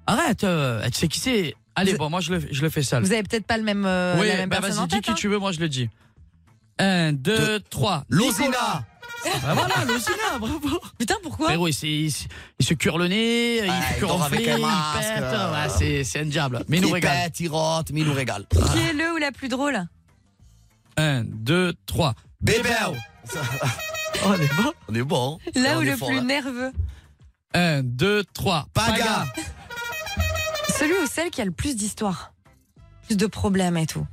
[SPEAKER 4] Arrête, euh, tu sais qui c'est Allez,
[SPEAKER 5] Vous-
[SPEAKER 4] bon, moi je le, je le fais seul.
[SPEAKER 5] Vous avez peut-être pas le même. euh,
[SPEAKER 4] oui,
[SPEAKER 5] la même
[SPEAKER 4] bah
[SPEAKER 5] personne
[SPEAKER 4] vas-y,
[SPEAKER 5] en
[SPEAKER 4] dis
[SPEAKER 5] tête,
[SPEAKER 4] qui
[SPEAKER 5] hein.
[SPEAKER 4] tu veux, moi je le dis. Un, deux, trois.
[SPEAKER 6] Lozina.
[SPEAKER 4] Bah voilà, Lozina, (laughs) bravo
[SPEAKER 5] Putain, pourquoi
[SPEAKER 4] Frérot, il, se- il se- il se cure le nez, il
[SPEAKER 6] Ah,
[SPEAKER 4] se
[SPEAKER 6] il
[SPEAKER 4] cure
[SPEAKER 6] dort
[SPEAKER 4] enflé,
[SPEAKER 6] avec
[SPEAKER 4] il
[SPEAKER 6] un
[SPEAKER 4] pète.
[SPEAKER 6] masque, euh.
[SPEAKER 4] ouais, Ah, c'est- c'est un diable. Mais il nous
[SPEAKER 6] Il
[SPEAKER 4] régale.
[SPEAKER 6] pète, il rote, mais il nous régale.
[SPEAKER 5] Qui est le ou la plus drôle
[SPEAKER 4] Un, deux, trois.
[SPEAKER 6] Bébéo.
[SPEAKER 4] Oh, elle est bonne.
[SPEAKER 6] On est bon.
[SPEAKER 5] Là
[SPEAKER 6] On
[SPEAKER 5] où
[SPEAKER 6] est
[SPEAKER 5] le
[SPEAKER 6] fort,
[SPEAKER 5] plus
[SPEAKER 6] hein.
[SPEAKER 5] nerveux
[SPEAKER 4] Un, deux, trois.
[SPEAKER 6] Paga.
[SPEAKER 5] Celui ou celle qui a le plus d'histoire Plus de problèmes et tout.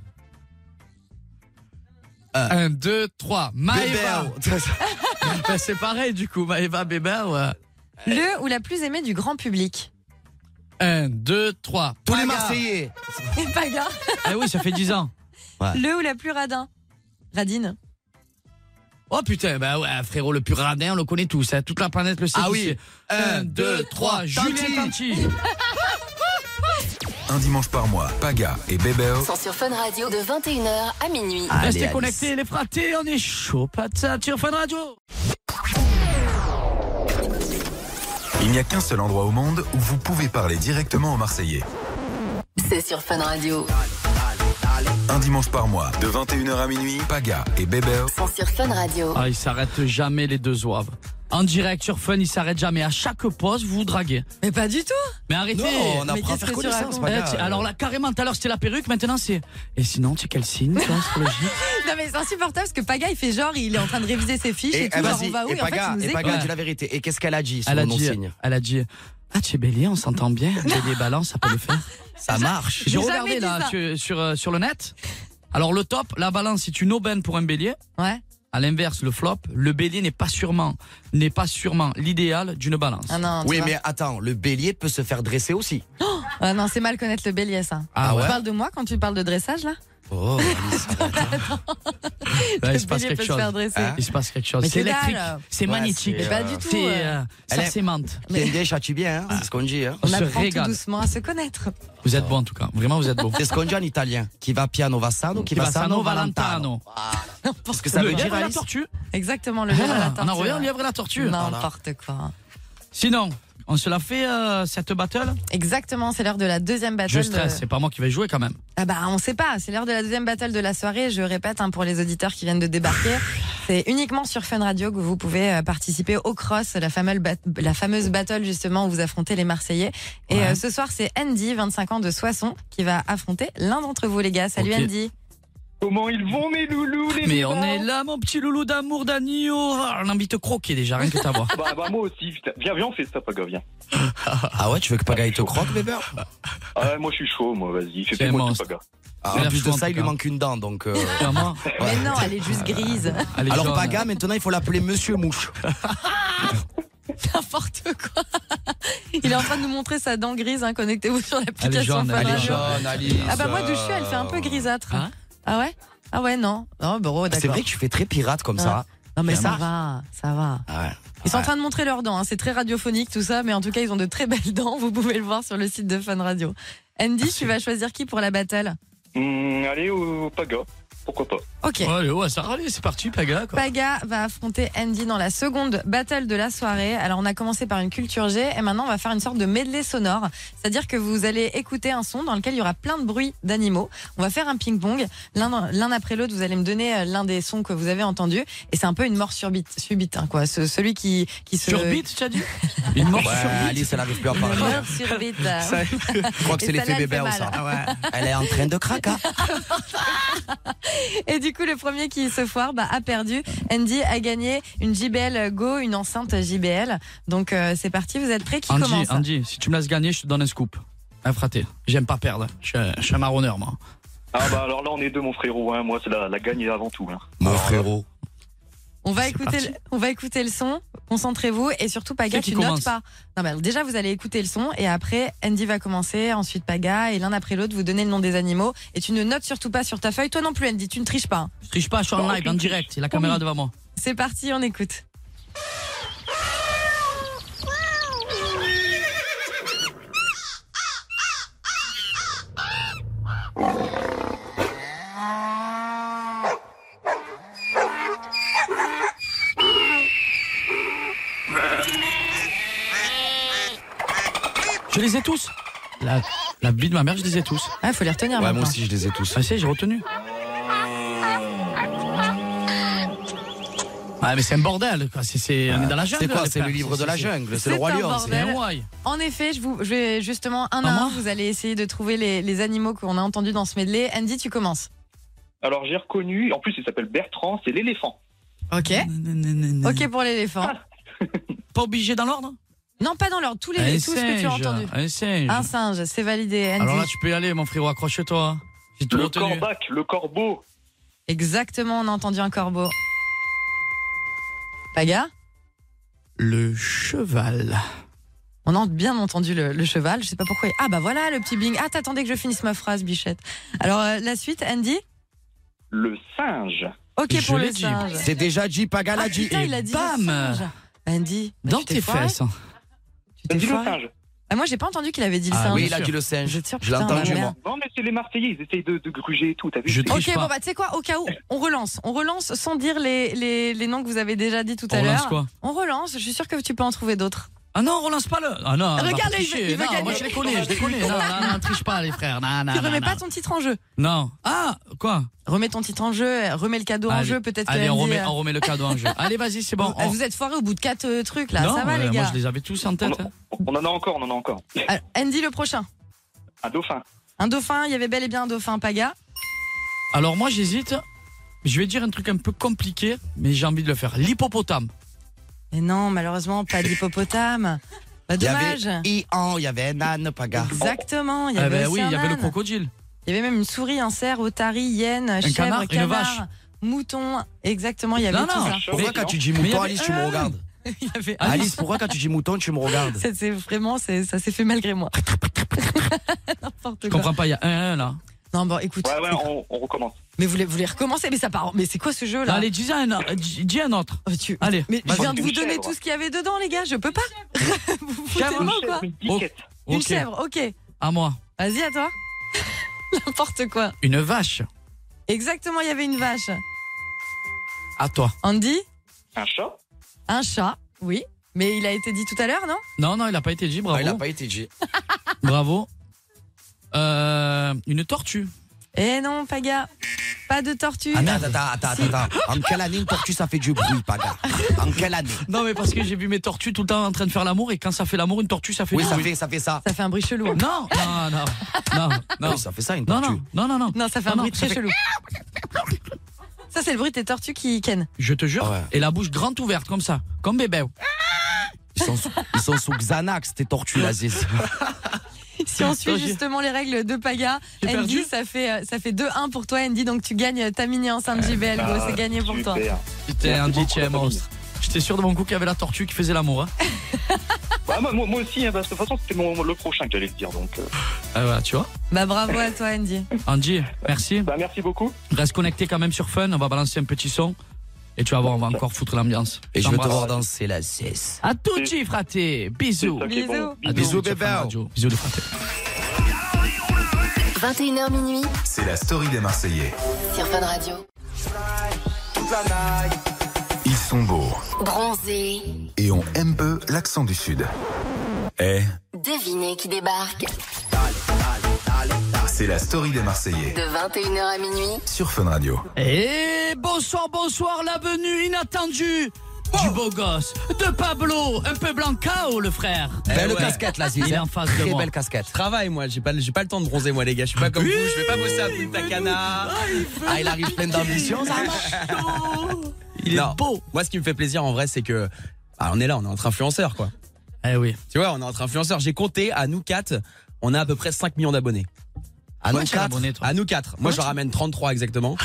[SPEAKER 6] Euh.
[SPEAKER 4] Un, deux, trois. Maëva. (laughs)
[SPEAKER 6] Bébéo.
[SPEAKER 4] Bah, c'est pareil, du coup. Maëva, Bébert, ouais. Eh.
[SPEAKER 5] Le ou la plus aimée du grand public (laughs)
[SPEAKER 4] Un, deux, trois.
[SPEAKER 6] Tous les
[SPEAKER 4] Paga.
[SPEAKER 6] Marseillais.
[SPEAKER 5] Et Paga
[SPEAKER 4] Eh oui, ça fait dix ans.
[SPEAKER 5] Le ou la plus radin Radine
[SPEAKER 4] Oh putain, bah ouais, frérot, le plus radin, on le connaît tous. hein. Toute la planète le sait.
[SPEAKER 6] Ah
[SPEAKER 4] qui
[SPEAKER 6] oui.
[SPEAKER 4] c'est. Un, deux, trois. Julien Tanti.
[SPEAKER 1] Un dimanche par mois, Paga et Bébéo.
[SPEAKER 3] Sont sur Fun Radio de 21h à minuit.
[SPEAKER 6] Allez,
[SPEAKER 4] Restez
[SPEAKER 6] Alice.
[SPEAKER 4] connectés, les fratés, on est chaud patate sur Fun Radio.
[SPEAKER 1] Il n'y a qu'un seul endroit au monde où vous pouvez parler directement aux Marseillais.
[SPEAKER 3] C'est sur Fun Radio.
[SPEAKER 1] Un dimanche par mois, de 21h à minuit, Paga et Bébéo.
[SPEAKER 3] Sont sur Fun Radio.
[SPEAKER 4] Ah, ils s'arrêtent jamais, les deux zouaves. En direct sur Fun, ils s'arrêtent jamais. À chaque pause, vous vous draguez.
[SPEAKER 5] Mais pas du tout
[SPEAKER 4] Mais arrêtez
[SPEAKER 6] Non, on apprend à
[SPEAKER 5] qu'est-ce
[SPEAKER 6] faire
[SPEAKER 5] que tu
[SPEAKER 6] connaissance,
[SPEAKER 5] racontes
[SPEAKER 4] Eh,
[SPEAKER 6] Paga.
[SPEAKER 4] tu- alors là, carrément, tout à l'heure c'était la perruque, maintenant c'est. Et sinon, c'est quel signe, toi,
[SPEAKER 5] (laughs)
[SPEAKER 4] astrologie
[SPEAKER 5] Non mais c'est insupportable parce que Paga il fait genre il est en train de réviser ses fiches et,
[SPEAKER 6] eh,
[SPEAKER 5] tout, genre
[SPEAKER 6] vas-y,
[SPEAKER 5] on va où
[SPEAKER 6] et
[SPEAKER 5] et, en fait
[SPEAKER 6] Paga,
[SPEAKER 5] il nous
[SPEAKER 6] et
[SPEAKER 5] écoute.
[SPEAKER 6] Paga,
[SPEAKER 4] Ouais.
[SPEAKER 5] (gasps)
[SPEAKER 6] dis la vérité. Et qu'est-ce qu'elle a dit sur
[SPEAKER 4] elle a,
[SPEAKER 6] nos
[SPEAKER 4] dit, euh,
[SPEAKER 6] signes
[SPEAKER 4] elle a dit Ah, tu es bélier, on
[SPEAKER 5] (laughs)
[SPEAKER 4] s'entend bien. Bélier balance, ça peut le faire.
[SPEAKER 6] Ça marche.
[SPEAKER 4] J'ai
[SPEAKER 5] jamais
[SPEAKER 4] regardé
[SPEAKER 5] dit
[SPEAKER 4] là
[SPEAKER 5] ça.
[SPEAKER 4] sur, sur, euh, sur le net. Alors le top, la balance, c'est une aubaine pour un bélier.
[SPEAKER 5] Ouais,
[SPEAKER 4] À l'inverse, le flop, le bélier n'est pas sûrement, n'est pas sûrement l'idéal d'une balance.
[SPEAKER 5] ah non, tu
[SPEAKER 6] Oui,
[SPEAKER 5] vois.
[SPEAKER 6] mais attends, le bélier peut se faire dresser aussi.
[SPEAKER 5] Ah non, c'est mal connaître le bélier ça.
[SPEAKER 4] Ah
[SPEAKER 5] tu
[SPEAKER 4] ouais
[SPEAKER 5] parles de moi quand tu parles de dressage là
[SPEAKER 4] (laughs)
[SPEAKER 6] Oh, Alice,
[SPEAKER 4] Ouais,
[SPEAKER 5] Le
[SPEAKER 4] il se passe
[SPEAKER 5] bélier
[SPEAKER 4] quelque
[SPEAKER 5] peut se
[SPEAKER 4] chose.
[SPEAKER 5] faire dresser.
[SPEAKER 6] Hein
[SPEAKER 4] Il se passe quelque chose.
[SPEAKER 5] Mais
[SPEAKER 4] C'est
[SPEAKER 5] que dalle.
[SPEAKER 4] électrique, c'est
[SPEAKER 6] Ouais,
[SPEAKER 4] magnétique.
[SPEAKER 5] Mais
[SPEAKER 6] c'est,
[SPEAKER 5] pas du tout.
[SPEAKER 4] C'est,
[SPEAKER 5] euh,
[SPEAKER 4] euh,
[SPEAKER 6] Elle
[SPEAKER 4] ça
[SPEAKER 6] est-
[SPEAKER 4] sémente.
[SPEAKER 5] Mais-
[SPEAKER 6] T'es bien, châtie bien, hein c'est ce qu'on dit. Hein
[SPEAKER 4] On
[SPEAKER 5] On,
[SPEAKER 4] se
[SPEAKER 5] apprend tout
[SPEAKER 4] régale.
[SPEAKER 5] doucement à se connaître. (laughs)
[SPEAKER 4] Vous êtes bon en tout cas. Vraiment, vous êtes bon.
[SPEAKER 6] C'est ce qu'on dit en italien. Qui va piano va sano, qui, va sano valentano. Parce que ça
[SPEAKER 4] Le
[SPEAKER 6] veut dire,
[SPEAKER 4] lièvre et la
[SPEAKER 6] Alice
[SPEAKER 4] tortue.
[SPEAKER 5] Exactement, le lièvre à la
[SPEAKER 4] Ah, on en
[SPEAKER 5] tortue,
[SPEAKER 4] revient au
[SPEAKER 5] ouais.
[SPEAKER 4] lièvre et la tortue.
[SPEAKER 5] N'importe quoi.
[SPEAKER 4] Sinon, on se la fait euh, cette battle
[SPEAKER 5] Exactement, c'est l'heure de la deuxième battle.
[SPEAKER 4] Je
[SPEAKER 5] de-
[SPEAKER 4] stresse, c'est pas moi qui vais jouer quand même.
[SPEAKER 5] Ah bah on sait pas, c'est l'heure de la deuxième battle de la soirée. Je répète hein, pour les auditeurs qui viennent de débarquer. C'est uniquement sur Fun Radio que vous pouvez euh, participer au cross, la fameuse, bat- la fameuse battle justement où vous affrontez les Marseillais. Et
[SPEAKER 4] Ouais.
[SPEAKER 5] euh, ce soir, c'est Andy, 25 ans de Soissons, qui va affronter l'un d'entre vous, les gars. Salut
[SPEAKER 4] Ok.
[SPEAKER 5] Andy.
[SPEAKER 4] Comment ils vont mes loulous
[SPEAKER 5] les
[SPEAKER 4] Mais on
[SPEAKER 5] copains
[SPEAKER 4] est là mon petit loulou d'amour d'agneau Ah, On a envie de te croquer déjà, rien que t'avoir.
[SPEAKER 12] (laughs) bah, bah, moi aussi, putain. Viens, viens, on fait ça, Paga, viens.
[SPEAKER 6] Ah ouais, tu veux que Paga il te croque, bébé
[SPEAKER 12] Ah, moi, je suis chaud, moi, vas-y.
[SPEAKER 6] C'est
[SPEAKER 12] Fais moi
[SPEAKER 6] monstre.
[SPEAKER 12] Paga.
[SPEAKER 6] Ah,
[SPEAKER 12] Il a
[SPEAKER 6] En
[SPEAKER 12] l'air
[SPEAKER 6] plus
[SPEAKER 12] chaud,
[SPEAKER 6] de
[SPEAKER 12] en
[SPEAKER 6] ça,
[SPEAKER 12] tout
[SPEAKER 6] il lui
[SPEAKER 12] cas.
[SPEAKER 6] manque une dent, donc. euh,
[SPEAKER 5] (laughs) Mais non, elle est juste grise.
[SPEAKER 6] (laughs) Elle est Alors
[SPEAKER 5] jaune.
[SPEAKER 6] Paga, maintenant il faut l'appeler Monsieur Mouche.
[SPEAKER 5] N'importe quoi. Il est en train de nous montrer sa dent grise. hein. Connectez-vous sur
[SPEAKER 6] Elle est
[SPEAKER 5] l'application
[SPEAKER 6] jaune,
[SPEAKER 5] Fun
[SPEAKER 6] elle est
[SPEAKER 5] Radio.
[SPEAKER 6] jaune, Alice. Hein
[SPEAKER 5] Ah bah moi, de chou, elle fait un peu grisâtre. ah ouais Ah ouais, non. Non, bon, d'accord.
[SPEAKER 6] Ah, C'est vrai que tu fais très pirate comme ça.
[SPEAKER 5] Ouais. Non mais ça,
[SPEAKER 6] Vraiment.
[SPEAKER 5] va, ça va.
[SPEAKER 6] Ah ouais.
[SPEAKER 5] Ils sont en train de montrer leurs dents, hein. c'est très radiophonique tout ça, mais en tout cas ils ont de très belles (laughs) dents, vous pouvez le voir sur le site de Fun Radio. Andy, tu vas choisir qui pour la battle
[SPEAKER 12] Hum, allez, au Paga. Pourquoi pas
[SPEAKER 5] Ok.
[SPEAKER 4] Allez, ouais, ça, allez, c'est parti, Paga. Quoi.
[SPEAKER 5] Paga va affronter Andy dans la seconde battle de la soirée. Alors on a commencé par une culture G et maintenant on va faire une sorte de medley sonore. C'est-à-dire que vous allez écouter un son dans lequel il y aura plein de bruits d'animaux. On va faire un ping-pong. L'un dans- l'un après l'autre, vous allez me donner euh, l'un des sons que vous avez entendu. Et c'est un peu une mort subite, subite hein, quoi. Ce- celui qui, qui se...
[SPEAKER 4] Surbite, tu as dit Une mort
[SPEAKER 6] Ouais,
[SPEAKER 4] surbite.
[SPEAKER 6] Alice, elle arrive
[SPEAKER 5] (laughs)
[SPEAKER 6] plus à parler.
[SPEAKER 5] Mort subite.
[SPEAKER 6] (laughs)
[SPEAKER 5] (laughs)
[SPEAKER 6] Ça- Je crois que
[SPEAKER 5] Et
[SPEAKER 6] c'est l'effet
[SPEAKER 5] celle-là, elle
[SPEAKER 6] bébé
[SPEAKER 5] fait
[SPEAKER 6] ça.
[SPEAKER 5] mal. (laughs)
[SPEAKER 6] Elle est en train de craquer.
[SPEAKER 5] Et du coup, le premier qui se foire bah, a perdu. Andy a gagné une JBL Go, une enceinte JBL. Donc euh, c'est parti, vous êtes prêts Qui
[SPEAKER 4] Andy,
[SPEAKER 5] commence hein.
[SPEAKER 4] Andy, si tu me laisses gagner, je te donne un scoop. Un fraté. J'aime pas perdre. Je suis un- je suis un marronneur, moi.
[SPEAKER 12] Ah, bah, alors là, on est deux, mon frérot. Hein. Moi, c'est la, la gagne avant tout. Hein.
[SPEAKER 6] Mon frérot.
[SPEAKER 5] On va, écouter
[SPEAKER 12] parti.
[SPEAKER 5] le, on va écouter le son, concentrez-vous et surtout Paga,
[SPEAKER 4] C'est qui
[SPEAKER 5] tu notes
[SPEAKER 4] commence
[SPEAKER 5] pas. Non, mais alors, déjà, vous allez écouter le son et après Andy va commencer, ensuite Paga et l'un après l'autre, vous donnez le nom des animaux et tu ne notes surtout pas sur ta feuille. Toi non plus, Andy, tu ne triches pas. hein.
[SPEAKER 4] Je triche pas, je suis en live, en direct. Il y a la caméra devant moi.
[SPEAKER 5] C'est parti, on écoute.
[SPEAKER 4] Je les ai tous. La, la vie de ma mère, je les ai tous.
[SPEAKER 5] Ah, faut les retenir
[SPEAKER 6] Ouais, moi aussi, je les ai tous.
[SPEAKER 4] Ah, si, j'ai retenu. Ah, mais c'est un bordel. quoi. C'est, c'est- on est dans la jungle.
[SPEAKER 6] C'est quoi,
[SPEAKER 4] les
[SPEAKER 6] c'est le
[SPEAKER 4] frères.
[SPEAKER 6] livre de la jungle, c'est le roi
[SPEAKER 5] un
[SPEAKER 6] lion. c'est-
[SPEAKER 5] bordel. En effet, je, vous, je vais justement un à un, vous allez essayer de trouver les, les animaux qu'on a entendus dans ce medley. Andy, tu commences.
[SPEAKER 12] Alors, j'ai reconnu, en plus, il s'appelle Bertrand, c'est l'éléphant.
[SPEAKER 5] Ok. Ok pour l'éléphant.
[SPEAKER 4] Pas obligé dans l'ordre
[SPEAKER 5] Non, pas dans l'ordre. Tous les
[SPEAKER 4] Un
[SPEAKER 5] tout ce que tu as
[SPEAKER 4] singe,
[SPEAKER 5] entendu.
[SPEAKER 4] Un singe.
[SPEAKER 5] Un singe, c'est validé, Andy.
[SPEAKER 4] Alors là, tu peux y aller, mon frérot, accroche-toi. hein. J'ai tout
[SPEAKER 12] Le
[SPEAKER 4] retenu.
[SPEAKER 12] corbac, le corbeau.
[SPEAKER 5] Exactement, on a entendu un corbeau. Paga
[SPEAKER 4] Le cheval.
[SPEAKER 5] On a bien entendu le, le cheval. Je sais pas pourquoi. Ah bah voilà, le petit bing. Ah, t'attendais que je finisse ma phrase, bichette. Alors euh, la suite, Andy
[SPEAKER 12] Le singe.
[SPEAKER 5] Ok Je pour le l'ai dit. singe.
[SPEAKER 6] C'est déjà dit, Paga l'a
[SPEAKER 5] Ah,
[SPEAKER 6] dit.
[SPEAKER 5] putain, il a dit le singe. Andy, bah,
[SPEAKER 6] Dans
[SPEAKER 5] tu t'es
[SPEAKER 6] tes
[SPEAKER 5] foiré.
[SPEAKER 6] fesses. hein.
[SPEAKER 5] Tu t'es
[SPEAKER 12] Dis le
[SPEAKER 5] foiré.
[SPEAKER 12] singe.
[SPEAKER 5] Ah, moi, j'ai pas entendu qu'il avait dit le
[SPEAKER 6] Ah
[SPEAKER 5] singe.
[SPEAKER 6] oui, il a dit le singe.
[SPEAKER 5] Je, te jure,
[SPEAKER 6] Je l'ai
[SPEAKER 5] putain,
[SPEAKER 6] entendu,
[SPEAKER 5] ma
[SPEAKER 6] moi.
[SPEAKER 5] mère.
[SPEAKER 12] Non, mais c'est les Marseillais, ils essayent de, de gruger et tout, t'as vu c'est-
[SPEAKER 5] Ok, bon, bah, tu sais quoi, au cas où, on relance. On relance sans dire les, les, les noms que vous avez déjà dit tout
[SPEAKER 4] On
[SPEAKER 5] à
[SPEAKER 4] relance
[SPEAKER 5] l'heure.
[SPEAKER 4] quoi
[SPEAKER 5] On relance, je suis sûr que tu peux en trouver d'autres.
[SPEAKER 4] Ah non, on relance pas le. Ah non, on va pas
[SPEAKER 5] Regarde, là, il
[SPEAKER 4] tricher.
[SPEAKER 5] veut- il veut
[SPEAKER 4] Non, Moi,
[SPEAKER 5] gagner.
[SPEAKER 4] je déconne, je déconne. Non, non, non, triche pas, les frères. Non, non,
[SPEAKER 5] tu (laughs)
[SPEAKER 4] non,
[SPEAKER 5] remets
[SPEAKER 4] non.
[SPEAKER 5] pas ton titre en jeu.
[SPEAKER 4] Non. Ah, quoi
[SPEAKER 5] Remets ton titre en jeu, remets le cadeau en
[SPEAKER 4] Allez,
[SPEAKER 5] jeu, peut-être que
[SPEAKER 4] Allez, on
[SPEAKER 5] Andy,
[SPEAKER 4] remet,
[SPEAKER 5] euh,
[SPEAKER 4] on remet le
[SPEAKER 5] (laughs)
[SPEAKER 4] cadeau en jeu. Allez, vas-y, c'est bon.
[SPEAKER 5] vous-
[SPEAKER 4] on-
[SPEAKER 5] Vous êtes foiré au bout de quatre euh, trucs là,
[SPEAKER 4] Non,
[SPEAKER 5] ça va
[SPEAKER 4] ouais,
[SPEAKER 5] les
[SPEAKER 4] Moi,
[SPEAKER 5] gars.
[SPEAKER 4] je les avais tous en tête. hein.
[SPEAKER 12] On en a encore, on en a encore.
[SPEAKER 5] Ah, Andy le prochain.
[SPEAKER 12] Un dauphin.
[SPEAKER 5] Un dauphin, il y avait bel et bien un dauphin, Paga.
[SPEAKER 4] Alors, moi, j'hésite. Je vais dire un truc un peu compliqué, mais j'ai envie de le faire. L'hippopotame.
[SPEAKER 5] Mais non, malheureusement, pas
[SPEAKER 6] (laughs)
[SPEAKER 5] d'hippopotame. Bah,
[SPEAKER 6] Il y
[SPEAKER 5] dommage.
[SPEAKER 6] avait Ian, Oh, il y avait un âne, Paga.
[SPEAKER 5] Exactement, il y
[SPEAKER 4] Ah
[SPEAKER 5] avait
[SPEAKER 4] ben
[SPEAKER 5] aussi
[SPEAKER 4] oui,
[SPEAKER 5] un
[SPEAKER 4] il y avait le
[SPEAKER 5] âne.
[SPEAKER 4] crocodile.
[SPEAKER 5] Il y avait même une souris, un cerf, otari, hyène, chèvre,
[SPEAKER 4] canard, une vache.
[SPEAKER 5] mouton. Exactement, il y avait
[SPEAKER 4] Non,
[SPEAKER 5] tout
[SPEAKER 4] non,
[SPEAKER 5] ça.
[SPEAKER 6] Pourquoi
[SPEAKER 4] Mais-
[SPEAKER 6] quand tu dis
[SPEAKER 4] mais il y
[SPEAKER 6] mouton,
[SPEAKER 4] avait-
[SPEAKER 6] Alice, tu me
[SPEAKER 4] Ah
[SPEAKER 6] regardes
[SPEAKER 5] (laughs) Il y avait
[SPEAKER 6] Alice, pourquoi quand tu dis mouton, tu me
[SPEAKER 8] (laughs)
[SPEAKER 6] regardes
[SPEAKER 5] Ça, (laughs) C'est (laughs) vraiment, c'est- ça s'est fait malgré moi. N'importe
[SPEAKER 4] Je
[SPEAKER 5] quoi.
[SPEAKER 4] comprends pas, il y a un, un là.
[SPEAKER 5] Non, bon, écoute.
[SPEAKER 12] Ouais, ouais, on, on recommence.
[SPEAKER 5] Mais vous les, vous les recommencez, mais ça part. en- Mais c'est quoi ce jeu
[SPEAKER 4] Non,
[SPEAKER 5] là
[SPEAKER 4] allez, dis un, euh, dis dis un autre. Allez,
[SPEAKER 5] Oh, Mais je
[SPEAKER 4] vas-y.
[SPEAKER 5] viens de vous
[SPEAKER 12] Une
[SPEAKER 5] donner
[SPEAKER 12] chèvre.
[SPEAKER 5] tout ce qu'il y avait dedans, les gars. Je peux pas. (laughs) vous vous foutez de
[SPEAKER 4] Chèvre,
[SPEAKER 5] moi ou quoi
[SPEAKER 12] piquette.
[SPEAKER 5] Une
[SPEAKER 4] Ok,
[SPEAKER 5] chèvre, ok.
[SPEAKER 4] À moi.
[SPEAKER 5] Vas-y, à toi. (laughs) N'importe quoi.
[SPEAKER 4] Une vache.
[SPEAKER 5] Exactement, il y avait une vache.
[SPEAKER 4] À toi.
[SPEAKER 5] Andy,
[SPEAKER 12] Un chat.
[SPEAKER 5] un chat, oui. Mais il a été dit tout à l'heure, non
[SPEAKER 4] Non, non, il a pas été dit, bravo.
[SPEAKER 6] Il a pas été dit.
[SPEAKER 4] Bravo. Euh, une tortue.
[SPEAKER 5] Eh non, Paga, pas de tortue.
[SPEAKER 6] Ah, Attends, attends, attends, attends. En quelle année une tortue ça fait du bruit, Paga En quelle année
[SPEAKER 4] Non, mais parce que j'ai vu mes tortues tout le temps en train de faire l'amour et quand ça fait l'amour, une tortue ça fait
[SPEAKER 6] Oui,
[SPEAKER 4] du
[SPEAKER 6] ça
[SPEAKER 4] bruit.
[SPEAKER 6] fait, ça fait ça.
[SPEAKER 5] Ça fait un bruit chelou. hein.
[SPEAKER 4] Non, non, non, non, non.
[SPEAKER 6] Oui, ça fait ça une
[SPEAKER 4] Non,
[SPEAKER 6] tortue.
[SPEAKER 4] non, non, non.
[SPEAKER 5] Non, ça fait un
[SPEAKER 4] Non, non,
[SPEAKER 5] bruit
[SPEAKER 4] ça
[SPEAKER 5] très
[SPEAKER 4] fait-
[SPEAKER 5] chelou. Ça, c'est le bruit des tortues qui ken.
[SPEAKER 4] Je te
[SPEAKER 6] Ah
[SPEAKER 4] jure. Et la bouche grande ouverte, comme ça, comme bébé.
[SPEAKER 6] Ils sont, sous- ils sont sous Xanax, tes tortues, là, Ziz.
[SPEAKER 5] Si on suit
[SPEAKER 6] J'ai-
[SPEAKER 5] justement les règles de Paga,
[SPEAKER 6] J'ai
[SPEAKER 5] Andy,
[SPEAKER 6] perdu
[SPEAKER 5] ça fait, euh, ça fait 2-1 pour toi, Andy. Donc, tu gagnes ta mini enceinte JBL, gros.
[SPEAKER 6] bah,
[SPEAKER 5] C'est gagné pour toi.
[SPEAKER 4] J'étais un DJ monstre. J'étais sûr de mon coup qu'il y avait la tortue qui faisait l'amour. hein.
[SPEAKER 12] Ouais, moi, moi- moi aussi, hein, parce que de toute façon, c'était mon- le prochain que j'allais te dire. Donc, euh.
[SPEAKER 4] Ah, voilà, tu vois.
[SPEAKER 5] Bah, bravo à toi, Andy.
[SPEAKER 4] Angie, merci.
[SPEAKER 12] Bah, merci beaucoup.
[SPEAKER 4] Reste connecté quand même sur Fun. On va balancer un petit son. Et tu vas voir, on va encore foutre l'ambiance.
[SPEAKER 6] Et je veux te
[SPEAKER 4] T'embrasse.
[SPEAKER 6] voir danser la cesse.
[SPEAKER 4] À tout de fraté. Bisous.
[SPEAKER 6] C'est ça qui est bon.
[SPEAKER 4] À demain,
[SPEAKER 6] Bisous,
[SPEAKER 4] sur Fun
[SPEAKER 6] bébé.
[SPEAKER 4] Radio. Bisous, les fratés.
[SPEAKER 3] 21h minuit
[SPEAKER 1] C'est la story des Marseillais.
[SPEAKER 3] sur Fun Radio.
[SPEAKER 1] Ils sont beaux
[SPEAKER 3] Bronzé,
[SPEAKER 1] et on aime peu l'accent du Sud. Eh,
[SPEAKER 3] devinez qui débarque
[SPEAKER 1] c'est la story des Marseillais
[SPEAKER 3] de 21h à minuit
[SPEAKER 1] sur Fun Radio.
[SPEAKER 4] Et Eh, bonsoir, bonsoir, la venue inattendue du beau gosse, de Pablo, un peu blanc KO, le frère.
[SPEAKER 15] Belle
[SPEAKER 4] Eh ouais.
[SPEAKER 15] casquette là, Ziz.
[SPEAKER 4] Il est en face
[SPEAKER 15] Très
[SPEAKER 4] de moi.
[SPEAKER 15] belle casquette. Travail, moi, j'ai pas, j'ai pas le temps de bronzer, moi, les gars. Je suis pas comme vous, je vais pas bosser à Punta Cana. Ah, il arrive plein d'ambition, ça
[SPEAKER 4] Il
[SPEAKER 15] est beau. Moi, ce qui me fait plaisir en vrai, c'est que. Ah, on est là, on est entre influenceurs, quoi.
[SPEAKER 4] Eh oui.
[SPEAKER 15] Tu vois, on est entre influenceurs. J'ai compté, à nous quatre, on a à peu près 5 millions d'abonnés. À nous,
[SPEAKER 4] Combien t'as
[SPEAKER 15] quatre,
[SPEAKER 4] d'abonnés, toi
[SPEAKER 15] à nous quatre. Moi, j'en ramène 33
[SPEAKER 4] (laughs)
[SPEAKER 15] exactement.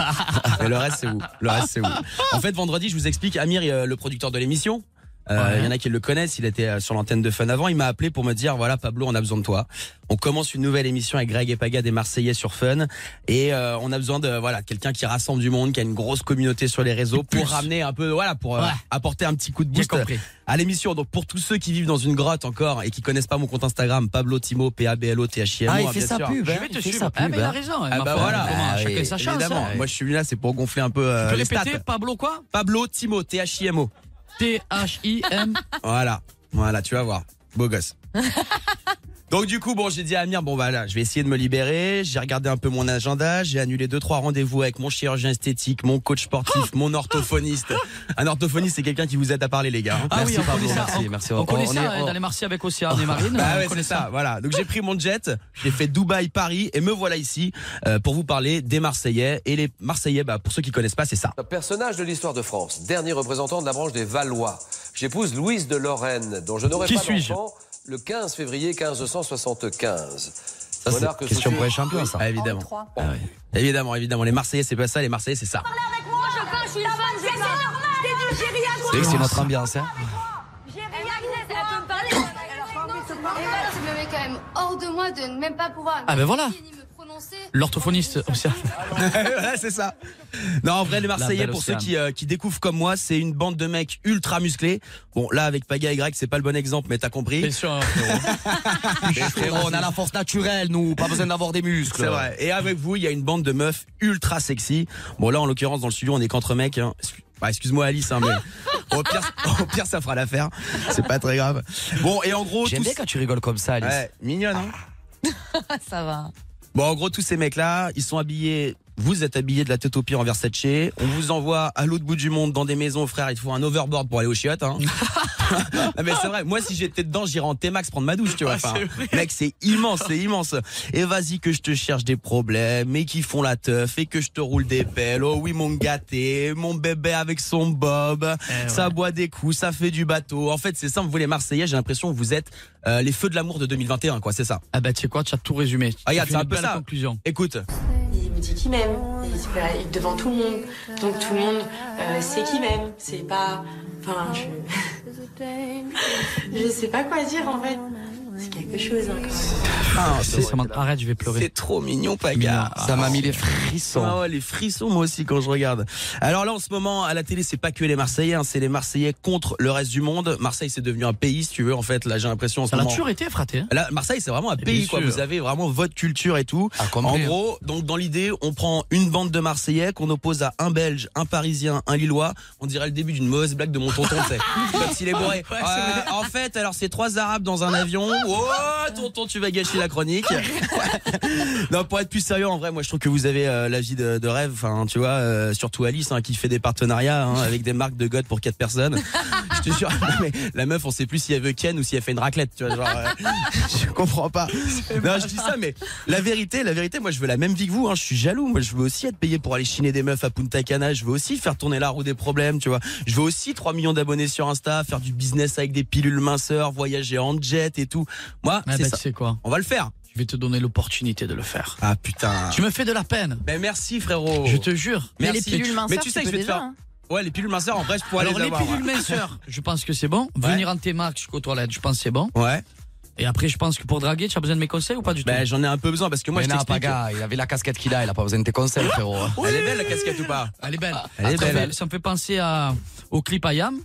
[SPEAKER 15] Et le reste, c'est vous. Le reste, c'est vous. En fait, vendredi, je vous explique, Amir, euh, le producteur de l'émission, euh, il y en a qui le connaissent, il était euh, sur l'antenne de Fun avant, il m'a appelé pour me dire, voilà, Pablo, on a besoin de toi. On commence une nouvelle émission avec Greg et Paga des Marseillais sur Fun. Et euh, on a besoin de, voilà, quelqu'un qui rassemble du monde, qui a une grosse communauté sur les réseaux pour
[SPEAKER 4] pousse.
[SPEAKER 15] ramener un peu, voilà, pour euh,
[SPEAKER 4] Ouais.
[SPEAKER 15] apporter un petit coup de
[SPEAKER 4] Bien
[SPEAKER 15] boost
[SPEAKER 4] compris.
[SPEAKER 15] euh, à l'émission. Donc, pour tous ceux qui vivent dans une grotte encore et qui connaissent pas mon compte Instagram, Pablo Timo, P-A-B-L-O, T-H-I-M-O,
[SPEAKER 6] Ah, il
[SPEAKER 15] hein,
[SPEAKER 6] fait
[SPEAKER 15] bien
[SPEAKER 6] sa
[SPEAKER 15] sûr.
[SPEAKER 6] pub, hein,
[SPEAKER 4] Je vais te
[SPEAKER 6] il fait
[SPEAKER 4] suivre.
[SPEAKER 6] sa
[SPEAKER 4] Ah, mais
[SPEAKER 6] pub,
[SPEAKER 4] il a
[SPEAKER 6] hein.
[SPEAKER 4] raison,
[SPEAKER 15] Ah
[SPEAKER 4] ma
[SPEAKER 15] bah
[SPEAKER 4] foi.
[SPEAKER 15] voilà,
[SPEAKER 4] Comment,
[SPEAKER 15] Ah
[SPEAKER 4] chacun
[SPEAKER 15] oui,
[SPEAKER 4] sa chance,
[SPEAKER 15] évidemment.
[SPEAKER 4] hein.
[SPEAKER 15] Moi je suis là, c'est pour gonfler un peu euh,
[SPEAKER 4] Tu peux
[SPEAKER 15] les stats.
[SPEAKER 4] répéter, Pablo quoi
[SPEAKER 15] Pablo Timo, T-H-I-M-O. (laughs)
[SPEAKER 4] T-H-I-M.
[SPEAKER 15] Voilà, voilà, tu vas voir. Beau
[SPEAKER 4] (laughs)
[SPEAKER 15] gosse. Donc du coup, bon, j'ai dit à Amir, bon bah là, je vais essayer de me libérer. J'ai regardé un peu mon agenda, j'ai annulé deux trois rendez-vous avec mon chirurgien esthétique, mon coach
[SPEAKER 4] (laughs)
[SPEAKER 15] sportif, mon orthophoniste. Un orthophoniste, c'est quelqu'un qui vous aide à parler, les gars. hein.
[SPEAKER 4] Ah oui, on connaît ça.
[SPEAKER 15] merci,
[SPEAKER 4] on,
[SPEAKER 15] merci.
[SPEAKER 4] on connaît
[SPEAKER 15] On
[SPEAKER 4] ça
[SPEAKER 15] est-
[SPEAKER 4] hein,
[SPEAKER 15] on-
[SPEAKER 4] dans les Marseillais avec Océane et
[SPEAKER 15] (laughs)
[SPEAKER 4] Marine.
[SPEAKER 15] Bah
[SPEAKER 4] on
[SPEAKER 15] ouais,
[SPEAKER 4] connaît
[SPEAKER 15] c'est
[SPEAKER 4] ça.
[SPEAKER 15] ça. Voilà. Donc j'ai pris mon jet, j'ai fait Dubaï, Paris, et me voilà ici euh, pour vous parler des Marseillais. Et les Marseillais, bah, pour ceux qui connaissent pas, c'est ça.
[SPEAKER 16] Personnage de l'histoire de France, dernier représentant de la branche des Valois. J'épouse Louise de Lorraine, dont je n'aurai
[SPEAKER 15] Qui
[SPEAKER 16] pas
[SPEAKER 15] suis-je
[SPEAKER 16] d'enfant le 15 février 1575.
[SPEAKER 15] Ça, c'est
[SPEAKER 16] Monarque
[SPEAKER 15] question
[SPEAKER 16] sous-
[SPEAKER 15] pour les champions, ça. Ah, évidemment. Ah ouais. Évidemment, évidemment. Les Marseillais, c'est pas ça. Les Marseillais, c'est ça.
[SPEAKER 10] Moi, je peins, je suis une fan, je parle. Je t'ai dit, j'ai rien
[SPEAKER 6] C'est c'est notre ambiance, hein.
[SPEAKER 10] J'ai rien Elle peut me parler. Elle a pas envie de se parler.
[SPEAKER 17] Je me mets quand même hors de moi de ne même pas pouvoir.
[SPEAKER 4] Ah ben voilà.
[SPEAKER 17] prononcer.
[SPEAKER 4] L'orthophoniste Océane.
[SPEAKER 15] (laughs) Ouais, c'est
[SPEAKER 4] (laughs)
[SPEAKER 15] ça. Non, en vrai, les Marseillais,
[SPEAKER 4] belle
[SPEAKER 15] pour ceux
[SPEAKER 4] Océane.
[SPEAKER 15] qui, euh, qui découvrent comme moi, c'est une bande de mecs ultra musclés. Bon, là, avec Paga et Greg, c'est pas le bon exemple, mais t'as compris.
[SPEAKER 4] Bien sûr. hein,
[SPEAKER 15] (laughs)
[SPEAKER 6] Frérot, on a la force naturelle, nous. Pas besoin d'avoir des muscles.
[SPEAKER 15] C'est vrai. Et avec vous, il y a une bande de meufs ultra sexy. Bon, là, en l'occurrence, dans le studio, on est qu'entre mecs. hein. Excu- bah, excuse-moi, Alice,
[SPEAKER 6] (laughs)
[SPEAKER 15] hein, mais au pire, au pire, ça fera l'affaire. C'est pas très grave. Bon, et en gros,
[SPEAKER 6] J'aime
[SPEAKER 15] tous-
[SPEAKER 6] bien quand tu rigoles comme ça, Alice.
[SPEAKER 15] Ouais, mignonne, hein.
[SPEAKER 5] ça va.
[SPEAKER 15] Bon, en gros, tous ces mecs-là, ils sont habillés. Vous êtes habillés de la tête aux pieds en Versace. On vous envoie à l'autre bout du monde dans des maisons, frère. Il faut un overboard pour aller aux chiottes.
[SPEAKER 4] (laughs)
[SPEAKER 15] Hein. non, mais c'est vrai. Moi, si j'étais dedans, j'irais en T-Max prendre ma douche, tu vois.
[SPEAKER 4] Ah,
[SPEAKER 15] Enfin,
[SPEAKER 4] c'est vrai.
[SPEAKER 15] mec, c'est immense, c'est immense. Et vas-y que je te cherche des problèmes et qui font la teuf et que je te roule des pelles. Oh oui, mon gâté, mon bébé avec son bob.
[SPEAKER 4] Eh
[SPEAKER 15] ça boit des coups, ça fait du bateau. En fait, c'est simple. Vous les Marseillais, j'ai l'impression que vous êtes euh, les feux de l'amour de 2021, quoi. C'est ça.
[SPEAKER 4] Ah bah tu sais quoi, tu as tout résumé.
[SPEAKER 15] Ah, regarde,
[SPEAKER 4] Tu
[SPEAKER 15] c'est
[SPEAKER 4] fais
[SPEAKER 15] un
[SPEAKER 4] une
[SPEAKER 15] peu
[SPEAKER 4] belle
[SPEAKER 15] ça.
[SPEAKER 4] conclusion.
[SPEAKER 15] Écoute.
[SPEAKER 18] Il me dit qu'il m'aime. Il se plaît il- devant tout le monde. Donc tout le monde euh, sait qu'il m'aime. C'est pas. Enfin, (laughs) je. je sais pas quoi dire en fait. C'est quelque chose hein, quand même.
[SPEAKER 4] Ah, c'est- Samantha, Arrête, je vais pleurer.
[SPEAKER 15] C'est trop mignon, Paga.
[SPEAKER 6] Ça m'a mis les frissons.
[SPEAKER 15] Ah ouais, les frissons, moi aussi, quand je regarde. Alors là, en ce moment, à la télé, c'est pas que les Marseillais, hein, c'est les Marseillais contre le reste du monde. Marseille, c'est devenu un pays, si tu veux, en fait. Là, j'ai l'impression en ce
[SPEAKER 4] Ça l'a
[SPEAKER 15] moment.
[SPEAKER 4] toujours été, fraté. hein.
[SPEAKER 15] Là, Marseille, c'est vraiment un
[SPEAKER 4] bien
[SPEAKER 15] pays, quoi.
[SPEAKER 4] sûr.
[SPEAKER 15] Vous avez vraiment votre culture et tout. en
[SPEAKER 6] complet,
[SPEAKER 15] gros, donc, dans l'idée, on prend une bande de Marseillais qu'on oppose à un Belge, un Parisien, un Lillois. On dirait le début d'une mauvaise
[SPEAKER 4] (laughs)
[SPEAKER 15] blague de mon tonton, tu sais. Comme s'il est bourré.
[SPEAKER 4] Ouais, c'est
[SPEAKER 15] Euh,
[SPEAKER 4] vrai.
[SPEAKER 15] en fait, alors, c'est trois Arabes dans un avion. Oh, Oh, tonton, tu vas gâcher la
[SPEAKER 4] (laughs)
[SPEAKER 15] chronique. (laughs) non, pour être plus sérieux, en vrai, moi, je trouve que vous avez euh, la vie de, de rêve. Enfin, tu vois, euh, surtout Alice, hein, qui fait des partenariats hein, avec des marques de god pour quatre personnes. je te jure, (laughs) non, mais la meuf, on sait plus si elle veut Ken ou si elle fait une raclette. Tu vois, genre, euh, (laughs) je comprends pas. Non, je dis ça, mais la vérité, la vérité, moi, je veux la même vie que vous. hein. Je suis jaloux. Moi, je veux aussi être payé pour aller chiner des meufs à Punta Cana. Je veux aussi faire tourner la roue des problèmes. Tu vois, je veux aussi 3 millions d'abonnés sur Insta, faire du business avec des pilules minceurs, voyager en jet et tout. Moi,
[SPEAKER 4] Ah
[SPEAKER 15] c'est
[SPEAKER 4] bah,
[SPEAKER 15] ça.
[SPEAKER 4] tu sais quoi
[SPEAKER 15] On va le faire.
[SPEAKER 4] Je vais te donner l'opportunité de le faire.
[SPEAKER 15] Ah putain.
[SPEAKER 4] Tu me fais de la peine.
[SPEAKER 15] Ben merci frérot.
[SPEAKER 4] Je te jure.
[SPEAKER 15] Merci. Mais tu hein. sais que je vais te faire. Ouais, les pilules minceurs en vrai, je pourrais
[SPEAKER 4] Alors
[SPEAKER 15] les
[SPEAKER 4] les
[SPEAKER 15] avoir.
[SPEAKER 4] pilules
[SPEAKER 15] ouais. (laughs)
[SPEAKER 4] minceurs, je pense que c'est bon. Venir en T-Mark jusqu'aux toilettes, je pense que c'est bon.
[SPEAKER 15] Ouais.
[SPEAKER 4] Et après, je pense que pour draguer, tu as besoin de mes conseils ou pas du tout
[SPEAKER 15] Ben, j'en ai un peu besoin parce que moi,
[SPEAKER 4] Mais
[SPEAKER 15] je
[SPEAKER 4] non,
[SPEAKER 15] t'explique.
[SPEAKER 4] pas gars,
[SPEAKER 6] il avait la casquette qu'il a, il a pas besoin de tes conseils, frérot.
[SPEAKER 15] Elle est belle la casquette ou pas
[SPEAKER 4] Elle est belle.
[SPEAKER 6] Elle est
[SPEAKER 4] Après,
[SPEAKER 6] belle.
[SPEAKER 4] ça me- Ça me fait penser à, au clip Ayam.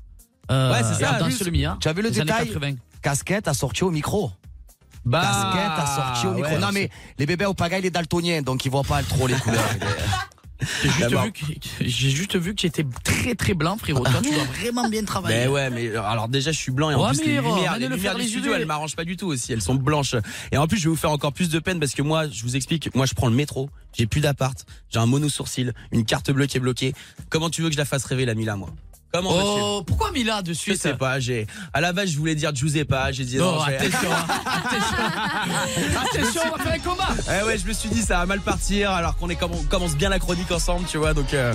[SPEAKER 4] Euh,
[SPEAKER 6] ouais, c'est
[SPEAKER 4] et
[SPEAKER 6] ça.
[SPEAKER 4] à Danse le Mia.
[SPEAKER 6] Tu as vu le
[SPEAKER 4] des années
[SPEAKER 6] détail
[SPEAKER 4] 80.
[SPEAKER 6] Casquette assortie au micro.
[SPEAKER 4] Bah,
[SPEAKER 6] Casquette assortie au micro.
[SPEAKER 4] ouais,
[SPEAKER 6] non, mais les bébés au pagaille, il est daltonien, donc ils voient pas trop les (laughs) couleurs.
[SPEAKER 4] J'ai juste vu que- J'ai juste vu que tu étais très très blanc, frérot. Toi, tu dois vraiment bien travailler.
[SPEAKER 15] Ah. Ben ouais, mais euh, alors déjà je suis blanc et
[SPEAKER 4] Ouais,
[SPEAKER 15] en plus
[SPEAKER 4] Oh, mais
[SPEAKER 15] les
[SPEAKER 4] Romain,
[SPEAKER 15] lumières, les
[SPEAKER 4] allez le
[SPEAKER 15] lumières
[SPEAKER 4] faire
[SPEAKER 15] du
[SPEAKER 4] les
[SPEAKER 15] studio,
[SPEAKER 4] UV.
[SPEAKER 15] elles m'arrangent pas du tout aussi, elles sont blanches. Et en plus je vais vous faire encore plus de peine parce que moi je vous explique, moi je prends le métro, j'ai plus d'appart, j'ai un mono sourcil, une carte bleue qui est bloquée. Comment tu veux que je la fasse rêver la Mila moi Comment
[SPEAKER 4] Oh, pourquoi Mila de
[SPEAKER 15] veux-tu Je
[SPEAKER 4] suite
[SPEAKER 15] sais pas, j'ai à la base je voulais dire Giuseppa, j'ai dit
[SPEAKER 4] Non,
[SPEAKER 15] non, je vais-
[SPEAKER 4] attention, hein.
[SPEAKER 6] (laughs)
[SPEAKER 4] Attention, on va faire un combat.
[SPEAKER 15] Eh ouais, je me suis dit ça va mal partir alors qu'on est comme on commence bien la chronique ensemble, tu vois. Donc euh,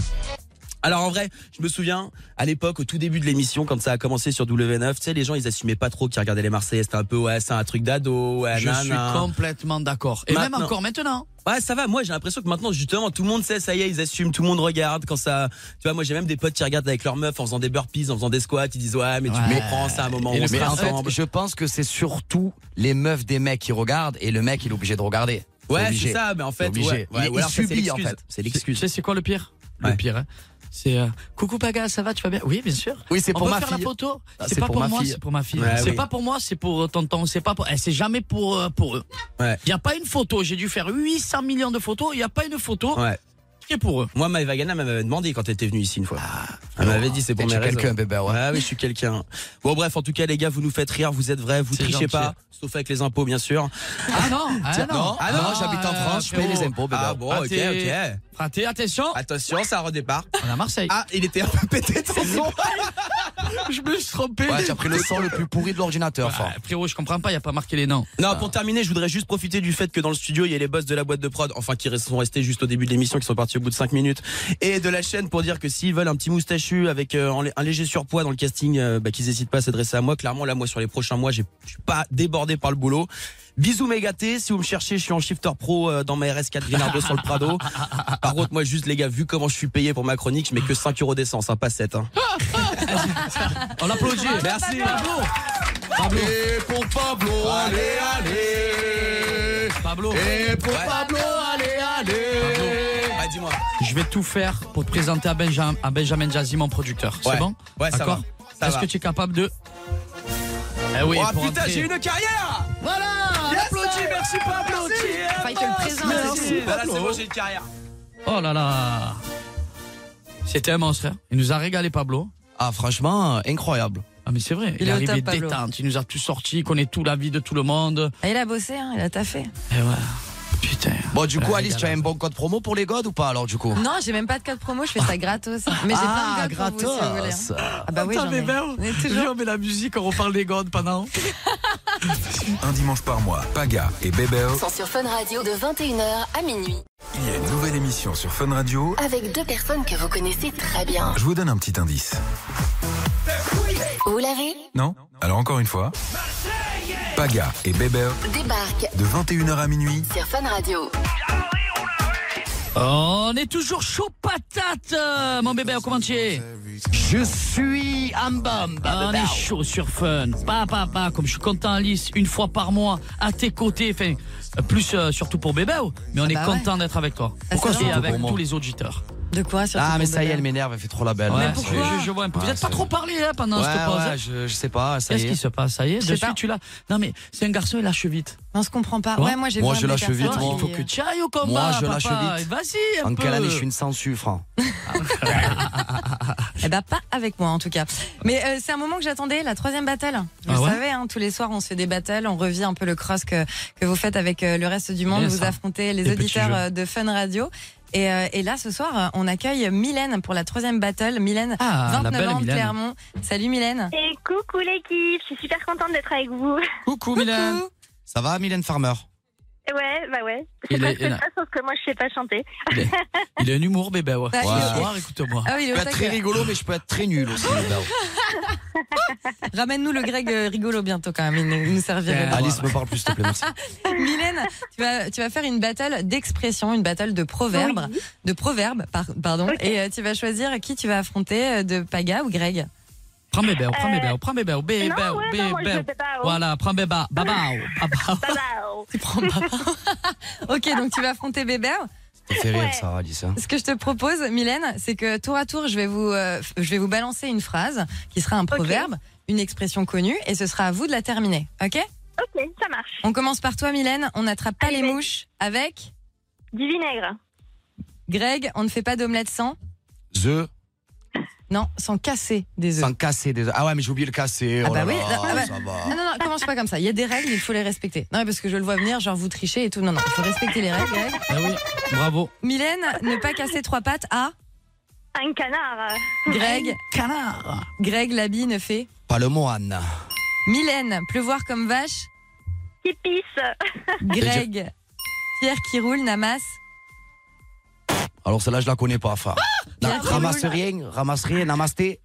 [SPEAKER 15] alors en vrai, je me souviens à l'époque au tout début de l'émission quand ça a commencé sur W9, tu sais les gens ils assumaient pas trop qu'ils regardaient les Marseillais, c'était un peu ouais, c'est un truc d'ado, ouais,
[SPEAKER 4] Je
[SPEAKER 15] nan,
[SPEAKER 4] suis
[SPEAKER 15] nan.
[SPEAKER 4] complètement d'accord. Et même
[SPEAKER 15] Maintenant-
[SPEAKER 4] encore maintenant.
[SPEAKER 15] Ouais, ça va. Moi, j'ai l'impression que maintenant, justement, tout le monde sait, ça y est, ils assument, tout le monde regarde. Quand ça, tu vois, moi, j'ai même des potes qui regardent avec leur meuf en faisant des burpees, en faisant des squats. Ils disent, ouais, mais tu
[SPEAKER 6] Ouais.
[SPEAKER 15] comprends, c'est un moment où on
[SPEAKER 6] mais
[SPEAKER 15] sera
[SPEAKER 6] en fait,
[SPEAKER 15] ensemble.
[SPEAKER 6] je pense que c'est surtout les meufs des mecs qui regardent et le mec il est obligé de regarder. C'est
[SPEAKER 15] Ouais,
[SPEAKER 6] obligé.
[SPEAKER 15] c'est ça, mais en fait,
[SPEAKER 6] C'est obligé.
[SPEAKER 15] ouais, ouais,
[SPEAKER 6] il,
[SPEAKER 15] ou
[SPEAKER 6] il
[SPEAKER 15] alors ça, c'est
[SPEAKER 6] subit en
[SPEAKER 15] l'excuse.
[SPEAKER 6] fait. C'est
[SPEAKER 4] Tu
[SPEAKER 6] l'excuse.
[SPEAKER 4] sais, c'est quoi le pire Le pire, hein. C'est euh, coucou Paga, ça va, tu vas bien Oui, bien sûr.
[SPEAKER 6] Oui, c'est
[SPEAKER 4] On
[SPEAKER 6] pour
[SPEAKER 4] peut
[SPEAKER 6] ma
[SPEAKER 4] faire
[SPEAKER 6] fille.
[SPEAKER 4] la photo.
[SPEAKER 6] Ah,
[SPEAKER 4] c'est pas pour, moi, c'est pour ma fille.
[SPEAKER 6] Ouais,
[SPEAKER 4] c'est
[SPEAKER 6] oui.
[SPEAKER 4] pas pour moi, c'est pour euh, tonton. C'est pas pour. eh, c'est jamais pour euh, pour eux.
[SPEAKER 15] Il
[SPEAKER 4] y a pas une photo. J'ai dû faire 800 millions de photos. Il y a pas une photo.
[SPEAKER 15] Ouais.
[SPEAKER 4] Qui est pour eux.
[SPEAKER 15] Moi, Maëva Gana elle m'avait demandé quand elle était venue ici une fois. elle m'avait dit, c'est pour
[SPEAKER 6] Et
[SPEAKER 15] mes
[SPEAKER 6] tu es
[SPEAKER 15] raisons.
[SPEAKER 6] quelqu'un, bébé, ouais.
[SPEAKER 15] Ah oui, je suis quelqu'un. Bon, bref, en tout cas, les gars, vous nous faites rire, vous êtes vrais, vous
[SPEAKER 4] C'est
[SPEAKER 15] trichez
[SPEAKER 4] gentil.
[SPEAKER 15] pas, sauf avec les impôts, bien sûr.
[SPEAKER 4] Ah non, ah
[SPEAKER 15] Tiens,
[SPEAKER 4] non,
[SPEAKER 15] non, ah non, j'habite en France, je paye les
[SPEAKER 4] frérot.
[SPEAKER 15] impôts, bébé. Ah bon, ok,
[SPEAKER 4] t'es-
[SPEAKER 15] ok.
[SPEAKER 4] Ah, t'es- attention.
[SPEAKER 15] Attention, ça redépart.
[SPEAKER 4] On est à Marseille.
[SPEAKER 15] Ah, il était un peu pété de son son.
[SPEAKER 4] (laughs) je me suis trompé.
[SPEAKER 6] Ouais, tu as pris le sang le plus pourri de l'ordinateur, fort.
[SPEAKER 4] Frérot, je comprends pas. Il y a pas marqué les noms.
[SPEAKER 15] Non, pour terminer, je voudrais juste profiter du fait que dans le studio, il y a les boss de la boîte de prod, enfin qui sont restés juste au début de l'émission, qui sont partis au bout de 5 minutes, et de la chaîne pour dire que s'ils veulent un petit moustachu avec euh, un lé- un léger surpoids dans le casting, euh, bah, qu'ils n'hésitent pas à s'adresser à moi. Clairement, là, moi, sur les prochains mois, j'ai- je suis pas débordé par le boulot. Bisous mes gâtés, si vous me cherchez, je suis en shifter pro euh, dans ma RS4 Grinardo sur le Prado. Par contre, moi juste les gars, vu comment je suis payé pour ma chronique, je mets que 5 euros d'essence, hein, pas 7. Hein.
[SPEAKER 4] On l'applaudit.
[SPEAKER 15] Merci.
[SPEAKER 4] Pablo.
[SPEAKER 13] Et pour Pablo, allez, allez.
[SPEAKER 4] Pablo.
[SPEAKER 13] Et pour
[SPEAKER 4] Ouais.
[SPEAKER 13] Pablo, allez, allez.
[SPEAKER 15] Bah dis-moi.
[SPEAKER 4] Je vais tout faire pour te présenter à Benjamin, à Benjamin Jazzy, mon producteur.
[SPEAKER 15] Ouais.
[SPEAKER 4] C'est bon
[SPEAKER 15] Ouais, ça
[SPEAKER 4] D'accord
[SPEAKER 15] va. Ça
[SPEAKER 4] Est-ce
[SPEAKER 15] va.
[SPEAKER 4] que tu es capable de. Eh oui,
[SPEAKER 15] oh
[SPEAKER 4] pour
[SPEAKER 15] putain,
[SPEAKER 4] entrer.
[SPEAKER 15] j'ai une carrière
[SPEAKER 4] Voilà
[SPEAKER 15] On applaudit, merci Pablo
[SPEAKER 5] Enfin, il te le présente.
[SPEAKER 15] Merci Voilà, c'est
[SPEAKER 4] Pablo.
[SPEAKER 15] bon, j'ai une carrière.
[SPEAKER 4] Oh là là C'était un monstre. hein. Il nous a régalé, Pablo.
[SPEAKER 6] Ah, franchement, incroyable.
[SPEAKER 4] Ah, mais c'est vrai.
[SPEAKER 5] Il
[SPEAKER 4] Il,
[SPEAKER 5] est
[SPEAKER 4] est
[SPEAKER 5] au
[SPEAKER 4] arrivé
[SPEAKER 5] top, Pablo.
[SPEAKER 4] détente. Il nous a tout sorti. Il connaît tout la vie de tout le monde.
[SPEAKER 5] Ah, il a bossé, hein, il a taffé.
[SPEAKER 4] Et ouais. Putain.
[SPEAKER 6] Bon, du coup,
[SPEAKER 4] Euh,
[SPEAKER 6] Alice, tu as un bon code promo pour les godes ou pas alors, du coup
[SPEAKER 5] Non, j'ai même pas de code promo, je fais ça gratos. Mais j'ai
[SPEAKER 6] Ah,
[SPEAKER 5] plein de codes pour vous, si vous voulez.
[SPEAKER 6] gratos.
[SPEAKER 5] hein. Ah bah oui,
[SPEAKER 4] Attends,
[SPEAKER 5] j'en
[SPEAKER 4] mais
[SPEAKER 5] ai.
[SPEAKER 4] ben,
[SPEAKER 5] Mais toujours.
[SPEAKER 4] Viens, on met la musique, on reparle des godes pendant.
[SPEAKER 1] Un dimanche par mois, Paga et Bébéo.
[SPEAKER 3] Sont sur Fun Radio de 21h à minuit.
[SPEAKER 1] Il y a une nouvelle émission sur Fun Radio.
[SPEAKER 3] Avec deux personnes que vous connaissez très bien.
[SPEAKER 1] Je vous donne un petit indice.
[SPEAKER 3] Vous l'avez
[SPEAKER 1] Non Alors encore une fois. Paga et Bébéo.
[SPEAKER 3] Débarque
[SPEAKER 1] De 21h à minuit.
[SPEAKER 3] sur Fun Radio.
[SPEAKER 4] On est toujours chaud patate, euh, mon bébé, comment tu es
[SPEAKER 6] Je suis un bombe.
[SPEAKER 5] Ah,
[SPEAKER 4] On est chaud sur fun. Pas, pas, pas, comme je suis content, Alice, une fois par mois, à tes côtés, enfin, euh, plus euh, surtout pour bébé, oh. mais on
[SPEAKER 5] Ah
[SPEAKER 4] est
[SPEAKER 5] bah
[SPEAKER 4] content d'être avec toi.
[SPEAKER 5] Ah, c'est
[SPEAKER 4] Et
[SPEAKER 5] vrai.
[SPEAKER 4] avec
[SPEAKER 6] pour moi
[SPEAKER 4] tous les auditeurs.
[SPEAKER 5] De quoi sur
[SPEAKER 6] Ah,
[SPEAKER 5] ce
[SPEAKER 6] mais
[SPEAKER 5] ton
[SPEAKER 6] ça y est,
[SPEAKER 5] bébé
[SPEAKER 6] elle m'énerve, elle fait trop la belle.
[SPEAKER 4] Ouais, Mais pourquoi je- je vois un peu. Vous êtes pas trop parlé, là, pendant
[SPEAKER 6] ouais,
[SPEAKER 4] cette pause,
[SPEAKER 6] ouais,
[SPEAKER 4] hein.
[SPEAKER 6] je, je sais pas, ça y est.
[SPEAKER 4] Qu'est-ce qui se passe Ça y est,
[SPEAKER 5] Je
[SPEAKER 4] de
[SPEAKER 5] sais pas.
[SPEAKER 4] suite, tu l'as. Non, mais c'est un garçon, il lâche vite.
[SPEAKER 5] On se comprend pas.
[SPEAKER 4] Quoi
[SPEAKER 5] Ouais, moi j'ai
[SPEAKER 6] Moi,
[SPEAKER 5] vu un
[SPEAKER 6] je
[SPEAKER 5] de mes
[SPEAKER 6] lâche
[SPEAKER 5] personnes
[SPEAKER 6] vite, moi.
[SPEAKER 5] qui-
[SPEAKER 6] Il
[SPEAKER 4] Que
[SPEAKER 6] faut
[SPEAKER 4] tu ailles au combat,
[SPEAKER 6] Moi, je
[SPEAKER 4] papa.
[SPEAKER 6] lâche vite.
[SPEAKER 4] Vas-y, un
[SPEAKER 6] En
[SPEAKER 4] peu.
[SPEAKER 6] quelle année je suis une sensu, franc
[SPEAKER 5] Eh ben pas avec moi en tout cas. Mais euh, c'est un moment que j'attendais, la troisième battle. Vous
[SPEAKER 6] Ah
[SPEAKER 5] le
[SPEAKER 6] ouais
[SPEAKER 5] savez, hein, tous les soirs on se fait des battles, on revit un peu le cross que, que vous faites avec euh, le reste du monde,
[SPEAKER 6] Bien
[SPEAKER 5] vous
[SPEAKER 6] ça.
[SPEAKER 5] affrontez les
[SPEAKER 6] Des petits
[SPEAKER 5] auditeurs
[SPEAKER 6] jeux.
[SPEAKER 5] euh, de Fun Radio. Et, euh, et là ce soir euh, on accueille Mylène pour la troisième battle. Mylène,
[SPEAKER 4] Ah, la
[SPEAKER 5] 29
[SPEAKER 4] belle
[SPEAKER 5] ans de
[SPEAKER 4] Mylène.
[SPEAKER 5] Clermont. Salut Mylène.
[SPEAKER 9] Et coucou l'équipe, je suis super contente d'être avec vous.
[SPEAKER 4] Coucou Mylène.
[SPEAKER 6] Ça va, Mylène Farmer
[SPEAKER 9] Ouais, bah ouais.
[SPEAKER 4] Il
[SPEAKER 9] C'est
[SPEAKER 4] est-
[SPEAKER 9] presque
[SPEAKER 4] il a-
[SPEAKER 9] ça, sauf que moi je sais pas chanter. (laughs)
[SPEAKER 4] Bah, Il a un humour, bébé. Ouais.
[SPEAKER 9] Ah, il est-
[SPEAKER 4] Bonsoir, écoute-moi.
[SPEAKER 5] Ah oui, il est
[SPEAKER 6] Je
[SPEAKER 5] au
[SPEAKER 6] peux être très
[SPEAKER 5] taquet.
[SPEAKER 6] rigolo, mais je peux être très nul aussi. Bébert.
[SPEAKER 5] Oh. Ramène-nous le Greg euh, rigolo bientôt quand même, il nous, il nous servirait.
[SPEAKER 4] Euh,
[SPEAKER 5] de-
[SPEAKER 6] Euh, Alice, me parle plus, s'il te plaît, merci.
[SPEAKER 5] (laughs) Mylène, tu vas, tu vas faire une battle d'expression, une battle de proverbes, de proverbes, par- pardon, et euh, tu vas choisir qui tu vas affronter, euh, de Paga ou Greg.
[SPEAKER 4] Prends bébé, prends bébé, prends bébé, oh. bébé, bébé.
[SPEAKER 5] oh.
[SPEAKER 4] Voilà, prends bébé, oh.
[SPEAKER 5] (laughs)
[SPEAKER 4] babao, babao.
[SPEAKER 5] Tu prends papa. (laughs) ok, donc tu vas affronter Bébert.
[SPEAKER 6] Ça fait rire, ça, Alice. hein.
[SPEAKER 5] Ce que je te propose, Mylène, c'est que tour à tour, je vais vous, euh, f- je vais vous balancer une phrase qui sera un proverbe, une expression connue, et ce sera à vous de la terminer. Ok
[SPEAKER 9] Ok, ça marche.
[SPEAKER 5] On commence par toi, Mylène. On n'attrape pas les mouches avec
[SPEAKER 9] Du vinaigre.
[SPEAKER 5] Greg. On ne fait pas d'omelette sans.
[SPEAKER 6] The.
[SPEAKER 5] Non, sans casser des œufs.
[SPEAKER 6] Sans casser des œufs. Ah ouais, mais j'ai oublié le casser.
[SPEAKER 5] Ah
[SPEAKER 6] oh
[SPEAKER 5] bah
[SPEAKER 6] là
[SPEAKER 5] oui,
[SPEAKER 6] là,
[SPEAKER 5] non, ah bah-
[SPEAKER 6] ça va.
[SPEAKER 5] non, non, non, commence pas comme ça. Il y a des règles, il faut les respecter. Non, mais parce que je le vois venir, genre vous trichez et tout. Non, non, il faut respecter les règles. Greg.
[SPEAKER 4] Ah oui, bravo.
[SPEAKER 5] Mylène, ne pas casser trois pattes à
[SPEAKER 9] Un canard.
[SPEAKER 5] Greg. Canard. Greg, l'habit ne fait.
[SPEAKER 6] Pas le moine.
[SPEAKER 5] Mylène, pleuvoir comme vache.
[SPEAKER 9] Qui pisse.
[SPEAKER 5] (laughs) Greg, pierre qui roule, n'amasse.
[SPEAKER 6] Alors celle-là, je la connais pas, frère.
[SPEAKER 5] Ah,
[SPEAKER 6] Na-
[SPEAKER 5] oui,
[SPEAKER 6] Ramasse rien, ramasse rien, namasté.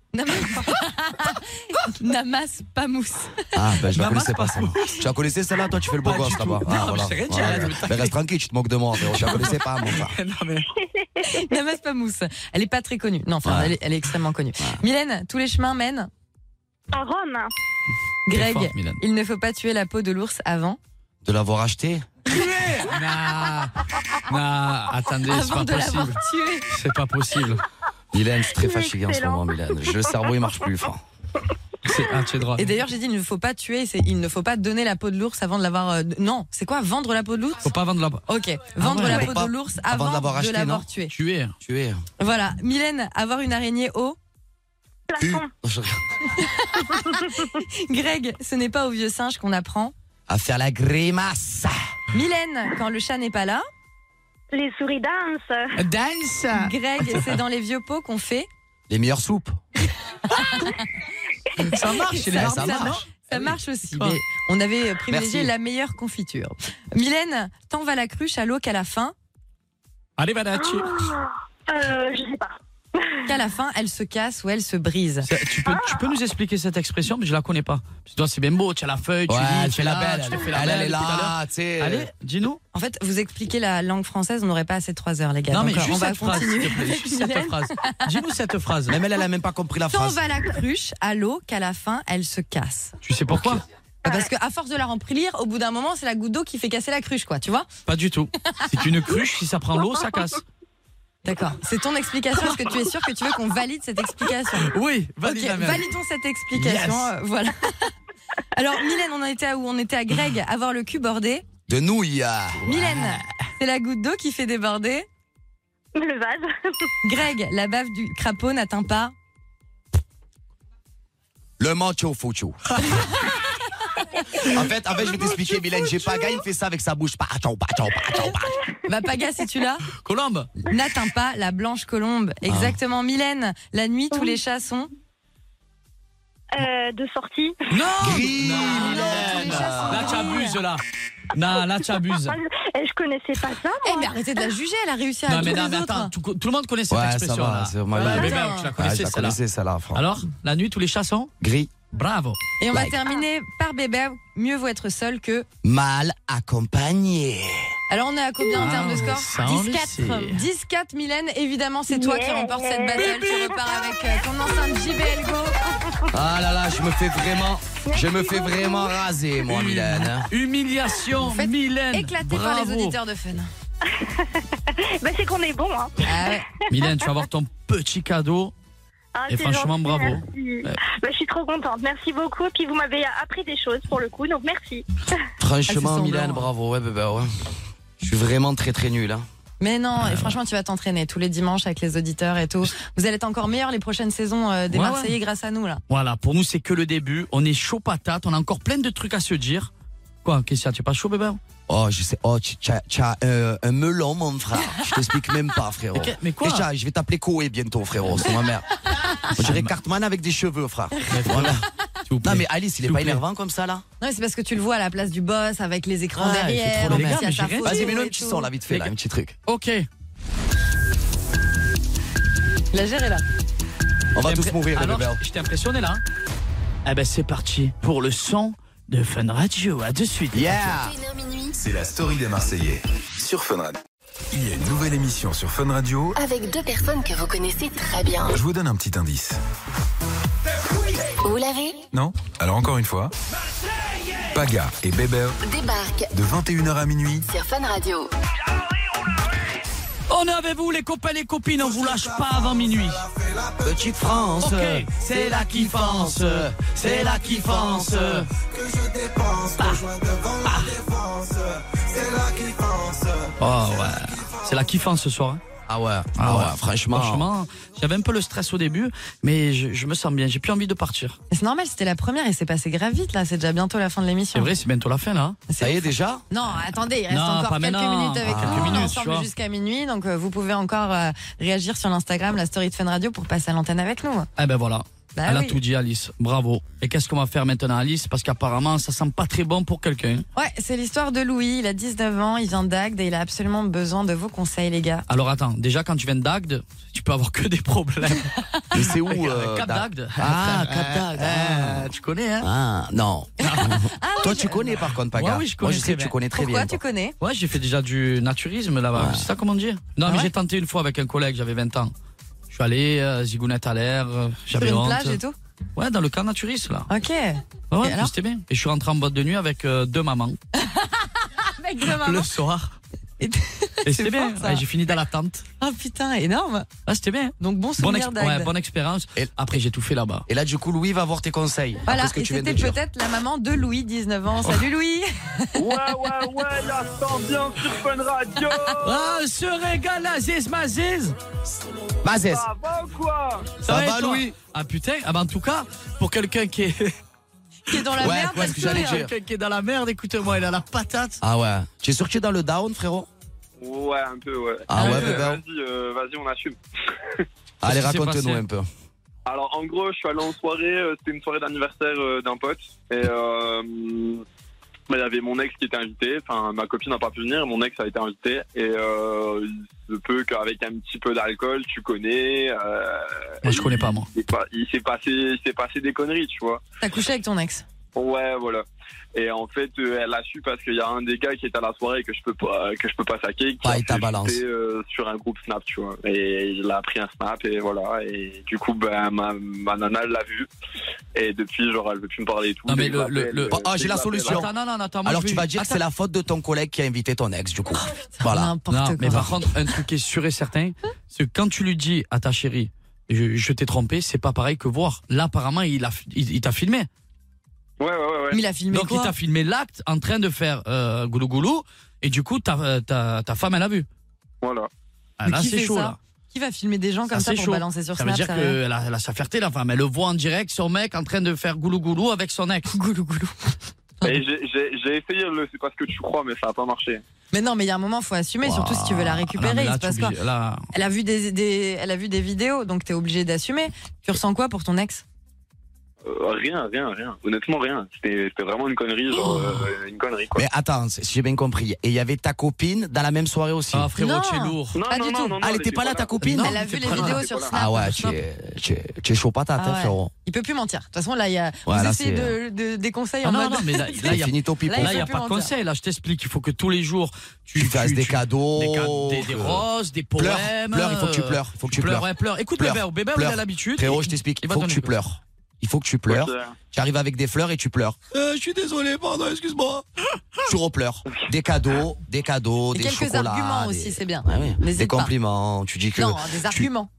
[SPEAKER 5] (laughs) N'amasse pas
[SPEAKER 9] (laughs)
[SPEAKER 5] mousse.
[SPEAKER 6] Ah, ben je la connaissais pas, ça. Tu la connaissais celle-là, toi, tu fais le beau
[SPEAKER 4] Pas du
[SPEAKER 6] gosse là-bas.
[SPEAKER 4] tout.
[SPEAKER 6] Ah,
[SPEAKER 4] Non,
[SPEAKER 6] voilà.
[SPEAKER 4] je t'ai rien dit,
[SPEAKER 6] Voilà.
[SPEAKER 4] arrête, mais
[SPEAKER 6] Mais reste tranquille, tu te moques de moi. Mais je la connaissais pas, mon frère.
[SPEAKER 5] N'amasse pas mousse. Elle est pas très connue. Non, enfin,
[SPEAKER 6] Ouais.
[SPEAKER 5] elle, est, elle est extrêmement connue. Mylène, tous les chemins mènent.
[SPEAKER 9] À Rome.
[SPEAKER 6] T'es
[SPEAKER 5] Greg,
[SPEAKER 6] forte, Mylène.
[SPEAKER 5] il ne faut pas tuer la peau de l'ours avant.
[SPEAKER 6] De l'avoir acheté
[SPEAKER 5] (laughs)
[SPEAKER 4] Non, non, attendez, c'est
[SPEAKER 5] Avant
[SPEAKER 4] pas
[SPEAKER 5] de l'avoir
[SPEAKER 4] possible.
[SPEAKER 5] tué.
[SPEAKER 4] C'est pas possible.
[SPEAKER 6] Mylène, je suis très
[SPEAKER 5] Il est
[SPEAKER 6] fatigué en ce
[SPEAKER 5] excellent.
[SPEAKER 6] moment, Mylène. Je- Le cerveau, il marche plus,
[SPEAKER 5] (laughs)
[SPEAKER 6] frère.
[SPEAKER 4] C'est- Ah, tu es droit.
[SPEAKER 5] Et d'ailleurs, j'ai dit, il ne faut pas tuer, c'est, il ne faut pas donner la peau de l'ours avant de l'avoir. euh, de- non, c'est quoi Vendre la peau de l'ours
[SPEAKER 4] Faut pas vendre la peau. Ah
[SPEAKER 5] Ok,
[SPEAKER 6] Ah
[SPEAKER 5] vendre
[SPEAKER 4] ouais.
[SPEAKER 5] la
[SPEAKER 4] Faut
[SPEAKER 5] peau
[SPEAKER 4] pas-
[SPEAKER 5] de l'ours
[SPEAKER 4] avant
[SPEAKER 5] avant,
[SPEAKER 4] de l'avoir
[SPEAKER 5] de
[SPEAKER 4] acheté,
[SPEAKER 5] l'avoir
[SPEAKER 4] non
[SPEAKER 5] tué.
[SPEAKER 4] Tuer.
[SPEAKER 6] Tuer.
[SPEAKER 5] Voilà, Mylène, avoir une araignée
[SPEAKER 4] (laughs)
[SPEAKER 5] au. Greg, ce n'est pas au vieux singe qu'on apprend.
[SPEAKER 6] À faire la grimace.
[SPEAKER 5] Mylène, quand le chat n'est pas là.
[SPEAKER 9] Les souris dansent.
[SPEAKER 4] Dance.
[SPEAKER 5] Greg, c'est dans les vieux pots qu'on fait.
[SPEAKER 6] Les meilleures soupes.
[SPEAKER 4] (laughs) Ça marche,
[SPEAKER 5] ça,
[SPEAKER 4] les
[SPEAKER 5] ça,
[SPEAKER 4] armes, ça marche.
[SPEAKER 5] marche. Ça marche aussi,
[SPEAKER 4] Ah.
[SPEAKER 5] mais on avait euh, privilégié
[SPEAKER 4] Merci.
[SPEAKER 5] la meilleure confiture. Mylène, tant va la cruche à l'eau qu'à la fin.
[SPEAKER 4] Allez, va là, tu.
[SPEAKER 9] Ah, Euh, je sais pas.
[SPEAKER 5] Qu'à la fin, elle se casse ou elle se brise.
[SPEAKER 4] C'est- Tu peux, tu peux nous expliquer cette expression, mais je la connais pas. Parce que toi, c'est bien beau, tu as la feuille, tu
[SPEAKER 6] Ouais,
[SPEAKER 4] lis,
[SPEAKER 6] elle
[SPEAKER 4] tu
[SPEAKER 6] fait la
[SPEAKER 4] l'as,
[SPEAKER 6] belle,
[SPEAKER 4] tu
[SPEAKER 6] elle
[SPEAKER 4] fais
[SPEAKER 6] fait-
[SPEAKER 4] la
[SPEAKER 6] elle
[SPEAKER 4] belle
[SPEAKER 6] est
[SPEAKER 4] tout
[SPEAKER 6] là,
[SPEAKER 4] à l'heure.
[SPEAKER 6] tu sais.
[SPEAKER 4] Allez, dis-nous.
[SPEAKER 5] En fait, vous expliquer la langue française, on n'aurait pas assez de 3 heures, les gars.
[SPEAKER 4] Non, mais
[SPEAKER 5] Donc, euh,
[SPEAKER 4] juste
[SPEAKER 5] on va
[SPEAKER 4] cette phrase, s'il
[SPEAKER 5] continuer
[SPEAKER 4] te plaît,
[SPEAKER 5] avec
[SPEAKER 4] juste cette
[SPEAKER 5] Mylène.
[SPEAKER 4] phrase. Dis-nous cette phrase.
[SPEAKER 6] Même elle, elle a même pas compris la
[SPEAKER 5] Tant
[SPEAKER 6] phrase.
[SPEAKER 5] va la cruche à l'eau qu'à la fin, elle se casse.
[SPEAKER 4] Tu sais pourquoi
[SPEAKER 5] Bah, Parce que à force de la remplir, au bout d'un moment, c'est la goutte d'eau qui fait casser la cruche, quoi, tu vois
[SPEAKER 4] Pas du tout. C'est une cruche, si ça prend l'eau, ça casse.
[SPEAKER 5] D'accord. C'est ton explication. Est-ce que tu es sûr que tu veux qu'on valide cette explication
[SPEAKER 4] Oui, valide
[SPEAKER 5] Ok,
[SPEAKER 4] la merde.
[SPEAKER 5] validons cette explication.
[SPEAKER 4] Yes.
[SPEAKER 5] euh, voilà. Alors, Mylène, on en était à où On était à Greg, avoir le cul bordé.
[SPEAKER 6] De nouilles.
[SPEAKER 5] Mylène, c'est la goutte d'eau qui fait déborder.
[SPEAKER 9] Le vase. (laughs)
[SPEAKER 5] Greg, la bave du crapaud n'atteint pas.
[SPEAKER 6] Le
[SPEAKER 5] (laughs)
[SPEAKER 6] mancho foucho. en fait, en fait, je vais t'expliquer, Mylène. J'ai pas gagné, il fait ça avec sa bouche. Pachon, pachon, pachon, pachon.
[SPEAKER 5] Va paga si tu l'as.
[SPEAKER 4] Colombe.
[SPEAKER 5] N'atteint pas la blanche colombe.
[SPEAKER 4] Ah.
[SPEAKER 5] Exactement, Mylène. La nuit, tous les chats sont.
[SPEAKER 9] Euh, de sortie.
[SPEAKER 4] Non Là, tu abuses, là. Non, là, tu abuses.
[SPEAKER 9] Eh, Je connaissais pas ça.
[SPEAKER 5] Eh, mais arrêtez de la juger, elle a réussi à
[SPEAKER 4] Non, mais
[SPEAKER 5] tous
[SPEAKER 4] non,
[SPEAKER 5] les
[SPEAKER 4] mais
[SPEAKER 5] autres.
[SPEAKER 4] attends, tout, tout le monde connaît cette
[SPEAKER 6] Ouais, ça
[SPEAKER 4] expression.
[SPEAKER 6] va,
[SPEAKER 4] là.
[SPEAKER 6] c'est ma
[SPEAKER 4] Ouais,
[SPEAKER 6] gueule.
[SPEAKER 4] mais même, tu la
[SPEAKER 6] Ah, je
[SPEAKER 4] connaissais,
[SPEAKER 6] la
[SPEAKER 4] celle-là.
[SPEAKER 6] connaissais, celle-là, franc.
[SPEAKER 4] Alors, la nuit, tous les chats sont
[SPEAKER 6] Gris.
[SPEAKER 4] Bravo.
[SPEAKER 5] Et on va
[SPEAKER 6] Like.
[SPEAKER 5] terminer par bébé. Mieux vaut être seul que.
[SPEAKER 6] Mal accompagné.
[SPEAKER 5] Alors, on est à combien en
[SPEAKER 6] Ah,
[SPEAKER 5] termes de score
[SPEAKER 6] ça
[SPEAKER 5] 10-4.
[SPEAKER 6] enrichit.
[SPEAKER 5] 10-4, Mylène. Évidemment, c'est toi qui
[SPEAKER 9] Yeah.
[SPEAKER 5] remporte cette battle. Tu repars avec euh, ton enceinte JBL Go.
[SPEAKER 6] Ah là là, je me fais vraiment, je me fais vraiment raser, moi, Mylène. hein.
[SPEAKER 4] Humiliation,
[SPEAKER 5] Vous faites
[SPEAKER 4] Mylène.
[SPEAKER 5] Éclaté
[SPEAKER 4] bravo.
[SPEAKER 5] par les auditeurs de fun.
[SPEAKER 9] Bah, c'est qu'on est bon, hein.
[SPEAKER 10] Ah
[SPEAKER 4] Mylène, tu vas avoir ton petit cadeau.
[SPEAKER 9] Ah,
[SPEAKER 4] Et
[SPEAKER 9] c'est
[SPEAKER 4] franchement, bravo.
[SPEAKER 9] merci. Bah, je suis trop contente. Merci beaucoup. Puis vous m'avez appris des choses pour le coup, donc merci.
[SPEAKER 6] Franchement, Milan, bravo. Ouais, bébé, ouais. Je suis vraiment très très nul. Hein.
[SPEAKER 5] Mais non, et franchement, tu vas t'entraîner tous les dimanches avec les auditeurs et tout. Vous allez être encore meilleurs les prochaines saisons euh, des
[SPEAKER 4] Ouais,
[SPEAKER 5] Marseillais
[SPEAKER 4] ouais.
[SPEAKER 5] grâce à nous, là.
[SPEAKER 4] Voilà, pour nous, c'est que le début. On est chaud patate, on a encore plein de trucs à se dire. Quoi, Christian, tu es pas chaud, bébé
[SPEAKER 6] Oh, je sais. Oh, tu tu as, tu as, euh, un melon, mon frère. Je t'explique même pas, frérot.
[SPEAKER 4] Mais que- mais quoi
[SPEAKER 6] Déjà, je vais t'appeler Koé bientôt, frérot. C'est ma mère. On dirait Cartman avec des cheveux, frère. Voilà. Non, mais Alice, il est pas énervant comme ça, là
[SPEAKER 5] Non, mais c'est parce que tu le vois à la place du boss avec les écrans
[SPEAKER 6] Ouais,
[SPEAKER 5] derrière.
[SPEAKER 6] il fait trop
[SPEAKER 5] on
[SPEAKER 6] le mec.
[SPEAKER 5] pense à ta photo
[SPEAKER 6] Vas-y, mets-nous un
[SPEAKER 5] et
[SPEAKER 6] petit
[SPEAKER 5] tout.
[SPEAKER 6] son, là, vite fait, là, un petit truc.
[SPEAKER 4] Ok.
[SPEAKER 5] La gère est là.
[SPEAKER 6] On va
[SPEAKER 4] J'ai
[SPEAKER 6] tous
[SPEAKER 4] impré-
[SPEAKER 6] mourir, les
[SPEAKER 4] Alors,
[SPEAKER 6] bébés.
[SPEAKER 4] je t'ai impressionné là. Eh ben, c'est parti pour le son de Fun Radio. À de suite.
[SPEAKER 1] C'est la story des Marseillais sur Fun Radio. Il y a une nouvelle émission sur Fun Radio.
[SPEAKER 3] Avec deux personnes que vous connaissez très bien.
[SPEAKER 1] Je vous donne un petit indice.
[SPEAKER 3] Vous l'avez
[SPEAKER 1] Non Alors encore une fois. Paga et Bébert
[SPEAKER 3] Débarque
[SPEAKER 1] de 21h à minuit.
[SPEAKER 3] sur Fun Radio.
[SPEAKER 4] On est avec vous, les copains, les copines. On vous lâche pas avant minuit.
[SPEAKER 6] Petite France,
[SPEAKER 4] Ok.
[SPEAKER 6] c'est la kiffance, c'est la kiffance.
[SPEAKER 13] Que je dépense, rejoins devant la défense. C'est là qui pense.
[SPEAKER 4] Oh ouais. C'est la kiffance ce soir. hein.
[SPEAKER 6] Ah ouais, ah,
[SPEAKER 4] Ah
[SPEAKER 6] ouais,
[SPEAKER 4] ouais.
[SPEAKER 6] franchement.
[SPEAKER 4] Franchement, j'avais un peu le stress au début, mais je, je me sens bien. J'ai plus envie de partir.
[SPEAKER 5] Mais C'est normal, c'était la première et c'est passé grave vite, là. C'est déjà bientôt la fin de l'émission.
[SPEAKER 4] C'est vrai, c'est bientôt la fin là.
[SPEAKER 6] Ça y est déjà
[SPEAKER 5] Non, attendez, il reste
[SPEAKER 4] Non,
[SPEAKER 5] encore
[SPEAKER 4] pas
[SPEAKER 5] quelques
[SPEAKER 4] maintenant.
[SPEAKER 5] minutes avec
[SPEAKER 4] Ah,
[SPEAKER 5] nous.
[SPEAKER 4] quelques
[SPEAKER 5] on est
[SPEAKER 4] minutes, tu vois.
[SPEAKER 5] ensemble jusqu'à minuit, donc euh, vous pouvez encore euh, réagir sur l'Instagram, la story de Fun Radio pour passer à l'antenne avec nous.
[SPEAKER 4] Eh ben voilà.
[SPEAKER 5] Bah
[SPEAKER 4] Elle a
[SPEAKER 5] oui.
[SPEAKER 4] tout dit, Alice. Bravo. Et qu'est-ce qu'on va faire maintenant, Alice Parce qu'apparemment, ça sent pas très bon pour quelqu'un.
[SPEAKER 5] Ouais, c'est l'histoire de Louis. Il a 19 ans, il vient d'Agde et il a absolument besoin de vos conseils, les gars.
[SPEAKER 4] Alors attends, déjà quand tu viens d'Agde, tu peux avoir que des problèmes.
[SPEAKER 6] (laughs) Mais c'est où euh,
[SPEAKER 4] Cap
[SPEAKER 6] Dan-
[SPEAKER 4] d'Agde.
[SPEAKER 6] Ah, Cap d'Agde. ah.
[SPEAKER 4] Tu connais, hein
[SPEAKER 6] Ah, non. (laughs) Toi, tu connais par contre, Paga.
[SPEAKER 4] Ouais, oui, je
[SPEAKER 6] Moi,
[SPEAKER 4] connais
[SPEAKER 6] je sais
[SPEAKER 4] très
[SPEAKER 6] que tu
[SPEAKER 4] bien.
[SPEAKER 6] connais très
[SPEAKER 5] Pourquoi
[SPEAKER 6] bien.
[SPEAKER 5] tu connais
[SPEAKER 4] Ouais, j'ai fait déjà du naturisme là-bas. C'est ça comment dire Ah
[SPEAKER 5] Ah
[SPEAKER 4] Non, mais j'ai tenté une fois avec un collègue, j'avais 20 ans. Je suis allé, euh, zigounette à l'air, euh, j'avais
[SPEAKER 5] Sur une
[SPEAKER 4] honte.
[SPEAKER 5] plage et tout
[SPEAKER 4] Ouais, dans le camp naturiste là.
[SPEAKER 5] Ok.
[SPEAKER 4] Ouais,
[SPEAKER 5] Et
[SPEAKER 4] ouais,
[SPEAKER 5] alors
[SPEAKER 4] c'était bien. Et je suis rentré en boîte de nuit avec euh, deux mamans
[SPEAKER 5] Avec le maman.
[SPEAKER 4] le soir.
[SPEAKER 5] (laughs)
[SPEAKER 4] Et c'était bien.
[SPEAKER 5] fort, ça.
[SPEAKER 4] Ouais, j'ai fini dans la tente.
[SPEAKER 5] (laughs) Oh putain, énorme.
[SPEAKER 4] Ah, c'était bien.
[SPEAKER 5] Donc bon
[SPEAKER 4] Bonne,
[SPEAKER 5] souvenir
[SPEAKER 4] exp-
[SPEAKER 5] d'Agde.
[SPEAKER 4] ouais, bonne expérience. Après, j'ai tout fait là-bas.
[SPEAKER 6] Et là, du coup, Louis va avoir tes conseils.
[SPEAKER 5] Voilà,
[SPEAKER 6] après ce que
[SPEAKER 5] et
[SPEAKER 6] tu viens de
[SPEAKER 5] c'était
[SPEAKER 6] dire.
[SPEAKER 5] peut-être la maman de Louis, 19
[SPEAKER 4] Oh.
[SPEAKER 5] ans. Salut Louis
[SPEAKER 14] Ouais, ouais, ouais, là, c'est ambiance sur Fun Radio.
[SPEAKER 4] Ah, se régale, Aziz Maziz.
[SPEAKER 6] Mazès.
[SPEAKER 14] Ça va ou quoi
[SPEAKER 4] Ça, va, Louis Ah putain, ah, bah, en tout cas, pour quelqu'un qui est.
[SPEAKER 5] qui est dans la
[SPEAKER 6] Ouais, merde, ouais, ce que j'allais
[SPEAKER 4] Quelqu'un
[SPEAKER 6] dire.
[SPEAKER 4] qui est dans la merde, écoute-moi, il a la patate.
[SPEAKER 6] Ah ouais. Tu es sûr que tu es dans le down, frérot
[SPEAKER 14] Ouais, un peu, ouais.
[SPEAKER 6] Ah ouais,
[SPEAKER 14] Euh,
[SPEAKER 6] bébé.
[SPEAKER 14] Vas-y, euh, vas-y, on assume.
[SPEAKER 4] (laughs)
[SPEAKER 6] Allez,
[SPEAKER 4] Qu'est-ce qui s'est
[SPEAKER 6] raconte-nous
[SPEAKER 4] passé
[SPEAKER 6] un peu.
[SPEAKER 14] Alors, en gros, je suis allé en soirée. euh, C'était une soirée d'anniversaire euh, d'un pote. Et euh, bah, il y avait mon ex qui était invité. Enfin, ma copine n'a pas pu venir. Mon ex a été invité. Et euh, il se peut qu'avec un petit peu d'alcool, tu connais. euh,
[SPEAKER 4] Moi, je connais pas, moi.
[SPEAKER 14] il s'est pas- il s'est passé, il s'est passé des conneries, tu vois.
[SPEAKER 5] T'as couché avec ton ex.
[SPEAKER 14] Ouais, voilà. Et en fait, euh, elle a su parce qu'il y a un des gars qui est à la soirée et que je peux pas, que je peux pas saquer, qui
[SPEAKER 6] Ah,
[SPEAKER 14] a
[SPEAKER 6] il t'a
[SPEAKER 14] fait
[SPEAKER 6] balance.
[SPEAKER 14] shooter, euh, sur un groupe Snap, tu vois. Et il a pris un Snap et voilà. Et du coup, ben, ma, ma nana elle l'a vu. Et depuis, genre, elle veut plus me parler et tout.
[SPEAKER 4] Non,
[SPEAKER 14] Dès
[SPEAKER 4] mais
[SPEAKER 14] que
[SPEAKER 4] le-
[SPEAKER 14] je
[SPEAKER 4] le-
[SPEAKER 14] l'appelle,
[SPEAKER 4] le- oh,
[SPEAKER 14] euh,
[SPEAKER 6] Ah,
[SPEAKER 14] dès
[SPEAKER 6] j'ai
[SPEAKER 14] que
[SPEAKER 6] la
[SPEAKER 14] je l'appelle,
[SPEAKER 6] solution.
[SPEAKER 14] elle-
[SPEAKER 4] Attends, non, non, non, attends. moi,
[SPEAKER 6] Alors,
[SPEAKER 4] je
[SPEAKER 6] tu
[SPEAKER 4] vais-
[SPEAKER 6] vas dire que c'est
[SPEAKER 4] Attends. Oh,
[SPEAKER 6] la faute de ton collègue qui a invité ton ex, du coup. Voilà.
[SPEAKER 5] N'importe
[SPEAKER 4] Non,
[SPEAKER 5] quoi.
[SPEAKER 4] mais par contre, un truc qui est sûr et certain, c'est que quand tu lui dis à ta chérie, je, je t'ai trompé, c'est pas pareil que voir. Là, apparemment, il a il, il t'a filmé.
[SPEAKER 14] Ouais, ouais, ouais. ouais.
[SPEAKER 5] Mais il a filmé
[SPEAKER 4] Donc,
[SPEAKER 5] quoi
[SPEAKER 4] il t'a filmé l'acte en train de faire euh, goulou goulou, et du coup, ta, euh, ta, ta femme, elle a vu.
[SPEAKER 14] Voilà.
[SPEAKER 4] Ah,
[SPEAKER 5] Mais
[SPEAKER 4] là,
[SPEAKER 5] qui
[SPEAKER 4] c'est
[SPEAKER 5] fait
[SPEAKER 4] chaud,
[SPEAKER 5] ça
[SPEAKER 4] là.
[SPEAKER 5] Qui va filmer des gens comme
[SPEAKER 4] Ah,
[SPEAKER 5] ça
[SPEAKER 4] c'est
[SPEAKER 5] pour
[SPEAKER 4] chaud.
[SPEAKER 5] balancer sur
[SPEAKER 4] Ça
[SPEAKER 5] Snap
[SPEAKER 4] veut dire
[SPEAKER 5] ça
[SPEAKER 4] qu'elle a, elle a sa fierté, la femme. Elle le voit en direct, son mec, en train de faire goulou goulou avec son
[SPEAKER 5] (laughs)
[SPEAKER 4] ex.
[SPEAKER 5] Goulou, goulou.
[SPEAKER 14] Et j'ai- j'ai j'ai essayé le c'est parce que tu crois, mais ça a pas marché.
[SPEAKER 5] Mais non, mais il y a un moment, faut assumer,
[SPEAKER 4] Ouah.
[SPEAKER 5] surtout si tu veux la
[SPEAKER 4] Ah, non,
[SPEAKER 5] récupérer,
[SPEAKER 4] mais
[SPEAKER 5] il
[SPEAKER 4] là,
[SPEAKER 5] se passe
[SPEAKER 4] t'es
[SPEAKER 5] quoi
[SPEAKER 4] obligé- là,
[SPEAKER 5] Elle a vu des, des- elle a vu des vidéos, donc t'es obligé d'assumer. Tu ressens quoi pour ton ex
[SPEAKER 14] Euh, rien, rien, rien. Honnêtement, rien. C'était c'était vraiment une connerie, genre,
[SPEAKER 4] Oh.
[SPEAKER 14] euh, une connerie, quoi.
[SPEAKER 6] Mais attends, si j'ai bien compris. Et il y avait ta copine dans la même soirée aussi.
[SPEAKER 4] Ah, frérot,
[SPEAKER 5] Non.
[SPEAKER 4] tu es lourd.
[SPEAKER 14] Non,
[SPEAKER 5] Pas
[SPEAKER 14] non,
[SPEAKER 5] du
[SPEAKER 14] non,
[SPEAKER 5] tout.
[SPEAKER 14] non, non,
[SPEAKER 6] Ah, elle
[SPEAKER 14] elle
[SPEAKER 6] était pas là, ta copine
[SPEAKER 4] Non,
[SPEAKER 5] Elle a
[SPEAKER 4] t'es
[SPEAKER 5] vu les
[SPEAKER 4] pas là.
[SPEAKER 5] vidéos
[SPEAKER 14] T'es
[SPEAKER 5] sur
[SPEAKER 14] pas là.
[SPEAKER 5] Snap.
[SPEAKER 6] Ah ouais,
[SPEAKER 5] sur Snap.
[SPEAKER 6] tu es, tu es- tu es chaud patate,
[SPEAKER 5] Ah
[SPEAKER 6] hein,
[SPEAKER 5] ouais.
[SPEAKER 6] frérot.
[SPEAKER 5] Il peut plus mentir. De toute façon, là, euh, il y a,
[SPEAKER 6] Ouais,
[SPEAKER 5] vous
[SPEAKER 6] là,
[SPEAKER 5] essayez
[SPEAKER 6] c'est-
[SPEAKER 5] de, de- des conseils
[SPEAKER 4] Ah,
[SPEAKER 5] en
[SPEAKER 4] non,
[SPEAKER 5] mode.
[SPEAKER 4] non,
[SPEAKER 5] (laughs)
[SPEAKER 4] mais
[SPEAKER 6] (laughs)
[SPEAKER 4] là, là,
[SPEAKER 6] C'est
[SPEAKER 4] il y a-
[SPEAKER 6] fini ton pipo.
[SPEAKER 5] Là,
[SPEAKER 4] Là, il n'y a
[SPEAKER 5] faut
[SPEAKER 4] pas
[SPEAKER 5] plus
[SPEAKER 4] de
[SPEAKER 5] mentir.
[SPEAKER 4] conseil. Là, je t'explique. Il faut que tous les jours, tu,
[SPEAKER 6] Tu fasses des cadeaux,
[SPEAKER 4] Des, ca- des- des
[SPEAKER 6] que-
[SPEAKER 4] roses, des poèmes. euh,
[SPEAKER 6] Pleure, pleure, il faut que tu pleures, faut que tu pleures.
[SPEAKER 4] ouais, pleure. Écoute,
[SPEAKER 6] Pleure,
[SPEAKER 4] bébé, bébé, il
[SPEAKER 6] pleure.
[SPEAKER 4] a l'habitude.
[SPEAKER 6] Frérot, je t'explique,
[SPEAKER 4] Il
[SPEAKER 6] il
[SPEAKER 4] va
[SPEAKER 6] faut que
[SPEAKER 4] donner
[SPEAKER 6] tu
[SPEAKER 4] quoi.
[SPEAKER 6] pleures. Il faut que tu pleures.
[SPEAKER 4] Ouais, c'est vrai.
[SPEAKER 6] tu arrives avec des fleurs et tu pleures. Euh, je suis désolé, pardon, excuse-moi. tu repleures. Des cadeaux, des cadeaux,
[SPEAKER 19] Et
[SPEAKER 6] des
[SPEAKER 19] quelques
[SPEAKER 6] chocolats.
[SPEAKER 19] arguments
[SPEAKER 6] des-
[SPEAKER 19] aussi, c'est bien.
[SPEAKER 6] Ah oui,
[SPEAKER 19] N'hésite
[SPEAKER 6] Des
[SPEAKER 19] pas.
[SPEAKER 6] compliments. Tu dis que.
[SPEAKER 19] Non, des
[SPEAKER 5] (laughs)
[SPEAKER 6] tu-
[SPEAKER 19] arguments.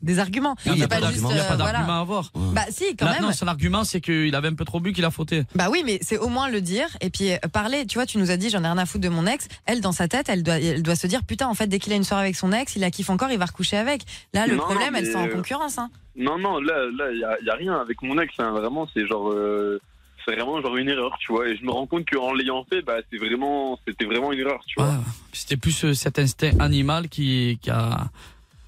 [SPEAKER 19] des arguments.
[SPEAKER 4] Il n'y a
[SPEAKER 19] C'est
[SPEAKER 4] pas d'argument
[SPEAKER 19] juste,
[SPEAKER 4] il y a pas
[SPEAKER 19] euh, voilà.
[SPEAKER 4] d'argument à avoir.
[SPEAKER 19] Bah si, quand
[SPEAKER 4] Là,
[SPEAKER 19] même.
[SPEAKER 4] Non, son argument, c'est qu'il avait un peu trop bu, qu'il a fauté.
[SPEAKER 5] Bah oui, mais c'est au moins le dire et puis euh, parler. Tu vois, tu nous as dit j'en ai rien à foutre de mon ex. Elle, dans sa tête, elle doit, elle doit se dire putain, en fait, dès qu'il a une soirée avec son ex, il la kiffe encore, il va recoucher avec. Là, le
[SPEAKER 14] Non,
[SPEAKER 5] problème,
[SPEAKER 14] non,
[SPEAKER 5] elles
[SPEAKER 14] mais- euh,
[SPEAKER 5] sont en concurrence. Hein.
[SPEAKER 14] Non, non, là, là, y a, y a rien avec mon ex. hein, vraiment, c'est genre, euh, c'est vraiment genre une erreur, tu vois. Et je me rends compte qu'en l'ayant fait, bah, c'est vraiment, c'était vraiment une erreur, tu vois.
[SPEAKER 4] Ah, C'était plus euh, cet instinct animal qui, qui a,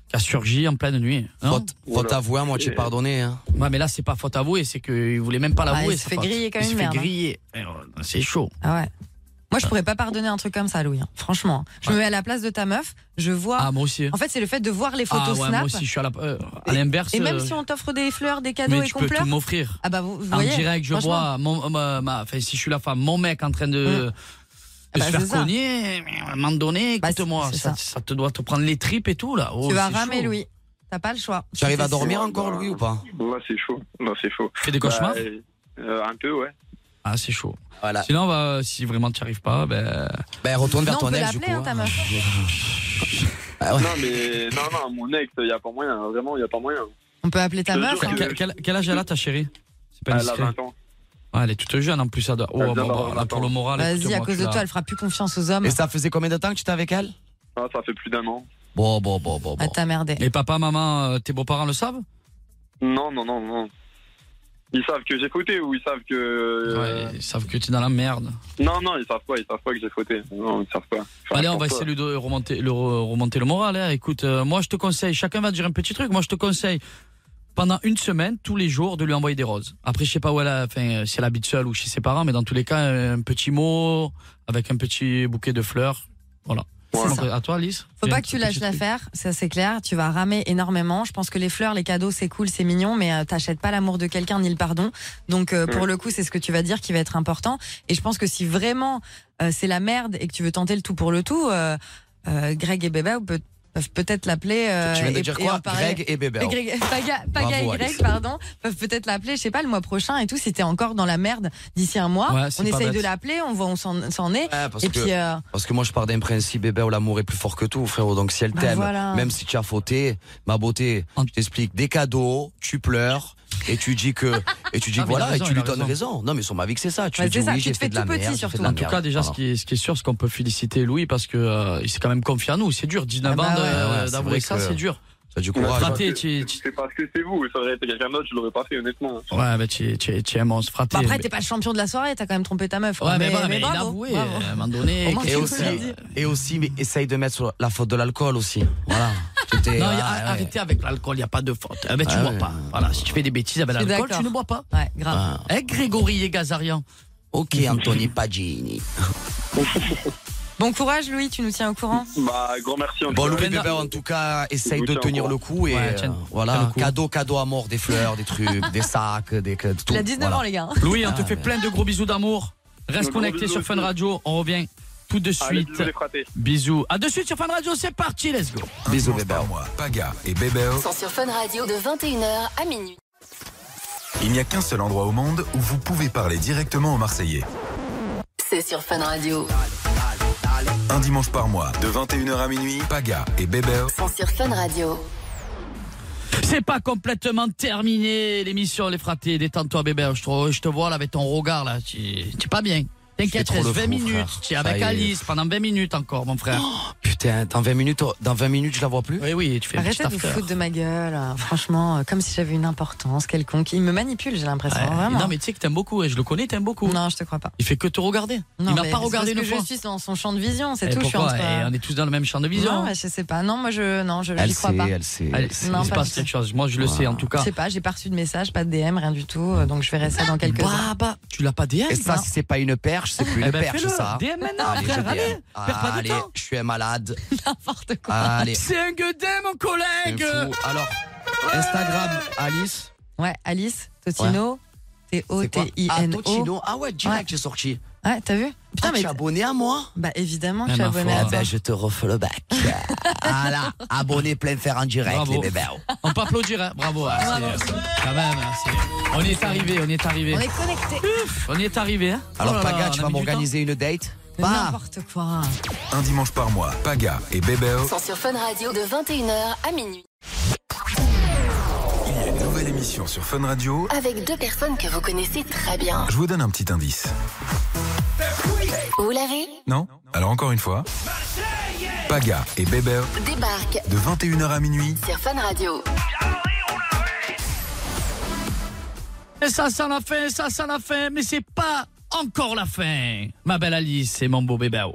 [SPEAKER 4] qui a surgi en pleine nuit. Faute,
[SPEAKER 6] Voilà. avouée à moitié pardonnée,
[SPEAKER 4] Ouais, mais là, c'est pas faute avouée, c'est qu'il voulait même pas
[SPEAKER 5] Ouais,
[SPEAKER 4] l'avouer.
[SPEAKER 5] il se
[SPEAKER 4] sa
[SPEAKER 5] fait
[SPEAKER 4] faute.
[SPEAKER 5] griller quand
[SPEAKER 4] Il
[SPEAKER 5] même,
[SPEAKER 4] se fait
[SPEAKER 5] merde, hein.
[SPEAKER 4] griller. Alors, C'est chaud.
[SPEAKER 5] Ah ouais. Moi, je pourrais pas pardonner un truc comme ça, Louis. hein. Franchement, je me mets à la place de ta meuf. Je vois.
[SPEAKER 4] Ah, moi aussi.
[SPEAKER 5] En fait, c'est le fait de voir les
[SPEAKER 4] ah,
[SPEAKER 5] photos
[SPEAKER 4] ouais,
[SPEAKER 5] Snap.
[SPEAKER 4] moi aussi, je suis à la- euh, à l'inverse.
[SPEAKER 5] Et même
[SPEAKER 4] euh,
[SPEAKER 5] si on t'offre des fleurs, des cadeaux
[SPEAKER 4] mais
[SPEAKER 5] et
[SPEAKER 4] tu
[SPEAKER 5] qu'on
[SPEAKER 4] peux
[SPEAKER 5] pleure.
[SPEAKER 4] tout m'offrir.
[SPEAKER 5] Ah bah vous, vous
[SPEAKER 4] en
[SPEAKER 5] voyez.
[SPEAKER 4] direct, je
[SPEAKER 5] franchement.
[SPEAKER 4] vois, mon, ma- ma- enfin, si je suis la femme, mon mec en train de, de
[SPEAKER 5] Ah bah,
[SPEAKER 4] se faire
[SPEAKER 5] c'est ça. Bah,
[SPEAKER 4] cogner, mais à un moment donné, écoute-moi,
[SPEAKER 5] c'est
[SPEAKER 4] ça,
[SPEAKER 5] ça.
[SPEAKER 4] ça te doit te prendre les tripes et tout, là. Oh,
[SPEAKER 5] tu vas
[SPEAKER 4] c'est
[SPEAKER 5] ramer,
[SPEAKER 4] chaud.
[SPEAKER 5] Louis. T'as pas le choix.
[SPEAKER 6] Tu arrives à dormir
[SPEAKER 14] Ouais,
[SPEAKER 6] encore,
[SPEAKER 14] bah,
[SPEAKER 6] Louis, ou pas
[SPEAKER 14] Là, c'est chaud. Là, c'est chaud.
[SPEAKER 4] fais des cauchemars
[SPEAKER 14] Bah, euh, Un peu, ouais.
[SPEAKER 4] Ah, c'est chaud. Sinon, bah, si vraiment tu n'y arrives pas, ben.
[SPEAKER 6] Ben, retourne
[SPEAKER 5] Non, on peut l'appeler, hein, ta meuf.
[SPEAKER 4] Ah
[SPEAKER 14] Non, mais non, non, mon ex, il n'y a pas moyen. hein. Vraiment, il n'y a pas moyen.
[SPEAKER 5] On peut appeler ta
[SPEAKER 14] Je te
[SPEAKER 5] meuf.
[SPEAKER 14] jure
[SPEAKER 5] hein.
[SPEAKER 4] Quel, quel- quel âge elle a, ta chérie C'est pas
[SPEAKER 14] Elle a
[SPEAKER 4] indiscret.
[SPEAKER 14] 20 ans.
[SPEAKER 4] Ouais, elle est toute jeune en plus. Elle doit... Oh,
[SPEAKER 14] Elle
[SPEAKER 4] bon,
[SPEAKER 14] doit
[SPEAKER 4] bon,
[SPEAKER 14] avoir
[SPEAKER 4] là, pour le moral.
[SPEAKER 5] Vas-y,
[SPEAKER 4] écoute-moi,
[SPEAKER 5] à cause
[SPEAKER 4] tu
[SPEAKER 5] de
[SPEAKER 4] l'as.
[SPEAKER 5] toi, elle fera plus confiance aux hommes.
[SPEAKER 6] Et ça faisait combien de temps que tu étais avec elle
[SPEAKER 14] Ah, ça fait plus d'un an.
[SPEAKER 6] Bon, bon, bon, bon.
[SPEAKER 5] Ah, t'as merdé.
[SPEAKER 4] Oh, Et papa, maman, euh, tes beaux-parents le savent
[SPEAKER 14] Non, non, non, non. Ils savent que j'ai fauté ou ils savent que. euh,
[SPEAKER 4] Ils savent que tu es dans la merde.
[SPEAKER 14] Non, non, ils savent pas. Ils savent pas que j'ai fauté. Non, ils savent pas. Enfin,
[SPEAKER 4] Allez, on va
[SPEAKER 14] pour toi.
[SPEAKER 4] essayer de remonter le, remonter le moral. hein. Écoute, euh, moi, je te conseille, chacun va dire un petit truc. Moi, je te conseille, pendant une semaine, tous les jours, de lui envoyer des roses. Après, je sais pas où elle a, enfin, euh, si elle habite seule ou chez ses parents, mais dans tous les cas, un petit mot, avec un petit bouquet de fleurs. Voilà. Donc, à toi, Alice.
[SPEAKER 5] Faut pas que tu lâches l'affaire, ça c'est clair. Tu vas ramer énormément. Je pense que les fleurs, les cadeaux, c'est cool, c'est mignon, mais euh, t'achètes pas l'amour de quelqu'un ni le pardon. Donc euh, pour le coup, c'est ce que tu vas dire qui va être important. Et je pense que si vraiment euh, c'est la merde et que tu veux tenter le tout pour le tout, euh, euh, Greg et Bébé peut- peuvent peut-être l'appeler. euh,
[SPEAKER 6] Tu viens de
[SPEAKER 5] et-
[SPEAKER 6] dire
[SPEAKER 5] et
[SPEAKER 6] quoi
[SPEAKER 5] en parler.
[SPEAKER 6] Greg et Bébé.
[SPEAKER 5] Et Greg- (laughs) Paga, Paga
[SPEAKER 6] Bravo,
[SPEAKER 5] et Greg,
[SPEAKER 6] Alice.
[SPEAKER 5] pardon, peuvent peut-être l'appeler, je sais pas, le mois prochain et tout. Si t'es encore dans la merde d'ici un mois,
[SPEAKER 6] Ouais, c'est
[SPEAKER 5] on
[SPEAKER 6] pas
[SPEAKER 5] essaye de
[SPEAKER 6] bête.
[SPEAKER 5] l'appeler, on voit, on s'en s'en est.
[SPEAKER 6] Ouais, Ah, parce,
[SPEAKER 5] et
[SPEAKER 6] que,
[SPEAKER 5] puis, euh,
[SPEAKER 6] parce que moi je pars d'un principe, bébé, où l'amour est plus fort que tout, frérot. Donc si elle
[SPEAKER 5] Bah
[SPEAKER 6] t'aime,
[SPEAKER 5] voilà.
[SPEAKER 6] même si tu as fauté, ma beauté, je t'explique, des cadeaux, tu pleures. Et tu dis que, et tu dis
[SPEAKER 4] Ah,
[SPEAKER 6] que
[SPEAKER 4] mais il a
[SPEAKER 6] voilà,
[SPEAKER 4] raison,
[SPEAKER 6] et
[SPEAKER 4] il
[SPEAKER 6] tu lui
[SPEAKER 4] a
[SPEAKER 6] donnes
[SPEAKER 4] raison.
[SPEAKER 6] raison. Non, mais son ma vie que c'est ça. Tu
[SPEAKER 4] Ouais,
[SPEAKER 6] lui dis
[SPEAKER 4] c'est ça,
[SPEAKER 6] oui,
[SPEAKER 4] tu
[SPEAKER 6] j'ai
[SPEAKER 4] te
[SPEAKER 6] fait
[SPEAKER 4] fais
[SPEAKER 6] de la
[SPEAKER 4] tout petit,
[SPEAKER 6] merde. j'ai
[SPEAKER 4] surtout.
[SPEAKER 6] fait de la
[SPEAKER 4] En tout
[SPEAKER 6] merde.
[SPEAKER 4] cas, déjà, ce, qui est, ce qui est sûr, c'est qu'on peut féliciter Louis parce que euh, il s'est quand même confié à nous. C'est dur, 19
[SPEAKER 14] Ah bah
[SPEAKER 4] ans
[SPEAKER 14] ouais.
[SPEAKER 4] euh,
[SPEAKER 14] Ouais, ouais, c'est
[SPEAKER 4] d'avouer
[SPEAKER 14] vrai
[SPEAKER 4] ça,
[SPEAKER 14] que-
[SPEAKER 4] c'est dur.
[SPEAKER 6] Ça a du
[SPEAKER 14] C'est parce que- C'est parce que c'est vous. Ça aurait été quelqu'un d'autre, je l'aurais pas fait, honnêtement.
[SPEAKER 4] Ouais, mais tu tu- tu es un monstre, fraté.
[SPEAKER 5] Bah après, t'es pas le champion de la soirée, t'as quand même trompé ta meuf.
[SPEAKER 4] Ouais, mais bon, mais il a
[SPEAKER 5] bravo,
[SPEAKER 4] avoué,
[SPEAKER 5] bravo.
[SPEAKER 4] à un moment donné, euh,
[SPEAKER 5] Au moins,
[SPEAKER 6] Et
[SPEAKER 5] tu
[SPEAKER 6] aussi,
[SPEAKER 5] nous l'as dit.
[SPEAKER 6] et aussi, mais essaye de mettre sur la faute de l'alcool aussi. Voilà.
[SPEAKER 4] Non,
[SPEAKER 6] C'était-
[SPEAKER 4] y a-
[SPEAKER 6] ah, ouais.
[SPEAKER 4] arrêtez avec l'alcool, il n'y a pas de faute. Eh ben, tu
[SPEAKER 6] Ah
[SPEAKER 4] bois
[SPEAKER 6] ouais.
[SPEAKER 4] pas. Voilà, si tu fais des bêtises avec
[SPEAKER 5] Je suis
[SPEAKER 4] l'alcool,
[SPEAKER 5] d'accord.
[SPEAKER 4] tu ne bois pas.
[SPEAKER 5] Ouais, grave.
[SPEAKER 4] Eh, Grégory et Gazarian.
[SPEAKER 6] Ah, Ok, Anthony Pagini.
[SPEAKER 5] Bon courage, Louis, tu nous tiens au courant.
[SPEAKER 14] Bah, grand merci. en
[SPEAKER 6] Bon,
[SPEAKER 14] tout
[SPEAKER 6] Louis
[SPEAKER 14] cas.
[SPEAKER 6] Bébé, en tout cas, essaye
[SPEAKER 14] Écoutez,
[SPEAKER 6] de tenir
[SPEAKER 14] encore.
[SPEAKER 6] le coup et
[SPEAKER 14] Ouais,
[SPEAKER 6] euh,
[SPEAKER 14] tiens, tiens le
[SPEAKER 6] voilà,
[SPEAKER 14] coup.
[SPEAKER 6] cadeau, cadeau à mort, des fleurs, des trucs, des sacs, des que- tout.
[SPEAKER 5] Il a 19
[SPEAKER 6] voilà.
[SPEAKER 5] ans, les gars.
[SPEAKER 4] Louis, on te
[SPEAKER 6] Ah,
[SPEAKER 4] fait plein de gros bisous d'amour. Reste
[SPEAKER 6] Gros
[SPEAKER 4] connecté
[SPEAKER 6] bisous
[SPEAKER 4] sur Fun
[SPEAKER 6] aussi.
[SPEAKER 4] Radio. On revient tout de
[SPEAKER 1] Allez,
[SPEAKER 4] suite.
[SPEAKER 1] bisous les fratés.
[SPEAKER 4] bisous. À de suite sur Fun Radio, c'est parti, let's go.
[SPEAKER 1] Bisous, bébé. moi, Paga et Bébéo.
[SPEAKER 3] Sont sur Fun Radio de 21h à minuit.
[SPEAKER 1] Il n'y a qu'un seul endroit au monde où vous pouvez parler directement aux Marseillais.
[SPEAKER 3] C'est sur Fun Radio.
[SPEAKER 1] Un dimanche par mois, de 21h à minuit, Paga et Bébéo.
[SPEAKER 3] Sont sur Fun Radio.
[SPEAKER 4] C'est pas complètement terminé l'émission, les fratés. Détends-toi, bébé. Je te, je te vois là avec ton regard là. Tu tu es pas bien. T'inquiète,
[SPEAKER 6] Je fais
[SPEAKER 4] reste
[SPEAKER 6] trop le
[SPEAKER 4] 20
[SPEAKER 6] fou,
[SPEAKER 4] minutes.
[SPEAKER 6] frère.
[SPEAKER 4] Tu es
[SPEAKER 6] Ça y
[SPEAKER 4] avec
[SPEAKER 6] est.
[SPEAKER 4] Alice pendant 20 minutes encore, mon frère.
[SPEAKER 6] Oh,
[SPEAKER 5] Oh,
[SPEAKER 6] Putain, dans 20 minutes, oh, dans 20 minutes, je la vois plus.
[SPEAKER 4] Oui, oui, tu fais un
[SPEAKER 5] Arrêtez
[SPEAKER 4] petit
[SPEAKER 5] de vous
[SPEAKER 4] after.
[SPEAKER 5] foutre de ma gueule, euh, franchement, euh, comme si j'avais une importance quelconque. Il me manipule, j'ai l'impression,
[SPEAKER 4] Ouais.
[SPEAKER 5] vraiment.
[SPEAKER 4] Eh, Non, mais tu sais que t'aimes beaucoup et je le connais, t'aimes beaucoup.
[SPEAKER 5] Non, je te crois pas.
[SPEAKER 4] Il fait que te regarder.
[SPEAKER 5] Non,
[SPEAKER 4] Il m'a
[SPEAKER 5] mais
[SPEAKER 4] pas
[SPEAKER 5] c'est
[SPEAKER 4] regardé une
[SPEAKER 5] parce que
[SPEAKER 4] fois.
[SPEAKER 5] Je suis dans son champ de vision, c'est
[SPEAKER 4] Et
[SPEAKER 5] tout. Je suis
[SPEAKER 4] pourquoi
[SPEAKER 5] entre.
[SPEAKER 4] Et on est tous dans le même champ de vision.
[SPEAKER 5] Non, mais je sais pas. Non, moi je, non, je, j'y crois pas.
[SPEAKER 6] sait.
[SPEAKER 4] Allez,
[SPEAKER 5] sait. Non,
[SPEAKER 4] il se
[SPEAKER 5] pas
[SPEAKER 4] passe
[SPEAKER 5] du
[SPEAKER 4] quelque chose. Moi, je le sais en tout
[SPEAKER 5] Je
[SPEAKER 4] cas.
[SPEAKER 5] sais pas, j'ai pas reçu de message, pas de DM, rien du tout. euh, Donc je verrai ça dans quelques
[SPEAKER 4] Bah, bah, tu l'as pas DM
[SPEAKER 6] Et ça, si c'est pas une perche, c'est plus
[SPEAKER 4] Eh
[SPEAKER 6] une
[SPEAKER 4] ben,
[SPEAKER 6] perche,
[SPEAKER 4] fais-le.
[SPEAKER 6] ça.
[SPEAKER 4] DM maintenant,
[SPEAKER 6] allez, je
[SPEAKER 4] frère, allez,
[SPEAKER 6] DM.
[SPEAKER 4] perds pas de
[SPEAKER 6] Allez,
[SPEAKER 4] temps.
[SPEAKER 6] je suis un malade.
[SPEAKER 5] (laughs) N'importe
[SPEAKER 6] quoi. Allez.
[SPEAKER 4] Ah, C'est un gueudin, mon
[SPEAKER 6] Un
[SPEAKER 4] collègue.
[SPEAKER 6] fou. Alors, Instagram, Alice.
[SPEAKER 5] Ouais, Alice, Totino,
[SPEAKER 6] C'est quoi Ah,
[SPEAKER 5] T-O-T-I-N-O.
[SPEAKER 6] Totino. Ah ouais, Ah direct, j'ai sorti.
[SPEAKER 5] Ouais, t'as vu Putain, mais. Tu es
[SPEAKER 6] abonné à moi
[SPEAKER 5] Bah évidemment,
[SPEAKER 6] Ah,
[SPEAKER 5] tu es
[SPEAKER 6] ma
[SPEAKER 5] abonné
[SPEAKER 6] foi.
[SPEAKER 5] à
[SPEAKER 6] Ah,
[SPEAKER 4] bah,
[SPEAKER 6] ben, je te refais le
[SPEAKER 5] (laughs)
[SPEAKER 6] bac. ah là, abonné plein fer en direct,
[SPEAKER 4] Bravo.
[SPEAKER 6] les bébés.
[SPEAKER 4] On peut applaudir, hein. bravo. hein, c'est- Quand même, hein, c'est- on y est arrivé, on y est arrivé.
[SPEAKER 5] On est connectés.
[SPEAKER 4] On y est arrivé. hein.
[SPEAKER 6] Alors,
[SPEAKER 4] Oh là là,
[SPEAKER 6] Paga, tu
[SPEAKER 4] on a
[SPEAKER 6] vas
[SPEAKER 4] mis du
[SPEAKER 6] m'organiser une date
[SPEAKER 5] N'importe quoi.
[SPEAKER 1] Un dimanche par mois, Paga et Bébéo.
[SPEAKER 3] Sont sur Fun Radio de 21h à minuit.
[SPEAKER 1] Il y a une nouvelle émission sur Fun Radio.
[SPEAKER 3] Avec deux personnes que vous connaissez très bien.
[SPEAKER 1] Je vous donne un petit indice.
[SPEAKER 3] Vous l'avez
[SPEAKER 1] Non Alors encore une fois. Paga et Bébéo.
[SPEAKER 3] Débarque
[SPEAKER 1] De 21h à minuit.
[SPEAKER 3] sur Fun Radio.
[SPEAKER 4] Et ça, c'est la fin, ça, c'est la fin, mais c'est pas encore la fin. Ma belle Alice et mon beau bébéo.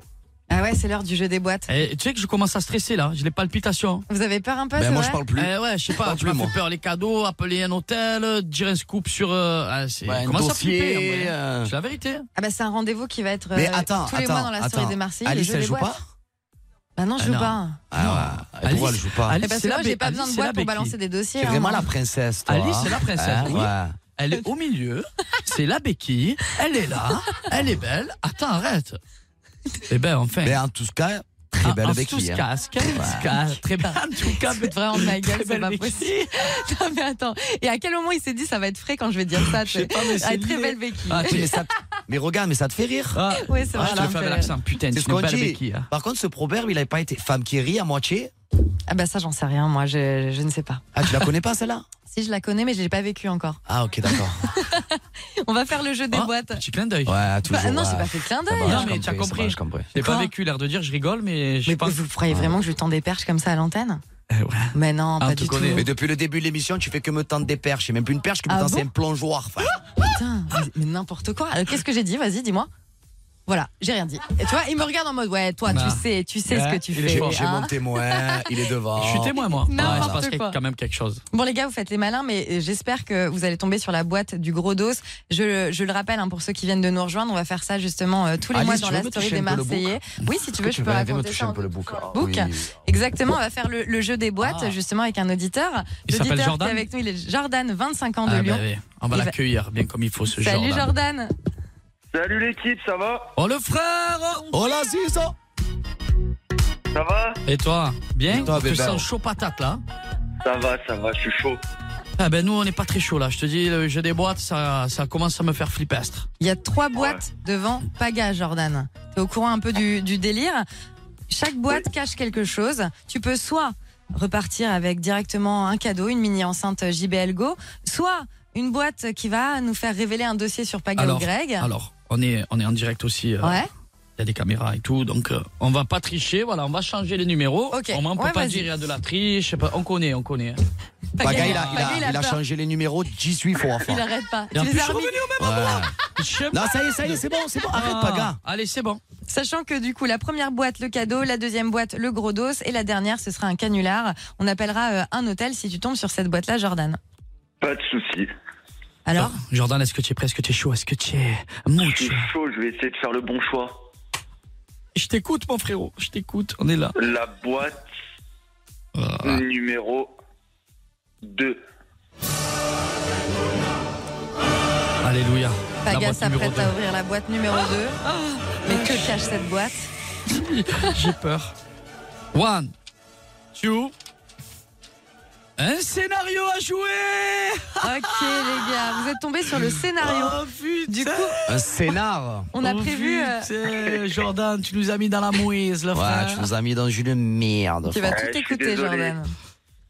[SPEAKER 5] Ah ouais, c'est l'heure du jeu des boîtes.
[SPEAKER 4] Et tu sais que je commence à stresser là, j'ai les palpitations.
[SPEAKER 5] Vous avez peur
[SPEAKER 6] Ben,
[SPEAKER 5] un peu c'est vrai
[SPEAKER 4] Eh ouais, je sais pas, tu m'as fait peur les cadeaux, appeler un hôtel, euh, dire un scoop sur. euh, ah, c'est-
[SPEAKER 6] Ouais, un
[SPEAKER 4] commence à
[SPEAKER 6] dossier,
[SPEAKER 4] flipper, hein, ouais.
[SPEAKER 6] euh.
[SPEAKER 4] C'est la vérité.
[SPEAKER 5] Ah bah c'est un rendez-vous qui va être euh,
[SPEAKER 6] Mais attends,
[SPEAKER 5] tous les
[SPEAKER 6] attends,
[SPEAKER 5] mois dans la
[SPEAKER 6] attends.
[SPEAKER 5] story des Marseillais. le
[SPEAKER 6] Alice,
[SPEAKER 5] jeu
[SPEAKER 6] elle
[SPEAKER 5] des
[SPEAKER 6] joue
[SPEAKER 5] boîtes.
[SPEAKER 6] pas
[SPEAKER 5] Bah non, je
[SPEAKER 6] Ah,
[SPEAKER 5] joue
[SPEAKER 6] non.
[SPEAKER 5] pas.
[SPEAKER 6] Ah, ouais. Et Pourquoi elle
[SPEAKER 4] Alice-
[SPEAKER 6] joue pas
[SPEAKER 4] Alice,
[SPEAKER 5] Eh ben,
[SPEAKER 4] c'est
[SPEAKER 5] c'est là,
[SPEAKER 4] la
[SPEAKER 5] j'ai
[SPEAKER 4] bé-
[SPEAKER 5] pas besoin
[SPEAKER 4] Alice,
[SPEAKER 5] de
[SPEAKER 4] c'est la
[SPEAKER 5] boîte pour
[SPEAKER 4] béquille.
[SPEAKER 5] balancer des dossiers.
[SPEAKER 6] T'es
[SPEAKER 5] hein,
[SPEAKER 6] vraiment
[SPEAKER 5] moi.
[SPEAKER 6] la princesse, toi.
[SPEAKER 4] Alice,
[SPEAKER 6] hein
[SPEAKER 4] c'est la princesse.
[SPEAKER 6] Hein,
[SPEAKER 4] oui.
[SPEAKER 6] ouais.
[SPEAKER 4] Elle est au milieu, c'est la béquille, elle est là, elle est belle. Attends, arrête. Eh ben, enfin. Ah,
[SPEAKER 6] Mais en tout cas, très belle
[SPEAKER 4] en
[SPEAKER 6] avec
[SPEAKER 4] tout
[SPEAKER 6] qui.
[SPEAKER 4] cas, ce qu'elle- ce qu'elle- Ah, très
[SPEAKER 5] (laughs)
[SPEAKER 4] bien. En tout cas, mais-
[SPEAKER 5] C'est vraiment de ma gueule,
[SPEAKER 4] très
[SPEAKER 5] c'est
[SPEAKER 4] belle
[SPEAKER 5] pas
[SPEAKER 4] béquille.
[SPEAKER 5] possible. (laughs) Non mais attends, et à quel moment il s'est dit ça va être frais quand je vais dire ça
[SPEAKER 4] sais pas, mais
[SPEAKER 5] Ah,
[SPEAKER 4] c'est
[SPEAKER 5] Très
[SPEAKER 4] lié.
[SPEAKER 5] belle béquille.
[SPEAKER 4] Ah, tu-
[SPEAKER 6] mais, ça- mais regarde, mais ça te fait rire.
[SPEAKER 4] Ah,
[SPEAKER 5] Ouais, c'est
[SPEAKER 4] ah,
[SPEAKER 5] vrai, ça me
[SPEAKER 4] je te fais
[SPEAKER 5] fait
[SPEAKER 4] avec
[SPEAKER 5] rire.
[SPEAKER 4] l'accent, putain,
[SPEAKER 6] C'est
[SPEAKER 4] c'est
[SPEAKER 6] ce
[SPEAKER 4] une
[SPEAKER 6] qu'on
[SPEAKER 4] belle
[SPEAKER 6] dit.
[SPEAKER 4] béquille. hein.
[SPEAKER 6] Par contre, ce proverbe, il n'avait pas été femme qui rit à moitié.
[SPEAKER 5] Ah bah ça j'en sais rien, moi je, je ne sais pas.
[SPEAKER 6] Ah, tu la connais pas celle-là
[SPEAKER 5] (laughs) Si je la connais mais je l'ai pas vécu encore.
[SPEAKER 6] Ah,
[SPEAKER 5] (laughs)
[SPEAKER 6] ok, d'accord.
[SPEAKER 5] On va faire le jeu des boîtes.
[SPEAKER 4] Petit clin d'œil.
[SPEAKER 6] Ouais,
[SPEAKER 5] Bah,
[SPEAKER 6] toujours.
[SPEAKER 5] non, j'ai
[SPEAKER 6] ouais.
[SPEAKER 5] pas fait le clin
[SPEAKER 6] Ça
[SPEAKER 5] d'œil.
[SPEAKER 6] va,
[SPEAKER 4] Non,
[SPEAKER 6] j'ai
[SPEAKER 4] mais t'as
[SPEAKER 6] ça va,
[SPEAKER 4] compris.
[SPEAKER 6] j'ai compris.
[SPEAKER 4] J'ai pas
[SPEAKER 5] Quoi
[SPEAKER 4] vécu l'air de dire, je rigole, mais je sais pas.
[SPEAKER 5] Vous croyez vraiment que je tends des perches comme ça à l'antenne
[SPEAKER 4] ouais.
[SPEAKER 5] Mais non,
[SPEAKER 4] Ah, on
[SPEAKER 5] pas
[SPEAKER 4] te
[SPEAKER 5] du tout.
[SPEAKER 4] connaît.
[SPEAKER 6] Mais depuis le début de l'émission, tu fais que me tendre des perches. J'ai même plus une perche qui me
[SPEAKER 5] Ah
[SPEAKER 6] tente,
[SPEAKER 5] bon
[SPEAKER 6] c'est un plongeoir. enfin.
[SPEAKER 5] Putain, mais- mais n'importe quoi. Alors, Qu'est-ce que j'ai dit Vas-y, dis-moi. Voilà, j'ai rien dit. Et tu vois, il me regarde en mode ouais, toi,
[SPEAKER 4] Bah.
[SPEAKER 5] tu sais, tu sais ce
[SPEAKER 4] Ouais,
[SPEAKER 5] que tu
[SPEAKER 4] il est
[SPEAKER 5] fais.
[SPEAKER 4] fort,
[SPEAKER 6] J'ai
[SPEAKER 5] hein.
[SPEAKER 6] mon témoin, il est devant.
[SPEAKER 4] Je suis témoin, moi. Ouais,
[SPEAKER 5] N'importe
[SPEAKER 4] il se passe
[SPEAKER 5] quoi.
[SPEAKER 4] quand même quelque chose.
[SPEAKER 5] Bon les gars, vous faites les malins, mais euh, j'espère que vous allez tomber sur la boîte du gros dos. Je, je le rappelle hein, pour ceux qui viennent de nous rejoindre, on va faire ça justement euh, tous les
[SPEAKER 6] Alice,
[SPEAKER 5] mois
[SPEAKER 6] tu
[SPEAKER 5] dans
[SPEAKER 6] veux
[SPEAKER 5] la
[SPEAKER 6] me
[SPEAKER 5] story
[SPEAKER 6] toucher
[SPEAKER 5] des
[SPEAKER 6] un peu le bouc
[SPEAKER 5] Marseillais. Oui, si tu veux, je peux
[SPEAKER 6] vas aller me
[SPEAKER 5] raconter
[SPEAKER 6] toucher
[SPEAKER 5] ça.
[SPEAKER 6] un
[SPEAKER 5] en
[SPEAKER 6] peu le
[SPEAKER 5] deux-
[SPEAKER 6] bouc. Ah,
[SPEAKER 5] bouc.
[SPEAKER 6] oui, oui,
[SPEAKER 5] Exactement, on va faire le, le jeu des boîtes
[SPEAKER 4] Ah.
[SPEAKER 5] justement avec un auditeur.
[SPEAKER 4] Il s'appelle
[SPEAKER 5] L'auditeur
[SPEAKER 4] Jordan
[SPEAKER 5] qui est avec nous, il est Jordan, 25 ans de
[SPEAKER 4] Ah,
[SPEAKER 5] Lyon.
[SPEAKER 4] bah, oui. On va
[SPEAKER 5] Il va-
[SPEAKER 4] l'accueillir bien comme il faut, ce
[SPEAKER 5] Salut
[SPEAKER 4] Jordan.
[SPEAKER 5] Jordan.
[SPEAKER 12] Salut l'équipe, ça va
[SPEAKER 4] Oh, le frère
[SPEAKER 6] Oh là, c'est ça
[SPEAKER 12] Ça va
[SPEAKER 4] Et toi Bien
[SPEAKER 6] Et toi,
[SPEAKER 4] On te
[SPEAKER 6] bébé
[SPEAKER 12] bah,
[SPEAKER 4] sens chaud patate, là
[SPEAKER 12] Ça va, ça va, je suis chaud.
[SPEAKER 4] Ah ben nous on n'est pas très chaud là, je te dis le jeu des boîtes ça, ça commence à me faire flipestre.
[SPEAKER 5] Il y a trois boîtes devant Paga, Jordan. T'es au courant un peu du, du délire. Chaque boîte cache quelque chose. Tu peux soit repartir avec directement un cadeau, une mini enceinte JBL Go, soit une boîte qui va nous faire révéler un dossier sur Paga ou Greg.
[SPEAKER 4] alors on est on est en direct aussi. euh, Il
[SPEAKER 5] Ouais.
[SPEAKER 4] y a des caméras et tout, donc euh, on va pas tricher, voilà, on va changer les numéros.
[SPEAKER 5] Ok.
[SPEAKER 4] On, on peut
[SPEAKER 5] Ouais,
[SPEAKER 4] pas
[SPEAKER 5] vas-y.
[SPEAKER 4] dire il y a de la triche, pas- on connaît, on connaît.
[SPEAKER 6] Pagaille, il a, il a-
[SPEAKER 5] Pagaille, il a
[SPEAKER 6] il a
[SPEAKER 5] peur.
[SPEAKER 6] changé les numéros 18 fois. Enfin.
[SPEAKER 5] Il arrête pas.
[SPEAKER 4] Et en
[SPEAKER 5] Tu les
[SPEAKER 4] plus,
[SPEAKER 5] as
[SPEAKER 4] je suis
[SPEAKER 5] remis.
[SPEAKER 4] revenu au même endroit.
[SPEAKER 6] Ouais.
[SPEAKER 4] Je-
[SPEAKER 6] Non, ça y est, ça y est, c'est bon, c'est bon. Arrête,
[SPEAKER 4] Ah,
[SPEAKER 6] Paga.
[SPEAKER 4] Allez, c'est bon.
[SPEAKER 5] Sachant que du coup, la première boîte, le cadeau, la deuxième boîte, le gros dos, et la dernière, ce sera un canular. On appellera euh, un hôtel si tu tombes sur cette boîte-là, Jordan.
[SPEAKER 12] Pas de soucis.
[SPEAKER 5] Alors
[SPEAKER 4] Ah, Jordan, est-ce que tu es prêt Est-ce que tu es chaud Est-ce que tu es mou
[SPEAKER 12] Je suis chaud, je vais essayer de faire le bon choix.
[SPEAKER 4] Je t'écoute mon frérot, je t'écoute, on est là. Ah.
[SPEAKER 12] La boîte numéro 2.
[SPEAKER 4] Alléluia. La
[SPEAKER 5] Paga
[SPEAKER 4] boîte numéro Ah.
[SPEAKER 5] s'apprête à ouvrir la boîte numéro 2. Mais que cache cette boîte
[SPEAKER 4] deux. (laughs) J'ai peur. One, two. Un scénario à jouer
[SPEAKER 5] Ok les gars, vous êtes tombés sur le scénario. Du coup,
[SPEAKER 6] Un scénar.
[SPEAKER 5] on a
[SPEAKER 4] Oh,
[SPEAKER 5] prévu... euh,
[SPEAKER 4] putain, Jordan, tu nous as mis dans la mouise, le
[SPEAKER 6] Ouais, tu
[SPEAKER 4] frère.
[SPEAKER 6] nous as mis dans une merde.
[SPEAKER 5] Tu vas
[SPEAKER 6] frère.
[SPEAKER 12] Ouais, je
[SPEAKER 5] tout
[SPEAKER 12] suis
[SPEAKER 5] écouter,
[SPEAKER 12] désolé.
[SPEAKER 5] Jordan.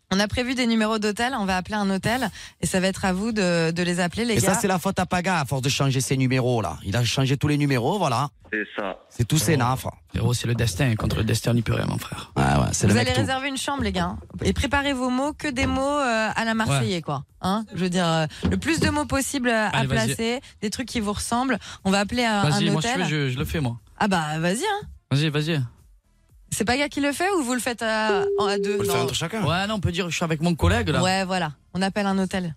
[SPEAKER 5] On a prévu des numéros d'hôtel, on va appeler un hôtel et ça va être à vous de, de les appeler les
[SPEAKER 6] Et
[SPEAKER 5] gars.
[SPEAKER 6] ça, c'est la faute à Paga, à force de changer ses numéros, là. Il a changé tous les numéros, voilà.
[SPEAKER 12] C'est ça.
[SPEAKER 6] C'est tout scénar, enfin.
[SPEAKER 4] Frérot, c'est le destin. Contre le destin, on n'y peut rien, mon frère.
[SPEAKER 6] Ouais, ouais, Ah, c'est le
[SPEAKER 5] vous
[SPEAKER 6] mec
[SPEAKER 5] allez
[SPEAKER 6] tout.
[SPEAKER 5] réserver une chambre les gars hein. et préparez vos mots, que des mots euh, à la Marseillais quoi. Hein Je veux dire euh, le plus de mots possible euh, à
[SPEAKER 4] Allez, vas-y.
[SPEAKER 5] placer, des trucs qui vous ressemblent. On va appeler un,
[SPEAKER 4] Vas-y,
[SPEAKER 5] un
[SPEAKER 4] moi, je,
[SPEAKER 5] hôtel.
[SPEAKER 4] fais, je, je le fais, moi.
[SPEAKER 5] Ah bah vas-y hein.
[SPEAKER 4] Vas-y, vas-y.
[SPEAKER 5] C'est pas gars qui le fait ou vous le faites à, en- à deux
[SPEAKER 6] Faut le
[SPEAKER 5] Non.
[SPEAKER 6] faire entre chacun.
[SPEAKER 4] Ouais, non, on peut dire je suis avec mon collègue, là.
[SPEAKER 5] Ouais voilà, on appelle un hôtel.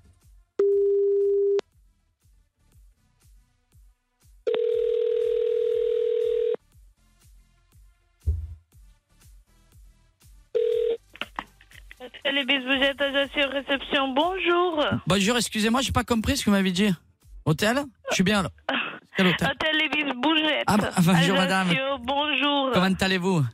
[SPEAKER 20] Les bis, vous êtes agency réception, bonjour.
[SPEAKER 4] Bonjour, excusez-moi, j'ai pas compris ce que vous m'avez dit. Hôtel Je suis bien, là. Quel hôtel
[SPEAKER 20] Hôtel les bis, bougez.
[SPEAKER 4] Ah, bah, bonjour, madame.
[SPEAKER 19] Monsieur,
[SPEAKER 5] euh,
[SPEAKER 19] bonjour.
[SPEAKER 4] Comment allez-vous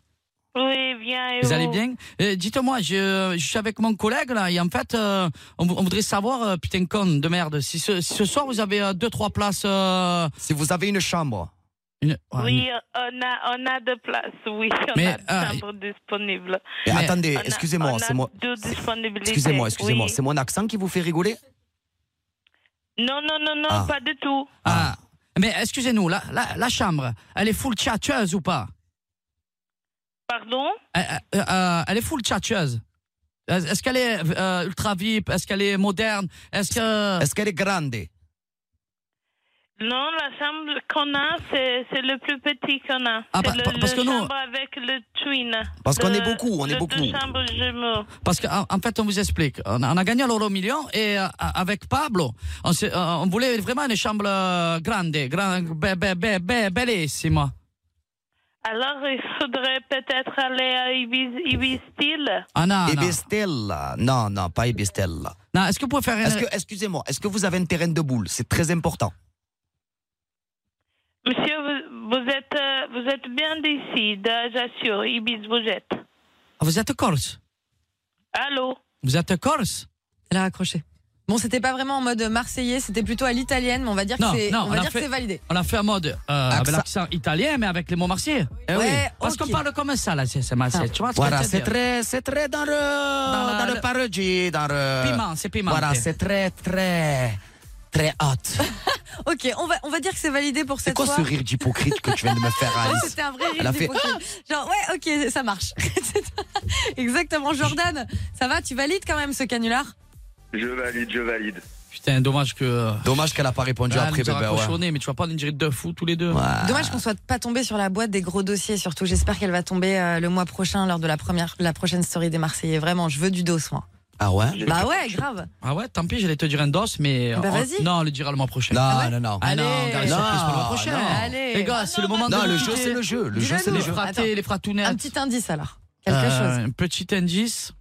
[SPEAKER 19] Oui, bien. Et
[SPEAKER 4] Vous allez bien Euh, Dites-moi, je, je suis avec mon collègue là et en fait, euh, on, on voudrait savoir, euh, putain con de merde, si ce, si ce soir vous avez euh, deux trois places. euh,
[SPEAKER 6] Si vous avez une chambre.
[SPEAKER 19] Oui, on a, on a deux places, oui. On
[SPEAKER 6] Mais,
[SPEAKER 19] a deux
[SPEAKER 6] ah,
[SPEAKER 19] chambres disponibles.
[SPEAKER 6] Mais attendez,
[SPEAKER 19] On a-
[SPEAKER 6] excusez-moi,
[SPEAKER 19] on a
[SPEAKER 6] c'est moi-
[SPEAKER 19] Deux disponibilités.
[SPEAKER 6] Excusez-moi, excusez-moi,
[SPEAKER 19] oui.
[SPEAKER 6] c'est mon accent qui vous fait rigoler
[SPEAKER 19] Non, non, non, non,
[SPEAKER 6] Ah.
[SPEAKER 19] pas du tout.
[SPEAKER 4] Ah, mais excusez-nous, la, la, la chambre, elle est full tchatcheuse ou pas
[SPEAKER 19] Pardon
[SPEAKER 4] Euh, euh, euh, Elle est full tchatcheuse. Euh, Est-ce qu'elle est euh, ultra VIP Est-ce qu'elle est moderne Est-ce que
[SPEAKER 6] Est-ce qu'elle est grande
[SPEAKER 19] Non, la chambre qu'on a, c'est c'est le plus petit qu'on a.
[SPEAKER 4] Ah,
[SPEAKER 19] c'est
[SPEAKER 4] pa-
[SPEAKER 19] le,
[SPEAKER 4] pa- parce
[SPEAKER 19] le
[SPEAKER 4] que nous-
[SPEAKER 19] chambre avec le twin.
[SPEAKER 4] Parce qu'on
[SPEAKER 19] Le-
[SPEAKER 4] est beaucoup, on est
[SPEAKER 19] le
[SPEAKER 4] beaucoup.
[SPEAKER 19] Deux chambres jumeaux.
[SPEAKER 4] Parce qu'en en fait, on vous explique. On a, on a gagné à l'euro million et euh, avec Pablo, on, s'est- euh, on voulait vraiment une chambre euh, grande, grande, be, be, be- be- bellissima.
[SPEAKER 19] Alors, il faudrait peut-être aller à Ibis, Ibis Style.
[SPEAKER 4] Ah non,
[SPEAKER 6] Ibistella. Non, non, pas Ibistella.
[SPEAKER 4] Non, est-ce que vous pouvez faire une-
[SPEAKER 6] Est-ce que- Excusez-moi, est-ce que vous avez un terrain de boules C'est très important.
[SPEAKER 19] Monsieur, vous, vous êtes, euh, vous êtes bien d'ici, j'assure. Ibis, vous êtes.
[SPEAKER 4] Ah, Vous êtes corse
[SPEAKER 19] Allô
[SPEAKER 4] Vous êtes corse
[SPEAKER 5] Elle a raccroché. Bon, c'était pas vraiment en mode marseillais, c'était plutôt à l'italienne, mais on va dire que
[SPEAKER 4] Non,
[SPEAKER 5] c'est
[SPEAKER 4] non,
[SPEAKER 5] on va
[SPEAKER 4] on a
[SPEAKER 5] dire que
[SPEAKER 4] fait-
[SPEAKER 5] c'est validé.
[SPEAKER 4] On l'a fait en mode euh, avec
[SPEAKER 6] Accent.
[SPEAKER 4] l'accent italien, mais avec les mots marseillais. Eh oui.
[SPEAKER 5] Ouais,
[SPEAKER 4] Parce
[SPEAKER 5] ok. Ah.
[SPEAKER 4] qu'on parle comme ça, là, Ah. c'est c'est marseillais. Tu vois ce que je
[SPEAKER 6] Voilà,
[SPEAKER 4] veux
[SPEAKER 6] c'est
[SPEAKER 4] dire
[SPEAKER 6] très, c'est très dans le, dans, le, parodie, dans le.
[SPEAKER 4] Piment, c'est pimenté.
[SPEAKER 6] Voilà, c'est très, très, très
[SPEAKER 4] (laughs)
[SPEAKER 6] hot.
[SPEAKER 5] Ok, on va, on va dire que c'est validé pour cette
[SPEAKER 6] C'est quoi
[SPEAKER 5] fois.
[SPEAKER 6] ce rire d'hypocrite que tu viens de
[SPEAKER 4] (laughs)
[SPEAKER 6] me faire,
[SPEAKER 5] Ouais,
[SPEAKER 6] Alice
[SPEAKER 5] Ah, C'était un vrai
[SPEAKER 6] Elle
[SPEAKER 5] rire
[SPEAKER 6] a fait.
[SPEAKER 5] d'hypocrite. Genre, ouais, ok, ça marche. (laughs) C'est- Exactement, Jordan. Ça va, tu valides quand même ce canular
[SPEAKER 14] Je valide, je valide.
[SPEAKER 4] Putain, dommage que.
[SPEAKER 6] Dommage qu'elle a pas répondu
[SPEAKER 4] Ouais,
[SPEAKER 6] après,
[SPEAKER 4] elle nous a
[SPEAKER 6] bébé, ouais.
[SPEAKER 4] raccrochonné, Mais tu vas pas nous dire deux fous tous les deux.
[SPEAKER 5] Ah. Dommage qu'on soit pas tombé sur la boîte des gros dossiers, surtout. J'espère qu'elle va tomber euh, le mois prochain lors de la, première, la prochaine story des Marseillais. Vraiment, je veux du dos, moi.
[SPEAKER 6] Ah ouais
[SPEAKER 5] Bah ouais, grave.
[SPEAKER 4] Ah ouais, tant pis, j'allais te dire un dos, mais.
[SPEAKER 5] Bah
[SPEAKER 4] on-
[SPEAKER 5] vas-y.
[SPEAKER 4] Non, on le dira le mois prochain.
[SPEAKER 6] Non, non, non.
[SPEAKER 4] Ah non,
[SPEAKER 6] Allez.
[SPEAKER 4] on garde les
[SPEAKER 6] Non,
[SPEAKER 4] surprises pour le mois prochain.
[SPEAKER 6] non.
[SPEAKER 5] Allez. Ah
[SPEAKER 4] Les gars, c'est le moment
[SPEAKER 6] Non,
[SPEAKER 4] de.
[SPEAKER 6] le
[SPEAKER 4] nous
[SPEAKER 6] jeu,
[SPEAKER 4] quitter.
[SPEAKER 6] c'est le jeu. Le jeu, c'est
[SPEAKER 5] Dis-le
[SPEAKER 6] le
[SPEAKER 5] nous.
[SPEAKER 6] jeu.
[SPEAKER 4] fratés, les fratounettes.
[SPEAKER 5] Un petit indice alors. Quelque
[SPEAKER 4] Euh,
[SPEAKER 5] chose.
[SPEAKER 4] Un petit indice.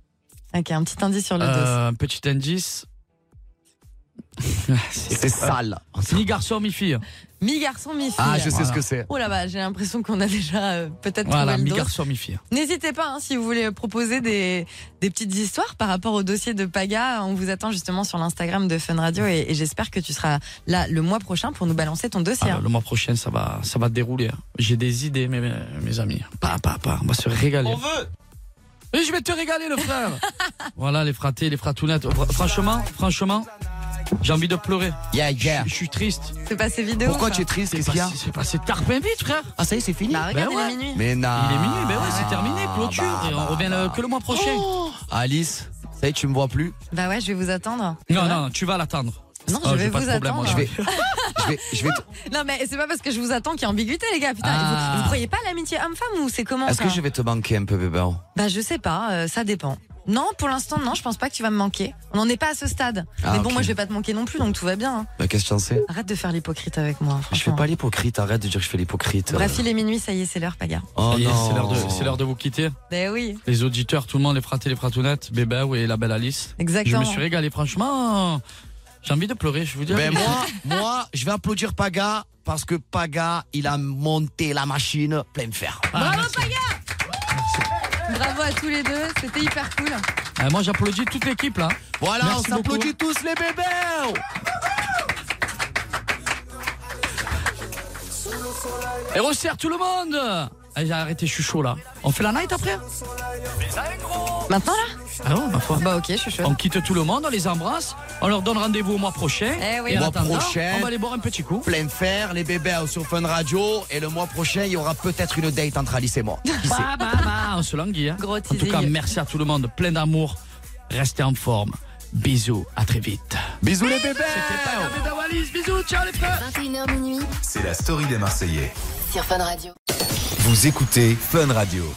[SPEAKER 5] Ok, un petit indice sur le dos.
[SPEAKER 4] Euh, un petit indice.
[SPEAKER 6] (laughs) C'est sale.
[SPEAKER 4] Ni garçon, ni fille.
[SPEAKER 5] Mi-garçon, mi-fille.
[SPEAKER 6] Ah, je sais ce que c'est.
[SPEAKER 5] Oh là bas, j'ai l'impression qu'on a déjà euh, peut-être
[SPEAKER 4] Voilà,
[SPEAKER 5] trouvé le dos.
[SPEAKER 4] mi-garçon, mi-fille.
[SPEAKER 5] N'hésitez pas, hein, si vous voulez proposer des, des petites histoires par rapport au dossier de Paga, on vous attend justement sur l'Instagram de Fun Radio et, et j'espère que tu seras là le mois prochain pour nous balancer ton dossier.
[SPEAKER 4] Ah,
[SPEAKER 5] hein.
[SPEAKER 4] le mois prochain, ça va, ça va dérouler. J'ai des idées, mes, mes, mes amis. Pas, pas, pas. On va se régaler.
[SPEAKER 13] veut
[SPEAKER 4] Et
[SPEAKER 6] Eh,
[SPEAKER 4] je vais te régaler, le frère. (laughs) voilà, les fratés, les fratounettes. Fr- Franchement, franchement, j'ai envie de pleurer.
[SPEAKER 6] Yeah, yeah.
[SPEAKER 4] Je je suis triste.
[SPEAKER 5] C'est pas ces vidéos.
[SPEAKER 6] Pourquoi
[SPEAKER 5] ça.
[SPEAKER 6] tu es triste Qu'est-ce qu'il y a
[SPEAKER 4] C'est passé tard, bien vite, frère.
[SPEAKER 6] Ah, ça y est, c'est fini
[SPEAKER 5] Bah regarde,
[SPEAKER 4] Ben
[SPEAKER 5] il est
[SPEAKER 4] ouais.
[SPEAKER 5] minuit.
[SPEAKER 6] Mais non. Ah, bah,
[SPEAKER 4] Il est minuit, ben ouais, c'est terminé, clôture. et on revient le- que le mois prochain.
[SPEAKER 6] Oh. Alice, ça y est, tu me vois plus
[SPEAKER 5] Bah ouais, je vais vous attendre.
[SPEAKER 4] non, non, tu vas l'attendre.
[SPEAKER 5] Non,
[SPEAKER 4] Ah,
[SPEAKER 5] je
[SPEAKER 4] j'ai
[SPEAKER 5] vais
[SPEAKER 4] pas
[SPEAKER 5] vous
[SPEAKER 4] de problème,
[SPEAKER 5] attendre.
[SPEAKER 4] moi.
[SPEAKER 6] Je vais.
[SPEAKER 5] (laughs)
[SPEAKER 6] Je vais. Je vais te-
[SPEAKER 5] Non mais c'est pas parce que je vous attends qu'il y a ambiguïté les gars. Putain,
[SPEAKER 6] Ah.
[SPEAKER 5] vous, vous croyez pas à l'amitié homme-femme ou c'est comment
[SPEAKER 6] Est-ce
[SPEAKER 5] ça
[SPEAKER 6] que je vais te manquer un peu, bébé
[SPEAKER 5] Bah je sais pas, euh, ça dépend. Non, pour l'instant non, je pense pas que tu vas me manquer. On n'en est pas à ce stade.
[SPEAKER 6] Ah,
[SPEAKER 5] mais bon,
[SPEAKER 6] ok.
[SPEAKER 5] moi je vais pas te manquer non plus, donc tout va bien. hein.
[SPEAKER 6] Mais qu'est-ce que t'en sais
[SPEAKER 5] Arrête de faire l'hypocrite avec moi.
[SPEAKER 6] Je fais pas l'hypocrite, arrête de dire que je fais l'hypocrite.
[SPEAKER 5] Bref, il est minuit, ça y est, c'est l'heure, Paga.
[SPEAKER 6] Oh
[SPEAKER 4] Ça y est,
[SPEAKER 6] non.
[SPEAKER 4] C'est l'heure de- c'est l'heure de, vous quitter.
[SPEAKER 5] Ben oui.
[SPEAKER 4] Les auditeurs, tout le monde, les fratés, les fratounettes, bébé et la belle Alice.
[SPEAKER 5] Exactement.
[SPEAKER 4] Je me suis régalé, franchement. J'ai envie de pleurer, je vous dis. la
[SPEAKER 6] Ben
[SPEAKER 4] vérité. (laughs)
[SPEAKER 6] moi, moi, je vais applaudir Paga parce que Paga, il a monté la machine plein fer.
[SPEAKER 5] Bravo, Paga Bravo à tous les deux, c'était hyper cool.
[SPEAKER 4] Euh, moi, j'applaudis toute l'équipe là.
[SPEAKER 6] Voilà,
[SPEAKER 4] Merci
[SPEAKER 6] on
[SPEAKER 4] beaucoup.
[SPEAKER 6] s'applaudit tous les bébés.
[SPEAKER 4] Et resserre tout le monde Allez, j'ai arrêté, je suis chaud là. On fait la night après
[SPEAKER 5] Maintenant là
[SPEAKER 4] Ah non, ma foi.
[SPEAKER 5] Bah ok, je suis chaud.
[SPEAKER 4] On quitte tout le monde, on les embrasse, on leur donne rendez-vous au mois prochain.
[SPEAKER 5] Eh oui.
[SPEAKER 4] Et en
[SPEAKER 6] Le mois
[SPEAKER 4] attendant,
[SPEAKER 6] prochain.
[SPEAKER 4] on va aller boire un petit coup.
[SPEAKER 6] Plein fer, les bébés sur Fun Radio. Et le mois prochain, il y aura peut-être une date entre Alice et moi. Qui sait
[SPEAKER 4] Bah, bah, bah, on se languit. hein.
[SPEAKER 5] Gros
[SPEAKER 4] en tout cas,
[SPEAKER 5] teasing.
[SPEAKER 4] merci à tout le monde, plein d'amour. Restez en forme. Bisous, à très vite.
[SPEAKER 6] Bisous les bébés
[SPEAKER 4] Bisous, ciao les frères
[SPEAKER 3] 21h minuit
[SPEAKER 1] C'est la story des Marseillais.
[SPEAKER 3] sur Fun Radio.
[SPEAKER 1] Vous écoutez Fun Radio.